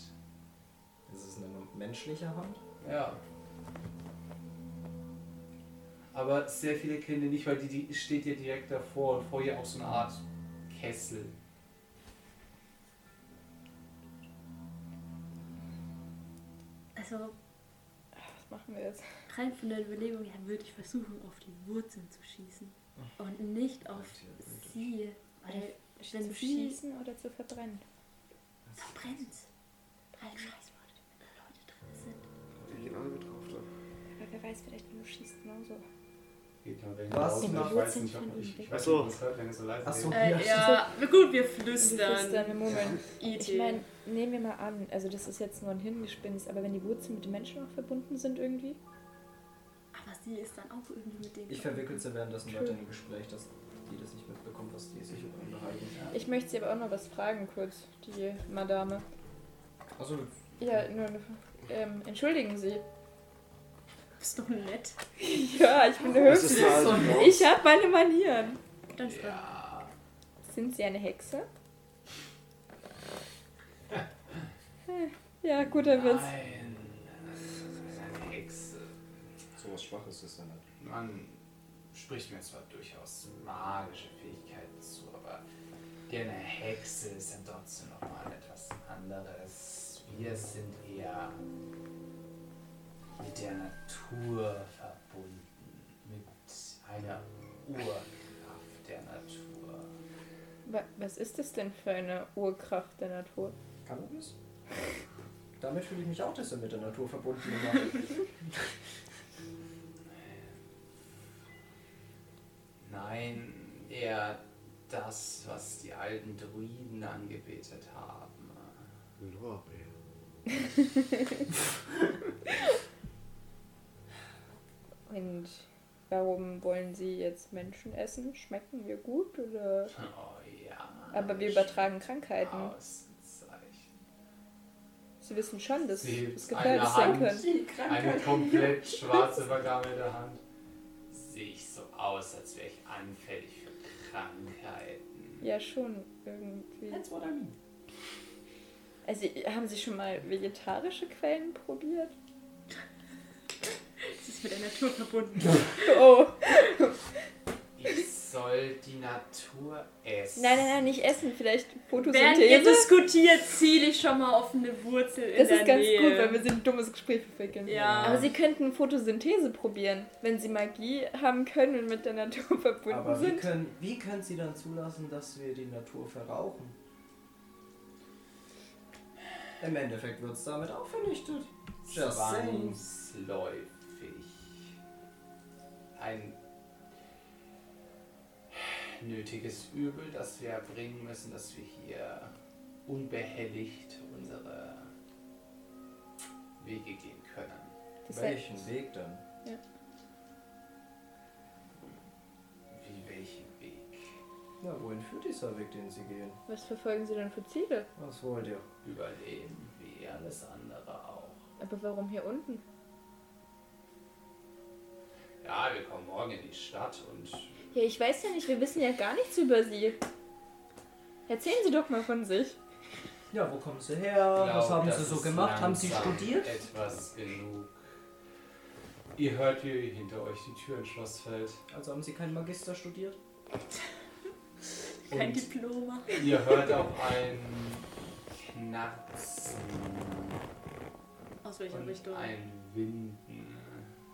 S6: Ist es eine menschliche Hand?
S1: Ja. Aber sehr viele kennen die nicht, weil die, die steht ihr direkt davor und vor ihr auch so eine Art Kessel.
S2: Also,
S5: Was machen wir jetzt?
S2: rein von der Überlegung her würde ich versuchen, auf die Wurzeln zu schießen. Und nicht auf sie. Weil, wenn
S5: zu
S2: sie.
S5: schießen oder zu verbrennen?
S2: Dann brennt's. Halt Scheißwort, wenn da Leute drin sind.
S4: Die gehen alle mit drauf, glaub
S5: Aber wer weiß, vielleicht wenn du schießt genauso.
S1: Geht mal weg.
S6: Was?
S1: draußen, Ich weiß nicht, ob ich, ich weiß nicht, ob
S4: Ach so.
S1: das hört, wenn es so leise
S6: Ach so.
S1: geht.
S6: Ja,
S2: Äh, ja, na gut, wir flüstern. E
S5: Flüstern, Moment.
S2: Idee.
S5: Ich meine, nehmen wir mal an, also das ist jetzt nur ein Hirngespinst, aber wenn die Wurzeln mit den Menschen auch verbunden sind irgendwie?
S2: Aber sie ist dann auch irgendwie mit denen.
S6: Ich verwickel sie währenddessen weiter in ein Gespräch, dass die das nicht mitbekommt, was die sich unterhalten.
S5: Ich möchte sie aber auch noch was fragen kurz, die Madame.
S6: Also
S5: Ja, nur, ähm, entschuldigen Sie.
S2: Bist doch nett. Also-
S5: Ja, ich bin eine
S4: Das ist
S5: Höfliche.
S4: eine alte Frau.
S5: Ich habe meine Manieren.
S2: Dann sprich.
S5: Sind Sie eine Hexe? Ja, guter Witz.
S1: Nein, das ist eine Hexe.
S6: sowas Schwaches ist dann halt. nicht.
S1: Man spricht mir zwar durchaus magische Fähigkeiten zu, aber der eine Hexe ist dann trotzdem nochmal etwas anderes. Wir sind eher mit der Natur verbunden, mit einer Urkraft der Natur.
S5: Wa- Was ist das denn für eine Urkraft der Natur?
S6: Cannabis? Damit fühle ich mich auch, dass er mit der Natur verbunden gemacht.
S1: Nein, eher das, was die alten Druiden angebetet haben.
S4: ich. Lorbeer.
S5: Und warum wollen Sie jetzt Menschen essen? Schmecken wir gut oder?
S1: Oh ja.
S5: Aber wir übertragen Krankheiten.
S1: Auszeichen.
S5: Sie wissen schon, dass
S1: Sie-
S5: es gefährlich
S1: eine
S5: sein
S1: Hand.
S5: könnte.
S1: Eine komplett schwarze vergammelte Hand. Sehe ich so aus, als wäre ich anfällig für Krankheiten.
S5: Ja, schon irgendwie.
S6: That's what I mean.
S5: Also haben Sie schon mal vegetarische Quellen probiert?
S2: Sie ist mit der Natur verbunden.
S5: Oh.
S1: Ich soll die Natur essen.
S5: Nein, nein, nein, nicht essen. Vielleicht
S2: Während ihr
S5: Photosynthese.
S2: diskutiert, ziele ich schon mal auf eine Wurzel in
S5: Das
S2: der
S5: ist ganz
S2: Nähe.
S5: gut, weil wir so ein dummes Gespräch verwickeln.
S2: Ja.
S5: Aber Sie könnten Photosynthese probieren, wenn Sie Magie haben können und mit der Natur verbunden
S6: Aber wie
S5: sind.
S6: können, wie können Sie dann zulassen, dass wir die Natur verrauchen? Im Endeffekt wird es damit auch vernichtet. Just saying.
S1: zwangsläufig ein nötiges Übel, das wir erbringen müssen, dass wir hier unbehelligt unsere Wege gehen können.
S5: Das heißt,
S6: Welchen Weg dann?
S1: Wie welchen Weg?
S6: Ja, wohin führt dieser Weg, den Sie gehen?
S5: was verfolgen Sie denn für Ziele?
S6: Was wollt ihr?
S1: Überleben, wie alles andere auch.
S5: Aber warum hier unten?
S1: Ja, wir kommen morgen in die Stadt und
S5: Ja, ich weiß ja nicht, wir wissen ja gar nichts über Sie. Erzählen Sie doch mal von sich.
S6: Ja, wo kommen Sie her?
S1: glaub,
S6: Was haben
S1: das
S6: Sie so
S1: ist
S6: Äh, gemacht? Haben Sie
S1: langsam
S6: studiert?
S1: Etwas genug Ihr hört, wie hinter euch die Tür ins Schloss fällt.
S6: Also haben Sie keinen Magister studiert?
S2: Kein Diploma.
S1: Ihr hört auch ein Knarzen
S2: Aus welcher
S1: und
S2: Richtung?
S1: ein Winden.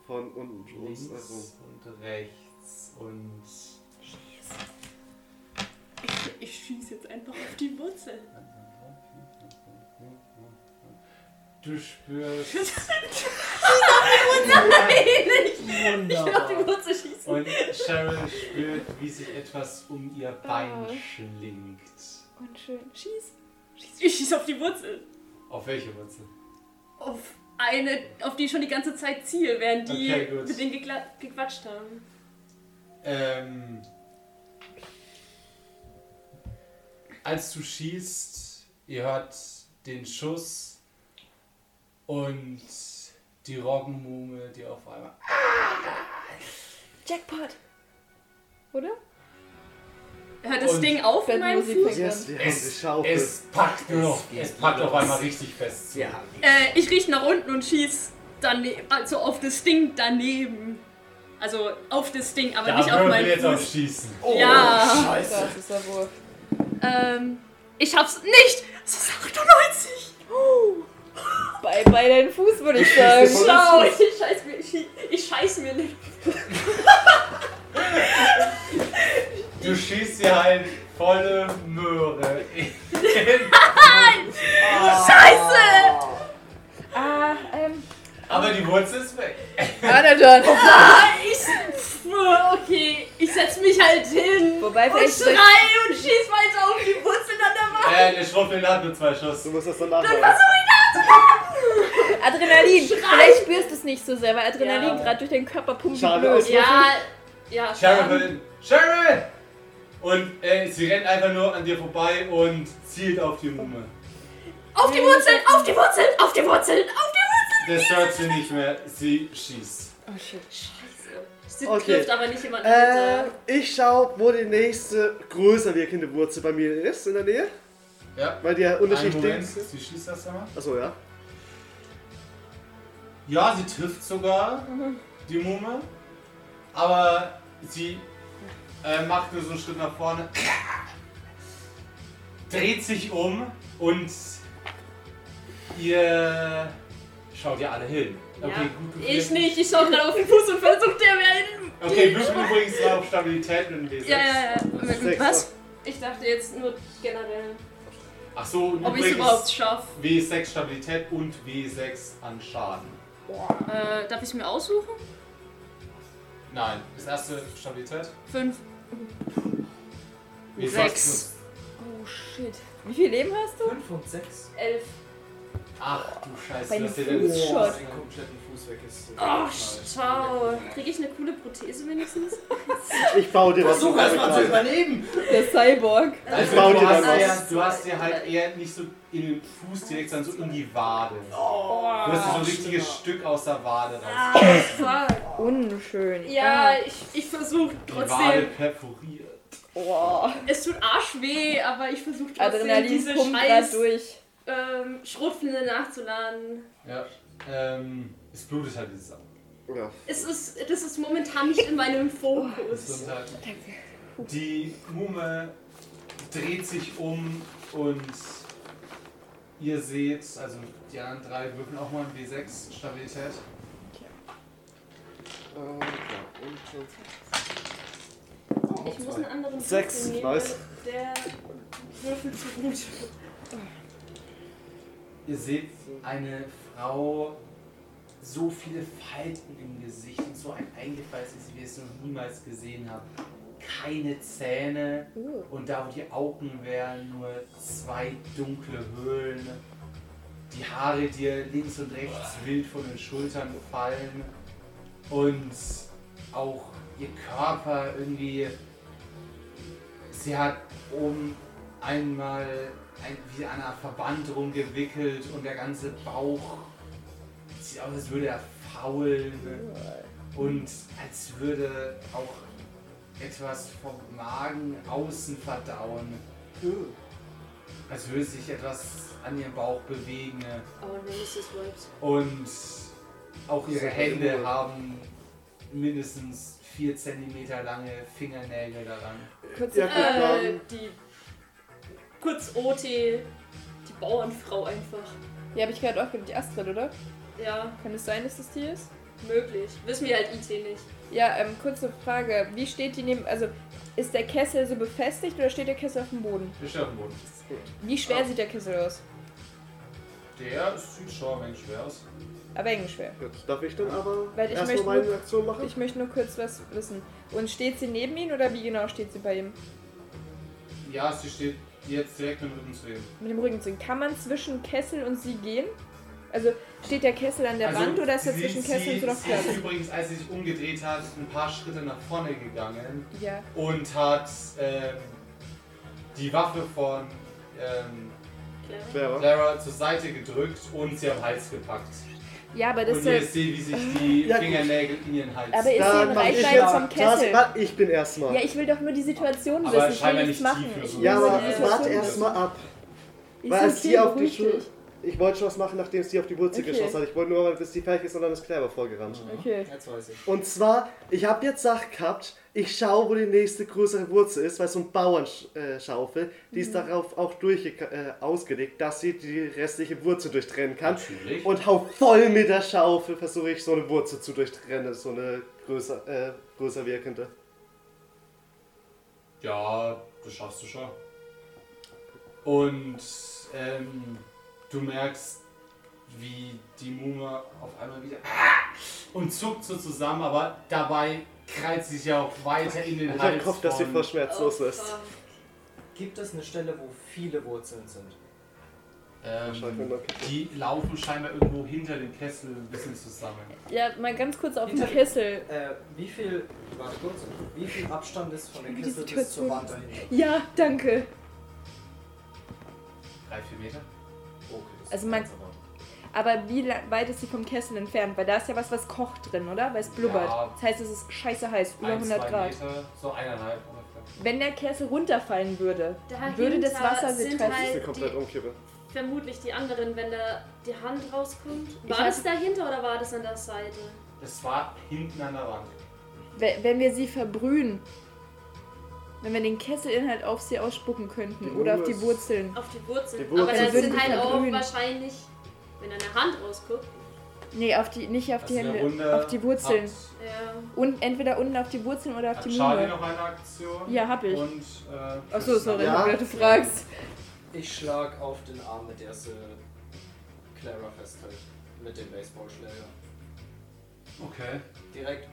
S4: Von unten.
S1: Links
S2: Oh
S4: Also,
S1: und rechts und
S2: Ich, ich schieße jetzt einfach auf die Wurzel.
S1: du spürst
S19: Wunderbar.
S20: Wurzel schießen.
S1: und Cheryl spürt, wie sich etwas um ihr
S20: Oh.
S1: Bein schlingt.
S21: Und schön.
S2: Schieß. Schieß. Ich schieße auf die Wurzel.
S1: Auf welche Wurzel?
S2: Auf eine, auf die ich schon die ganze Zeit ziehe, während die
S1: Okay, gut.
S2: mit denen gegla- gequatscht haben.
S1: Ähm, als du schießt, ihr hört den Schuss und die Roggenmume, die auf einmal
S21: Jackpot!
S5: Oder?
S2: Hört das
S1: Und-
S2: Ding auf in
S5: Wenn
S2: meinem
S5: Musik
S2: Fuß?
S5: fängt an.
S4: yes, wir haben die Schaufel.
S1: Es packt nur noch,
S19: geht
S1: es packt auf
S19: los.
S1: einmal richtig fest.
S19: Wir haben
S2: Äh, ich rieche nach unten und schieß dane- also auf das Ding daneben. Also auf das Ding, aber
S1: Da
S2: nicht auf
S1: würden wir
S2: meinen
S1: jetzt auch
S2: Fuß.
S1: schießen.
S2: ja.
S5: Das ist der Wurf.
S2: Ähm, ich schaff's nicht. Es ist 98.
S5: Bei, bei deinem Fuß würde ich sagen.
S2: Schau, Oh, ich scheiß mir, ich, ich scheiß mir nicht.
S1: Du schießt ihr halt volle Möhre.
S5: Ah, ähm. Ah,
S1: Aber die Wurzel ist weg.
S5: Anadon.
S2: Okay, ich setz mich halt hin.
S5: Wobei
S2: Und
S5: vielleicht.
S2: schrei und schieß weiter auf die Wurzel an der Wand.
S1: Äh, der Schrumpel hat nur zwei Schuss.
S4: Du musst das dann nachholen.
S5: Adrenalin. Vielleicht spürst du es nicht so sehr, weil Adrenalin
S2: Ja.
S5: gerade durch den Körper pumpt. wie
S4: Schade,
S5: blöd.
S4: aus-
S2: Ja, ja.
S1: Cheryl! Cheryl! Und äh, sie rennt einfach nur an dir vorbei und zielt auf die Mumme.
S2: Auf die Wurzeln, auf die Wurzeln, auf die Wurzeln, auf
S1: Das hört sie nicht mehr. Sie schießt.
S5: Oh shit.
S2: die Sie
S4: Okay.
S2: trifft aber nicht jemanden
S4: Äh,
S2: mit.
S4: ich schau, wo die nächste größer wirkende Wurzel bei mir ist in der Nähe.
S1: Ja.
S4: Weil die ja
S1: Einen
S4: unterschiedlich
S1: Moment,
S4: links ist.
S1: sie schießt das einmal.
S4: Achso, ja.
S1: Ja, sie trifft sogar die Mumme. Aber sie äh, macht nur so einen Schritt nach vorne. Dreht sich um und ihr schaut ja alle hin. Okay,
S2: Ja,
S1: gut gewählt.
S2: Ich nicht, ich schau gerade auf den Fuß und versuch der mir einen.
S1: Okay, würfel übrigens mal auf Stabilität mit dem D6.
S2: Ja, ja, ja.
S4: Sechs.
S2: Oh Was? Ich dachte jetzt nur generell,
S1: Ach so, und
S2: ob ich es
S1: übrigens
S2: überhaupt schaffe.
S1: W6 Stabilität und W6 an Schaden.
S2: Äh, darf ich mir aussuchen?
S1: Nein, das erste Stabilität.
S2: Fünf.
S1: W6
S2: Sechs.
S5: Oh shit. Wie viel Leben hast du?
S6: 5 und 6.
S2: Elf.
S1: plus- Ach du Scheiße,
S5: Bei
S1: du
S5: dem
S1: hast
S6: Äh,
S1: dir Oh, den
S5: Fußschott.
S1: den kompletten Fuß weg.
S2: Oh, schau. Krieg ich eine coole Prothese wenigstens?
S4: Ich baue dir was.
S19: Versuch erst mal zu überleben.
S5: Der Cyborg.
S1: Also
S4: baut
S1: du
S4: dir
S1: hast,
S4: dann was.
S1: eher, du hast dir halt eher nicht so in den Fuß direkt, sondern so in die Wade.
S2: Oh, Ah,
S1: Du hast dir so ein richtiges Stück aus der Wade raus.
S2: fuck.
S5: Unschön. Ah.
S2: Ja, ich, ich versuche
S1: Die Wade
S2: trotzdem.
S1: perforiert.
S5: Oh.
S2: Es tut arschweh, aber ich versuche trotzdem
S5: Adrenalin
S2: diese
S5: pumpt grad
S2: scheiß
S5: durch.
S2: ähm, Schrotflinte nachzuladen.
S1: Ja. Ähm, es blutet halt dieses Auge.
S4: Ja.
S2: Es ist, das ist momentan nicht in meinem
S1: Oh,
S2: Fokus.
S1: halt. Die Mumme dreht sich um und ihr seht, also die anderen drei würfeln auch mal ein W6 Stabilität.
S4: Ähm, ja, und so.
S2: Ich muss einen anderen Würfel
S4: Sechs,
S2: nehmen,
S4: nice.
S2: Der würfelt zu gut.
S1: Ihr seht eine Frau, so viele Falten im Gesicht und so ein eingefallenes, wie ihr es noch niemals gesehen habt. Keine Zähne und da, wo die Augen wären, nur zwei dunkle Höhlen. Die Haare dir links und rechts wild von den Schultern fallen und auch ihr Körper irgendwie. Sie hat oben einmal ein, wie an einer Verband rumgewickelt und der ganze Bauch sieht aus, als würde er faulen und als würde auch etwas vom Magen außen verdauen. Als würde sich etwas an ihrem Bauch bewegen. ne?
S2: Oh, Nemesis Wipes.
S1: Und auch Auch ihre Hände haben mindestens 4 cm lange Fingernägel daran.
S5: Kurz
S4: Ja, gut,
S2: Äh,
S4: dann.
S2: die. Kurz OT. Die Bauernfrau einfach.
S5: Ja, habe ich gerade auch gedacht, die Astrid, oder?
S2: Ja,
S5: Kann es sein, dass das die ist?
S2: möglich. Wissen wir halt IT nicht.
S5: Ja, ähm, kurze Frage. Wie steht die neben. Also, ist der Kessel so befestigt oder steht der Kessel auf dem Boden?
S1: Der Stirnboden.
S5: Wie
S2: Oh.
S5: schwer sieht der Kessel aus?
S1: Der sieht schon ein wenig schwer aus.
S5: Aber eng schwer.
S4: Gut, darf ich dann aber
S5: Weil ich
S4: erstmal
S5: möchte
S4: meine
S5: nur-
S4: Aktion machen?
S5: Ich möchte nur kurz was wissen. Und steht sie neben ihm oder wie genau steht sie bei ihm?
S1: Ja, sie steht jetzt direkt mit dem Rücken zu ihm.
S5: Mit dem Rücken zu ihm. Kann man zwischen Kessel und sie gehen? Also steht der Kessel an der
S1: Also,
S5: Wand oder ist er
S1: sie-
S5: zwischen Kessel und
S1: sie,
S5: so noch
S1: sie ist
S5: Platz?
S1: übrigens, als sie sich umgedreht hat, ein paar Schritte nach vorne gegangen
S5: Ja.
S1: und hat ähm, die Waffe von ähm,
S4: Clara.
S1: Clara zur Seite gedrückt und sie am Hals gepackt.
S5: Ja, aber das
S1: Und
S5: ist
S1: ihr
S5: ja.
S1: seht, wie sich die
S4: Ja, gut.
S1: Fingernägel in ihren Hals
S5: Aber ist sie
S4: Dann
S5: in
S4: mach ich
S5: Reichweite
S4: jetzt
S5: vom
S4: Das,
S5: Kessel?
S4: warte, ich bin erstmal.
S5: Ja, ich will doch nur die Situation
S1: Aber
S5: wissen. Ich will
S1: scheinbar
S5: nichts
S1: nicht tief
S5: machen.
S1: für
S5: Ich
S1: so
S5: will
S4: Ja,
S5: nur
S4: aber
S5: die
S2: Ja.
S5: Situation
S4: warte
S5: wissen.
S4: erstmal ab.
S5: Ich
S4: Weil
S5: sind
S4: als die
S5: viel
S4: auf die
S5: beruhigt
S4: Schule.
S5: dich.
S4: Ich wollte schon was machen, nachdem es die auf die Wurzel
S5: Okay.
S4: geschossen hat. Ich wollte nur, warten, bis die fertig ist und dann ist Clever vorgerannt.
S5: Okay.
S6: Jetzt weiß ich.
S4: Und zwar, ich habe jetzt Sache gehabt, ich schaue, wo die nächste größere Wurzel ist, weil so ein Bauernschaufel, die
S5: Mhm.
S4: ist darauf auch durch, äh, ausgelegt, dass sie die restliche Wurzel durchtrennen kann.
S1: Natürlich.
S4: Und hau voll mit der Schaufel, versuche ich so eine Wurzel zu durchtrennen, so eine größer, äh, größer wirkende.
S1: Ja, das schaffst du schon. Und ähm, du merkst, wie die Mume auf einmal wieder Ah! und zuckt so zusammen, aber dabei krallt sie sich ja auch weiter in den
S4: Ich habe
S1: Hals.
S4: gehofft, dass sie
S1: von-
S4: vor Schmerz los
S2: Oh,
S4: ist.
S2: fuck.
S6: Gibt es eine Stelle, wo viele Wurzeln sind?
S4: Wahrscheinlich
S1: ähm,
S4: noch-
S1: die laufen scheinbar irgendwo hinter dem Kessel ein bisschen zusammen.
S5: Ja, mal ganz kurz auf den
S6: Hinter-
S5: Kessel.
S6: Äh, wie viel. Warte kurz. Wie viel Abstand ist von der
S5: will die
S6: Kiste bis zur
S5: Situation
S6: Wand dahinter?
S5: Ja, danke.
S1: Drei, vier Meter?
S6: Okay, das
S5: Also
S6: ist
S5: man-
S6: ganz normal.
S5: Aber wie la- weit ist sie vom Kessel entfernt? Weil da ist ja was, was kocht drin, oder? Weil es blubbert.
S1: Ja.
S5: Das heißt, es ist scheiße heiß, über
S1: Ein,
S5: 100
S1: zwei
S5: Grad.
S1: Meter, so eineinhalb. oder vielleicht.
S5: Wenn der Kessel runterfallen würde,
S2: Dahinter
S5: würde das Wasser sie
S2: sind
S5: treffen.
S4: Ich
S2: halt-
S4: will komplett umkippen.
S2: Vermutlich die anderen, wenn da die Hand rauskommt.
S5: Ich
S2: War
S5: hab-
S2: das dahinter oder war das an der Seite?
S1: Es war hinten an der Wand.
S5: we- wenn wir sie verbrühen, wenn wir den Kesselinhalt auf sie ausspucken könnten
S4: Die
S5: oder auf
S4: Wurzel
S5: die
S4: ist-
S5: Wurzeln.
S2: Auf die Wurzeln.
S4: Die Wurzeln
S2: Aber da
S5: sind
S2: sind halt auch
S5: grün.
S2: wahrscheinlich, wenn an der Hand rausguckt.
S5: Nee, auf die, nicht auf
S1: Hast
S5: die
S1: du eine
S5: Hände,
S1: Runde,
S5: auf die Wurzeln.
S1: Hat,
S2: Ja.
S5: Und entweder unten auf die Wurzeln oder auf
S1: hat
S5: die
S1: Charlie
S5: Mühle.
S1: noch eine Aktion?
S5: Ja, hab ich.
S1: Und, äh,
S5: Achso, sorry,
S4: Ja.
S5: weil du fragst.
S6: Ich schlag auf den Arm, mit der sie Clara festhält. Mit dem Baseballschläger.
S1: Okay.
S6: Direkt.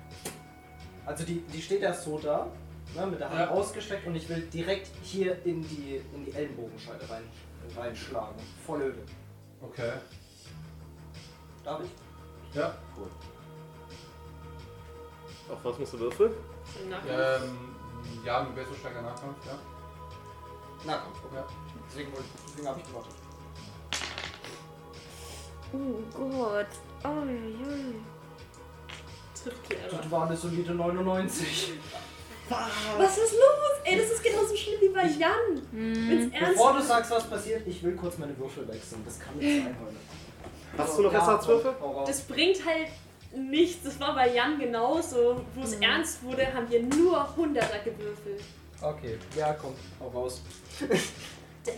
S6: Also die, die steht erst so da, ne, mit der Hand
S1: Ja.
S6: ausgestreckt und ich will direkt hier in die, in die Ellenbogenscheide rein, reinschlagen. Voll Öle.
S1: Okay.
S6: Darf ich?
S1: Ja.
S4: Auf was musst du würfeln?
S2: Im Nacken.
S1: Ähm, ja, mit Baseballschläger Nahkampf, ja.
S6: Na komm,
S1: Okay.
S6: deswegen, wollte- deswegen habe ich gewartet.
S12: Oh Gott. Oh, ja.
S2: Trifft Clara.
S6: Das war eine solide 99.
S2: Was ist los? Ey, das ist genauso schlimm wie bei Jan.
S5: Mhm.
S2: Wenn's ernst
S6: Bevor du sagst, was passiert, ich will kurz meine Würfel wechseln. Das kann nicht sein heute.
S4: Hast du noch
S6: Ja,
S4: Ersatzwürfel?
S6: hau raus.
S2: Das bringt halt nichts. Das war bei Jan genauso. Wo
S5: Mhm.
S2: es ernst wurde, haben wir nur Hunderter gewürfelt.
S6: Okay, ja komm, hau raus.
S2: Damn.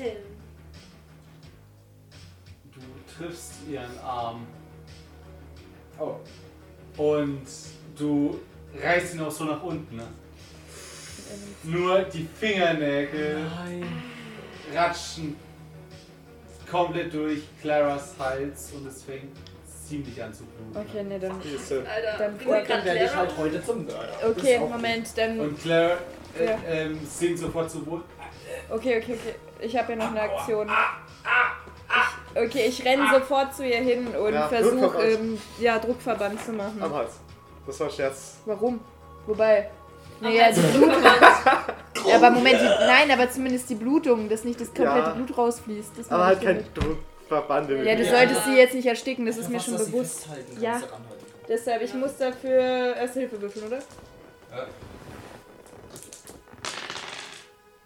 S1: Du triffst ihren Arm
S6: Oh,
S1: und du reißt ihn auch so nach unten. Ne? Nur die Fingernägel
S6: nein.
S1: ratschen komplett durch Claras Hals und es fängt ziemlich an zu bluten. ne?
S5: Okay, nee, dann.
S4: Die ist, äh,
S2: Alter,
S5: Dann
S2: bin
S5: fuck,
S2: grad
S6: Dann werde ich
S2: Clara.
S6: halt heute zum Mörder.
S5: Okay,
S6: Ist auch
S5: Moment, dann.
S1: Und Clara äh,
S5: Ja.
S1: ähm, sinkt sofort zu Boden.
S5: Okay, okay, okay. Ich habe ja noch eine Aktion. Ich, okay, ich renne sofort zu ihr hin und
S4: Ja,
S5: versuche,
S4: Druckverband.
S5: ähm, ja, Druckverband zu machen.
S4: am Hals. Das war ein Scherz.
S5: Warum? Wobei. Naja,
S2: Aber
S5: die
S2: es-
S5: Blutung. Ja, aber Moment, die, nein, aber zumindest die Blutung, dass nicht das komplette
S4: Ja.
S5: Blut rausfließt. Das
S4: Aber
S5: meine
S4: halt
S5: ich
S4: kein
S5: damit.
S4: Druckverband im
S5: Ja, du
S4: Übrigen.
S2: Ja.
S5: solltest sie jetzt nicht ersticken, das
S6: Einfach
S5: ist mir
S6: was,
S5: schon
S6: dass sie
S5: bewusst.
S6: festhalten kann,
S5: Ja.
S6: dass sie ranhalten kann.
S5: Deshalb, ich muss dafür erste Hilfe würfeln, oder?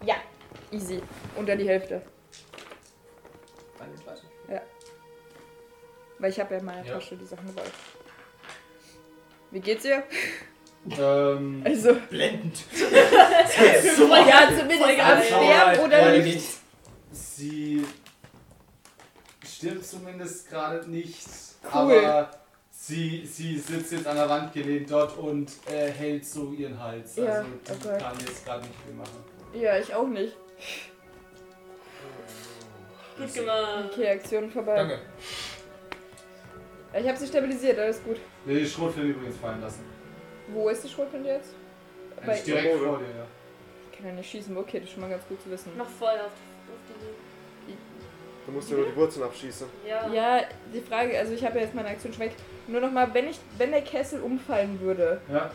S5: Ja. Easy. Unter die Hälfte.
S6: Nein, ich weiß nicht.
S5: Weil ich habe ja in meiner
S1: Ja.
S5: Tasche die Sachen dabei. Wie geht's ihr?
S1: Ähm,
S5: Also,
S22: Blendend.
S5: ja, zumindest am Sterben oder nicht.
S1: sie stirbt zumindest gerade nicht,
S5: Cool.
S1: aber sie, sie sitzt jetzt an der Wand gelehnt dort und äh, hält so ihren Hals.
S5: Ja, oh
S1: also die
S5: okay.
S1: kann jetzt gerade nicht viel machen.
S5: Ja, ich auch nicht.
S2: Gut gemacht.
S5: Okay, Aktion vorbei.
S22: Danke.
S5: Ich habe sie stabilisiert, alles gut.
S1: Nee, die Schrotflinte übrigens fallen lassen.
S5: Wo ist die Schrotflinte jetzt? Bei-
S1: Eigentlich direkt vor dir, ja.
S5: Ich kann ja nicht schießen, okay, das ist schon mal ganz gut zu wissen.
S2: Noch voll auf, auf
S4: Du musst ja nur die Wurzeln abschießen.
S2: die. Ja.
S5: Ja, die Frage, also ich habe ja jetzt meine Aktion schon weg. Nur nochmal, wenn ich, wenn der Kessel umfallen würde,
S1: Ja,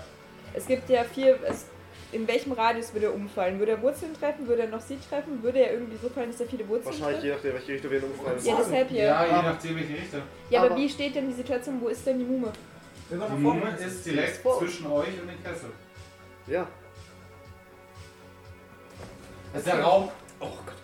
S5: es gibt ja vier, es, in welchem Radius würde er umfallen? Würde er Wurzeln treffen? Würde er noch sie treffen? Würde er irgendwie so fallen, dass er viele Wurzeln
S4: Wahrscheinlich je nachdem, welche Richtung wir umfallen.
S5: trifft? Ja, deshalb hier.
S1: ja,
S5: Ja,
S1: je nachdem welche Richtung.
S5: aber,
S4: aber-
S5: wie steht denn die Situation, wo ist denn die Mume?
S22: Wenn wir
S1: Die
S22: nach
S1: Mumme
S22: vorne
S1: ist direkt
S4: vor.
S1: zwischen euch und dem Kessel.
S4: Ja,
S1: Also der Raum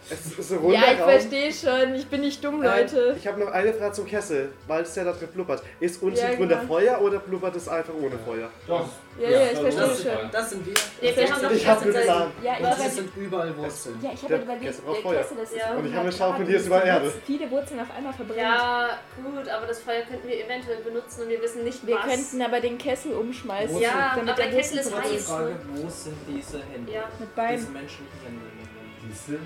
S4: es ist ein runder
S5: ja, ich
S4: Raum.
S5: verstehe schon, ich bin nicht dumm, Leute.
S4: Äh, ich habe noch eine Frage zum Kessel, weil es ja da drin blubbert. Ist unten
S5: Ja,
S4: drunter
S5: genau.
S4: Feuer oder blubbert es einfach ohne Feuer?
S1: Doch,
S5: Ja,
S23: Ja,
S5: ja, ich verstehe
S23: das-
S5: schon.
S6: Das sind wir.
S2: Nee, wir haben doch
S4: Ich habe
S2: die ganze
S4: einen
S2: Zeit-
S4: Plan.
S5: Ja, ich
S6: Und hier
S5: weiß.
S6: sind überall Wurzeln.
S3: Ja, ich habe
S4: Der
S3: mir überlegt,
S4: Kessel braucht
S3: der
S4: Feuer. Ah,
S3: Kessel ist
S2: Ja.
S4: Und ich habe eine
S3: 100
S4: Schaufel,
S3: Grad
S4: die ist
S3: und
S4: überall
S3: die
S4: Erde.
S3: Wurzeln- Viele Wurzeln auf einmal verbrennt.
S2: Ja, gut, aber das Feuer könnten wir eventuell benutzen und wir wissen nicht,
S5: Wir
S2: was.
S5: könnten aber den Kessel umschmeißen,
S2: Ja,
S5: damit
S2: aber
S5: der
S2: der Kessel
S5: Kessel
S2: ist
S6: Kurze
S2: heiß. ne?
S6: Frage, wo sind diese Hände?
S2: Ja.
S5: mit
S6: Diese
S5: Beinen.
S6: menschlichen Hände.
S1: die sind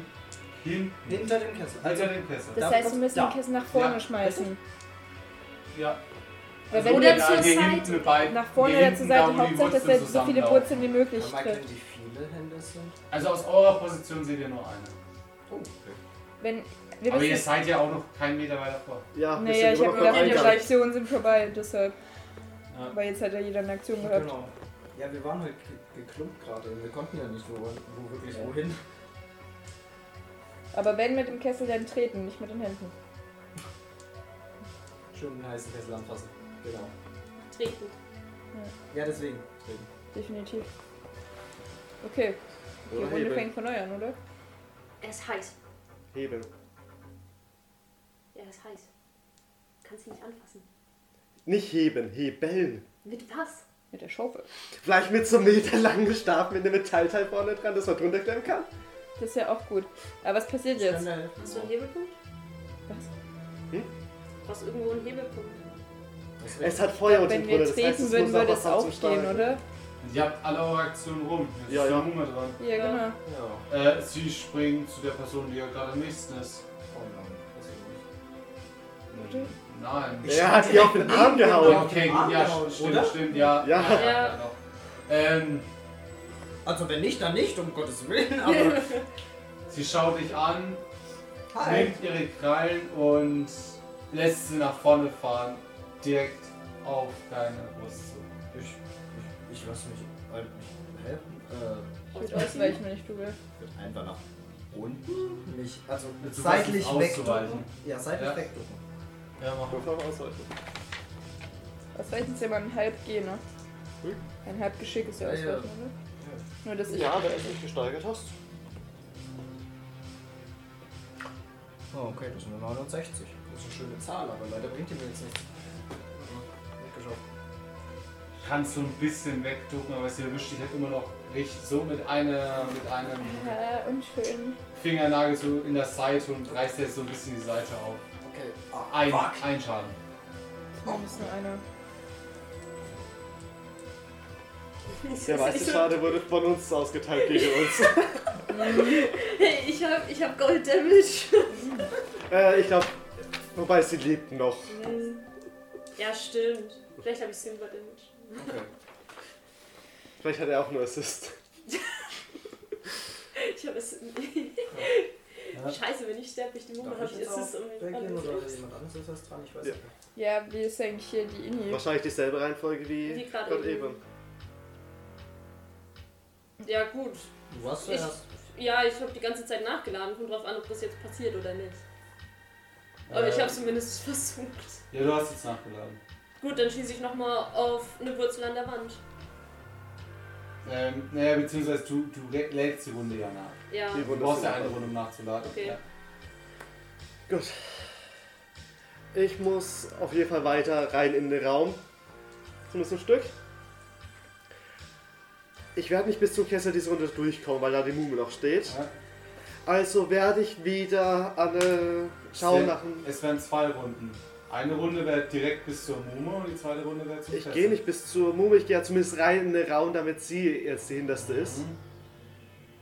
S1: hin
S6: Hinter dem Kessel.
S1: hinter dem Kessel. Also
S5: Das
S6: Da,
S5: heißt, wir müssen
S6: da.
S5: den Kessel nach vorne
S6: Ja.
S5: schmeißen.
S1: Ja. also
S5: Weil wenn
S2: Oder
S5: wir
S2: zur
S1: hier
S2: Seite.
S1: hinten bei-
S5: nach vorne
S1: hier
S5: oder zur
S1: hinten, da,
S5: Seite,
S1: wo die
S5: Hauptsache, dass
S1: Wurzeln
S5: er so viele
S1: zusammenlaufen.
S5: Wurzeln wie möglich
S6: Aber können
S5: trifft.
S6: die viele Hände sind?
S1: Also aus eurer Position seht ihr nur eine.
S5: Wenn, Oh, wir
S1: Aber ihr
S5: müssen,
S1: seid ja auch noch keinen Meter weiter vor.
S4: Ja, wir
S5: naja,
S4: sind
S5: ich
S4: nur
S5: habe
S4: noch beim
S5: gedacht, die
S4: Eingang.
S5: Aktionen sind vorbei, deshalb.
S1: Ja.
S5: Aber jetzt hat ja jeder eine Aktion gehabt.
S6: Genau. Ja, wir waren halt ge- geklumpt gerade. Wir konnten ja nicht wo, wo wirklich
S1: Ja.
S6: wohin.
S5: Aber wenn mit dem Kessel dann treten, nicht mit den Händen.
S6: Schön den heißen Kessel anfassen. Genau.
S2: Treten.
S6: Ja, deswegen.
S5: Definitiv. Okay, die
S4: Oder
S5: Runde
S4: hebeln.
S5: fängt von neu an, oder?
S2: Er ist heiß.
S4: hebeln.
S2: Er ist heiß. Kannst ihn nicht anfassen.
S4: Nicht heben, hebeln.
S2: Mit was?
S5: Mit der Schaufel.
S4: Vielleicht mit so einem meterlangen Stab mit einem Metallteil vorne dran, dass man drunter klemmen kann.
S5: Das ist ja auch gut. Aber was passiert
S6: Ich kann
S5: jetzt?
S6: da helfen.
S2: Hast du einen Hebelpunkt?
S5: Was?
S2: Du brauchst irgendwo einen Hebelpunkt.
S6: Das
S4: Es hat Feuer unten
S5: Wenn wir
S4: drunter, das heißt,
S5: treten
S4: es
S5: würden,
S4: muss noch
S5: würde es
S4: Wasser zum
S5: aufgehen,
S4: Stahl.
S5: oder?
S1: Und ihr habt alle eure Aktionen rum. Jetzt
S4: Ja,
S1: ist
S4: ja.
S1: die Mumme dran.
S5: Ja,
S2: Ja.
S5: genau.
S6: Ja. oh
S1: Äh, sie springen zu der Person, die ja gerade am nächsten ist.
S6: Oh nein. Das ist gut.
S2: Mhm.
S1: Nein.
S4: Er hat ihr auf den Arm
S1: Ja,
S4: gehauen.
S1: okay,
S6: Arm
S1: ja,
S6: gehauen,
S1: stimmt,
S6: oder?
S1: stimmt, ja.
S4: Ja.
S2: Ja.
S1: doch. Ähm,
S6: Also wenn nicht, dann nicht, um Gottes Willen, aber.
S1: sie schaut dich an,
S6: Hi.
S1: nimmt ihre Krallen und lässt sie nach vorne fahren. Direkt auf deine Brust zu.
S6: Ich, ich, ich lass mich äh, mich helfen. Äh,
S5: Ich würde ausweichen, wenn ich du will.
S6: wird einfach nach unten. Mich, also
S1: Du
S6: seitlich
S1: versuchst
S6: wegducken.
S1: auszuweichen.
S6: Ja, seitlich
S1: Ja.
S6: wegducken.
S1: Ja, mach
S4: Muss man ausweichen.
S5: Ausweichen ist ja mal ein halb G, ne?
S4: Hm?
S5: Ein halb Geschick ist
S6: Ja,
S5: ja
S6: ja.
S5: ausweichen, oder? Nur, dass ich.
S4: Ja, wenn du es nicht gesteigert hast.
S6: Oh, okay, das sind nur 69. Das ist eine schöne Zahl, aber leider bringt die mir jetzt nichts. Ja, Nicht geschafft.
S1: Kannst du ein bisschen wegducken, aber sie erwischt dich halt immer noch richtig so mit, einer, mit einem
S5: Ja, unschön.
S1: Fingernagel so in der Seite und reißt dir jetzt so ein bisschen die Seite auf.
S6: Okay. Ah,
S1: Ein,
S6: fuck.
S1: ein Schaden.
S5: Zumindest Oh, nur einer.
S4: Der meiste Schade wurde von uns ausgeteilt gegen uns.
S2: Hey, ich hab, ich hab Gold Damage.
S4: äh, ich glaube, wobei sie lebt noch.
S2: ja, stimmt. Vielleicht habe ich Silver Damage.
S4: Vielleicht hat er auch nur Assist.
S2: Ich habe es. Scheiße, wenn ich sterbe, ich die Mumme
S6: Darf
S2: habe,
S6: ich jetzt
S2: ist es
S6: auch
S2: um.
S6: reagieren
S2: um-
S6: oder ist jemand anderes ist erst dran? Ich weiß
S4: Ja.
S6: nicht. mehr.
S5: Ja, wie ist eigentlich hier die Inni?
S4: Wahrscheinlich dieselbe Reihenfolge wie,
S2: Wie gerade
S4: gerade
S2: eben.
S4: eben.
S2: Ja, gut.
S6: Du warst
S2: Ich,
S6: zuerst.
S2: ja, ich habe die ganze Zeit nachgeladen. Kommt drauf an, ob das jetzt passiert oder nicht. Aber ich
S1: Äh,
S2: habe es zumindest versucht.
S1: Ja, du hast jetzt nachgeladen.
S2: Gut, dann schieße ich nochmal auf eine Wurzel an der Wand.
S1: Ähm, naja, beziehungsweise du, du lä- lädst die Runde ja nach.
S2: Ja.
S4: Die
S1: Du
S4: Runde
S1: brauchst
S4: ist
S1: ja
S4: in
S1: eine
S4: Ordnung.
S1: Runde, um nachzuladen.
S2: Okay.
S1: Ja.
S4: Gut. Ich muss auf jeden Fall weiter rein in den Raum. Zumindest ein Stück. Ich werde nicht bis zum Kessel diese Runde durchkommen, weil da die Mume noch steht.
S13: Ja.
S4: Also werde ich wieder an eine Schau
S1: Es wär-
S4: nach dem.
S1: Es wären zwei Runden. Eine Runde wäre direkt bis zur Mume und die zweite Runde wäre zum
S4: Ich
S1: Kessel.
S4: gehe nicht bis zur Mume, ich gehe ja zumindest rein in eine Raum, damit sie jetzt die hinterste ist.
S1: Mhm.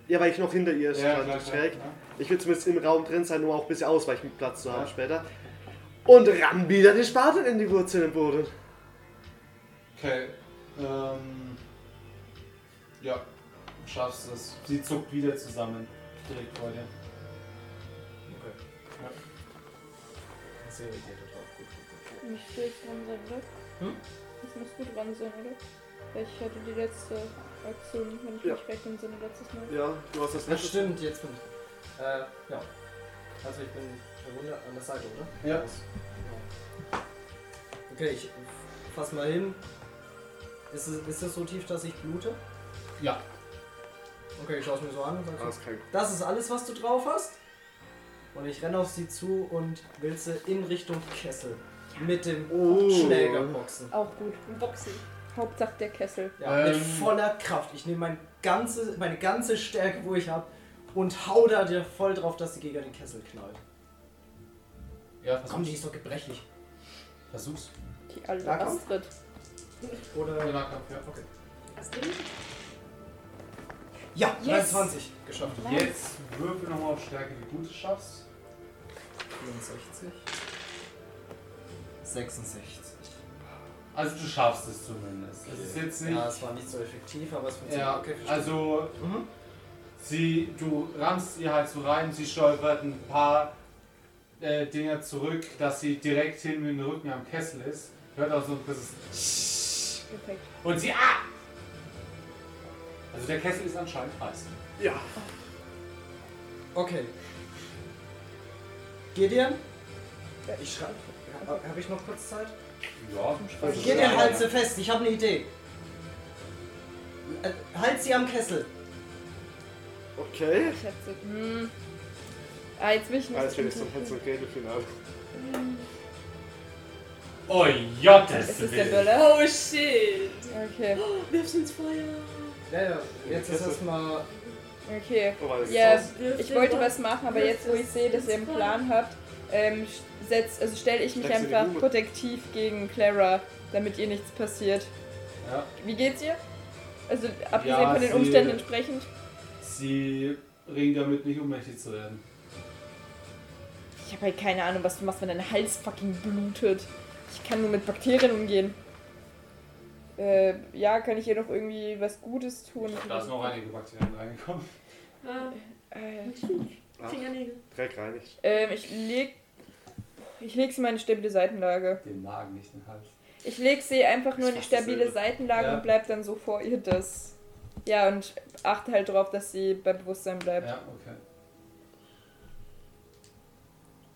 S4: Ja, weil ich noch hinter
S1: Ja,
S4: ihr
S1: ne?
S4: stand,
S1: klar, klar,
S4: schräg.
S1: klar.
S4: Ich will zumindest im Raum drin sein, um auch ein bisschen Ausweichplatz zu haben
S1: Ja.
S4: später. Und ramm wieder den Spaten in die Wurzel im Boden.
S1: Okay. Ähm, ja, du schaffst es. Sie zuckt wieder zusammen. Direkt vor dir.
S6: Sie reagiert darauf. Gut, gut,
S5: Mich steht dran sein, oder?
S6: Hm?
S5: Ich muss gut dran sein, oder? Weil ich hatte die letzte Aktion, wenn ich
S4: Ja.
S5: mich recht entsinne, letztes Mal.
S4: Ja, du hast das
S6: gut. Das stimmt, jetzt bin ich. Äh, ja. Also ich bin eine Runde an der Seite, oder?
S1: Ja.
S6: Ja. Okay, ich fass mal hin. Ist es, ist es so tief, dass ich blute?
S1: Ja.
S6: Okay, ich schaue es mir so an und sag so,
S4: Alles kein
S6: Das ist alles, was du drauf hast. Und ich renne auf sie zu und will sie in Richtung Kessel mit dem
S4: Oh.
S6: Schläger boxen.
S5: Auch gut.
S2: Boxen.
S5: Hauptsache der Kessel.
S6: Ja, mit
S1: Ähm.
S6: voller Kraft. Ich nehme mein ganze, meine ganze Stärke, wo ich habe, und hau da dir voll drauf, dass sie gegen den Kessel knallt.
S1: Ja,
S6: Also Komm, die
S1: versuch's.
S6: ist doch gebrechlich.
S1: Versuch's.
S5: Die alte
S6: Da kommt-
S5: Astrid.
S1: Der
S6: Oder.
S1: Nahkampf, ja.
S6: Okay.
S2: Hast du nicht?
S6: Ja,
S2: Yes.
S6: 23. Geschafft.
S1: Jetzt würfel nochmal auf Stärke, wie gut du es schaffst.
S6: 64. 66.
S1: Also du schaffst es zumindest. Es ist jetzt nicht.
S6: Ja, es war nicht so effektiv, aber es funktioniert.
S1: Ja,
S6: okay, verstehe.
S1: also
S6: Mhm.
S1: sie, du rammst ihr halt so rein, sie stolpert ein paar äh, Dinger zurück, dass sie direkt hin mit dem Rücken am Kessel ist. Hört auch so ein bisschen
S5: Perfekt.
S1: Und sie. Ah! Also der Kessel ist anscheinend heiß.
S4: Ja.
S6: Okay. Gideon? Ich schreibe. Habe ich noch kurz Zeit?
S1: Ja, also
S6: Gideon, halt sie fest. Ich habe eine Idee. Äh, Halt sie am Kessel.
S4: Okay.
S5: Ich hätte. Hm. Ah, jetzt will ich nicht.
S4: Alles wenn ich zum Hetzen rede, final.
S1: Oh Jottes
S5: Es ist der
S1: Willen.
S5: Böller.
S2: Oh shit!
S5: Okay.
S2: Wirf's ins Feuer!
S6: Ja, ja. Jetzt ist
S4: Kessel.
S6: erstmal.
S5: Okay.
S4: Oh, weil
S5: Ja,
S2: Wirf
S5: ich
S2: den
S5: wollte
S2: Ball.
S5: was machen, aber jetzt, wo ich sehe, dass ihr einen Plan habt, ähm, sch- setz, also stelle ich mich
S4: Steckst du die
S5: einfach
S4: Blume?
S5: protektiv gegen Clara, damit ihr nichts passiert.
S1: Ja.
S5: Wie geht's ihr? Also abgesehen
S1: Ja,
S5: von den
S1: sie-
S5: Umständen entsprechend.
S1: Sie ringt damit nicht ohnmächtig zu werden.
S5: Ich habe halt keine Ahnung, was du machst, wenn dein Hals fucking blutet. Ich kann nur mit Bakterien umgehen. Äh, ja, kann ich ihr noch irgendwie was Gutes tun?
S1: Da ist noch einige Bakterien reingekommen.
S2: Ah,
S5: Äh,
S2: Fingernägel.
S4: Dreck reinigt.
S5: ähm, ich leg. Ich leg sie mal in eine stabile Seitenlage.
S1: Den Magen, nicht den Hals.
S5: Ich leg sie einfach nur in die
S4: fast dasselbe.
S5: stabile Seitenlage
S1: Ja.
S5: und bleib dann so vor ihr das. Ja, und achte halt drauf, dass sie bei Bewusstsein bleibt.
S1: Ja, okay.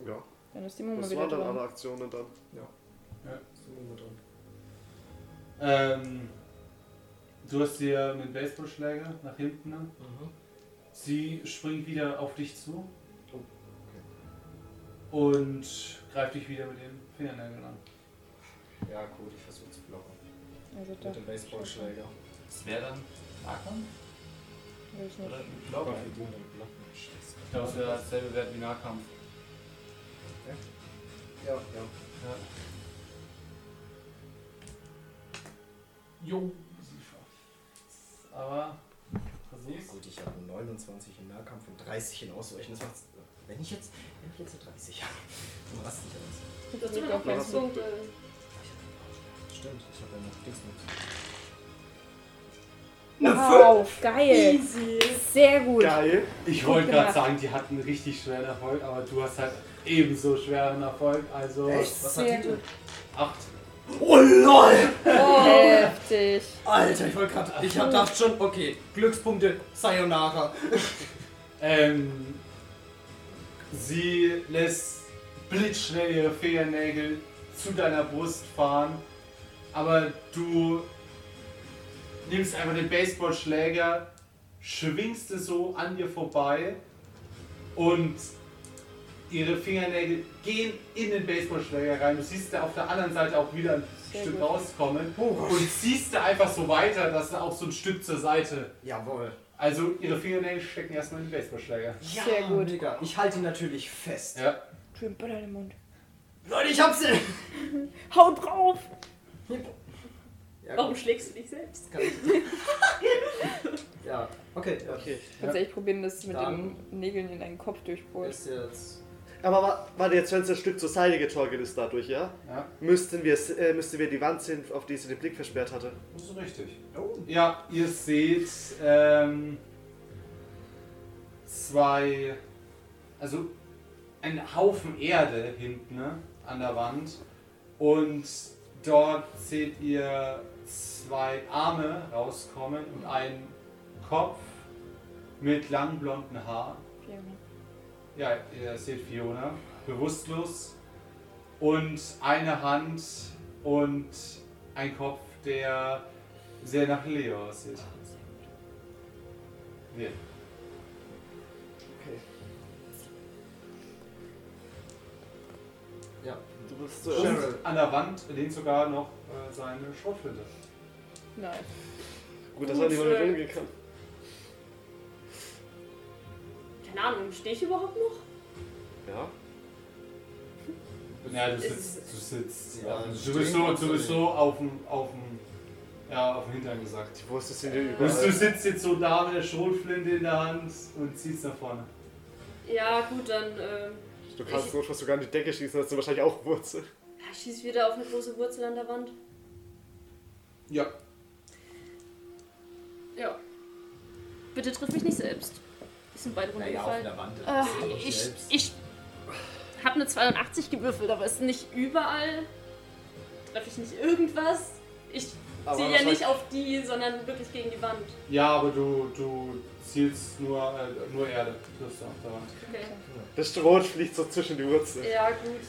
S4: Ja.
S5: Dann ist die Mumme
S4: Das
S5: wieder
S4: waren dann
S5: dran.
S4: alle Aktionen dann.
S1: Ähm, du hast dir einen Baseballschläger nach hinten. ne?
S6: Mhm.
S1: Sie springt wieder auf dich zu.
S13: Oh,
S1: Und greift dich wieder mit den Fingernägeln an.
S6: Ja, gut, ich versuche zu blocken.
S5: Also da.
S6: dem Baseballschläger.
S13: Das wäre dann Nahkampf?
S5: will ich nicht.
S13: Oder Block? Ich glaube, es wäre dasselbe Wert wie Nahkampf.
S6: Ja, ja.
S13: Ja. Jo, sie schafft's. Aber versuch's.
S6: Gut, ich habe 29 im Nahkampf und 30 in Ausweichen. Das macht's. Wenn ich jetzt. Wenn ich jetzt eine 30 habe, dann raste ich aus.
S2: Du hast immer noch
S4: Ja,
S2: fünf
S4: hast du.
S2: Punkte.
S6: Stimmt, ich habe ja noch Dings mit.
S2: Ah,
S5: Wow, geil!
S2: Easy!
S5: Sehr gut!
S4: Geil.
S1: Ich wollte
S5: Gut
S1: gerade
S5: gemacht.
S1: sagen, die hatten richtig schweren Erfolg, aber du hast halt ebenso schweren Erfolg. Also
S6: Was
S5: Sehr
S6: hat die denn?
S1: acht.
S6: Oh LOL!
S5: Oh. Heftig!
S6: Alter, ich wollte gerade. Ich hab gedacht schon, okay, Glückspunkte, Sayonara.
S1: Ähm, sie lässt blitzschnell ihre Fingernägel zu deiner Brust fahren, aber du nimmst einfach den Baseballschläger, schwingst es so an dir vorbei und Ihre Fingernägel gehen in den Baseballschläger rein. Du siehst da auf der anderen Seite auch wieder ein Stück rauskommen. Und ziehst da einfach so weiter, dass da auch so ein Stück zur Seite.
S6: Jawohl.
S1: Also ihre Fingernägel stecken erstmal in den Baseballschläger.
S6: Ja,
S5: Sehr gut.
S6: Digga. Ich halte ihn natürlich fest.
S1: Ja.
S5: Schön Butter im Mund.
S6: Leute, ich hab sie!
S5: Hau drauf!
S6: Ja,
S2: Warum
S6: gut,
S2: schlägst du dich selbst?
S6: kann ich. ja, okay. Ja.
S4: Okay.
S5: Kannst ja. echt probieren, das mit
S6: Dann-
S5: den Nägeln in deinen Kopf durchbohrst.
S6: Ist jetzt.
S4: Aber wa- warte, jetzt wenn es ein Stück zur Seite getorkelt ist dadurch, ja?
S1: Ja.
S4: Müssten wir, es- äh, müssten wir die Wand sehen, auf die sie den Blick versperrt hatte.
S1: Das ist richtig.
S6: Oh.
S1: Ja, ihr seht ähm, zwei, also einen Haufen Erde hinten ne, an der Wand und dort seht ihr zwei Arme rauskommen und einen Kopf mit langen blonden Haaren.
S5: Fiona.
S1: Ja, ihr seht Fiona, bewusstlos. Und eine Hand und ein Kopf, der sehr nach Leo aussieht. Ja.
S6: Okay. Ja.
S4: Du bist äh,
S6: Cheryl.
S1: Und an der Wand lehnt sogar noch äh, seine Schrotflinte.
S5: Nein.
S4: Gut, dass er niemand mit umgehen kann.
S2: Keine Ahnung, stehe ich überhaupt noch?
S4: Ja.
S1: Ja, du sitzt, du sitzt,
S6: Ja,
S1: auf dem-
S6: stehen
S1: du bist so,
S6: kannst du
S1: du bist so auf dem, auf dem, ja, auf dem Hintern gesagt.
S4: Wo ist das denn hier
S1: Du, du
S4: überall?
S1: sitzt jetzt so da mit der Schrotflinte in der Hand und ziehst nach vorne.
S2: Ja, gut, dann ähm,
S4: Du kannst notfalls sogar an die Decke schießen, das sind wahrscheinlich auch Wurzel.
S2: ja, schieß ich wieder auf eine große Wurzel an der Wand.
S1: Ja.
S10: Ja. Bitte triff mich nicht selbst. Die sind beide
S6: Naja, auf
S2: halt
S10: runtergefallen.
S6: der Wand.
S10: Äh,
S6: das ist doch
S10: ich
S6: selbst.
S10: ich habe eine 82 gewürfelt, aber es ist nicht überall.
S2: Treffe ich nicht irgendwas? Ich
S4: Aber
S2: ziehe ja
S4: wahrscheinlich-
S2: nicht auf die, sondern wirklich gegen die Wand.
S1: Ja, aber du, du zielst nur, äh, nur Erde. Du bist auf der Wand.
S2: Okay.
S4: Das Stroh fliegt so zwischen die Wurzel.
S2: Ja, gut.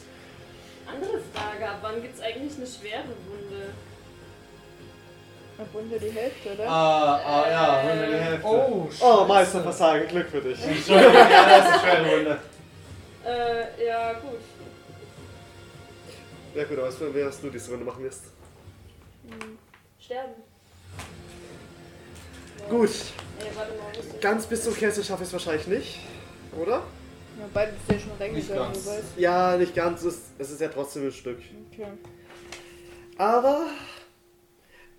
S2: Andere Frage, ab wann gibt's eigentlich eine schwere Wunde?
S5: Ab unter die Hälfte, oder?
S1: Ah, ah ja, Runde die Hälfte.
S6: Oh,
S4: Oh,
S6: Scheiße.
S4: Meisterversagen, Glück für dich.
S1: Entschuldigung, ja, das ist eine schwere Runde.
S2: Äh, ja, gut.
S4: Ja gut, aber was wärst du diese Runde machen wirst.
S2: Sterben.
S4: Gut,
S2: Ey, warte mal, musst du
S4: ganz bis zum Kessel schaffe ich es wahrscheinlich nicht, oder?
S5: Ja, beide sind ja schon reingegangen,
S1: ganz.
S5: du weißt.
S4: Ja, nicht ganz, es ist, es ist ja trotzdem ein Stück.
S5: Okay.
S4: Aber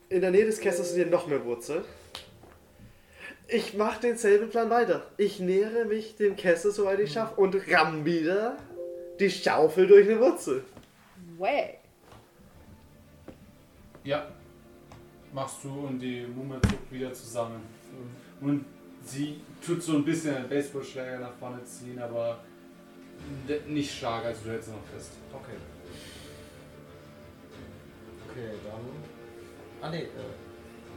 S4: in der Nähe des Kessels sind hier noch mehr Wurzeln. Ich mache denselben Plan weiter. Ich nähere mich dem Kessel, soweit ich schaffe, und ramm wieder die Schaufel durch eine Wurzel.
S5: Way.
S1: Ja. Machst du und die Mumme zuckt wieder zusammen. Und sie tut so ein bisschen einen Baseballschläger nach vorne ziehen, aber de- nicht stark, also du hältst noch fest.
S6: Okay. Okay, dann. Ah, nee. Äh,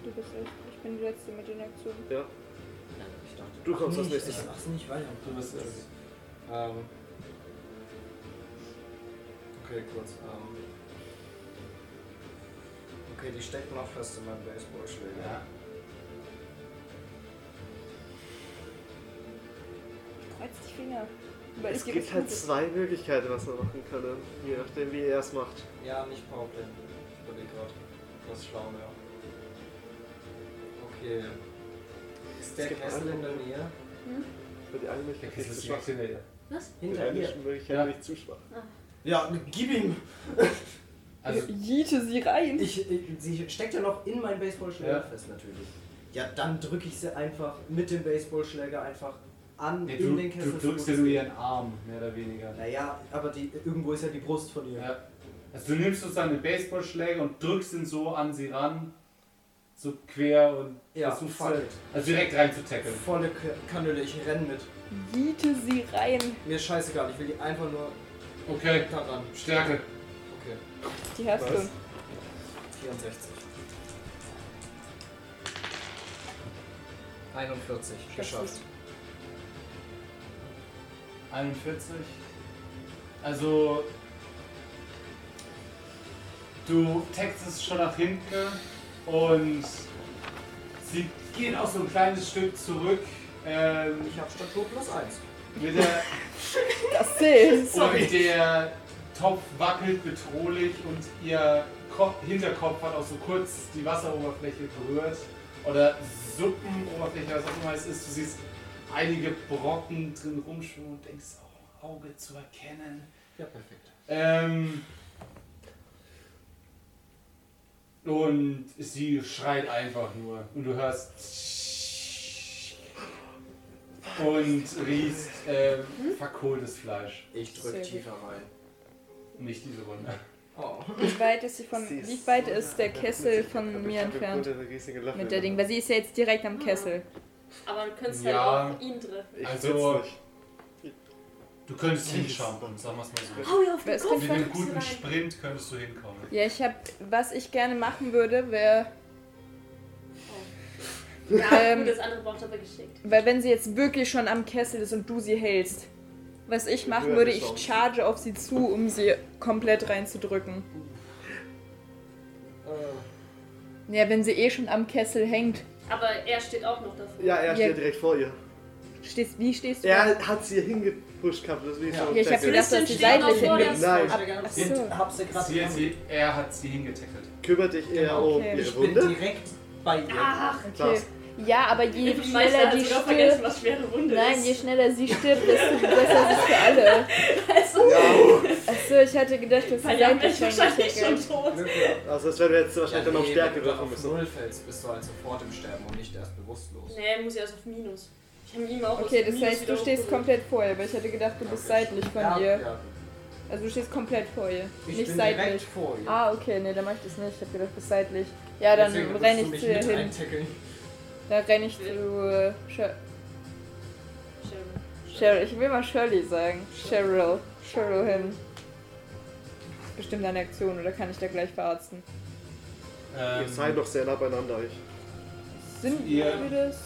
S5: Du bist echt. Ich bin die letzte mit den Aktionen.
S4: Ja.
S6: nein, ich dachte,
S4: Du kommst
S6: ach,
S4: als
S6: nee,
S4: nächstes.
S6: Ich mach's nicht weiter.
S1: Du bist es.
S6: Ähm. Okay, kurz. Ähm. Okay, die stecken noch fest in meinem Baseballschläger.
S1: Ja.
S5: Kreuz die Finger. Weil
S4: Es
S5: ich gebe
S4: gibt halt zwei Möglichkeiten, was man machen kann, ne? je nachdem, wie er es macht.
S6: Ja, nicht Powerplay. Ich überlege gerade. Das ist schlau, ja. Okay. Ist der
S4: gibt
S6: Kessel
S4: andere.
S6: in der Nähe?
S4: Für die eine
S1: Der
S4: Möglichkeit
S1: Kessel
S4: nicht
S1: ist
S4: zu schwach.
S1: schwach hinter
S4: Für die
S6: Hinter
S4: eine
S6: ihr.
S4: Möglichkeit
S1: Ja.
S4: nicht zu schwach.
S6: Ja, gib ihm!
S1: Also,
S5: Jiete sie rein.
S6: Ich, ich, sie steckt ja noch in meinen Baseballschläger
S1: Ja.
S6: fest, natürlich. Ja, dann drücke ich sie einfach mit dem Baseballschläger einfach an
S1: nee, du,
S6: in den Kessel.
S1: du drückst dir nur ihren Arm, mehr oder weniger.
S6: Naja, aber die, irgendwo ist ja die Brust von ihr.
S1: Ja. Also du nimmst sozusagen den Baseballschläger und drückst ihn so an sie ran, so quer und
S6: Ja,
S1: versuchst
S6: fuck
S1: sie-
S6: it.
S1: also direkt rein zu tackeln.
S6: Volle K Kanüle, ich renn mit.
S5: Jiete sie rein.
S6: Mir ist scheißegal, ich will die einfach nur
S1: Okay,
S6: daran.
S1: Stärke.
S6: Okay,
S5: Die hast
S4: Was?
S5: du.
S6: 64. 41, geschafft.
S1: 41. Also du textest schon nach hinten und sie gehen auch so ein kleines Stück zurück. Ähm,
S6: Ich habe Statur plus 1.
S1: Mit der,
S5: Das zählt.
S1: und der Topf wackelt bedrohlich und ihr Ko Hinterkopf hat auch so kurz die Wasseroberfläche berührt. Oder Suppenoberfläche, was auch immer es ist. Du siehst einige Brocken drin rumschwimmen und denkst, auch im Auge zu erkennen.
S3: Ja, perfekt.
S1: Ähm, und sie schreit einfach nur. Und du hörst. Und riechst ähm, verkohltes Fleisch.
S3: Ich drück
S5: Sehr gut.
S3: tiefer rein.
S1: Nicht diese Runde.
S3: Oh.
S5: Wie weit ist, sie von,
S4: Sie ist
S5: wie weit
S4: so
S5: ist der
S4: nah.
S5: Kessel
S4: Ich
S5: von
S4: hab
S5: mir
S4: den
S5: entfernt?
S4: Bruder eine riesige Löffel
S5: Mit der Ding, weil sie ist ja jetzt direkt am Kessel.
S2: Aber du könntest
S1: Ja.
S2: halt auch ihn treffen.
S4: Ich
S1: Also-
S4: also, nicht.
S1: Du könntest hinschauen, sagen wir es mal so.
S2: Hau ihr auf
S5: Wer
S2: den
S5: ist
S2: Kopf,
S1: Mit
S2: dann
S1: einem
S2: kommst du
S1: guten
S2: rein.
S1: Sprint könntest du hinkommen.
S5: Ja, ich hab, was ich gerne machen würde, wäre,
S2: Ja,
S5: Ähm,
S2: gut, das andere braucht aber geschickt.
S5: weil wenn sie jetzt wirklich schon am Kessel ist und du sie hältst, was ich machen würde, ich charge auf sie zu, um sie komplett reinzudrücken. Ja, wenn sie eh schon am Kessel hängt,
S2: Aber er steht auch noch davor.
S4: Ja, er steht
S5: Ja.
S4: direkt vor ihr.
S5: stehst, wie stehst du da?
S4: Er hat sie hingepusht gehabt, das ist wie so
S5: Ja, ich hab
S4: Jack-
S5: gedacht, dass sie
S2: Christian steht
S5: seitlich
S2: noch vor der
S5: hingeht.
S4: Nein,
S5: Ach so.
S6: Hab sie gerade
S1: Sie, sie, er hat sie hingetackelt.
S4: kümmert dich eher
S6: Genau.
S4: um
S5: Okay.
S4: ihre
S6: Ich bin
S4: Wunde.
S6: direkt bei ihr.
S5: Ah.
S2: Ach,
S5: Okay. Ja, aber je
S2: ich weiß, er
S5: schneller
S2: hat
S5: die
S2: sogar vergessen,
S5: stirbt,
S2: was schwere Wunde
S5: nein, je
S2: ist.
S5: schneller sie stirbt, desto besser ist es für alle.
S4: Ja,
S5: Achso, ich hatte gedacht, dass sie
S2: Weil Jan
S5: seitlich
S2: ist wahrscheinlich
S5: hängt.
S2: schon tot.
S4: also das werden wir jetzt
S3: Ja,
S4: wahrscheinlich dann auf
S3: nee,
S4: Stärke
S3: wenn du
S4: würfeln
S3: auf
S4: müssen.
S3: Null fällst, bist du halt sofort im Sterben und nicht erst bewusstlos.
S2: Nee, muss ja erst auf Minus. Ich habe ihm auch
S5: Okay,
S2: aus
S5: das
S2: Minus
S5: heißt, du
S2: wieder
S5: stehst
S2: hochgeholt.
S5: komplett vor ihr, weil ich hatte gedacht, du bist
S3: Okay.
S5: seitlich von
S3: ja,
S5: ihr.
S3: Ja.
S5: Also du stehst komplett vor ihr,
S3: Ich
S5: nicht
S3: bin direkt
S5: seitlich.
S3: vor ihr.
S5: Ah, okay, nee, dann mach ich das nicht. Ich hab gedacht, du bist seitlich. Ja, dann
S3: Deswegen würdest
S5: renne
S3: du
S5: ich
S3: mich
S5: zu ihr
S3: mit
S5: hin.
S3: eintackeln.
S5: Da renne ich zu äh, Sher-
S2: Schön.
S5: Cheryl. Ich will mal Shirley sagen. Cheryl. Cheryl hin. Ist Bestimmt eine Aktion oder kann ich da gleich verarzten?
S4: Ihr seid
S1: Ähm,
S4: noch sehr nah beieinander. Ich.
S5: Sind
S1: Ja.
S5: wir das?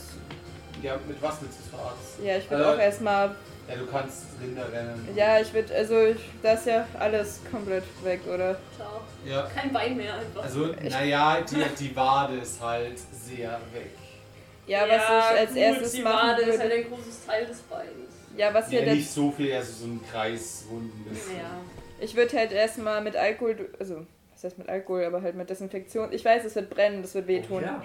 S1: ja, mit was willst du es verarzten?
S5: Ja, ich würde
S1: Äh.
S5: auch erstmal.
S1: Ja, du kannst Rinder rennen.
S5: Ja, ich würde. Also, ich, das ist ja alles komplett weg, oder?
S2: Ciao.
S1: ja.
S2: Kein Bein mehr einfach.
S1: Also, naja, die, die Wade ist halt sehr weg.
S5: Ja, was ich als
S2: gut,
S5: erstes
S2: die
S5: machen
S2: Wade ist halt
S5: würde.
S2: ein großes Teil des Beines.
S5: Ja, was wir
S1: Ja,
S5: dann
S1: nicht so viel, also so ein kreisrunden bisschen.
S2: Ja.
S5: Ich würde halt erstmal mit Alkohol, du- also was heißt mit Alkohol, aber halt mit Desinfektion. Ich weiß, es wird brennen, das wird wehtun.
S3: Oh, Ja.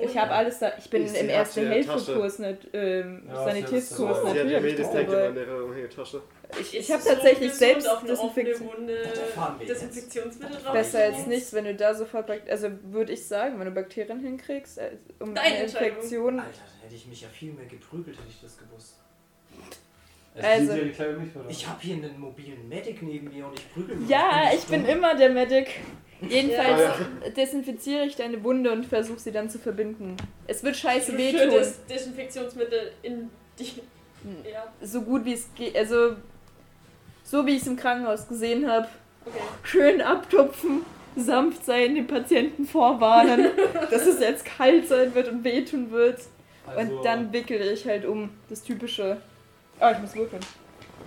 S5: Ich habe alles da. Ich bin
S4: Ich seh
S5: im
S4: hat's in
S5: ersten
S4: der
S5: Hilfekurs, nicht, ähm,
S1: Ja, das
S5: Sanitätskurs
S1: ist
S4: Sie hat die
S5: natürlich.
S4: Medis direkt in
S5: aber
S4: meine Umhängetasche.
S5: Ich, ich habe tatsächlich selbst Desinfektion.
S3: Da fahren wir jetzt.
S2: Desinfektionsmittel drauf.
S5: Besser als nichts, wenn du da sofort, Bakt also würde ich sagen, wenn du Bakterien hinkriegst, als- um
S2: Deine
S5: eine Infektion.
S3: Alter, da hätte ich mich ja viel mehr geprügelt, hätte ich das gewusst.
S1: Es
S5: Also-
S1: sind ja die kleinen mich, oder?
S3: Ich habe hier einen mobilen Medic neben mir und ich prügel mich.
S5: Ja, ich bin
S3: dumm.
S5: immer der Medic. Jedenfalls
S4: Ja,
S5: desinfiziere ich deine Wunde und versuche sie dann zu verbinden. Es wird scheiße
S2: Du
S5: wehtun.
S2: schüttest Desinfektionsmittel in die.
S5: Hm.
S2: Ja,
S5: so gut wie es geht, also so wie ich es im Krankenhaus gesehen habe,
S2: okay.
S5: schön abtupfen, sanft sein, den Patienten vorwarnen, dass es jetzt kalt sein wird und wehtun wird.
S1: Also-
S5: und dann wickel ich halt um, das typische. Ah, ich muss würfeln.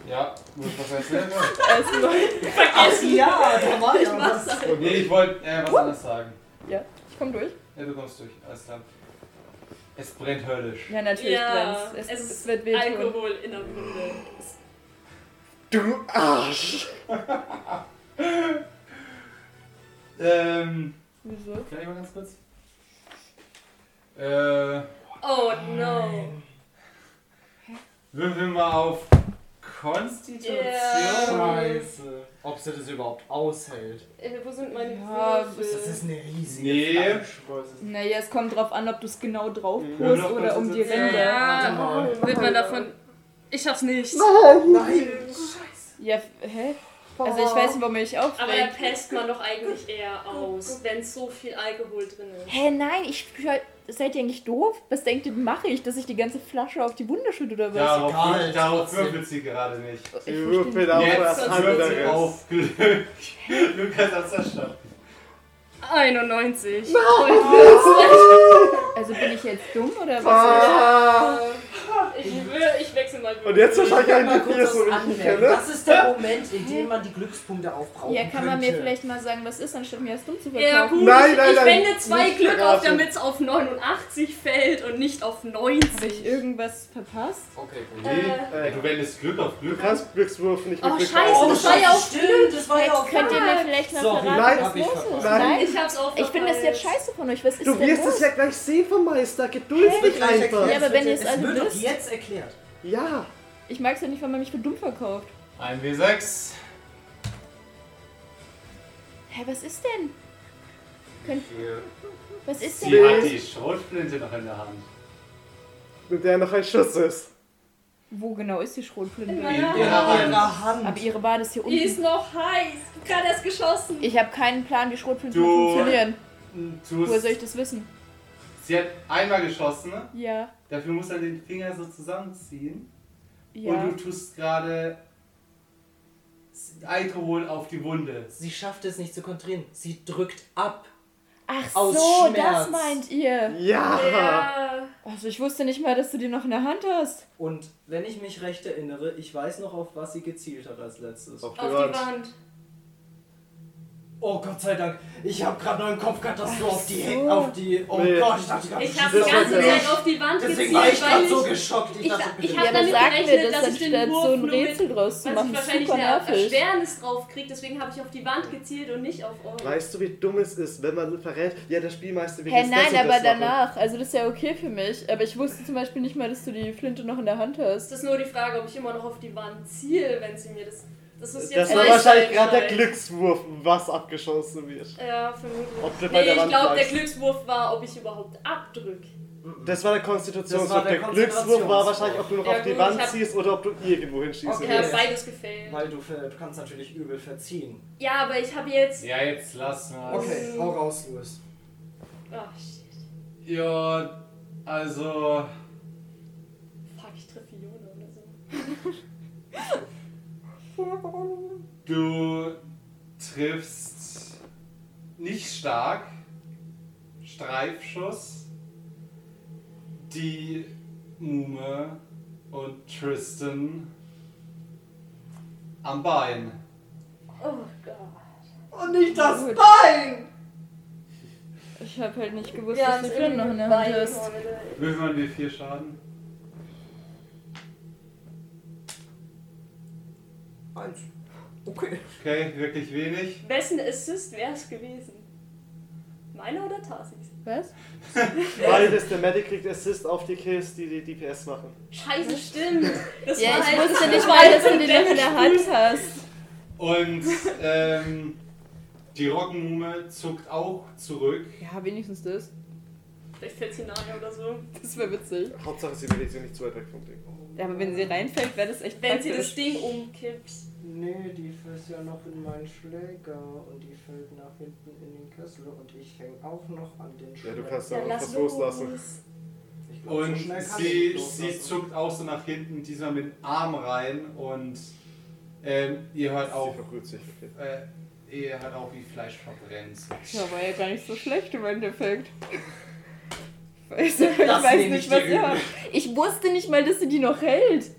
S1: Ja, muss was erzählen?
S5: Erstmal.
S3: Ach ja, da war ich was.
S1: nee, ich wollte äh, was anderes sagen.
S5: Ja, ich komm durch.
S1: Ja, du kommst durch. Alles klar. Es brennt höllisch.
S5: Ja, natürlich
S2: Ja,
S5: brennt's.
S2: es
S5: Es,
S2: ist
S5: es wird wehtun.
S2: Alkohol in der Wunde.
S4: Du Arsch!
S1: Ähm,
S5: Wieso?
S1: kann ich mal ganz kurz? Äh,
S2: Oh no.
S1: würfel mal auf Konstitution.
S3: Scheiße. Ob sie das überhaupt aushält.
S2: Äh, Wo sind meine
S5: Ja,
S3: Das
S2: Würfel?
S3: ist eine riesige
S1: Nee.
S3: Flammenspeise.
S5: Naja, es kommt drauf an, ob du es genau drauf
S2: Mhm.
S1: Nur
S5: pust
S1: noch
S5: oder um die
S1: Konstitution.
S5: Ränder.
S3: Warte
S10: Ja,
S3: mal.
S10: wird man davon. Ich schaff's nicht.
S3: Nein!
S5: Ja, f- hä? Also ich weiß nicht, warum ich
S2: Aber da
S5: aufregt.
S2: pesst man doch eigentlich eher aus, wenn so viel Alkohol drin ist.
S5: Hä, nein, ich seid ihr eigentlich doof? Was denkt ihr, mache ich, dass ich die ganze Flasche auf die Wunde schütte oder was?
S1: Darauf,
S3: Egal,
S1: darauf
S3: trotzdem.
S1: würfelt sie gerade nicht.
S5: Ich
S4: Sie
S5: verstehe
S4: würfeln
S5: nicht.
S4: auf
S1: Jetzt
S4: was
S1: würfelt sie
S4: anderes.
S1: auf Glück. Lukas hat zerstört.
S10: 91.
S5: Oh, Also bin ich jetzt dumm oder was?
S4: Ah,
S2: Ich will, ich wechsle mal.
S4: Und jetzt wahrscheinlich
S6: kann mal
S4: ein
S6: kurz
S4: Papier,
S6: was
S4: so wie ich ihn
S6: anmerken.
S4: kenne.
S6: Das ist der Moment, in dem man die Glückspunkte aufbrauchen
S5: Ja, kann man mir
S6: könnte.
S5: vielleicht mal sagen, was ist, anstatt mir das dumm zu
S2: Ja,
S5: verkaufen?
S2: gut.
S4: Nein,
S2: ich
S4: nein,
S2: ich
S4: nein,
S2: wende zwei
S4: nicht
S2: Glück auf,
S4: verraten.
S2: damit es auf 89 fällt und nicht auf
S5: Habe ich
S2: 90.
S5: irgendwas verpasst?
S6: Okay, gut.
S1: Ey, du wendest Glück auf
S4: Du
S1: Glück.
S4: kannst Glückswürfe nicht mit
S2: Oh,
S4: Glück
S2: scheiße,
S4: auf-
S2: das war ja auf
S6: stimmt, das war ja auf
S5: Könnt ihr mir vielleicht mal
S6: Sorry,
S5: verraten,
S4: nein,
S5: was
S6: hab ich
S5: los ist?
S6: verpasst.
S4: Nein.
S2: Ich hab's auch
S5: Ich finde das jetzt
S2: verpeilt.
S5: scheiße von euch. Was ist
S4: Du
S5: denn
S4: wirst
S5: los?
S4: es ja gleich sehen vom Meister. Geduld dich einfach.
S5: Ja, aber wenn ihr es
S6: Es
S5: alle
S6: wird doch
S5: wisst.
S6: jetzt erklärt.
S4: Ja.
S5: Ich mag es ja nicht, wenn man mich für dumm verkauft.
S1: Ein W6.
S5: Hä, was ist denn? Könnt, was ist
S1: Sie
S5: denn?
S1: hat die Schrotflinte noch in der Hand.
S4: Mit der noch ein Schuss ist.
S5: Wo genau ist die Schrotflinte?
S1: In ihrer Hand.
S5: Aber ihre Bade ist hier
S2: Die ist
S5: unten.
S2: noch heiß. Gerade erst geschossen.
S5: Ich habe keinen Plan, wie Schrotflinten
S1: Du-
S5: funktionieren. Woher soll ich
S1: Tust.
S5: das wissen?
S1: Hm, Sie hat einmal geschossen. ne?
S5: Ja,
S1: Dafür muss er den Finger so zusammenziehen.
S5: ja.
S1: Und du tust gerade Alkohol auf die Wunde.
S6: Sie schafft es nicht zu kontrieren. Sie drückt ab.
S5: Ach
S6: Aus
S5: so,
S6: Schmerz.
S5: das meint ihr.
S4: Ja.
S5: Also ich wusste nicht mal, dass du die noch in der Hand hast.
S6: Und wenn ich mich recht erinnere, ich weiß noch, auf was sie gezielt hat als letztes.
S4: Auf die
S2: Auf die
S4: Wand.
S2: Wand.
S6: Oh Gott sei Dank, ich habe gerade noch im Kopf gehabt, dass du auf die,
S5: so.
S6: auf die, oh
S4: Nee.
S6: Gott, ich dachte gerade,
S2: Ich habe
S4: Das
S2: die
S4: war
S2: ganze
S4: klar.
S2: Zeit auf die Wand gezielt,
S6: deswegen war ich
S2: weil
S6: gerade
S2: ich.
S6: so geschockt. Ich,
S2: ich-
S6: dachte,
S2: ich
S6: bitte.
S2: hab
S5: Ja, aber
S2: damit
S5: sag mir
S2: gerechnet,
S5: das,
S2: dass ich den
S5: anstatt
S2: Wurf
S5: so ein
S2: nur mit-
S5: Rätsel draus zu
S2: Weiß
S5: machen.
S2: ich
S5: Das ist
S2: wahrscheinlich
S5: super
S2: eine
S5: nervig.
S2: Erschwernis drauf kriegt, deswegen habe ich auf die Wand gezielt und nicht auf euch.
S4: Weißt du, wie dumm es ist, wenn man verrät, ja, der Spielmeister will
S5: Hä,
S4: jetzt das
S5: nein,
S4: und das
S5: aber
S4: machen.
S5: danach. Also das ist ja okay für mich. Aber ich wusste zum Beispiel nicht mal, dass du die Flinte noch in der Hand
S2: Es
S5: hast.
S2: ist nur die Frage, ob ich immer noch auf die Wand ziele, wenn sie mir das. Das ist jetzt
S4: Das war
S2: mein
S4: wahrscheinlich gerade der
S2: Schein.
S4: Glückswurf, was abgeschossen wird.
S2: Ja, vermutlich.
S4: Ob du bei
S2: Nee,
S4: der
S2: ich
S4: Wand
S2: glaube, der
S4: bleibst.
S2: Glückswurf war, ob ich überhaupt abdrück.
S4: Das war der
S6: Das war
S4: Konstitutionswurf.
S6: der
S4: Der, Glückswurf war
S6: Konzentrationswurf.
S4: wahrscheinlich, ob du noch
S2: Ja,
S4: auf die
S2: gut, ich
S4: Wand
S2: hab-
S4: ziehst oder ob du irgendwo hinschießt.
S6: Okay.
S2: Ich habe beides gefällt.
S6: Weil du, ver- du kannst natürlich übel verziehen. Also-
S2: Ja, aber ich habe jetzt.
S1: Ja, jetzt lass mal.
S6: Okay, hau raus, Louis.
S2: Ach, Ah, shit.
S1: Ja, also.
S2: Fuck, ich treffe Fiona oder so.
S1: Du triffst nicht stark. Streifschuss. Die Mume und Tristan am Bein.
S2: Oh Gott.
S6: Und nicht das
S5: Gut.
S6: Bein!
S5: Ich habe halt nicht gewusst, dass die Flinte noch in der Hand
S2: Bein
S5: hast.
S2: heute.
S1: Würfel mal die vier Schaden.
S6: Eins. Okay.
S1: Okay, wirklich wenig.
S2: Wessen Assist wär's gewesen? Meiner oder Tarsis?
S5: Was?
S4: Beides, der Medic kriegt Assist auf die Kills, die die DPS machen.
S2: Scheiße, stimmt. Das
S5: Ja,
S2: war
S5: ich
S2: halt-
S5: wusste nicht mal, dass du die noch in der Hand hast.
S1: Und ähm, die Roggenmume zuckt auch zurück.
S5: Ja, wenigstens das.
S2: Vielleicht fällt sie nachher oder so.
S5: Das wäre witzig.
S4: Hauptsache, sie bewegt sich nicht zu weit weg vom Ding.
S5: Ja, aber wenn sie reinfällt, wäre das echt
S2: Wenn sie das
S5: praktisch.
S2: Ding umkippt.
S3: Nee, die fällt ja noch in meinen Schläger und die fällt nach hinten in den Kessel und ich häng auch noch an den
S4: Ja,
S3: Schläger.
S4: du kannst
S2: Dann
S4: da
S2: lass
S4: was loslassen.
S3: Ich glaub,
S1: Und
S3: so schnell kann
S1: sie,
S3: ich nicht also.
S1: sie
S3: loslassen.
S1: zuckt auch so nach hinten, diesmal mit dem Arm rein. Und ähm, ihr hört
S4: Sie
S1: auch,
S4: verrührt sich. Okay.
S1: äh, ihr hört auch, wie Fleisch verbrennt.
S5: Ja, war ja gar nicht so schlecht im Endeffekt. Weißt du, ich
S6: Das
S5: weiß
S6: nehme
S5: nicht,
S6: ich
S5: was
S6: dir
S5: ihr habt. Ich wusste nicht mal, dass sie die noch hält.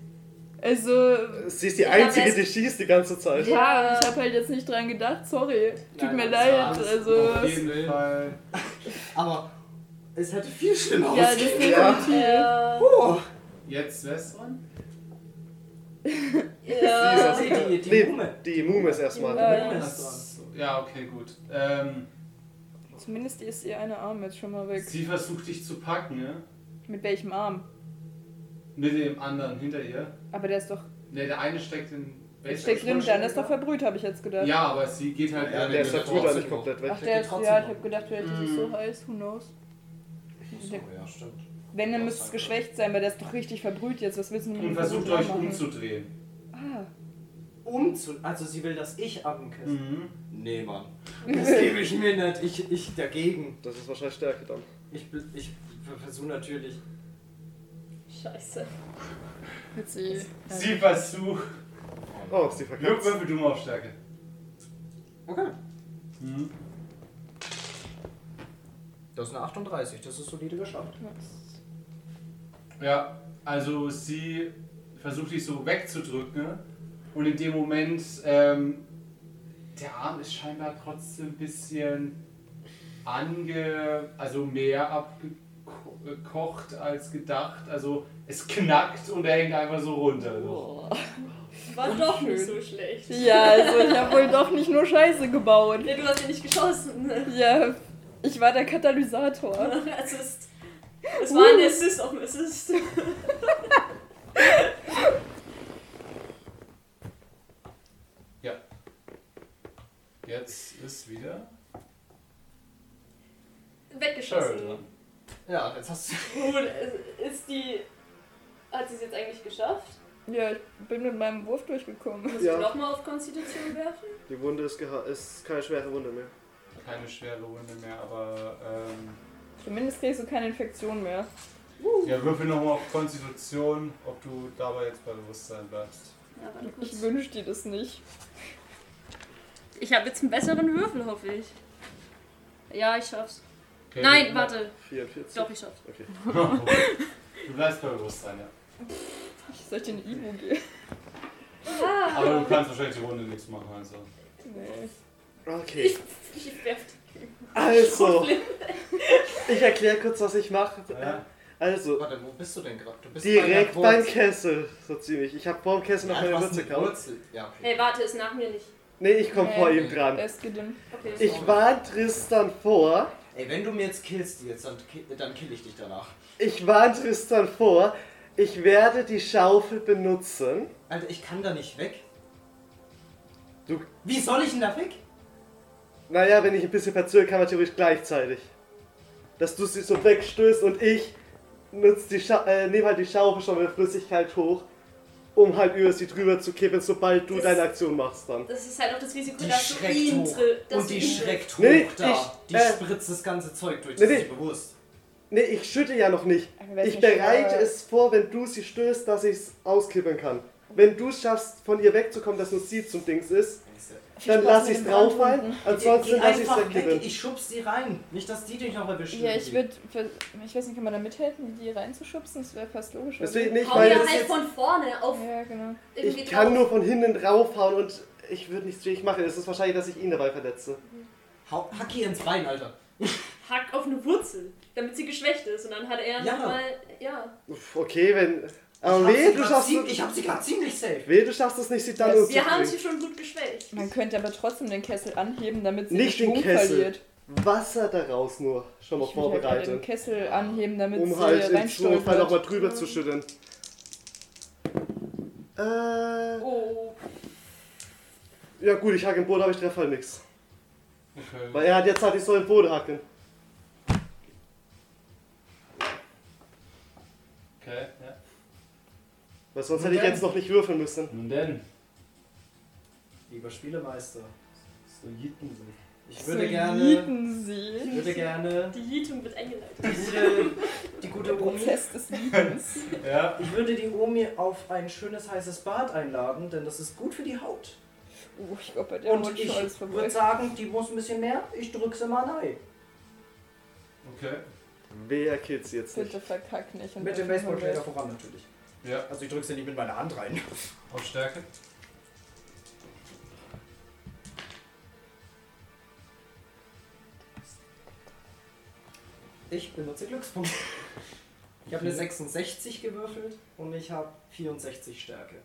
S5: Also,
S4: Sie ist die
S5: aber
S4: Einzige,
S5: es-
S4: die schießt die ganze Zeit.
S5: ja, ich habe halt jetzt nicht dran gedacht, sorry. Tut
S6: Nein, das
S5: mir leid.
S6: war's.
S5: Also,
S1: Auf jeden Fall.
S6: Aber es hätte viel schlimmer
S5: ja, das
S6: ausgehen.
S5: ist
S4: Ja.
S5: definitiv.
S2: äh,
S6: Oh.
S1: Jetzt wär's dran.
S4: Sie ist erst
S6: Die, die, die
S4: Nee.
S6: Mumme.
S4: Die Mume ist erstmal.
S5: Ja.
S2: äh,
S6: Mumme ist dran.
S1: So, Ja, okay, gut. Ähm,
S5: Zumindest ist ihr eine Arm jetzt schon mal weg.
S1: sie versucht dich zu packen, ne?
S5: Mit welchem Arm?
S1: Mit dem anderen hinter ihr.
S5: Aber der ist doch.
S1: Ne, der eine steckt in.
S5: Der steckt drin, der andere ist doch verbrüht, habe ich jetzt gedacht.
S1: Ja, aber sie geht halt.
S6: Ja,
S4: Der ist natürlich auch nicht komplett weg.
S5: Ach, der ist.
S6: trotzdem
S5: Ja, ich
S6: noch.
S5: habe gedacht, vielleicht ist es so heiß, who knows.
S6: So, ja, stimmt.
S5: Wenn, dann müsste es geschwächt sein, weil der ist doch richtig verbrüht jetzt. Was willst du mit
S1: und
S5: dem
S1: versucht
S5: verbrühten
S1: euch
S5: Arm machen?
S1: umzudrehen.
S5: Ah.
S6: umzu. Also sie will, dass ich abkesse.
S1: Mhm.
S6: Nee, Mann. Das gebe ich mir nicht. Ich, ich dagegen.
S4: Das ist wahrscheinlich Stärke dann.
S6: Ich, be- ich versuche natürlich.
S2: Scheiße.
S5: Witzig.
S1: Sie versucht.
S4: Oh, sie
S1: Glück,
S4: verkackt.
S1: würfel du mal auf Stärke.
S6: Okay.
S1: Mhm.
S6: Das ist eine 38, das ist solide geschafft.
S1: Ja, Also sie versucht dich so wegzudrücken und in dem Moment, ähm, der Arm ist scheinbar trotzdem ein bisschen ange, also mehr abgekocht als gedacht. Also es knackt und er hängt einfach so runter. So.
S24: War doch nicht so schlecht.
S5: Ja, also ich habe wohl doch nicht nur Scheiße gebaut.
S24: Nee, du hast ihn nicht geschossen. ne?
S5: Ja, ich war der Katalysator.
S24: Es ist. Es war ein Assist auf dem Assist.
S1: Jetzt ist wieder
S24: Weggeschossen.
S1: Sheridan.
S6: Ja, jetzt hast du.
S24: Gut, es- ist die. Hat sie es jetzt eigentlich geschafft?
S5: Ja, ich bin mit meinem Wurf durchgekommen.
S24: Muss
S4: Ja.
S24: ich nochmal auf Konstitution werfen?
S4: Die Wunde ist, geha ist keine schwere Wunde mehr.
S1: Keine schwere Runde mehr, aber ähm,
S5: Zumindest kriegst du keine Infektion mehr.
S1: ja, würfel nochmal auf Konstitution, ob du dabei jetzt bei Bewusstsein bleibst.
S24: Ja, warte kurz.
S5: Ich wünsche dir das nicht.
S10: Ich habe jetzt einen besseren Würfel, hoffe ich. Ja, ich schaff's.
S1: Okay,
S10: Nein,
S1: du-
S10: warte.
S4: 44.
S10: Doch, ich schaff's.
S4: Okay.
S1: Du bleibst bei Bewusstsein, ja.
S5: Ich soll dir ein Ibu geben.
S10: Ah.
S24: Ah.
S1: Aber du kannst wahrscheinlich die Runde nichts machen, also.
S5: Nee.
S4: Okay.
S24: Ich werf
S4: Also. Ich erkläre kurz, was ich mache.
S1: Ja.
S4: Also,
S6: Warte, wo bist du denn gerade? Du bist
S4: direkt
S6: bei
S4: beim
S6: der
S4: Kessel. So ziemlich. Ich habe vor dem Kessel noch meine Wurzel gehabt.
S6: Wurzel. Ja, okay.
S24: Hey, warte, ist nach mir nicht.
S4: Nee, ich komme
S5: Nee.
S4: vor ihm
S5: Er
S4: dran.
S5: ist gedimmt.
S24: Okay.
S4: Ich warn Tristan vor.
S6: Ey, wenn du mir jetzt killst, jetzt, dann, ki- dann kill ich dich danach.
S4: Ich warn Tristan vor. Ich werde die Schaufel benutzen.
S6: Alter, ich kann da nicht weg.
S4: Du-
S6: Wie soll ich denn da weg?
S4: Naja, wenn ich ein bisschen verzögere, kann man theoretisch gleichzeitig. Dass du sie so wegstößt und ich nutz die Scha äh, nehme halt die Schaufel schon mit Flüssigkeit hoch, um halt über sie drüber zu kippen, sobald du
S24: Das-
S4: deine Aktion machst dann.
S24: Das ist halt auch das Risiko,
S6: Die
S24: dass du
S6: schreckt
S24: ihn
S6: hoch.
S24: triffst.
S6: Und die schreckt hoch
S4: Nee,
S6: da.
S4: ich-
S6: die
S4: äh,
S6: spritzt das ganze Zeug durch,
S4: Nee,
S6: das ist
S4: nee.
S6: dir bewusst.
S4: Nee, ich schütte ja noch nicht.
S5: Aber wär's
S4: Ich
S5: nicht
S4: bereite
S5: schlauer-
S4: es vor, wenn du sie stößt, dass ich es auskippen kann. Wenn du es schaffst, von ihr wegzukommen, dass nur sie zum Dings ist, dann
S5: Spaß
S4: lasse
S5: mit
S4: ich es
S5: dem
S4: drauf
S5: Brandwunden.
S4: ein, ansonsten
S6: Geh
S4: lasse ich es
S6: einfach weg,
S4: wegkippen.
S6: ich schubs die rein. Nicht, dass die dich noch erwischen.
S5: Ja, ich würde. Ich weiß nicht, kann man da mithelfen, die reinzuschubsen? Das wäre fast logisch. oder?
S4: Deswegen nicht,
S24: Hau
S4: weil
S24: dir
S4: es
S24: halt
S4: jetzt,
S24: von vorne auf.
S5: Ja, genau.
S4: ich kann nur von hinten draufhauen und ich würde nichts schwierig machen. Es ist wahrscheinlich, dass ich ihn dabei verletze.
S6: Hau, hack ihr ins Bein, Alter.
S24: Hack auf eine Wurzel, damit sie geschwächt ist. Und dann hat er
S6: Ja.
S24: nochmal. Ja.
S4: Uff, Okay, wenn. Aber
S6: ich hab sie
S4: weh, du
S6: grad
S4: schaffst
S6: ziemlich- Ich
S4: es.
S6: hab sie gerade ziemlich safe.
S4: Weh, du schaffst es nicht, sie dann
S5: Wir
S24: Wir haben
S4: umzubringen.
S24: sie schon gut geschwächt.
S5: Man könnte aber trotzdem den Kessel anheben, damit sie
S4: Nicht
S5: den
S4: den
S5: Schwung
S4: Kessel.
S5: verliert.
S4: Wasser daraus nur schon mal
S5: Ich würde halt den
S4: vorbereitet.
S5: Kessel anheben, damit
S4: Um
S5: sie
S4: halt im
S5: reinstolpert.
S4: Notfall nochmal drüber zu schütteln. Äh.
S24: Oh.
S4: Ja, gut, ich hacke im Boden, aber ich treffe halt nichts.
S1: Okay.
S4: Weil er hat jetzt halt, ich soll im Boden hacken.
S1: Okay, ja.
S4: Weil sonst hätte ich
S6: Okay.
S4: jetzt noch nicht würfeln müssen.
S1: Nun denn,
S6: Lieber Spielemeister,
S1: so jieten sie.
S6: ich würde
S5: so
S6: gerne,
S5: lieben
S6: ich
S5: sie.
S6: würde gerne
S24: Die Jitung wird eingeleitet.
S6: diese, die gute Omi,
S5: Prozess des Liebens.
S1: Ja,
S6: ich würde die Omi auf ein schönes heißes Bad einladen, denn das ist gut für die Haut.
S5: Oh, ich glaube, bei der
S6: Und
S5: wurde
S6: ich
S5: schon alles
S6: würde
S5: vorbei.
S6: sagen, die muss ein bisschen mehr, ich drück sie mal rein.
S1: okay.
S4: Wer killt sie jetzt nicht?
S5: Bitte verkack nicht. und
S6: Mit dem
S5: öffne
S6: Baseballschläger
S5: Welt.
S6: voran natürlich.
S1: Ja,
S6: Also ich drück sie nicht mit meiner Hand rein.
S1: auf Stärke.
S6: Ich benutze Glückspunkte. Ich habe eine 66 gewürfelt und ich habe 64 Stärke.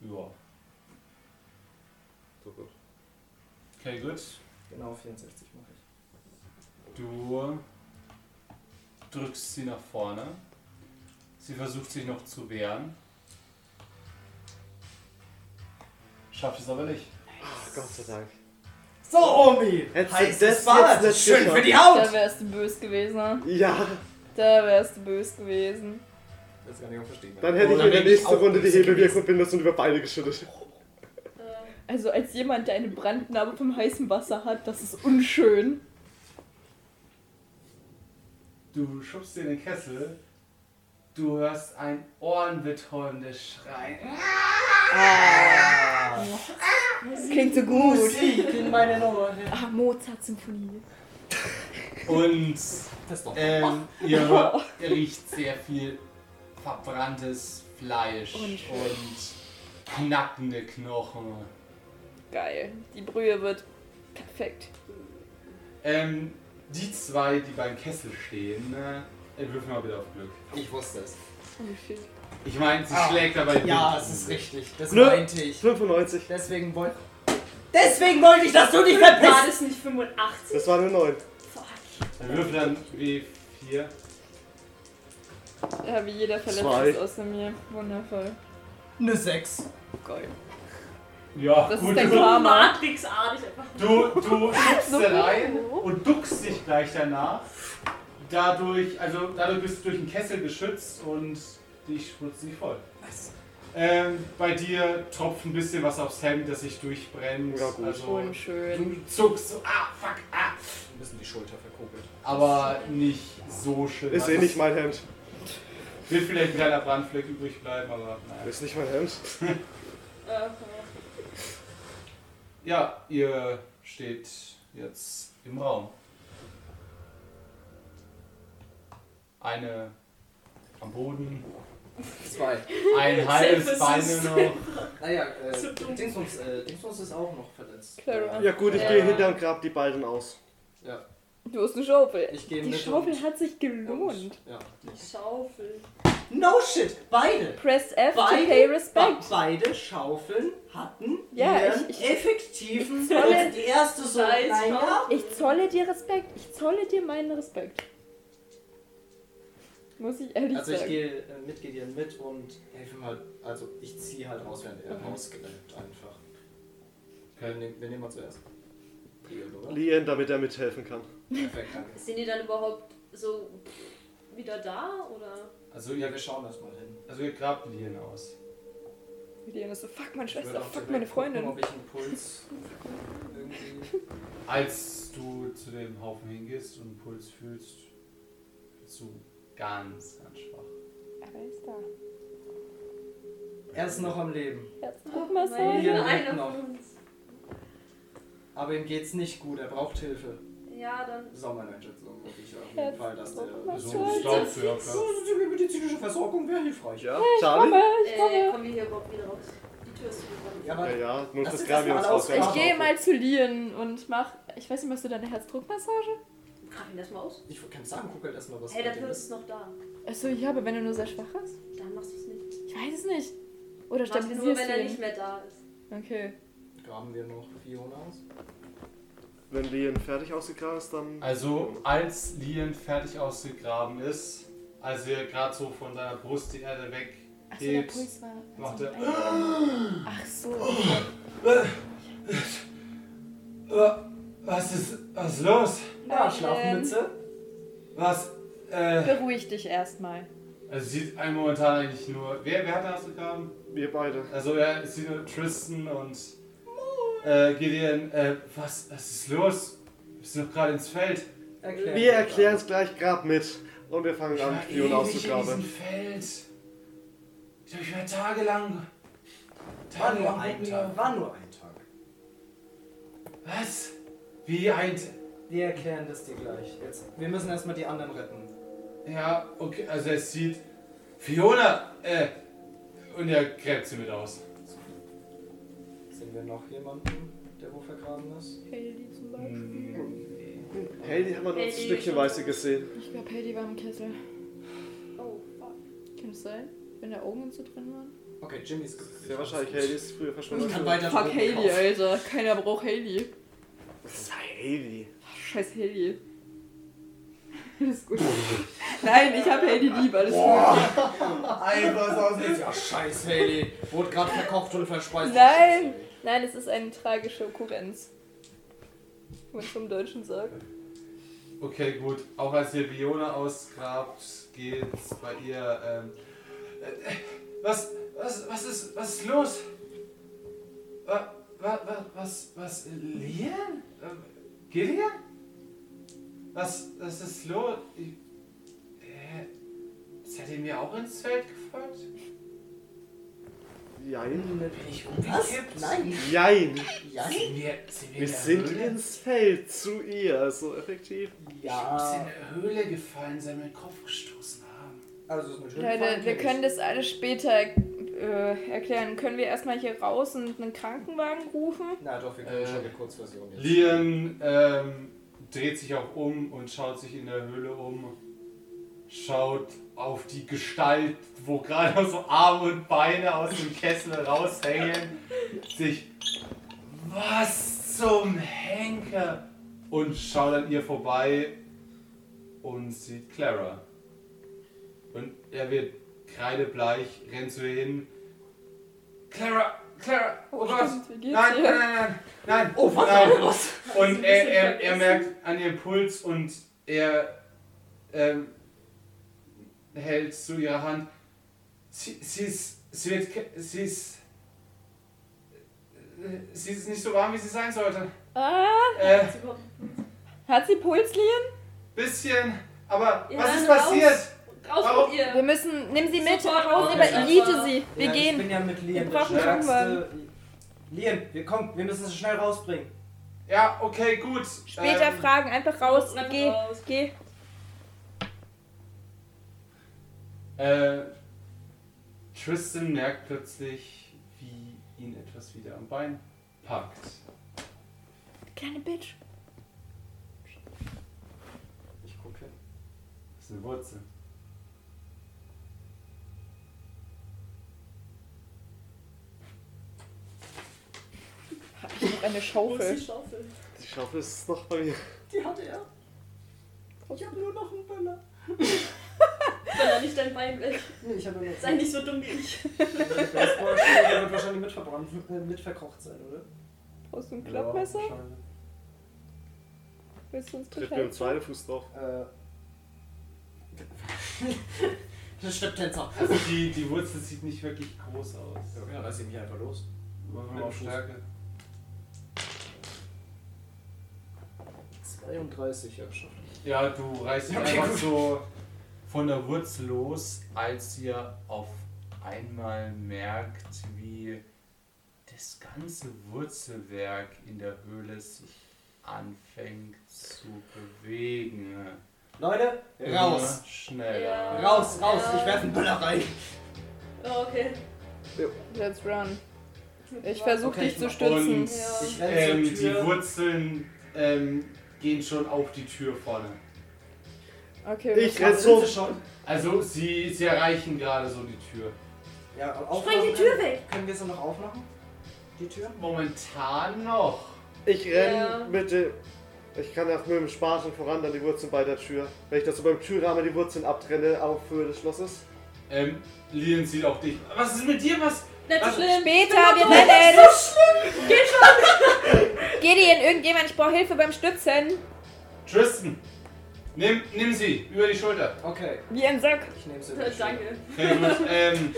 S1: Ja. Okay, gut.
S6: Genau 64 mache ich.
S1: Du drückst sie nach vorne. Sie versucht sich noch zu wehren. Schafft es aber nicht.
S4: Ach, Gott sei Dank.
S6: So, Omi!
S4: Hättest du
S6: Heißes
S4: das
S6: Bad!
S4: jetzt nicht
S6: Schön
S4: geschafft.
S6: für die
S5: Da
S6: Haut!
S5: wärst du bös gewesen. ne?
S4: Ja,
S5: Da wärst du bös gewesen.
S6: Das kann ich auch verstehen.
S4: dann hätte ich
S6: Oder
S4: in der
S6: bin ich
S4: nächsten
S6: auch
S4: Runde die
S6: böse
S4: Hebelwirkung benutzt und über beide geschüttet.
S24: Äh,
S5: Also als jemand, der eine Brandnarbe vom heißen Wasser hat, das ist unschön.
S1: Du schubst dir den Kessel. Du hörst ein ohrenbetäubendes Schreien.
S5: Klingt so gut.
S6: Ah. Musik in meinen Ohren.
S12: Ah, Mozart-Symphonie.
S1: Und
S6: Das ist doch. Oh.
S1: ähm, ihr, ihr riecht sehr viel verbranntes Fleisch
S5: Unschön.
S1: und knackende Knochen.
S5: Geil. Die Brühe wird perfekt.
S1: Ähm, die zwei, die beim Kessel stehen, ne? Äh, Würfel mal bitte auf Glück.
S6: Ich wusste es.
S5: Wie viel?
S1: Ich meine, sie schlägt aber
S6: Ah. Ja,
S1: nicht.
S6: es ist richtig. Das
S4: Nö.
S6: meinte ich.
S4: 95.
S6: Deswegen wollte. Deswegen wollte ich, dass du dich
S24: War
S6: verpisst!
S24: das nicht 85?
S4: Das war eine 9.
S1: Dann würfel dann W4.
S5: Ja, wie jeder verletzt
S4: Zwei.
S5: ist außer mir. Wundervoll.
S6: Eine 6.
S5: Geil.
S1: Ja,
S5: Das ist
S1: gut. also
S5: dein
S1: Du,
S5: Karma.
S24: Matrixartig einfach.
S1: du, du schiebst da rein und duckst dich gleich danach. Dadurch, also dadurch bist du durch den Kessel geschützt und dich spritzt nicht voll. Ähm, bei dir tropft ein bisschen was aufs Hemd, das sich durchbrennt.
S4: Ja, gut.
S1: Also,
S5: Schon schön.
S1: du zuckst so, ah, fuck, ah.
S6: Ein bisschen die Schulter verkugelt.
S1: Aber nicht so schön. Also,
S4: Ist eh nicht mein Hemd.
S1: Wird vielleicht ein kleiner Brandfleck übrig bleiben, aber naja.
S4: Ist nicht mein Hemd.
S1: Ja, ihr steht jetzt im Raum. Eine am Boden,
S6: Zwei.
S1: ein halbes Beine noch.
S6: Naja, äh, Dingsbums, äh, Dingsbums ist auch noch verletzt. Äh,
S5: Clara.
S4: Ja gut, ich
S5: Ja.
S4: gehe hinter und grab die beiden aus.
S5: Du hast eine Schaufel.
S6: Ich gehe
S5: Die
S6: mit
S5: Schaufel
S6: und-
S5: hat sich gelohnt.
S6: Und, ja.
S24: Schaufel.
S6: No shit! Beide!
S5: Press F
S6: Beide-
S5: to pay respect.
S6: Be- Beide Schaufeln hatten
S5: Ja,
S6: ihren
S5: ich- ich-
S6: effektiven
S5: ich zolle-
S6: als die erste so
S24: Scheiß
S6: naja,
S5: Ich zolle dir Respekt. Ich zolle dir meinen Respekt. Muss ich ehrlich
S6: Also ich
S5: sagen.
S6: gehe äh, mit, gehe dir mit und helfe mal. Also ich ziehe halt aus, während
S5: Mhm.
S6: er rausgelenkt einfach. Wir nehmen, wir nehmen mal zuerst. Leon, oder?
S4: Lien, damit er mithelfen kann.
S6: Perfekt, danke.
S2: Sind die dann überhaupt so wieder da oder?
S1: Also
S6: Ja,
S1: ihr,
S6: wir schauen erst mal hin.
S1: also ihr grabt Lien aus.
S5: Lilian ist so, fuck meine
S6: Ich würde
S5: Schwester,
S6: auch
S5: fuck
S6: direkt
S5: meine
S6: Gucken,
S5: Freundin.
S6: ob ich einen Puls irgendwie.
S1: Als du zu dem Haufen hingehst und einen Puls fühlst, bist du ganz, ganz schwach.
S5: Aber er ist da.
S6: Er ist noch am Leben.
S5: Herzensmassage.
S6: Lilian lebt
S24: einer
S6: noch.
S24: von uns.
S6: Aber ihm geht's nicht gut, er braucht Hilfe.
S2: Ja, dann
S6: Das ist auch meine Einschätzung. Und ich auf jeden
S5: Herz-
S6: Fall, dass der.
S5: Oh,
S1: So
S5: Scheiße.
S1: ein Staubsörfer.
S6: Die medizinische Versorgung wäre hilfreich.
S4: Ja, Charlie?
S5: Ich
S2: äh,
S5: komme.
S2: kommen wir hier überhaupt wieder raus. Die Tür ist zugegangen.
S6: Ja,
S4: Ja,
S6: aber
S4: ja, nur
S6: Lass
S4: das
S6: uns
S4: graben wir
S6: das
S4: uns
S6: mal
S4: aus.
S6: ausgraben.
S5: Ich gehe mal zu Lien und mach. Ich weiß nicht, machst du deine Herzdruckmassage?
S2: Grab ihn erstmal aus.
S6: ich kann sagen, guck halt erstmal, was
S2: Hey,
S6: bei
S2: der
S6: dem
S2: Tür
S6: ist.
S2: ist noch da.
S5: Achso, ja, aber wenn du nur sehr schwach hast?
S2: Dann machst du es nicht.
S5: Ich weiß es nicht. Oder
S2: Machst du nur,
S5: stabilisierst
S2: wenn
S5: du
S2: er
S5: ihn?
S2: nicht mehr da ist.
S5: Okay.
S6: Graben wir noch Fiona aus?
S4: Wenn Lien fertig ausgegraben ist, dann...
S1: Also, als Lien fertig ausgegraben ist, als ihr gerade so von seiner Brust die Erde
S5: Achso, der
S1: weghebt,
S5: Puls Also war.
S1: macht er.
S5: Ah. Ach so.
S1: Äh, Was ist, was ist los?
S6: Ja, Ah, Schlafmütze.
S1: Was? Äh,
S5: Beruhig dich erstmal.
S1: also sieht einen momentan eigentlich nur. Wer, wer hat da ausgegraben?
S4: Wir beide.
S1: Also ja, es sieht nur Tristan und äh, Gideon. Äh, was, was ist los? Wir sind doch gerade ins Feld.
S6: Erklären
S4: Wir erklären es gleich, grab mit. Und wir fangen
S1: Ich
S4: an,
S1: war
S4: Fion
S1: ewig in diesem
S4: auszugraben.
S1: Feld. Ich glaube, ich war tagelang.
S6: War nur
S1: tagelang
S6: ein
S1: mit
S6: Tag.
S1: mir.
S6: War nur ein Tag.
S1: Was? Wie ein.
S6: Wir erklären das dir gleich. Jetzt. Wir müssen erstmal die anderen retten.
S1: Ja, okay, also es sieht. Fiona! Äh. Und er gräbt sie mit aus.
S6: Sehen wir noch jemanden, der wo vergraben ist?
S5: Haley zum
S4: Hey, die haben wir nur ein
S2: Hey, die-
S4: Stückchenweise gesehen.
S5: Ich glaube, Haley war im Kessel.
S2: Oh, fuck.
S5: Kann es sein? Wenn da Augen und so drin waren?
S6: Okay, Jimmy ist
S4: Sehr wahrscheinlich, hey, die ist früher verschwunden.
S6: Ich kann weiter
S5: Fuck
S6: Drogen
S5: Haley,
S6: kaufen.
S5: Alter. Keiner braucht Haley.
S4: Das ist Haley.
S5: Ach, scheiß Haley. Alles gut. Nein, ich habe Haley lieb, alles gut.
S6: Einfach so Ja, scheiß Haley. Wurde gerade verkocht und verspeist.
S5: Nein! Nein, es ist eine tragische Okurrenz. Wenn man vom Deutschen sagt.
S1: Okay, gut. Auch als ihr Fiona ausgrabt, geht's bei ihr. Ähm, äh, äh, was, was, was ist, was ist los? Was, was, was, was, Lian? Ähm, Gideon? Was, was ist los? Ich, äh, seid ihr mir auch ins Feld gefolgt?
S4: Jein.
S1: Bin ich
S6: Was?
S1: umgekippt?
S6: Nein.
S4: Jein.
S6: Ja.
S1: Sind wir, sind wir, in
S4: Wir
S1: der
S4: sind
S1: Höhle?
S4: ins Feld zu ihr. So effektiv.
S1: Ich muss in
S6: Ja.
S1: eine Höhle gefallen sein, meinen Kopf gestoßen haben.
S6: Also es ist eine schöne
S5: Leute,
S6: Frage,
S5: wir
S6: die
S5: können
S6: ich-
S5: das alles später äh, erklären. Können wir erstmal hier raus und einen Krankenwagen rufen?
S6: Na doch, wir können
S1: Äh,
S6: schon eine Kurzversion jetzt.
S1: Lian ähm, dreht sich auch um und schaut sich in der Höhle um. Schaut auf die Gestalt, wo gerade so Arme und Beine aus dem Kessel raushängen. Sich, was zum Henker? Und schaut an ihr vorbei und sieht Clara. Und er wird kreidebleich, rennt zu ihr hin. Clara, Clara, oh Gott,
S5: stimmt, wie geht's
S1: nein, nein,
S5: ihr?
S1: nein, nein, nein. Oh, was nein. Und er, er, er merkt an ihrem Puls und er ähm, hält zu ihrer Hand. Sie, sie ist, sie wird, ke- sie ist, äh, sie ist nicht so warm, wie sie sein sollte.
S5: Ah,
S1: Äh,
S5: hat sie Pulslien?
S1: bisschen, aber
S24: Ja,
S1: was ist
S24: raus.
S1: passiert?
S24: Raus
S1: Warum?
S24: mit
S5: Wir
S24: ihr!
S5: müssen, nimm sie mit,
S24: Sofort
S5: raus,
S24: raus,
S5: aber
S24: Alter.
S5: elite sie. Wir
S6: ja, Ich
S5: gehen.
S6: bin ja mit Liam.
S5: Wir brauchen
S6: der stärkste.
S5: irgendwann.
S6: Liam, wir kommen, wir müssen es schnell rausbringen.
S1: Ja, okay, gut.
S5: Später
S1: ähm,
S5: fragen, einfach raus.
S24: Einfach
S5: Geh,
S24: raus.
S5: geh.
S1: Äh, Tristan merkt plötzlich, wie ihn etwas wieder am Bein packt.
S5: Kleine Bitch.
S6: Ich gucke.
S1: Das ist eine Wurzel.
S5: Hab ich noch eine
S24: Wo ist
S5: Schaufel?
S24: die Schaufel?
S4: Die Schaufel ist noch bei mir.
S6: Die hatte er. Ich habe nur noch einen Böller.
S24: Böller nicht dein Bein weg.
S6: Nee, ich habe nur noch
S24: Sei nicht so dumm wie ich.
S6: Der Baseballschläger wird wahrscheinlich mitverbrannt, äh, mitverkocht sein, oder?
S5: Brauchst du ein Klappmesser?
S6: Ja, wahrscheinlich.
S5: Willst du uns
S4: Tritt mir
S6: um
S5: Bescheid
S4: mit zweiten Fuß drauf.
S6: Äh. Das stimmt Tänzer.
S1: Also die, die Wurzel sieht nicht wirklich groß aus.
S6: Ja, reiß ich mich einfach los.
S1: Wollen wir auf Stärke?
S6: 32, ja, schon.
S1: Ja, du reißt dich einfach so von der Wurzel los, als ihr auf einmal merkt, wie das ganze Wurzelwerk in der Höhle sich anfängt zu bewegen.
S6: Leute, raus!
S1: Immer Schneller.
S24: Ja.
S6: Raus, raus! Ich werfe einen Böller rein!
S24: Oh, okay.
S5: Let's run. Ich versuche
S6: Okay,
S5: dich
S6: ich
S5: zu
S6: mach-
S5: stützen.
S1: Und
S6: Ich renne
S1: ähm, die
S6: zur Tür.
S1: Wurzeln ähm, gehen schon auf die Tür vorne.
S5: Okay,
S4: Ich
S6: Ah,
S4: renn
S6: sind
S4: so.
S6: sie schon?
S1: Also sie, sie erreichen gerade so die Tür.
S6: Ja, aufmachen.
S24: Spreng die Tür weg!
S6: Können wir sie noch aufmachen? Die Tür?
S1: Momentan noch.
S4: Ich renn
S24: Ja.
S4: mit dem. Ich kann auch mit dem Spaten voran dann die Wurzeln bei der Tür. Wenn ich das so beim Türrahmen die Wurzeln abtrenne auf Höhe des Schlosses.
S1: Ähm, Lien sieht auf dich. Was ist mit dir? Was?
S24: Nicht so
S6: Also,
S1: Was?
S24: schlimm!
S5: Später, wir rennen! Das ist so schlimm! Geh schon! Gideon, irgendjemand, ich brauche Hilfe beim Stützen.
S1: Tristan! Nimm, nimm sie über die Schulter.
S6: Okay,
S5: Wie ein Sack.
S6: ich nehme sie.
S24: Äh, Danke.
S1: Okay, gut. ähm,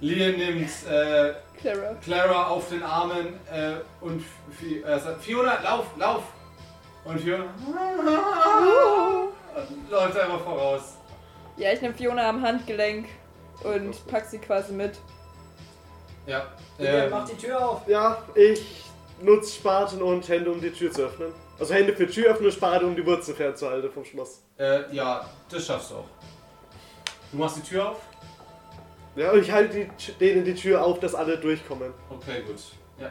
S1: Lien nimmt äh,
S5: Clara.
S1: Clara auf den Armen äh, und Fi äh, sagt, Fiona, lauf, lauf! Und Fiona läuft einfach voraus.
S5: Ja, ich nehme Fiona am Handgelenk und pack sie quasi mit.
S1: Ja.
S6: Äh,
S1: Ähm,
S6: mach die Tür auf!
S4: Ja, ich nutze Spaten und Hände, um die Tür zu öffnen. Also Hände für Tür öffnen und Spaten, um die Wurzeln fernzuhalten vom Schloss.
S1: äh, ja, das schaffst du auch. Du machst die Tür auf?
S4: Ja, und ich halte die, Tü- denen die Tür auf, dass alle durchkommen.
S1: Okay, gut. Ja.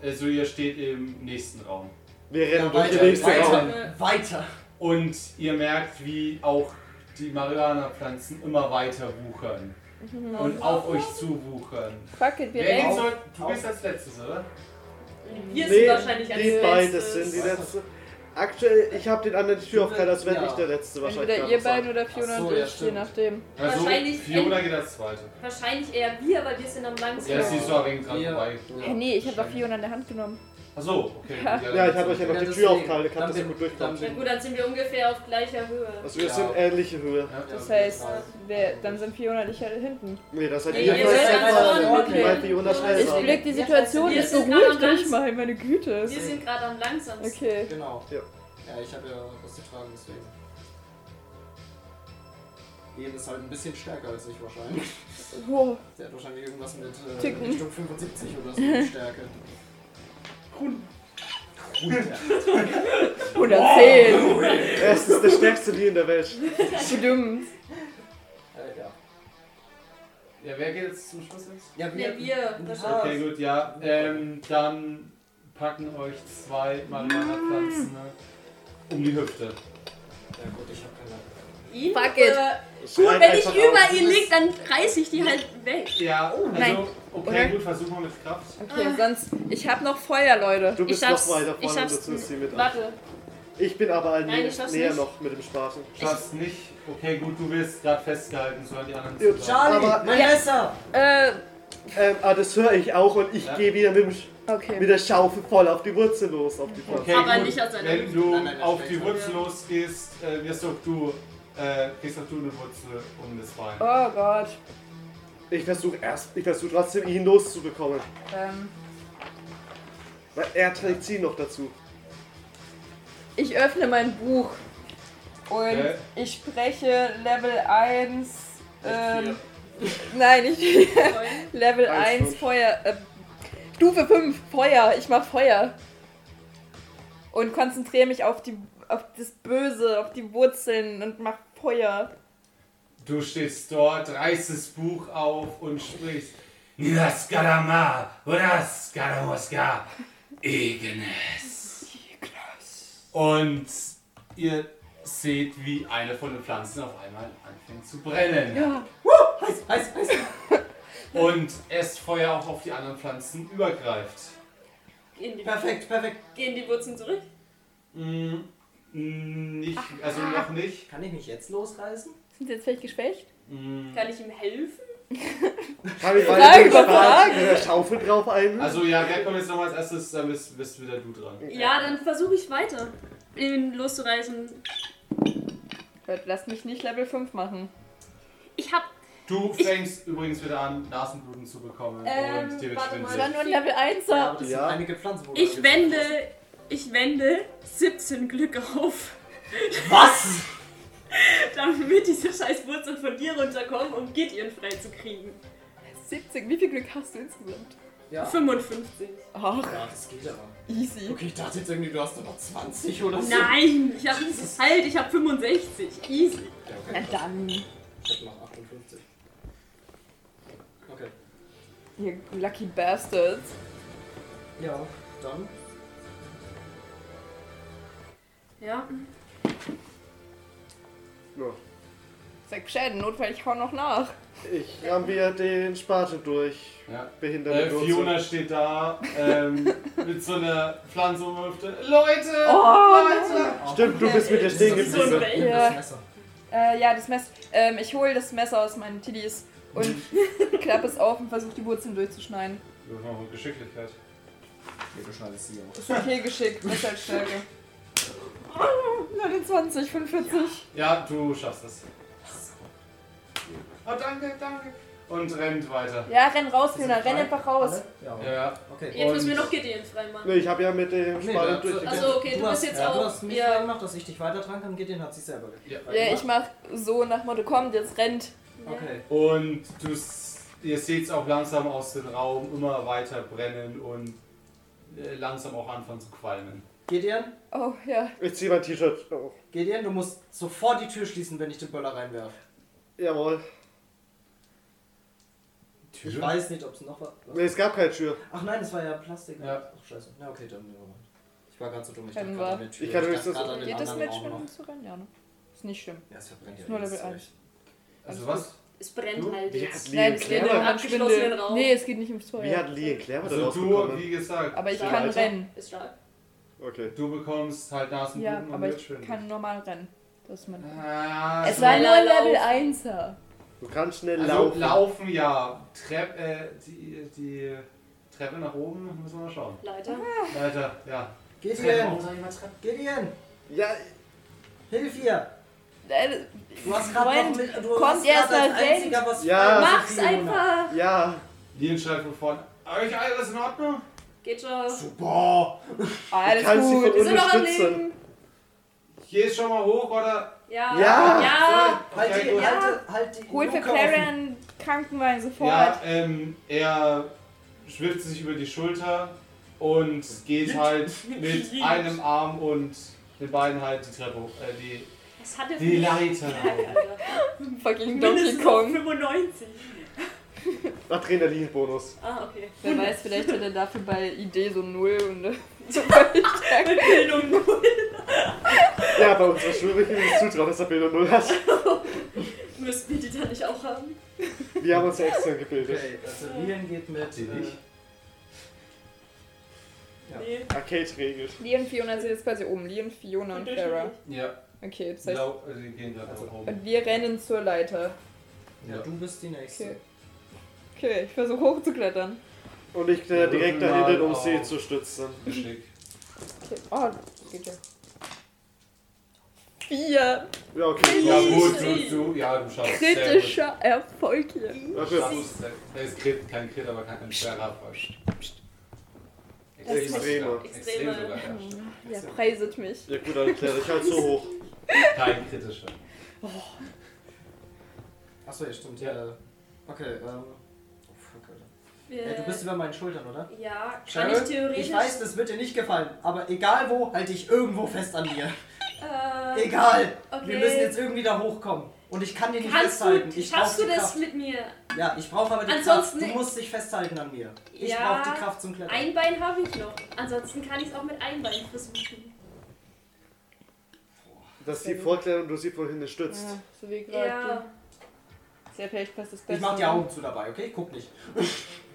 S1: Also ihr steht im nächsten Raum.
S4: Wir rennen
S6: Ja,
S4: durch
S6: weiter,
S4: den nächsten
S6: weiter.
S4: Raum.
S6: Weiter!
S1: Und ihr merkt, wie auch die Marihuana-Pflanzen immer weiter wuchern. Und auf euch zuwuchern.
S5: Fuck it, wir
S1: Wer gehen
S5: rennen.
S1: soll, du bist als letztes, oder?
S24: Wir sind
S4: Nee,
S24: wahrscheinlich als
S4: die beide
S24: letztes.
S4: sind die letzte. Aktuell, ich habe den anderen die Tür aufgehalten, also werde
S6: Ja.
S4: ich der letzte wahrscheinlich.
S5: Entweder
S4: kann
S5: ihr
S4: man sagen.
S5: beiden oder Fiona
S6: Ach so,
S5: und
S6: ja,
S5: ich, je
S6: stimmt.
S5: nachdem.
S1: Also
S24: Wahrscheinlich
S1: Fiona geht als zweite.
S24: Wahrscheinlich eher wir, weil wir sind am langsten.
S1: Ja, sie ist so ein wenig dran
S6: Ja.
S1: vorbei.
S5: Hä, nee, ich habe doch Fiona in der Hand genommen.
S1: Achso, okay. gut, dann
S4: Ja, ich habe euch
S1: ist
S4: ja noch
S6: Ja,
S4: die Tür
S6: deswegen.
S4: aufgehalten, kann
S6: Dann
S4: das
S6: bin-
S4: gut durchkommen.
S24: Na gut, dann sind wir ungefähr auf gleicher Höhe.
S4: Also wir
S6: Ja.
S4: sind ähnliche Höhe.
S5: Das
S6: Ja,
S5: heißt,
S6: ja.
S5: wer, dann sind Fiona und ich halt hinten.
S4: Nee, das seid
S24: Nee,
S4: ihr
S24: ihr seid ganz vorne
S4: vorne.
S24: mit
S4: Ich meine,
S24: mir.
S4: Fiona
S5: Ich
S24: Deswegen.
S4: schnell.
S5: blick die
S6: Ja,
S5: Situation
S24: wir
S5: jetzt so
S24: sind gerade
S5: ruhig
S24: am Tanzen.
S5: durch, mal, meine Güte.
S24: Wir sind gerade am langsamsten.
S5: Okay.
S6: Genau.
S4: Ja.
S6: Ja, ich habe ja was zu tragen, deswegen. Ian ist halt ein bisschen stärker als ich wahrscheinlich.
S5: Wow.
S6: Der hat wahrscheinlich irgendwas mit äh,
S5: Ticken.
S6: Richtung 75 oder so Stärke.
S5: Oder 10.
S4: Es ist der stärkste Deal in der Welt.
S5: Verdummt.
S6: Äh, ja.
S1: Ja, wer geht jetzt zum Schluss jetzt?
S6: Ja,
S2: Ne, wir. Das
S6: Ah.
S1: Okay, gut, ja. Ähm, dann packen euch zwei Marihuana-Pflanzen ne, um die Hüfte.
S6: Ja gut, ich habe keine.
S2: ihn.
S5: Fuck it.
S2: Äh,
S4: Schreit
S10: Wenn ich
S4: einfach
S10: über
S4: aus.
S10: ihr lieg, dann reiß ich die halt weg.
S1: Ja, also,
S5: nein.
S1: okay,
S5: Oder?
S1: gut, versuchen wir mit Kraft.
S5: Okay,
S24: Ah.
S5: sonst. Ich hab noch Feuer, Leute.
S4: Du bist
S10: Ich
S4: noch
S10: schaff's-
S4: weiter
S10: ich
S4: vorne und
S10: schaff's-
S4: dazu ist sie mit an.
S10: Warte.
S4: Ich bin aber ein
S10: Nein,
S4: wenig
S10: ich schaff's
S4: näher
S10: nicht.
S4: noch mit dem Spaten.
S1: Schaffst nicht. Okay, gut, du wirst gerade festgehalten, so an die anderen
S4: Ja,
S1: zu dran.
S6: Charlie,
S4: Aber-
S6: mein Messer!
S5: Äh,
S4: Ähm, ah, das höre ich auch und ich
S1: Ja.
S4: gehe wieder mit, dem Sch- mit
S5: okay.
S4: der Schaufel voll auf die Wurzel los. Auf die Pflanze.
S1: Okay,
S10: Aber
S1: gut.
S10: nicht aus seiner
S1: Wenn
S10: Hüfte.
S1: du
S6: Nein, nein, das
S1: auf
S6: fällt
S1: die
S6: schon.
S1: Wurzel losgehst, äh, wirst doch du, äh, kriegst doch du eine Wurzel um das Bein.
S5: Oh Gott.
S4: Ich versuche erst, ich versuche trotzdem ihn loszubekommen.
S5: Ähm,
S4: Weil er trägt sie noch dazu.
S5: ich öffne mein Buch. Und
S1: Äh?
S5: ich spreche Level 1. Ähm,
S4: vier.
S5: nein, ich. Level
S4: Eins,
S5: 1
S4: fünf.
S5: Feuer. Äh, Stufe 5 Feuer. Ich mach Feuer. Und konzentriere mich auf die auf das Böse, auf die Wurzeln und mach Feuer.
S1: Du stehst dort, reißt das Buch auf und sprichst. Niraskarama, Raskaramoska, Ignis. Und ihr seht, wie eine von den Pflanzen auf einmal anfängt zu brennen.
S6: Heiß, heiß, heiß!
S1: Und es Feuer auch auf die anderen Pflanzen übergreift.
S2: gehen, die,
S6: Perfekt, perfekt.
S2: gehen die Wurzeln zurück?
S1: Hm, nicht, also noch nicht.
S6: Kann ich mich jetzt losreißen?
S5: Sind sie jetzt vielleicht geschwächt?
S1: Hm,
S2: Kann ich ihm helfen?
S4: Habe ich
S5: Frage
S4: meine
S5: über
S4: Spaten mit der Schaufel drauf ein?
S1: Also ja, wer kommt jetzt nochmal als erstes, dann bist, bist wieder du dran.
S10: Ja, dann versuche ich weiter. Ihn loszureißen.
S5: Gott, Lass mich nicht Level 5 machen.
S10: Ich hab.
S1: Du fängst übrigens wieder an, Nasenbluten zu bekommen
S2: Ähm,
S1: und dir wird
S2: warte mal,
S5: Das
S1: schwindelig.
S5: war nur ein Level 1
S6: Ja, aber das
S4: Ja.
S6: sind einige Pflanzen. wo wir
S10: Ich
S6: jetzt-
S10: wende. Ich wende 17 Glück auf,
S6: Was?
S10: damit diese scheiß Wurzeln von dir runterkommen, um Gideon freizukriegen.
S5: 70. Wie viel Glück hast du insgesamt?
S1: Ah.
S6: Ja.
S10: 55.
S5: Ach,
S6: ja, das geht aber.
S5: easy.
S6: Okay, ich dachte jetzt irgendwie, du hast nur noch 20 oder so.
S10: Nein, ich hab. Halt, ich hab 65. Easy.
S6: Ja,
S5: Na
S6: okay.
S5: dann.
S6: Ich hab noch 58. Okay.
S5: Ihr lucky bastards.
S6: Ja, dann.
S10: Ja.
S4: Ja.
S5: Sag Bescheid, im Notfall, ich hau noch nach.
S4: Ich ramm wieder den Spaten durch.
S1: Ja.
S4: Behinderte
S1: Äh,
S4: Wurzel.
S1: Fiona steht da ähm, mit so einer Pflanze um die Hüfte. Leute!
S5: Oh,
S1: Leute!
S4: Stimmt, du bist mit der stehen geblieben.
S6: Nimm
S5: Ja.
S6: das Messer.
S5: Äh, ja, das Messer. Ähm, ich hole das Messer aus meinen Tiddies und klappe es auf und versuche die Wurzeln durchzuschneiden.
S1: Wir machen mal Geschicklichkeit.
S6: Ja, du schneidest sie auch.
S5: Ist halt okay geschickt, Messerstärke. Oh, 29, 45.
S1: Ja, du schaffst es. Oh, danke, danke. Und rennt weiter.
S5: Ja, renn raus, Fiona, renn einfach raus.
S6: Ja,
S1: Ja, ja.
S6: okay.
S2: Jetzt
S1: Und-
S2: müssen wir noch Gideon freimachen.
S4: Nee, ich habe ja mit dem
S6: Nee,
S4: Spaten
S6: da-
S4: durch.
S2: Ach so, okay, du bist
S6: hast,
S2: jetzt
S6: ja,
S2: auch-
S6: Du hast mich
S2: ja.
S6: ja. gemacht, dass ich dich weiter dran kann. Gideon hat sich selber
S1: Ja.
S6: gekriegt.
S5: Ja, ich mach so nach Motto, kommt, jetzt rennt.
S6: Okay.
S1: Und du, s- ihr seht es auch langsam aus dem Raum immer weiter brennen und äh, langsam auch anfangen zu qualmen.
S6: Gideon,
S5: Oh, ja.
S4: Ich zieh mein T-Shirt. Oh.
S6: Gideon, du musst sofort die Tür schließen, wenn ich den Böller reinwerfe.
S4: Jawohl.
S6: Ich weiß nicht, ob es noch was.
S4: Nee, es gab keine Tür.
S6: Ach nein, das war ja Plastik.
S1: Ja.
S6: Ach scheiße. Na okay, dann nehmen wir mal. Ich war gerade so dumm, ich
S5: Kennen
S6: gerade
S5: wir.
S6: an der Tür.
S4: Ich hatte
S6: dachte
S4: höchstens-
S6: gerade an den
S5: Geht das
S6: anderen
S5: mit
S6: Raum noch.
S5: Schwimmen zu rennen? Ja, ne? Ist nicht schlimm.
S6: Ja, es verbrennt ja
S5: Nur
S6: jedes
S5: Level
S6: Zeug.
S1: Also was?
S2: Es brennt
S1: Du?
S2: halt
S4: Wie
S2: jetzt.
S4: hat
S5: Nein,
S4: Lian
S5: es geht
S2: in den
S5: um
S4: Clever,
S2: abgeschlossenen
S5: Abschwindel.
S2: Raum.
S5: Nee, es geht nicht ums Feuer.
S4: wie hat Lian Clever da
S1: Also du, wie
S4: rausbekommen?
S1: gesagt,
S5: Aber ich
S2: Ja,
S5: kann
S4: Alter.
S5: rennen.
S2: Ist stark.
S4: Okay.
S1: du bekommst halt Nasenbluten
S5: Ja,
S1: und
S5: aber
S1: wird
S5: ich
S1: schwindelig.
S5: kann normal rennen. Das ist mein
S1: Ah,
S5: es
S1: so.
S5: war nur
S2: schneller
S5: Level
S2: laufen.
S5: 1er.
S4: Du kannst schnell
S1: also laufen.
S4: laufen.
S1: laufen ja. Trepp, äh, die, die Treppe nach oben müssen wir mal schauen.
S2: Leiter.
S1: Alter, ja. Treppe
S6: Gideon!
S1: soll ich mal Treppen?
S6: Gideon!
S4: Ja,
S6: Hilf ihr!
S5: Äh,
S6: Du hast gerade noch
S5: Freund,
S6: mit. Du
S5: kommt
S6: hast
S5: erst
S6: gerade
S5: mal
S6: als einziger was.
S4: Ja.
S6: Mach's einfach!
S4: ja.
S1: Lien schreit von vorne. Euch alles in Ordnung?
S2: Geht schon.
S1: Super!
S5: alles
S4: kannst sie
S5: gut.
S4: von
S5: Wir sind
S4: unten
S5: noch am
S4: stützen.
S5: Leben.
S1: Hier ist schon mal hoch, oder?
S2: Ja.
S4: Ja.
S2: Ja.
S1: Okay,
S6: Halt die,
S1: gut.
S6: halt, halt die.
S5: Holt für
S6: Luke
S5: Clara
S6: offen.
S5: einen Krankenwagen sofort.
S1: Ja, ähm, er schwirft sich über die Schulter
S25: und geht halt mit einem Arm und den beiden halt die Treppe hoch, äh, die,
S2: Es hatte
S25: die Leiter hoch.
S5: Fucking Donkey
S2: mindestens
S5: Kong.
S2: 95.
S4: Adrenalinbonus.
S2: Ah, okay.
S5: Wer weiß, vielleicht hat er dafür bei Idee so null und äh,
S2: Bildung um null.
S4: Ja, bei unserer Schule kriegen wir es zutrauen, dass er Bildung 0 hat.
S2: Müssen wir die dann nicht auch haben?
S4: Wir haben uns ja extern gebildet.
S6: Okay, also Lian geht mit. äh,
S1: die nicht?
S6: Ja.
S2: Nee,
S4: Arcade regelt.
S5: Lee und Fiona sind jetzt quasi oben. Lee und Fiona und Clara.
S1: Ja,
S5: Okay, das heißt.
S1: blau, äh, die gehen gerade
S6: Also-
S1: rum.
S5: Und wir rennen zur Leiter.
S6: Ja, du bist die nächste.
S5: Okay. Okay, ich versuche hochzuklettern.
S4: Und ich kletter direkt
S1: Würfel
S4: dahinter,
S1: mal
S4: um sie
S1: auf.
S4: zu stützen.
S1: Geschick.
S5: Okay. Oh, das geht ja. Vier.
S4: Ja, okay.
S1: Ja gut, du, du, ja, du schaffst sehr gut.
S5: Kritischer Erfolg hier.
S4: Ja,
S1: Du
S4: gut.
S1: schaffst sehr- Das ist Crit, kein Crit, aber kein schwerer Erfolg.
S2: Das ist
S4: extremer.
S1: Extrem
S2: Extreme.
S1: sogar, ja.
S5: Ja, preiset mich.
S4: Ja, gut, dann kletter ich halt so hoch.
S1: Kein kritischer.
S6: Achso, ja, stimmt. Ja. Okay, ähm. Oh, fuck, Alter.
S5: Äh.
S2: wir,
S6: Ey, du bist über meinen Schultern, oder?
S2: ja, kann
S6: Cheryl,
S2: ich theoretisch.
S6: Ich weiß, das wird dir nicht gefallen, aber egal wo, halte ich irgendwo fest an dir.
S2: äh,
S6: Egal!
S2: okay.
S6: Wir müssen jetzt irgendwie da hochkommen. Und ich kann dir nicht
S2: Kannst
S6: festhalten.
S2: du,
S6: ich
S2: schaffst
S6: brauch
S2: du
S6: die
S2: das
S6: Kraft.
S2: mit mir?
S6: Ja, ich brauche aber die
S2: Ansonsten-
S6: Kraft. Du musst dich festhalten an mir. Ich
S2: Ja,
S6: brauche die Kraft zum Klettern.
S2: Ein Bein habe ich noch. Ansonsten kann ich es auch mit einem Bein versuchen.
S4: Dass sie vorklettern und du sie von hinten stützt.
S5: Ja, so wie gesagt.
S2: Ja.
S5: Ist ja vielleicht fast das Beste.
S6: ich mach die Augen zu dabei, okay? Ich guck nicht.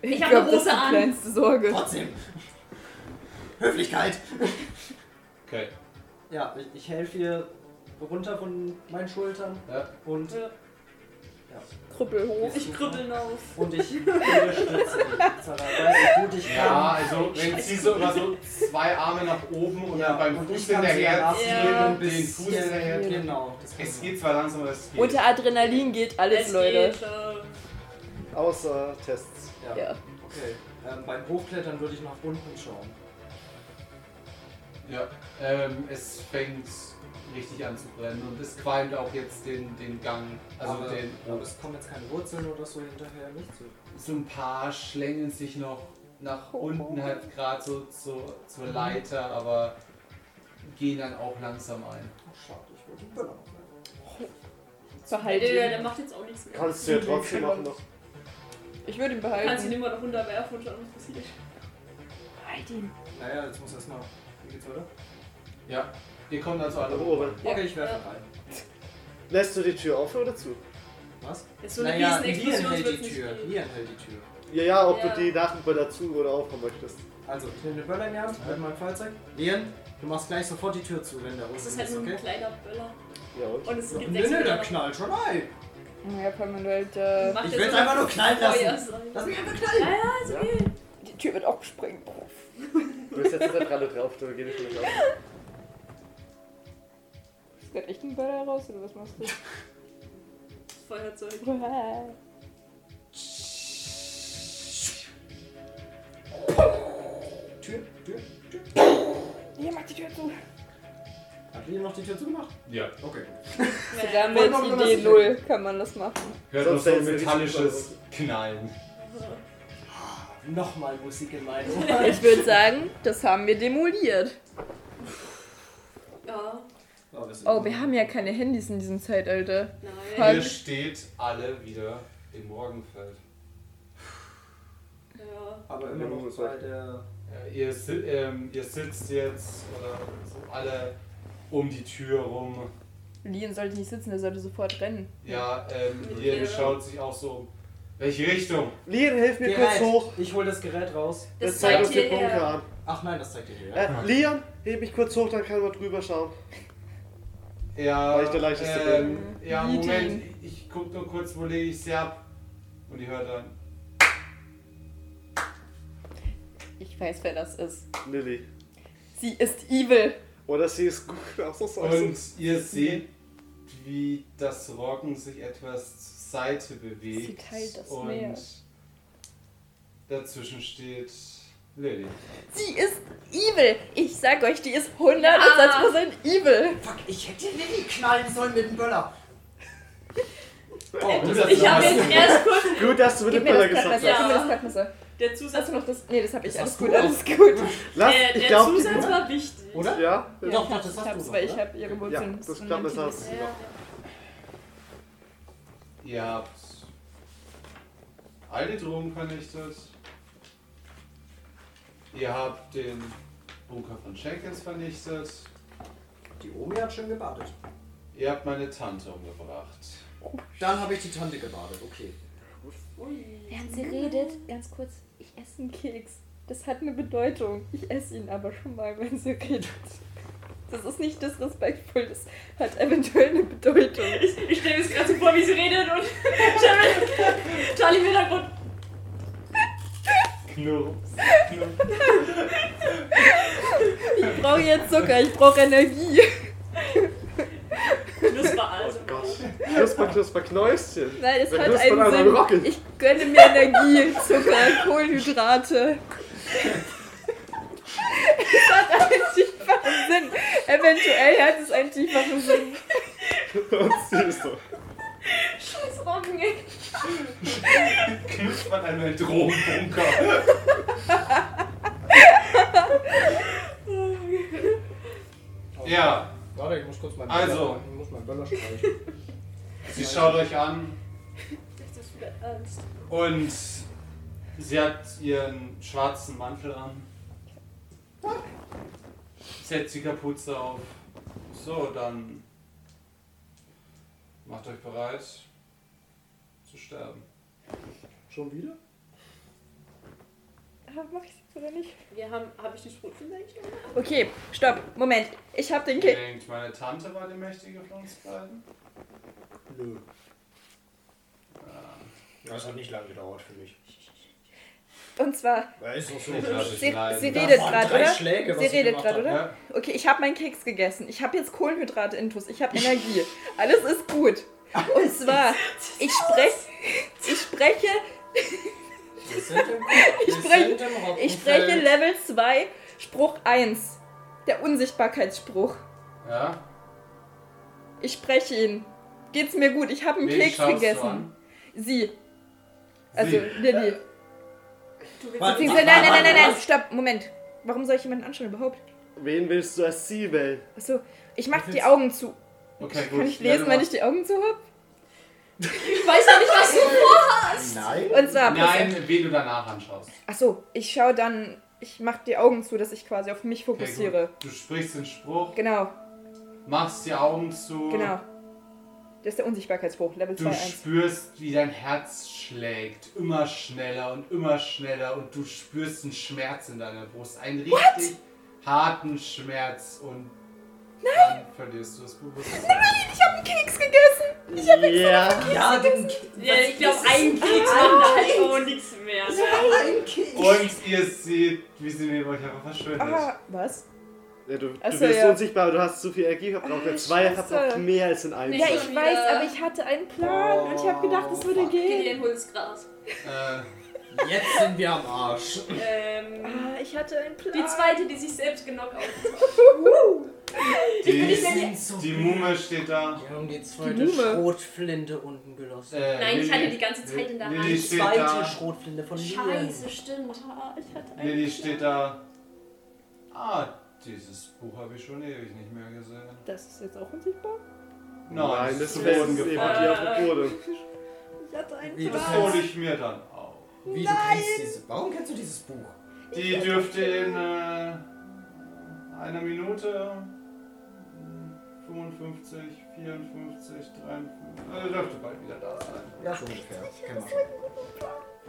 S2: Ich hab
S5: glaub,
S2: eine
S5: das
S2: große
S5: ist die
S2: Angst.
S5: kleinste Sorge.
S6: Trotzdem. Höflichkeit.
S1: Okay.
S6: Ja, ich, ich helfe ihr runter von meinen Schultern
S1: Ja.
S6: und,
S2: Ja.
S5: Krüppel hoch.
S2: Ich kribbel auf.
S6: und ich unterstütze dich. Zara, Weißt du, gut, ich kann.
S25: Ja, also wenn sie so immer so zwei Arme nach oben und dann beim Fuß hinterher
S6: nachziehen
S2: Ja.
S6: und
S25: den Fuß hinterher.
S6: Genau. Das kann
S25: Es
S6: man.
S25: geht zwar langsam, aber es geht.
S5: Unter Adrenalin geht alles, Leute.
S2: Geht, äh,
S4: Außer Tests.
S6: Ja.
S5: Ja.
S6: Okay. Ähm, beim Hochklettern würde ich nach unten schauen.
S1: Ja, ähm, es fängt richtig an zu brennen und es qualmt auch jetzt den, den Gang. Also
S6: aber,
S1: den.
S6: aber es kommen jetzt keine Wurzeln oder so hinterher, nicht so.
S1: So ein paar schlängeln sich noch nach unten halt gerade so zu, zur Leiter, aber gehen dann auch langsam ein.
S6: Oh, schade, ich wollte den Böller noch machen.
S5: Zur
S2: Alter, der
S5: Haltung.
S2: macht jetzt auch nichts mehr.
S4: Kannst du ja trotzdem machen noch.
S5: Ich würde ihn
S2: Kannst ihn
S5: behalten.
S2: immer noch runterwerfen und schauen, was passiert.
S5: Halt ihn.
S6: Naja, jetzt muss erstmal. Wie geht's weiter?
S1: Ja, ihr kommt also alle
S4: Nach
S1: hoch.
S4: oben.
S5: Ja.
S6: Okay, ich werfe
S2: Ja.
S6: rein.
S4: Lässt du die Tür offen oder zu?
S6: Was?
S2: Ist so eine
S6: Lian
S2: Riesenexplosion
S6: hält
S2: wird's
S6: die
S2: nicht
S6: Tür.
S2: geben.
S6: Lian hält die Tür.
S4: Ja, ja, ob
S2: Ja.
S4: du die nach dem Böller zu oder aufmachen möchtest.
S6: Also, ich nehme den Böller in die Hand, halte mein Feuerzeug. Lian, du machst gleich sofort die Tür zu, wenn der
S2: Das
S6: unten
S2: ist halt
S6: ist,
S2: nur ein
S6: okay?
S2: kleiner Böller.
S4: Ja, und?
S2: Und es
S6: So,
S2: gibt
S6: nö,
S2: sechs
S6: nö, der
S2: Böller.
S6: knallt schon rein.
S5: Ja, kann man halt. Äh,
S2: Macht
S6: Ich
S2: jetzt
S6: will's
S2: so
S6: einfach
S2: ein
S6: nur knallen lassen.
S2: Feuer sein.
S6: Lass mich einfach knallen.
S5: die Tür wird auch gesprengt.
S4: Du bist jetzt da dran drauf, du gehst nicht auf.
S5: Ist gerade echt ein Böller raus oder was machst du?
S2: Feuerzeug.
S6: Tür, Tür.
S5: Hier, mach die Tür zu.
S6: Hat Lian noch die Tür zugemacht?
S1: Ja.
S6: Okay.
S5: So,
S6: Wollen
S5: damit
S6: wir mal
S5: Idee
S6: was-
S5: 0 kann man das machen.
S1: Hört noch
S4: Sonst
S1: so ein
S4: hättest du richtig
S1: metallisches Knallen.
S6: Nochmal Musik in meinen Ohren.
S5: Ich würde sagen, das haben wir demoliert.
S2: Ja,
S5: Oh, wir haben ja keine Handys in diesem Zeitalter.
S2: nein.
S5: Halt.
S1: Ihr steht alle wieder im Morgenfeld.
S2: Ja.
S6: Aber immer noch bei der.
S1: Ja, ihr, si- ähm, ihr sitzt jetzt oder so alle um die Tür rum.
S5: Lian sollte nicht sitzen, der sollte sofort rennen.
S1: Ja, ähm,
S2: Mit
S1: ihr
S2: der-
S1: schaut sich auch so um. Welche Richtung?
S4: Lien, hilf mir kurz
S6: Gerät.
S4: hoch.
S6: Ich hol halt. das Gerät raus.
S4: Das,
S2: Das
S4: zeigt
S2: zeigt
S4: uns den
S2: dir
S4: Bunker
S2: er.
S4: an.
S6: Ach nein, das zeigt ihr hier. Ja?
S4: Äh, Leon, heb mich kurz hoch, dann kann man drüber schauen.
S1: Ja,
S4: Weil ich der Leichteste
S1: ähm, ja,
S5: Wie
S1: Moment, ich, ich guck nur kurz, wo lege ich sie ab. Und ihr hört dann.
S5: Ich weiß, wer das ist.
S4: Lilly.
S5: Sie ist evil.
S4: Oder sie ist gut
S1: Und
S4: ausnahmsweise.
S1: ihr seht, wie das Roggen sich etwas zur Seite bewegt.
S5: Sie teilt das
S1: und
S5: Meer.
S1: dazwischen steht Lilly.
S5: Sie ist evil. Ich sag euch, die ist 100% evil.
S6: Äh, Fuck, ich hätte Lilly knallen sollen mit dem Böller.
S1: Oh,
S2: Ich habe jetzt erst kurz.
S4: Gut, dass du mit dem
S5: Gib mir
S4: Böller
S5: das
S4: gesagt hast.
S5: Plattmesser. Gib mir das Plattmesser.
S24: Der Zusatz, äh,
S5: Hast du noch das? Nee, das habe ich. Alles
S6: hast du
S5: gut, alles gut.
S4: Lass,
S5: Äh,
S24: der,
S4: ich
S24: der
S4: glaube.
S24: Zusatz war wichtig.
S6: Oder?
S4: Ja, ja,
S6: Doch, doch, das
S5: ich
S6: hast
S5: hab's,
S6: du
S5: weil
S6: noch,
S5: ich
S6: oder?
S5: habe ihre
S4: ja,
S5: Wurzeln.
S4: das klappt das
S5: das
S4: hast du noch.
S1: Ihr habt alte Drogen vernichtet. Ihr habt den Bunker von Jenkins vernichtet.
S6: Die Omi hat schon gebadet.
S1: Ihr habt meine Tante umgebracht.
S6: Dann habe ich die Tante gebadet, okay.
S12: Während sie redet, ganz kurz, ich esse
S5: Ein Keks. Das hat eine Bedeutung. Ich esse ihn aber schon mal, wenn sie redet. Das ist nicht disrespektvoll, das hat eventuell eine Bedeutung.
S24: Ich stelle mir jetzt gerade so vor, wie sie redet und Charlie- Charlie im Hintergrund.
S1: Knurps.
S5: Ich brauche jetzt Zucker, ich brauche Energie.
S24: Knusper
S6: Oh
S24: also.
S4: Knusper, Knusper, Knäuschen.
S5: Nein, es
S4: Wenn
S5: hat
S4: du es von
S5: einen
S4: einer
S5: Sinn.
S4: Rocket-
S5: Ich gönne mir Energie, Zucker, Kohlenhydrate. Es hat einen tieferen Sinn. Eventuell hat es einen tieferen Sinn.
S4: Und siehst du.
S24: Scheiß Robben, ey.
S1: Knüpft man einen Drogenbunker. Ja,
S6: Warte, ich muss kurz meinen
S1: Also.
S6: Böller, ich muss meinen Böller streichen.
S1: sie schaut euch an
S24: Ist das wieder ernst?
S1: und sie hat ihren schwarzen Mantel an. Setzt die Kapuze auf. So, dann macht euch bereit zu sterben.
S6: Schon wieder?
S5: Ah, Mach ich das oder nicht?
S24: Wir haben. Habe ich die Sprutfinde eigentlich gemacht?
S5: Okay, stopp, Moment. Ich hab den Keks.
S1: Denkt, meine Tante war die mächtige von uns beiden?
S6: Nö. Das hat nicht lange gedauert für mich.
S5: Und zwar,
S6: Weißt du, so
S5: Hm, sie, sie
S1: also Nein.
S5: redet
S6: waren
S5: gerade,
S6: drei
S5: oder?
S6: Schläge, was
S5: sie
S6: ich
S5: redet
S6: gemacht
S5: gerade,
S6: hab,
S5: oder?
S1: Ja.
S5: Okay, ich habe meinen Keks gegessen. Ich habe jetzt Kohlenhydrate intus. Ich habe Energie. Alles ist gut. Und zwar, ich spreche, ich spreche,
S6: Wir sind im,
S5: Ich
S6: wir
S5: spreche-
S6: sind im Rottenfeld.
S5: ich spreche Level 2, Spruch 1. Der Unsichtbarkeitsspruch.
S1: Ja?
S5: Ich spreche ihn. Geht's mir gut? Ich habe einen
S1: Wen
S5: Keks
S1: schaust du
S5: gegessen.
S1: an? Äh,
S5: Sie. Also,
S1: Sie.
S5: Lilly.
S6: Warte, warte,
S5: Beziehungsweise, nein, nein,
S6: warte,
S5: nein, nein, nein,
S6: warte.
S5: stopp, Moment. Warum soll ich jemanden anschauen überhaupt?
S4: Wen willst du als Sie wählen?
S5: Achso, ich mach die
S6: willst-
S5: Augen zu.
S1: Okay,
S5: Kann ich lesen, wenn ich die Augen zu habe?
S24: Ich weiß ja nicht, was du.
S6: Nein?
S5: Und zwar, pass auf.
S1: Nein, wen du danach anschaust.
S5: Ach so, ich schaue dann, ich mache die Augen zu, dass ich quasi auf mich
S1: Okay,
S5: fokussiere.
S1: gut. Du sprichst den Spruch,
S5: Genau,
S1: machst die Augen zu.
S5: genau. Das ist der Unsichtbarkeitsspruch, Level
S1: Du
S5: 2-1.
S1: spürst, wie dein Herz schlägt. Immer schneller und immer schneller. Und du spürst einen Schmerz in deiner Brust. Einen richtig harten Schmerz. Und dann verlierst du das Bewusstsein.
S5: Ich habe einen Keks gegessen!
S4: Ja.
S6: Ja, den
S24: Ja, ich glaube, ein Keks macht da halt auch nichts mehr. Ne?
S1: Und ihr seht, wie sie neben euch einfach verschwindet.
S5: Ah, was?
S4: Ja, du, du
S5: Ach so,
S4: wirst
S5: ja.
S4: unsichtbar, aber du hast zu viel Energie verbraucht. Der Zweier verbraucht
S5: Scheiße.
S4: mehr als ein Einser.
S5: Ja,
S24: schon
S5: ich
S24: wieder.
S5: weiß, aber ich hatte einen Plan und ich habe gedacht,
S6: Oh,
S5: es würde
S24: Geh dir
S5: gehen.
S24: ein hohes Gras.
S1: Äh,
S6: Jetzt sind wir am Arsch.
S24: Ähm,
S5: Ah, ich hatte einen Plan.
S24: die zweite, die sich selbst genockt hat.
S1: die,
S6: sind so
S1: die Mumme steht da.
S6: Wir haben die
S5: Die
S6: zweite
S5: Mume.
S6: Schrotflinte unten gelassen.
S1: Äh,
S24: Nein, ich hatte
S1: Lilly-
S24: die ganze Zeit in der
S1: Lilly
S24: Hand.
S6: Die
S1: steht
S6: zweite
S1: da.
S6: Schrotflinte von mir.
S24: Scheiße, stimmt. Ah, Ich hatte einen.
S1: Lilly steht da. Ah, dieses Buch habe ich schon ewig nicht mehr gesehen.
S5: Das ist jetzt auch unsichtbar?
S1: Nein,
S4: Nein, das ist
S1: ist
S4: eben
S1: Boden
S4: die
S1: gefallen.
S4: auf dem Boden.
S5: Ich hatte einen
S6: Wie,
S1: Das
S6: kannst-
S1: hole ich mir dann auch.
S6: wie du kennst diese, warum kennst du dieses Buch?
S1: Die dürfte in äh, einer Minute äh, 55, 54, 53. Also dürfte bald wieder da sein.
S6: Ja, so ungefähr. Genau. Kennen wir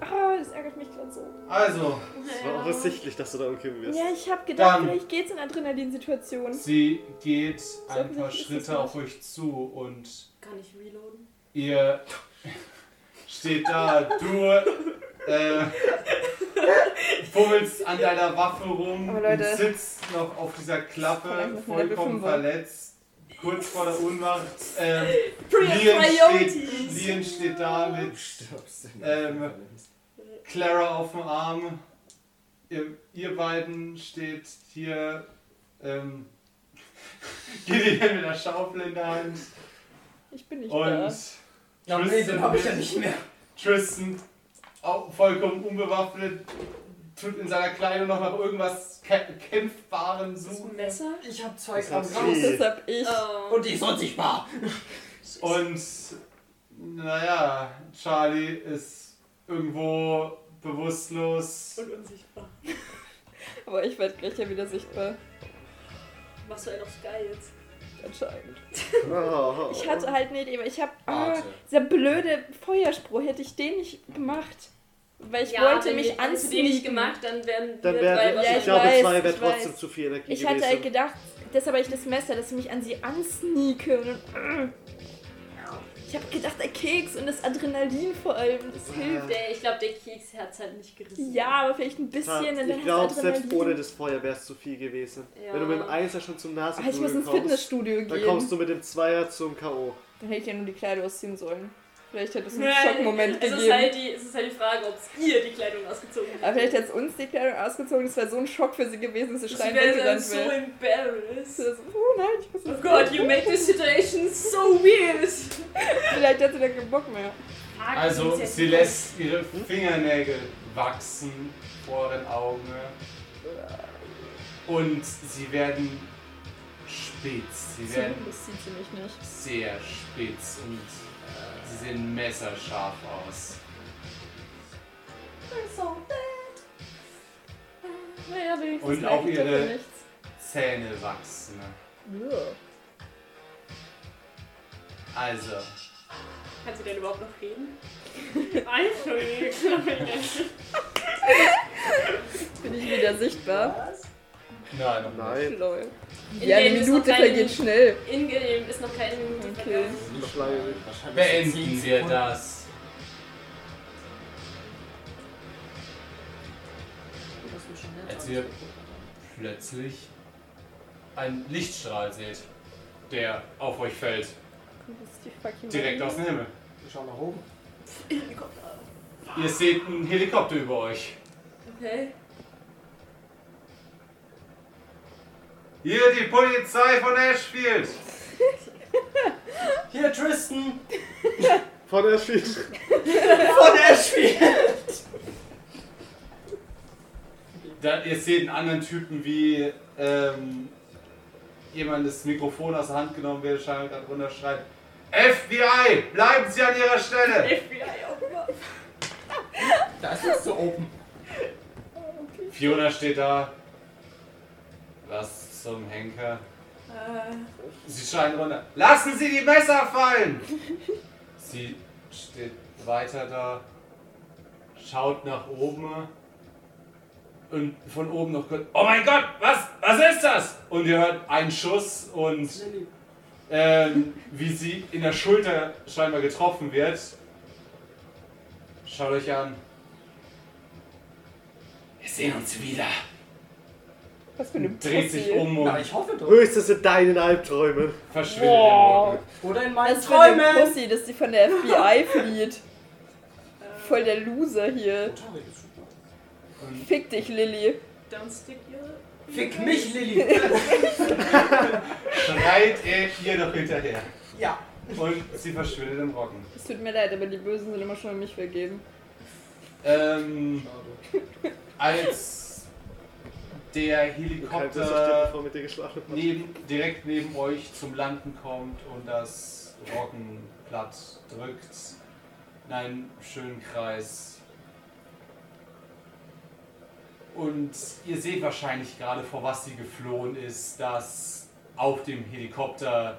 S5: Ah, das ärgert mich gerade so.
S1: Also,
S4: Es war offensichtlich, dass du da umkippen wirst.
S5: Ja, ich habe gedacht,
S1: Dann-
S5: vielleicht geht's in Adrenalinsituationen.
S1: sie geht ein
S5: nicht
S1: paar
S5: ist es
S1: Schritte
S5: nicht.
S1: auf euch zu und
S24: Kann ich reloaden?
S1: ihr steht da, du äh, fummelst an deiner Waffe rum
S5: Aber Leute,
S1: und sitzt noch auf dieser
S5: vielleicht
S1: Klappe,
S5: noch eine
S1: vollkommen
S5: Fünfer.
S1: verletzt, kurz vor der Ohnmacht. Ähm, Lien steht,
S24: Priorities!
S1: Lien steht da mit
S6: schon. Stirbst du
S1: Ähm. Clara auf dem Arm. Ihr, ihr beiden steht hier ähm, Gideon mit der Schaufel in der Hand
S5: Ich bin nicht
S1: und
S5: da.
S1: Tristan,
S6: den hab ich ja nicht mehr.
S1: Tristan au- vollkommen unbewaffnet, tut in seiner Kleidung noch nach irgendwas kä- Kämpfbarem suchen.
S2: Messer? Ähm,
S6: Ich habe zwei
S4: Gramm
S6: Gramm
S4: raus.
S6: raus.
S5: Das hab ich.
S2: Oh.
S6: Und die ist unsichtbar.
S1: Und naja, Charlie ist irgendwo bewusstlos.
S2: Und unsichtbar.
S5: Aber ich werde gleich ja wieder sichtbar.
S2: Machst du einen aufs Geil jetzt?
S5: Anscheinend.
S4: Oh.
S5: Ich hatte halt eine Idee, aber ich habe. Ah,
S6: Warte.
S5: dieser blöde Feuerspruch, hätte ich den nicht gemacht. Weil ich wollte
S2: wenn
S5: mich
S2: wir- hättest du den nicht
S5: anziehen.
S2: gemacht, dann wären
S4: Dann
S2: wir
S4: wäre,
S2: drei
S5: Ja,
S4: ich
S5: ich
S2: wahrscheinlich-
S4: glaube,
S5: weiß,
S4: zwei wäre
S5: ich
S4: trotzdem
S5: weiß.
S4: zu viel Energie
S5: Ich hatte halt
S4: gewesen.
S5: gedacht, deshalb habe ich das Messer, dass ich mich an sie ansneake. Und, dann- ich habe gedacht, der Keks und das Adrenalin vor allem, das hilft.
S2: Der- Ich glaube, der Keks hat es halt nicht gerissen.
S5: Ja, aber vielleicht ein bisschen. dann
S4: ich
S5: hast du
S4: glaube, selbst
S5: Adrenalin.
S4: ohne das Feuer wäre es zu viel gewesen.
S2: Ja.
S4: Wenn du mit dem Eis ja schon zum
S5: Ah, ich muss
S4: Nasenbluten
S5: ins
S4: kommst,
S5: Fitnessstudio
S4: dann
S5: gehen.
S4: kommst du mit dem Zweier zum K.O.
S5: Dann hätte ich ja nur die Kleider ausziehen sollen. Vielleicht hätte es einen
S2: Nein,
S5: Schockmoment
S2: es
S5: gegeben.
S2: ist, halt die, es ist halt die Frage, ob es ihr die Kleidung ausgezogen hat.
S5: Aber vielleicht hat es uns die Kleidung ausgezogen. Das wäre so ein Schock für sie gewesen, dass sie
S2: Ich
S5: schreien
S2: wäre dann
S5: weggerannt
S2: so
S5: wäre.
S2: embarrassed.
S5: So, oh nein, ich muss
S2: Oh
S5: das
S2: Gott, you make this situation so weird.
S5: Vielleicht hat sie dann keinen Bock mehr.
S1: Also sie lässt ihre Fingernägel wachsen vor den Augen und sie werden spitz. Sie werden
S5: Das sieht sie mich nicht.
S1: sehr spitz und äh, sie sehen messerscharf aus.
S5: Naja, wenigstens
S1: Und auch
S5: merke ich dafür
S1: ihre-
S5: nichts.
S1: Zähne wachsen. Also,
S2: Kannst du denn überhaupt noch reden? Entschuldigung.
S5: Bin ich wieder sichtbar?
S1: nein, noch nicht.
S4: Nein,
S5: Lol.
S2: In
S5: Ja, eine
S2: dem ist noch
S5: Minute
S2: keine
S5: vergeht
S2: Minute.
S5: schnell.
S2: In Game ist noch keine Minute
S5: Okay.
S2: vergangen.
S4: noch lange.
S6: Wahrscheinlich zehn
S1: beenden wir
S6: Sekunden.
S1: das. Als ihr plötzlich einen Lichtstrahl seht, der auf euch fällt,
S5: Das ist die fucking
S1: direkt aus dem Himmel.
S6: Wir schauen nach oben.
S1: Ihr seht einen Helikopter über euch.
S2: Okay.
S1: Hier die Polizei von Ashfield.
S6: Hier, Tristan!
S4: Von der Schicht.
S6: Von Ashfield!
S1: Dann, ihr seht einen anderen Typen, wie ähm, jemand das Mikrofon aus der Hand genommen wird, scheinbar gerade runterschreit. FBI, bleiben Sie an Ihrer Stelle!
S6: Da ist nichts zu oben.
S1: Fiona steht da. Was zum Henker? Sie schreien runter. Lassen Sie die Messer fallen! Sie steht weiter da, schaut nach oben und von oben noch kurz. Oh mein Gott, was? Was ist das? Und ihr hört einen Schuss und ähm, wie sie in der Schulter scheinbar getroffen wird. Schaut euch an. Wir sehen uns wieder.
S5: Was für eine
S1: Dreht
S5: Pussy.
S1: sich um und
S6: Na, ich hoffe doch.
S4: Höchstes in deinen Albträumen.
S1: verschwindet im Rücken.
S6: Oder in
S5: Das
S6: meinen
S5: ist für eine
S6: Träumen!
S5: Pussy, dass die von der FBI flieht. Voll der Loser hier.
S6: Tarek ist super.
S5: Fick dich, Lilly.
S2: Don't stick your...
S6: Fick mich, Lilly!
S1: Schreit er ihr noch hinterher.
S6: ja.
S1: Und sie verschwindet im Roggen.
S5: Es tut mir leid, aber die Bösen sind immer schon an mich vergeben.
S1: Ähm, als der
S4: Kein Biss auf dir,
S1: Helikopter
S4: bevor mit dir geschlafen hat.
S1: neben, direkt neben euch zum Landen kommt und das Roggen platt drückt in einen schönen Kreis. Und ihr seht wahrscheinlich gerade, vor was sie geflohen ist, das auf dem Helikopter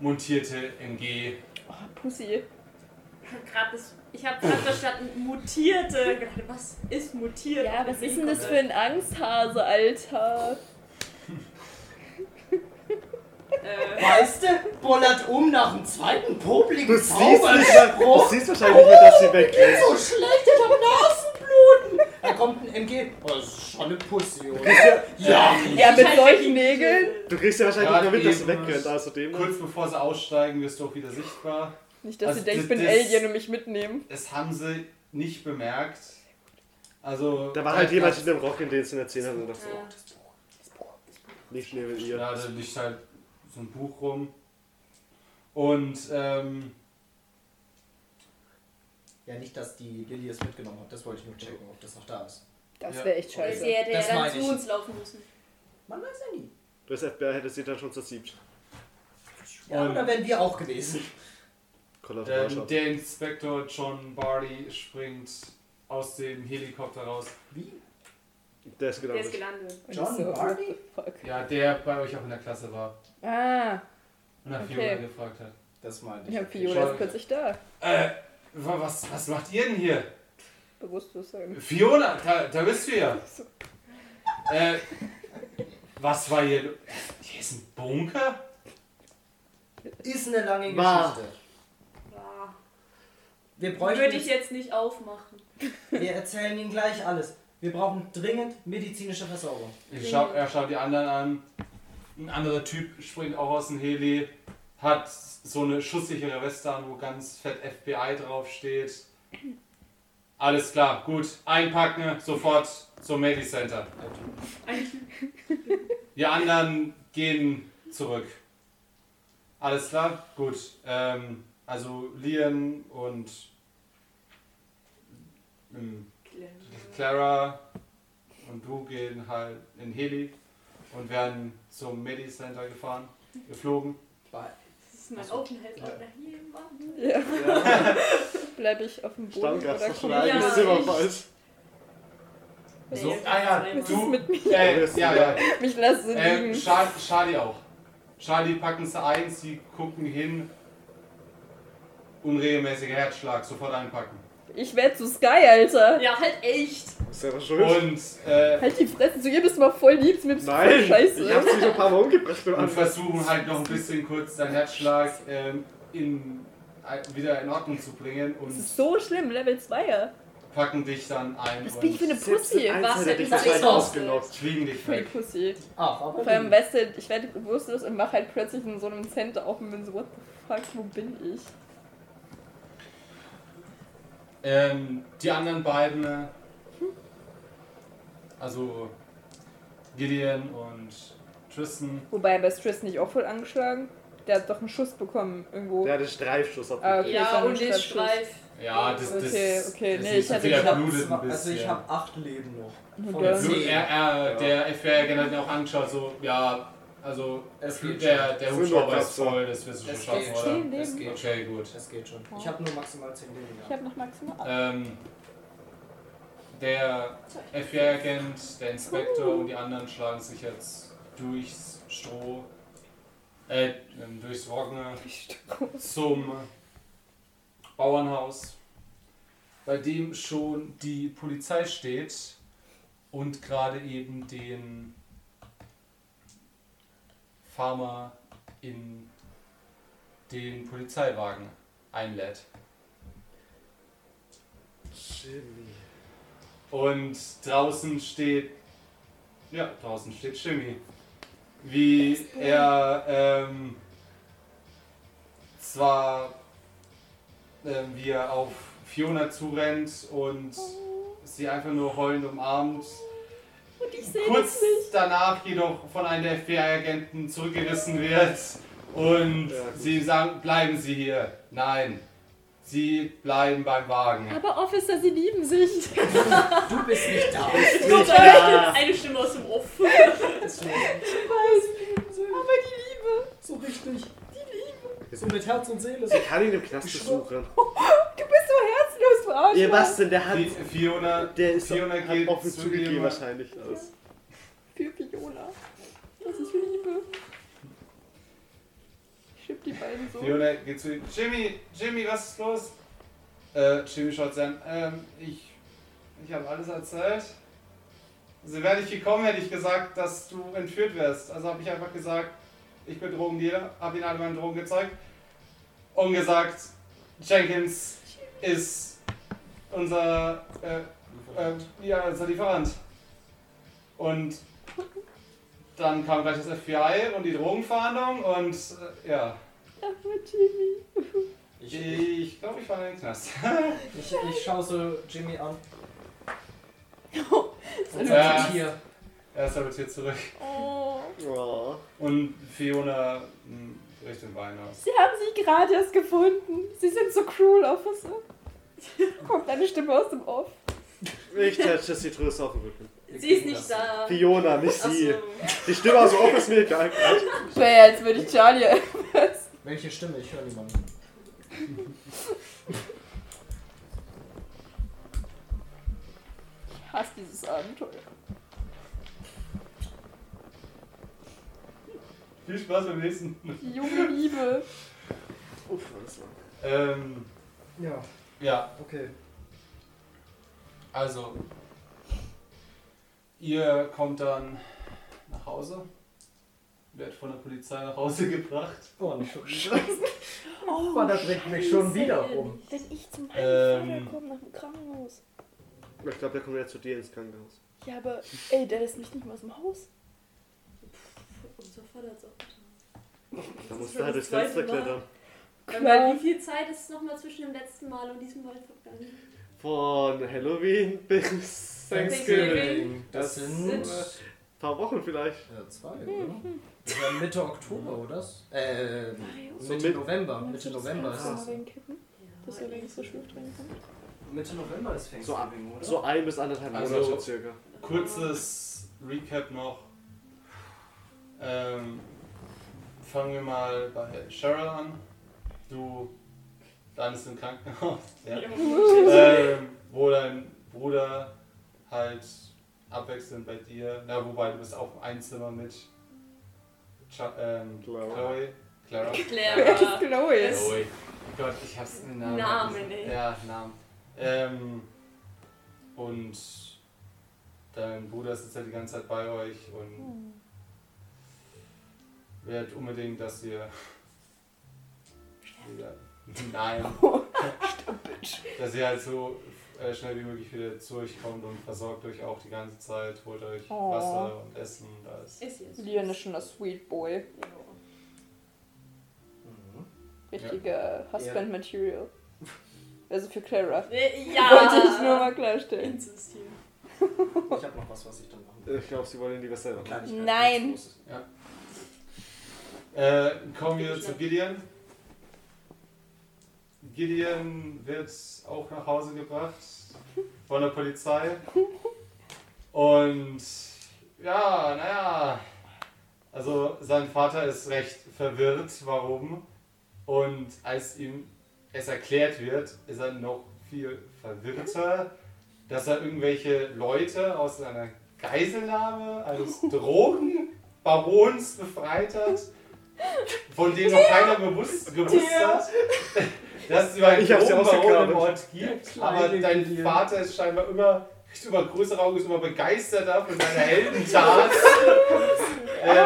S1: montierte MG
S5: Oh, Pussy.
S2: Ich hab grad das- Ich habe gerade verstanden, mutierte. Gerade, Was ist mutiert?
S5: Ja, was ist denn das für ein Angsthase, Alter?
S2: Äh,
S6: Weißt du, bollert um nach dem zweiten
S4: Du
S6: popligen
S4: siehst, nicht,
S6: Zaubersprung.
S4: mal, du siehst wahrscheinlich nicht, dass sie weg ist.
S6: so schlecht, ich hab Nasenbluten. Da kommt ein MG. Oh, das ist schon eine Pussy, oder? Ja.
S5: Ja,
S2: halt
S5: mit solchen Nägeln?
S4: Du kriegst ja wahrscheinlich
S1: Ja,
S4: nicht mehr mit, dass sie
S1: eben.
S4: weg könnte. Also dem.
S1: Kurz bevor sie aussteigen, wirst du auch wieder sichtbar.
S5: Nicht, dass
S1: Also
S5: sie denkt, ich bin
S1: das-
S5: Alien und mich mitnehmen.
S1: Das haben sie nicht bemerkt. Also.
S4: Da war halt jemand in dem Rock, in den sie in der 10 hat und dachte so,
S2: äh,
S4: nicht neben ihr.
S1: Ja, da liegt halt so ein Buch rum. Und ähm,
S6: Ja, nicht, dass die Lilly es mitgenommen hat. Das wollte ich nur checken, ob das noch da ist.
S5: Das
S13: Ja.
S5: wäre echt
S2: Weil
S5: scheiße.
S2: sie hätte ja
S6: Das
S2: dann
S6: meine
S2: zu
S6: ich.
S2: uns laufen müssen.
S6: Man weiß ja nie.
S4: Das FBI hätte sie dann schon zersiebt.
S6: Ja,
S1: Und-
S6: und da wären wir auch gewesen.
S4: Kollateral
S1: Der, der Inspektor John Barley springt aus dem Helikopter raus.
S6: Wie?
S4: Der ist genau
S2: Der ist
S5: genau-
S4: gelandet.
S2: gelandet.
S5: Und
S6: John
S5: so, what
S6: Barney?
S5: the Fuck.
S1: Ja, der bei euch auch in der Klasse war
S5: Ah,
S1: und nach
S5: Okay.
S1: Fiona gefragt hat.
S6: Das meinte ich.
S5: ja, Viola ist plötzlich da.
S1: Äh, wa- was, was macht ihr denn hier?
S5: Bewusstlos sagen.
S1: Fiona, da, da bist du ja. Äh, was war hier? lo- Hier ist ein Bunker?
S6: Ist eine lange
S4: War.
S6: Geschichte.
S2: Ja.
S6: Wir bräuchten
S2: Würde ich jetzt nicht aufmachen.
S6: Wir erzählen Ihnen gleich alles. Wir brauchen dringend medizinische Versorgung.
S1: Ich schau, er schaut die anderen an. Ein anderer Typ springt auch aus dem Heli, hat so eine schusssichere Weste an, wo ganz fett FBI draufsteht. Alles klar, gut, einpacken, sofort zum Medicenter. Die anderen gehen zurück. Alles klar, gut. Ähm, also Lian und ähm, Clara und du gehen halt in Heli und werden zum Medi Center gefahren, geflogen.
S2: Das ist mein Aufenthalt auch nach hier im Abend.
S5: Ja. Bleib ich auf dem Boden
S4: Stammgast
S5: oder
S4: hat schon
S5: komm
S4: ein
S2: Ja, ich-
S4: eigenes Zimmer bald.
S5: ich?
S1: So,
S2: jetzt
S1: ah ja,
S2: kannst
S1: du,
S5: mit mir?
S1: äh, ja, ja.
S5: Mich lass sie
S1: Äh,
S5: liegen.
S1: Char Charlie auch. Charlie packen sie ein, sie gucken hin. Unregelmäßiger Herzschlag, sofort einpacken.
S5: Ich werd zu Sky, Alter.
S2: Ja, halt echt.
S4: Ist ja schuld.
S1: Und, äh,
S5: Halt die Fresse, du bist mal voll lieb, du bist voll
S4: Nein,
S5: scheiße.
S4: ich hab's nicht ein paar Mal umgebracht beim
S1: und
S4: Anfang.
S1: versuchen halt noch ein bisschen kurz deinen Herzschlag ähm, in, ein- wieder in Ordnung zu bringen und
S5: Das ist so schlimm, Level 2er.
S1: packen dich dann ein
S5: Was bin
S1: und
S5: ich für eine
S4: Selbst ein
S5: Pussy?
S4: Einzelner
S2: Was
S4: hätte
S2: denn?
S4: dich
S2: Das
S4: wahrscheinlich
S2: ist so.
S4: ausgenockt.
S1: fliegen dich
S5: Free
S1: weg.
S5: Pussy.
S6: Ach, Ah, aber
S5: Vor allem, weißt du, ich werde bewusstlos und mache halt plötzlich in so einem Center auf und bin so, what the fuck, wo bin ich?
S1: Ähm, die anderen beiden, äh, also Gideon und Tristan,
S5: Wobei, bei Striss nicht auch voll angeschlagen. Der hat doch einen Schuss bekommen irgendwo.
S4: Der hat einen Streifschuss auf
S5: Ah,
S4: den
S5: okay, das
S2: Ja,
S5: war nur
S2: und
S5: ein
S2: den Streif.
S1: ja, das, das,
S5: Okay, okay,
S1: das
S5: nee,
S1: ist
S5: ich hatte-
S1: der
S6: ich hab
S1: blutet
S6: zwei-
S1: ein bisschen.
S6: Also ich habe acht Leben noch.
S5: Nur
S6: Von
S5: der-
S1: Blut, er,
S6: zehn.
S1: er, Der FBI hat ihn halt auch angeschaut, so, ja, also
S6: Es geht
S1: der, der
S4: schon.
S1: Hubschrauber ist
S4: Sind doch
S1: voll, das wirst du schon
S6: Es
S1: schaffen,
S6: geht
S1: oder?
S5: Zehn
S6: schon.
S5: Leben.
S6: Es geht schon.
S1: Okay, gut.
S6: Es geht schon. Ich habe nur maximal zehn Leben
S5: Ich
S6: gehabt.
S5: habe noch maximal acht.
S1: Ähm, der FBI-Agent, der Inspektor und die anderen schlagen sich jetzt durchs Stroh, äh, ähm, durchs Rogne zum Bauernhaus, bei dem schon die Polizei steht und gerade eben den Farmer in den Polizeiwagen einlädt.
S4: Jimmy.
S1: Und draußen steht. Ja, draußen steht Jimmy. Wie er ähm, zwar ähm, wie er auf Fiona zurennt und sie einfach nur heulend umarmt. Kurz danach jedoch von einem der FBI-Agenten zurückgerissen wird und
S4: Ja, gut.
S1: sie sagen, bleiben Sie hier. Nein, Sie bleiben beim Wagen.
S5: Aber Officer, sie lieben sich.
S6: Du bist nicht da.
S2: Eine Stimme aus dem Off.
S5: Aber die Liebe.
S6: So richtig. So mit Herz und Seele. So.
S4: Ich kann ihn im Knast besuchen.
S5: Du bist so herzlos, du Arschloch.
S4: Ihr was denn? Der hat.
S1: Fi- Fiona,
S4: Der ist
S1: Fiona
S4: hat
S1: geht
S4: offen
S1: zu
S4: zugegeben
S1: jemand-
S4: wahrscheinlich. alles.
S5: Für Viola. Das ist Liebe. Ich schieb die beiden so.
S1: Fiona geht zu ihm. Jimmy, Jimmy, was ist los? Äh, Jimmy schaut sie an. Ähm, ich, ich habe alles erzählt. Sie wäre nicht gekommen, hätte ich gesagt, dass du entführt wärst. Also habe ich einfach gesagt, ich bin Drogendealer, habe ihnen alle meine Drogen gezeigt und gesagt, Jenkins ist unser äh, äh, ja, unser Lieferant. Und dann kam gleich das FBI und die Drogenfahndung und äh, ja.
S5: Aber Jimmy.
S6: Ich, ich,
S1: Ich glaube, ich war in den Knast.
S6: ich, ich schaue so Jimmy an. Und
S1: Ja.
S6: sag hier.
S1: Er ist aber hier zurück.
S5: Oh.
S4: Oh.
S1: Und Fiona hm, mh, Richtung Wein aus.
S5: Sie haben sie gerade erst gefunden. Sie sind so cruel, Officer. Kommt eine Stimme aus dem Off.
S4: Ich tätsche das Zitrus auf den Rücken.
S2: Sie ist nicht da.
S4: Fiona, nicht
S2: Ach
S4: sie.
S2: so.
S4: Die Stimme aus dem Off ist mir egal.
S5: Naja, jetzt würde ich Charlie.
S6: Welche Stimme? Ich höre niemanden.
S5: Ich hasse dieses Abenteuer.
S1: Viel Spaß beim nächsten.
S5: Die junge Liebe.
S4: Uff, alles war.
S1: Ähm,
S6: Ja,
S1: ja,
S6: okay.
S1: also. Ihr kommt dann nach Hause. Werdet von der Polizei nach Hause gebracht.
S6: Oh, nicht schon. Oh, Mann, das bringt mich schon wieder um.
S13: Wenn ich zum
S1: Ähm.
S13: Heilvater komme nach dem Krankenhaus.
S4: Ich glaube, der kommt jetzt zu dir ins Krankenhaus.
S13: Ja, aber ey, der lässt mich nicht mal aus dem Haus.
S2: Unser Vater hat's auch getan.
S4: Da
S2: ist
S4: musst
S2: schon
S4: du halt
S2: das
S4: durchs Fenster
S2: zweite Mal.
S4: klettern.
S2: Weil wie viel Zeit ist nochmal zwischen dem letzten Mal und diesem Mal vergangen?
S4: Von Halloween bis Thanksgiving.
S6: Das sind äh,
S4: Ein paar Wochen vielleicht.
S6: zwei, oder? Das war Mitte Oktober, oder? Äh,
S4: So
S6: Mitte
S4: mit-
S6: November. Mitte November ist
S13: das.
S6: das.
S13: Kippen, dass er wenigstens so schwul drin kommt.
S6: Mitte November ist
S4: Thanksgiving,
S6: oder?
S4: So ein bis anderthalb
S1: Also-
S4: Monate circa.
S1: Kurzes Recap noch. Ähm, fangen wir mal bei Cheryl an. Du, dann ist im Krankenhaus. Ja. ähm, wo dein Bruder halt abwechselnd bei dir, na wobei du bist auch im Einzimmer mit Cha ähm,
S4: Clara.
S1: Chloe, Clara.
S5: Das
S2: Claire.
S5: ist Chloe.
S1: Chloe. Oh Gott, ich hab's in den Namen.
S2: Namen,
S1: vergessen.
S2: ey.
S1: Ja, Namen. Ähm, und dein Bruder sitzt ja die ganze Zeit bei euch und werdet unbedingt, dass ihr. Wieder, nein. dass ihr halt so äh, schnell wie möglich wieder zu euch kommt und versorgt euch auch die ganze Zeit, holt euch
S5: Oh.
S1: Wasser und Essen und alles.
S2: Ist jetzt.
S5: Leon ist schon der Sweet Boy.
S6: Mhm.
S5: Richtiger Husband Material. Also für Clara.
S2: Ja.
S5: Wollte ich nur mal klarstellen.
S2: Insistieren.
S6: Ich habe noch was, was ich dann machen will.
S4: Ich glaube, sie wollen lieber selber.
S6: Kleinigkeit,
S5: Nein.
S6: nichts Großes.
S1: Äh, kommen wir zu Gideon. Gideon wird auch nach Hause gebracht von der Polizei. Und ja, naja. Also sein Vater ist recht verwirrt, warum. Und als ihm es erklärt wird, ist er noch viel verwirrter, dass er irgendwelche Leute aus einer Geiselnahme eines Drogenbarons befreit hat, von dem noch keiner bewusst, gewusst hat, dass es über einen
S4: Ich hab's ja
S1: Drogenbaron
S4: ausgegraben.
S1: im Ort gibt.
S6: Der kleine
S1: Aber dein
S6: Gideon.
S1: Vater ist scheinbar immer über größere Augen ist immer begeisterter von deiner Heldentat. ähm,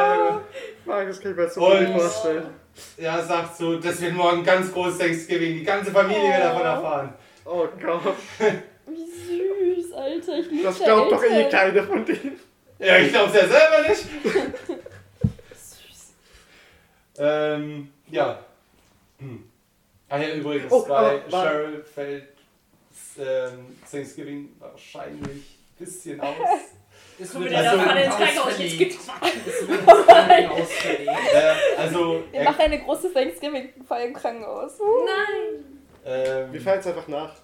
S4: Mag das kann ich mir jetzt so
S1: Und-
S4: gut vorstellen.
S1: ja, sagt so, das wird morgen ganz groß Thanksgiving, die ganze Familie wird davon erfahren.
S4: Oh Gott.
S5: Wie süß, Alter. Ich liebe
S4: Das glaubt doch eh keiner von denen.
S1: Ja, ich glaub's ja selber nicht. ähm, ja. Hm. Ah ja, übrigens,
S4: Oh,
S1: bei
S4: aber war-
S1: Cheryl fällt ähm, Thanksgiving wahrscheinlich ein bisschen aus.
S6: Es
S2: Kommen wir
S6: wird
S2: denn
S1: Also-
S2: davon ins
S6: ausverlegt.
S2: Krankenhaus? Jetzt gibt's
S6: Es wird ausverlegt. ausverlegt.
S1: äh, also,
S5: Wir machen eine große Thanksgiving-Feier im Krankenhaus.
S2: Nein.
S1: ähm,
S4: Wir fallen jetzt einfach nach.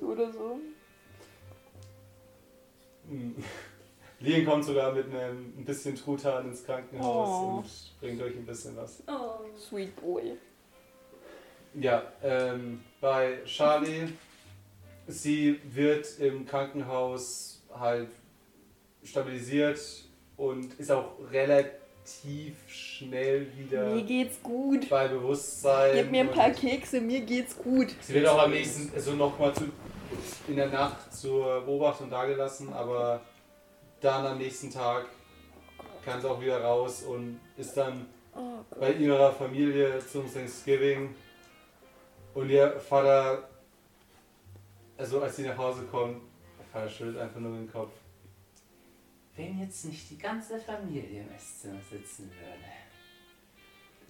S5: Oder so.
S1: Mm. Lien kommt sogar mit einem ein bisschen Truthahn ins Krankenhaus
S5: Oh.
S1: und bringt euch ein bisschen was.
S2: Oh.
S5: Sweet Boy.
S1: Ja, ähm, bei Charlie, sie wird im Krankenhaus halt stabilisiert und ist auch relativ schnell wieder
S5: Mir geht's gut.
S1: bei Bewusstsein.
S5: Gib mir ein paar
S1: und-
S5: Kekse, mir geht's gut.
S1: Sie wird auch am nächsten, also nochmal in der Nacht zur Beobachtung dagelassen, aber dann am nächsten Tag kann sie auch wieder raus und ist dann bei ihrer Familie zum Thanksgiving. Und ihr Vater, also als sie nach Hause kommt, der Vater schüttelt einfach nur den Kopf. Wenn jetzt nicht die ganze Familie im Esszimmer sitzen würde,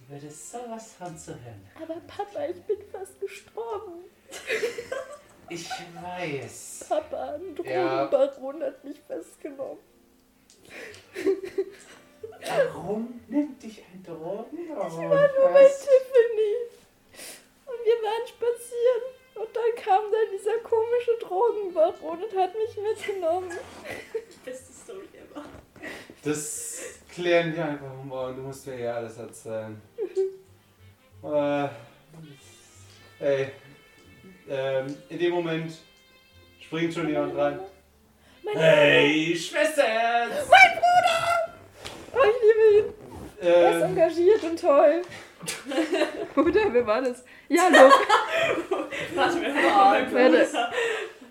S1: du würdest sowas von zu hören.
S13: Aber Papa, ich bin fast gestorben.
S1: Ich weiß.
S13: Papa, ein
S1: Ja.
S13: Drogenbaron hat mich festgenommen.
S1: Warum nimmt dich ein Drogenbaron
S13: Bei Tiffany. Und wir waren spazieren. Und dann kam dann dieser
S5: gefroren und hat mich mitgenommen.
S2: Beste Story ever.
S1: Das klären wir einfach morgen. Du musst mir ja alles erzählen. äh, ey, ähm, in dem Moment springt schon jemand rein. Äh. Hey, Schwester!
S5: Mein Bruder! Oh, ich liebe ihn. Er ist
S1: Ähm,
S5: engagiert und toll. Oder wer war das? Ja, Luke.
S24: Warte mir mal.
S5: Warte.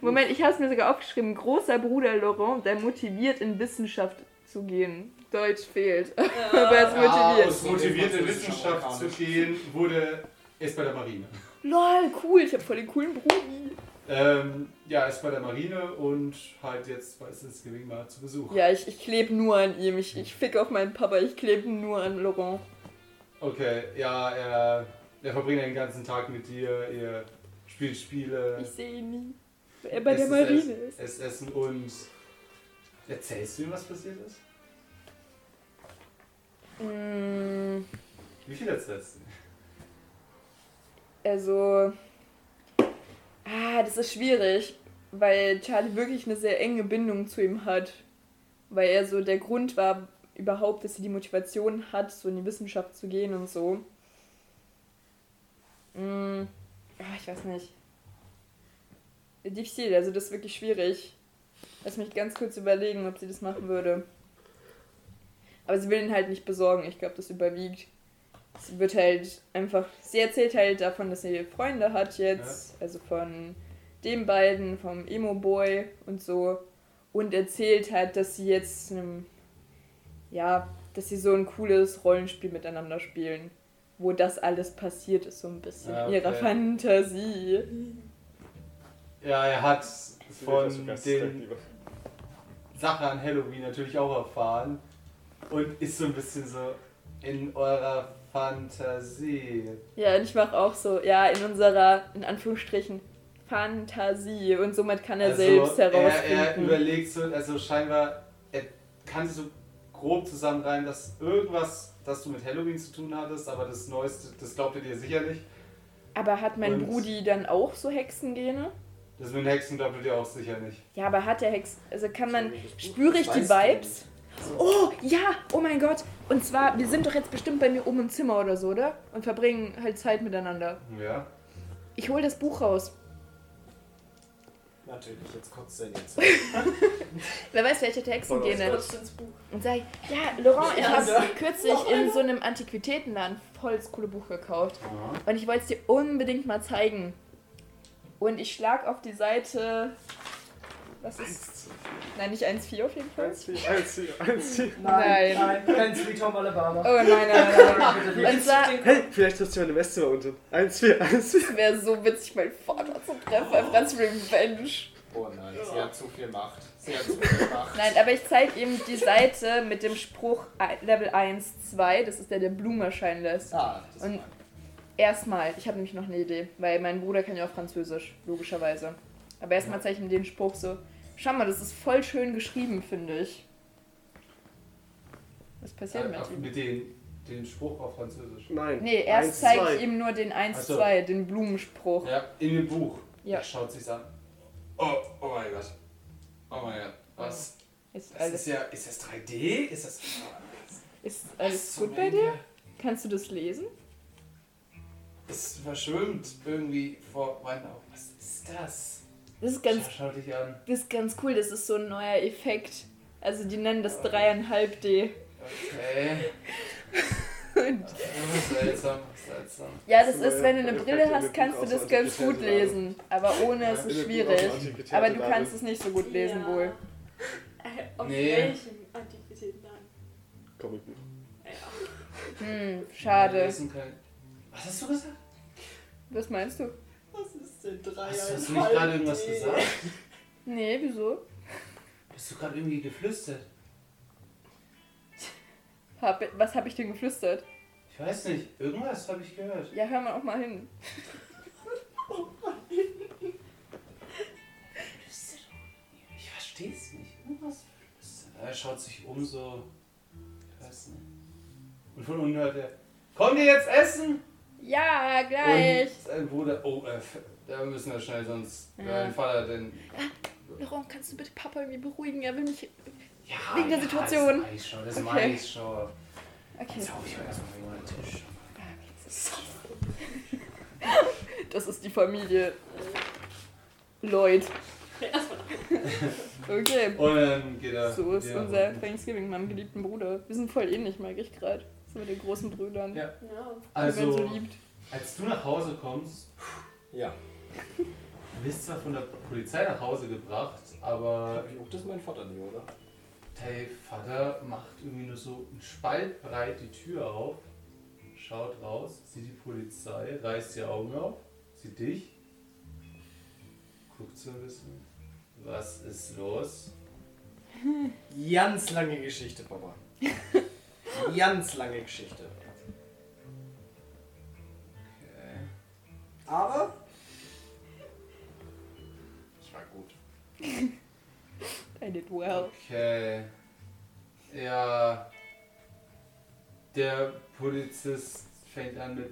S5: Moment, ich habe es mir sogar aufgeschrieben. Großer Bruder Laurent, der motiviert in Wissenschaft zu gehen. Deutsch fehlt. Aber er ist
S1: Ja,
S5: motiviert.
S1: aus motivierte Wissenschaft zu gehen, wurde. ist bei der Marine.
S5: Lol, cool. Ich habe voll den coolen Brudi.
S1: Ähm, ja, ist bei der Marine und halt jetzt bei Sins Gewing mal zu Besuch.
S5: Ja, ich, ich klebe nur an ihm. Ich, ich fick auf meinen Papa. Ich klebe nur an Laurent.
S1: Okay, ja, er, er verbringt den ganzen Tag mit dir, ihr spielt Spiele.
S5: Ich sehe ihn nie. Weil er bei der
S1: Esses-
S5: Marine ist.
S1: Es essen und. Erzählst du ihm, was passiert ist?
S5: Mm,
S1: Wie viel erzählst du?
S5: Also. Ah, das ist schwierig, weil Charlie wirklich eine sehr enge Bindung zu ihm hat. Weil er so der Grund war, überhaupt, dass sie die Motivation hat, so in die Wissenschaft zu gehen und so. Mm, ah, ich weiß nicht. Diffizil, also das ist wirklich schwierig. Lass mich ganz kurz überlegen, ob sie das machen würde. Aber sie will ihn halt nicht besorgen, ich glaube, das überwiegt. Sie wird halt einfach, sie erzählt halt davon, dass sie Freunde hat jetzt, also von den beiden, vom Emo Boy und so. Und erzählt halt, dass sie jetzt, ähm, ja, dass sie so ein cooles Rollenspiel miteinander spielen, wo das alles passiert ist, so ein bisschen
S1: Ah,
S5: in ihrer
S1: okay.
S5: Fantasie.
S1: Ja, er hat
S4: so
S1: von
S4: ganz
S1: den
S4: lieber.
S1: Sachen an Halloween natürlich auch erfahren und ist so ein bisschen so in eurer Fantasie.
S5: Ja, und ich mache auch so, ja, in unserer, in Anführungsstrichen, Fantasie. Und somit kann er
S6: Also,
S5: selbst
S1: Also er, er
S5: herausfinden.
S1: überlegt so, also scheinbar, er kann sich so grob zusammenreimen, dass irgendwas, das du mit Halloween zu tun hattest, aber das Neueste, das glaubt er dir sicher nicht.
S5: aber hat mein
S1: Und-
S5: Brudi dann auch so Hexengene?
S1: Das mit den Hexen glaubt er dir auch sicher nicht.
S5: Ja, aber hat er Hex, also kann man,
S6: Das Buch,
S5: spüre ich
S6: das
S5: die
S6: weißt du
S5: Vibes? Oh, ja, oh mein Gott. Und zwar, wir sind doch jetzt bestimmt bei mir oben im Zimmer oder so, oder? Und verbringen halt Zeit miteinander.
S1: Ja.
S5: Ich hole das Buch raus.
S6: nicht. Natürlich, jetzt kotzt er jetzt.
S5: Wer weiß, vielleicht hat er Hexengene.
S2: Kurz ins Buch.
S5: Und sag ich, ja, Laurent, ich habe kürzlich in so einem Antiquitätenladen voll das coole Buch gekauft. Und ich wollte es dir unbedingt mal zeigen. Und ich schlag auf die Seite. Was ist. Nein, nicht 1,4 auf jeden Fall.
S4: Eins, vier, eins, vier, eins, vier.
S5: Nein.
S6: nein, kein Sweet Home Alabama.
S5: Oh nein, nein, nein, nein. Und zwar,
S4: Hey, vielleicht triffst du jemanden im Esszimmer unten. Eins, vier, eins, vier.
S5: es wäre so witzig, meinen Vater zu treffen, einfach als Revenge.
S6: Oh nein, sie hat zu viel Macht. Sie hat zu viel Macht.
S5: Nein, aber ich zeige ihm die Seite mit dem Spruch äh, Level 1, 2. Das ist der, der Blumen erscheinen lässt.
S6: Ah, das
S5: Und-
S6: war-
S5: Erstmal, ich habe nämlich noch eine Idee, weil mein Bruder kann ja auch Französisch, logischerweise. Aber erstmal zeige ich ihm den Spruch so: Schau mal, das ist voll schön geschrieben, finde ich. Was passiert
S1: Äh,
S5: mit ihm?
S1: mit den, den Spruch auf Französisch.
S4: Nein.
S5: Nee, erst
S4: Eins,
S5: zeige
S4: zwei. Also-
S5: ich ihm nur den 1,
S1: Ach so.
S5: 2, den Blumenspruch.
S1: Ja, in dem Buch.
S5: Ja.
S1: Er schaut sich's an. Oh, oh mein Gott. Oh mein Gott. Was?
S5: Ist
S1: Das ist
S5: alles,
S1: ja. Ist das 3D? Ist das.
S5: ist alles gut bei dir? Kannst du das lesen?
S1: Es verschwimmt irgendwie vor meinen Augen. Was ist das?
S5: Das ist ganz,
S1: Schau, schau dich an.
S5: das ist ganz cool, das ist so ein neuer Effekt. Also, die nennen das 3,5D.
S1: Okay. seltsam, seltsam.
S5: Ja, das
S4: Das ist
S5: ist, wenn du eine
S4: der
S5: Brille
S4: Effekt,
S5: hast,
S4: der mit
S5: kannst du
S4: Buch
S5: das
S4: aus
S5: ganz
S4: Antiquitäten
S5: gut lesen. Aber ohne ist
S4: In dem Buch
S5: es
S4: aus
S5: schwierig.
S4: Antiquitäten
S5: Aber du
S4: war
S5: kannst
S4: das.
S5: es nicht so gut lesen
S2: Ja.
S5: wohl.
S2: Äh, auf
S1: Nee.
S2: welchem Antiquitätenladen?
S4: Comicbuch.
S5: Hm, schade.
S1: Lesen können. Was hast du gesagt?
S5: Was meinst du?
S2: Was ist denn drei
S1: Hast du hast du nicht gerade irgendwas gesagt?
S5: Nee, wieso?
S1: Hast du gerade irgendwie geflüstert?
S5: Hab, was hab ich denn geflüstert?
S1: Ich weiß nicht. Irgendwas habe ich gehört.
S5: Ja, hör mal auch mal hin.
S1: Ich verstehe es nicht. Irgendwas flüstert. Er schaut sich um so. Ich weiß nicht. Und von unten hört er. Kommt ihr jetzt essen?
S5: Ja, gleich.
S1: Und sein Bruder. Oh, äh, da müssen wir schnell, sonst.
S5: Ja.
S1: Mein Vater, den.
S5: Laurent, kannst du bitte Papa irgendwie beruhigen? Er will mich.
S1: Ja,
S5: Wegen der
S1: ja,
S5: Situation.
S1: Das mach ich schon, das
S5: Okay.
S1: mach ich schon.
S5: Okay.
S1: Jetzt hau ich euch erstmal mal den Tisch.
S5: Das ist die Familie. Lloyd. Okay.
S1: Und dann geht er.
S5: So ist
S1: wieder
S5: unser
S1: runter.
S5: Thanksgiving meinem geliebten Bruder. Wir sind voll ähnlich, merke ich gerade. So mit den großen Brüdern.
S1: Ja.
S2: Ja.
S5: die man so
S1: Also,
S5: liebt.
S1: als du nach Hause kommst,
S6: Ja.
S1: du bist zwar von der Polizei nach Hause gebracht, aber
S6: Juckt das mein Vater nicht, oder?
S1: Hey, Vater macht irgendwie nur so einen Spalt breit die Tür auf, schaut raus, sieht die Polizei, reißt die Augen auf, sieht dich, guckt so ein bisschen, was ist los?
S6: Ganz lange Geschichte, Papa. Ganz lange Geschichte.
S1: Okay.
S6: Aber. Ich war gut.
S5: I did well.
S1: Okay. Ja. Der Polizist fängt an mit.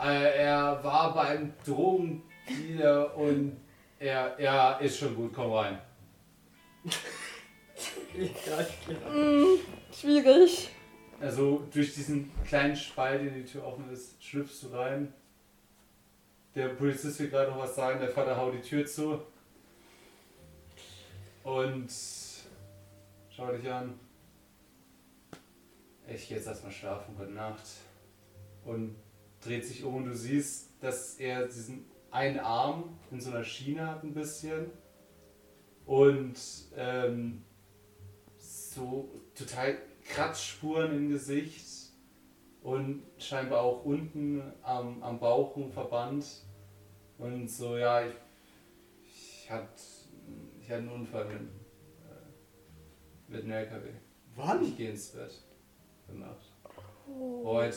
S1: Äh, er war beim Drogendealer und er. Ja, ist schon gut, komm rein.
S6: Ja, ich geh rein.
S5: Schwierig.
S1: Also durch diesen kleinen Spalt, den die Tür offen ist, schlüpfst du rein. Der Polizist will gerade noch was sagen, der Vater haut die Tür zu. Und schau dich an. Ich geh jetzt erstmal schlafen, gute Nacht. Und dreht sich um und du siehst, dass er diesen einen Arm in so einer Schiene hat ein bisschen. Und ähm, so total Kratzspuren im Gesicht und scheinbar auch unten am, am Bauch ein Verband. Und so, ja, ich, ich, hatte, ich hatte einen Unfall mit, äh, mit einem LKW.
S6: Wann?
S1: Ich gehe ins Bett. Gemacht. Heute.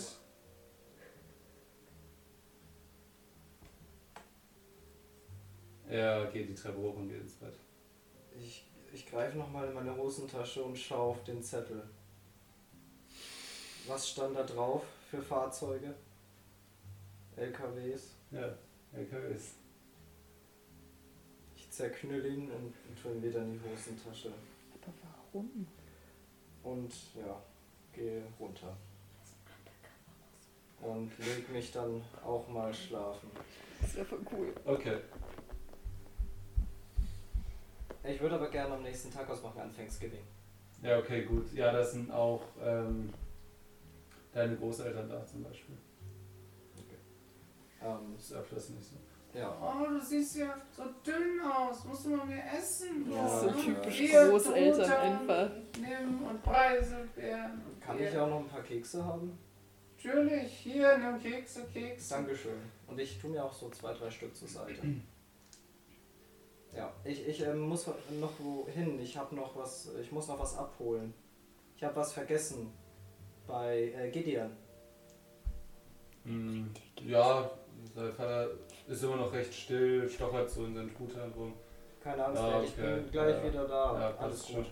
S1: Er geht die Treppe hoch und geht ins Bett.
S6: Ich, ich greife nochmal in meine Hosentasche und schaue auf den Zettel. Was stand da drauf für Fahrzeuge? LKWs?
S1: Ja, LKW ist.
S6: Ich zerknüll ihn und tue ihn wieder in die Hosentasche.
S5: Aber warum?
S6: Und ja, gehe runter. Und leg mich dann auch mal schlafen.
S5: Das wäre voll cool.
S1: Okay.
S6: Ich würde aber gerne am nächsten Tag ausmachen an Thanksgiving.
S1: Ja, okay, gut. Ja, das sind auch ähm, deine Großeltern da zum Beispiel.
S6: Ähm,
S1: Das ist öfters nicht so.
S6: ja.
S13: Oh, du siehst ja so dünn aus. Musst du mal mehr essen?
S6: Ja,
S5: So
S6: ja.
S5: typisch
S13: Ihr
S5: Großeltern
S13: Toten.
S5: einfach.
S13: Nimm und Preiselbeeren.
S6: Kann
S13: Ja.
S6: ich auch noch ein paar Kekse haben?
S13: Natürlich, hier, nimm Kekse, Kekse.
S6: Dankeschön. Und ich tue mir auch so zwei, drei Stück zur Seite. Ja, ich, ich ähm, muss noch wohin. Ich habe noch was. Ich muss noch was abholen. Ich habe was vergessen bei äh, Gideon.
S1: Hm, ja, sein Vater ist immer noch recht still, stochert so in seinen Truthahn rum.
S6: Keine Angst,
S1: Ah,
S6: ich
S1: okay.
S6: bin gleich
S1: Ja.
S6: wieder da.
S1: Ja,
S6: Ah, Alles
S1: passt Hm.
S6: gut.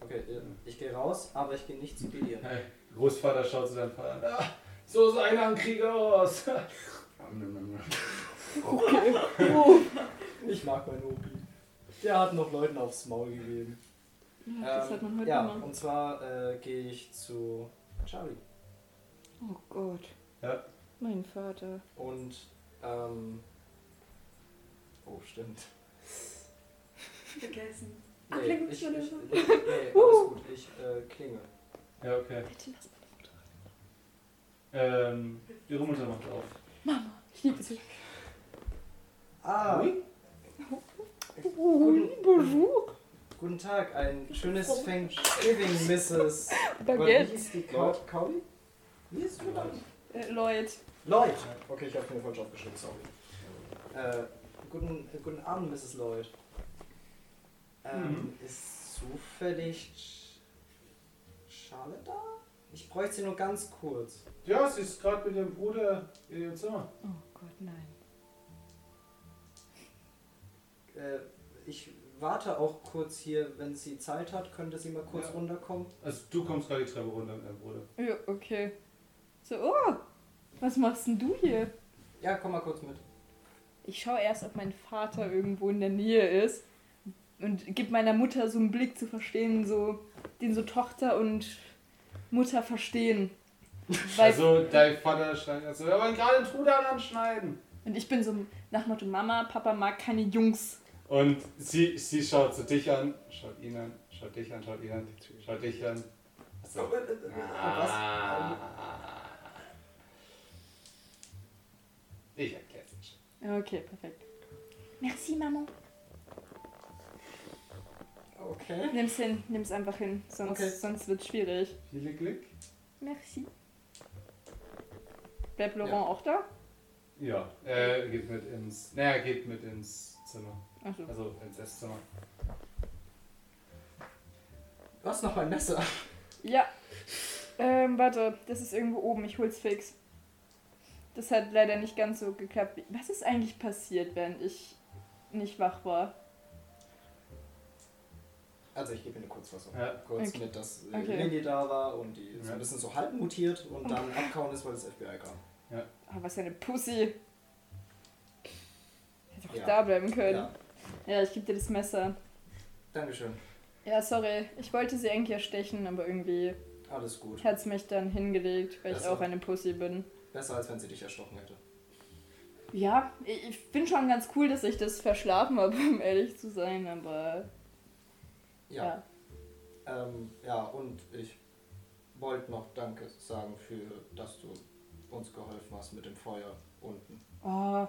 S6: Okay, äh, ich gehe raus, aber ich gehe nicht zu Gideon.
S1: Hey, Großvater schaut zu seinem Vater an. Ah, so sah einer ein Krieger aus.
S6: Ich mag meinen Opi. Der hat noch Leuten aufs Maul gegeben.
S5: Ja, das
S6: Ähm,
S5: hat man heute
S6: ja,
S5: gemacht.
S6: und zwar äh, gehe ich zu Charlie.
S5: Oh Gott.
S1: Ja.
S5: Mein Vater.
S6: Und, ähm. Oh, stimmt.
S2: Vergessen.
S6: Nee,
S2: Ablenkung
S6: ich, ich,
S2: oder
S6: ich,
S2: so? Uh.
S6: nee, alles gut, ich äh, klinge.
S1: ja, okay.
S5: Bitte lass mal.
S1: Ähm, ihre Mutter macht auf.
S5: Ich liebe sie.
S6: Ah,
S5: Oh,
S6: Guten-
S5: bonjour.
S6: guten Tag, ein schönes Thanksgiving, Mrs. Wie
S5: Baguette.
S6: hieß die Cowley? Cowley? Wie hieß die Cowley?
S5: Äh, Lloyd.
S6: Lloyd! Okay, ich habe mir falsch aufgeschrieben, sorry. Äh, guten, äh, guten Abend, Mrs. Lloyd. Ähm, Ist zufällig Sch- Charlotte da? Ich bräuchte sie nur ganz kurz.
S1: Ja, sie ist gerade mit ihrem Bruder in ihrem Zimmer.
S5: Oh Gott, nein.
S6: Äh, ich warte auch kurz hier, wenn sie Zeit hat, könnte sie mal kurz
S1: Ja.
S6: runterkommen.
S1: Also du kommst gerade die Treppe runter mit deinem Bruder.
S5: Ja, okay. So, oh, was machst denn du hier?
S6: Ja, komm mal kurz mit.
S5: Ich schaue erst, ob mein Vater irgendwo in der Nähe ist. und gibt meiner Mutter so einen Blick zu verstehen, so den so Tochter und Mutter verstehen. Weil,
S1: Also, dein Vater schneidet so, wir wollen gerade einen Trudan anschneiden.
S5: und ich bin so nach dem Motto, Mama, Papa mag keine Jungs.
S1: Und sie, sie schaut zu dich an, schaut ihn an, schaut dich an, schaut ihn an, schaut dich an.
S6: äh,
S1: So. Ah. Ich erklär's nicht.
S5: Okay, perfekt. Merci, Maman.
S6: Okay.
S5: Nimm's hin, nimm's einfach hin, sonst,
S6: Okay.
S5: sonst wird's schwierig.
S1: Viele Glück?
S5: Merci. Bleibt Laurent auch da?
S1: Ja, äh, geht mit ins, naja, geht mit ins Zimmer,
S5: Achso.
S1: also ins Esszimmer.
S6: Du hast noch mein Messer.
S5: Ja. Ähm, warte, das ist irgendwo oben. Ich hol's fix. Das hat leider nicht ganz so geklappt. wie- Was ist eigentlich passiert, während ich nicht wach war?
S6: Also ich gebe Ihnen eine Kurzfassung.
S1: Ja.
S6: Kurz
S5: Okay.
S6: mit, dass äh,
S5: Okay. Oh.
S6: Lilly da war und die so
S1: Ja.
S6: ein bisschen so halb mutiert und dann abkauen ist, weil das FBI kam.
S5: Ah, was für eine Pussy. Hätte auch
S6: Ja.
S5: da bleiben können.
S6: Ja,
S5: Ja, ich geb dir das Messer.
S6: Dankeschön.
S5: Ja, sorry. Ich wollte sie eigentlich erstechen, aber irgendwie
S6: Alles gut.
S5: hat's mich dann hingelegt, weil ich
S6: Besser.
S5: auch eine Pussy bin.
S6: Besser als wenn sie dich erstochen hätte.
S5: Ja, ich ich find schon ganz cool, dass ich das verschlafen habe, um ehrlich zu sein, aber
S6: Ja.
S5: ja.
S6: Ähm, ja, und ich wollte noch Danke sagen für, dass du uns geholfen hast mit dem Feuer unten.
S5: Oh,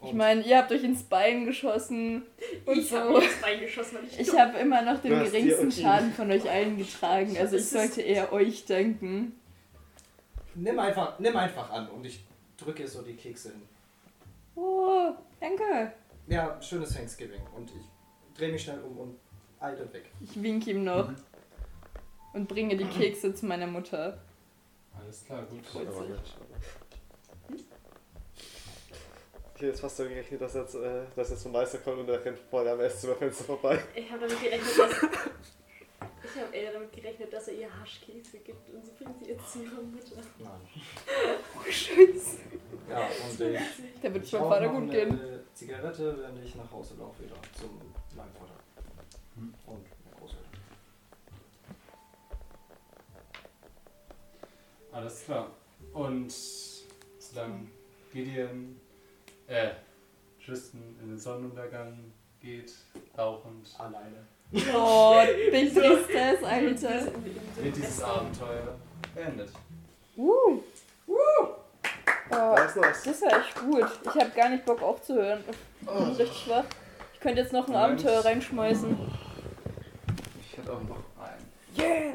S6: Und
S5: Ich meine, ihr habt euch ins Bein geschossen und
S24: Ich habe
S5: so.
S24: mir ins Bein geschossen, weil ich,
S5: Ich habe immer noch den
S4: Du hast dir
S5: geringsten
S4: und ihn.
S5: Schaden von euch allen getragen, also ich
S24: Es ist-
S5: sollte eher euch danken.
S6: nimm einfach, nimm einfach an und ich drücke so die Kekse hin.
S5: Oh, danke.
S6: Ja, schönes Thanksgiving und ich drehe mich schnell um und eile weg.
S5: Ich wink ihm noch und bringe die Kekse zu meiner Mutter.
S1: Alles klar, gut.
S5: Freut sich.
S4: Ich hätte jetzt fast damit gerechnet, dass jetzt, äh, dass jetzt vom Meister kommt und er rennt voll am Esszimmerfenster vorbei.
S2: Ich habe damit gerechnet, dass. Ich habe eher damit gerechnet, dass er ihr Haschkäse gibt und sie bringt sie jetzt zu ihrer Mutter.
S6: Nein.
S5: Scheiße.
S6: Ja, und ich
S5: Da wird
S6: Ich
S5: es meinem
S6: rauche
S5: Vater
S6: noch
S5: gut
S6: eine
S5: gehen.
S6: Zigarette, während ich nach Hause laufe wieder zum meinem Vater. Und meinen Großeltern.
S1: Alles klar. Und solange Gideon, äh, Tristan in den Sonnenuntergang geht, rauchend,
S6: Alleine.
S5: Oh, dich Tristes, Alter.
S1: wird dieses Abenteuer beendet.
S5: Uh. Oh,
S4: Da ist noch was.
S5: das war echt gut. Ich habe gar nicht Bock aufzuhören. Ich
S4: Oh.
S5: bin richtig wach. Ich könnte jetzt noch ein
S1: Moment.
S5: Abenteuer reinschmeißen.
S1: 哎 Ich hätte auch noch einen.
S5: Yeah!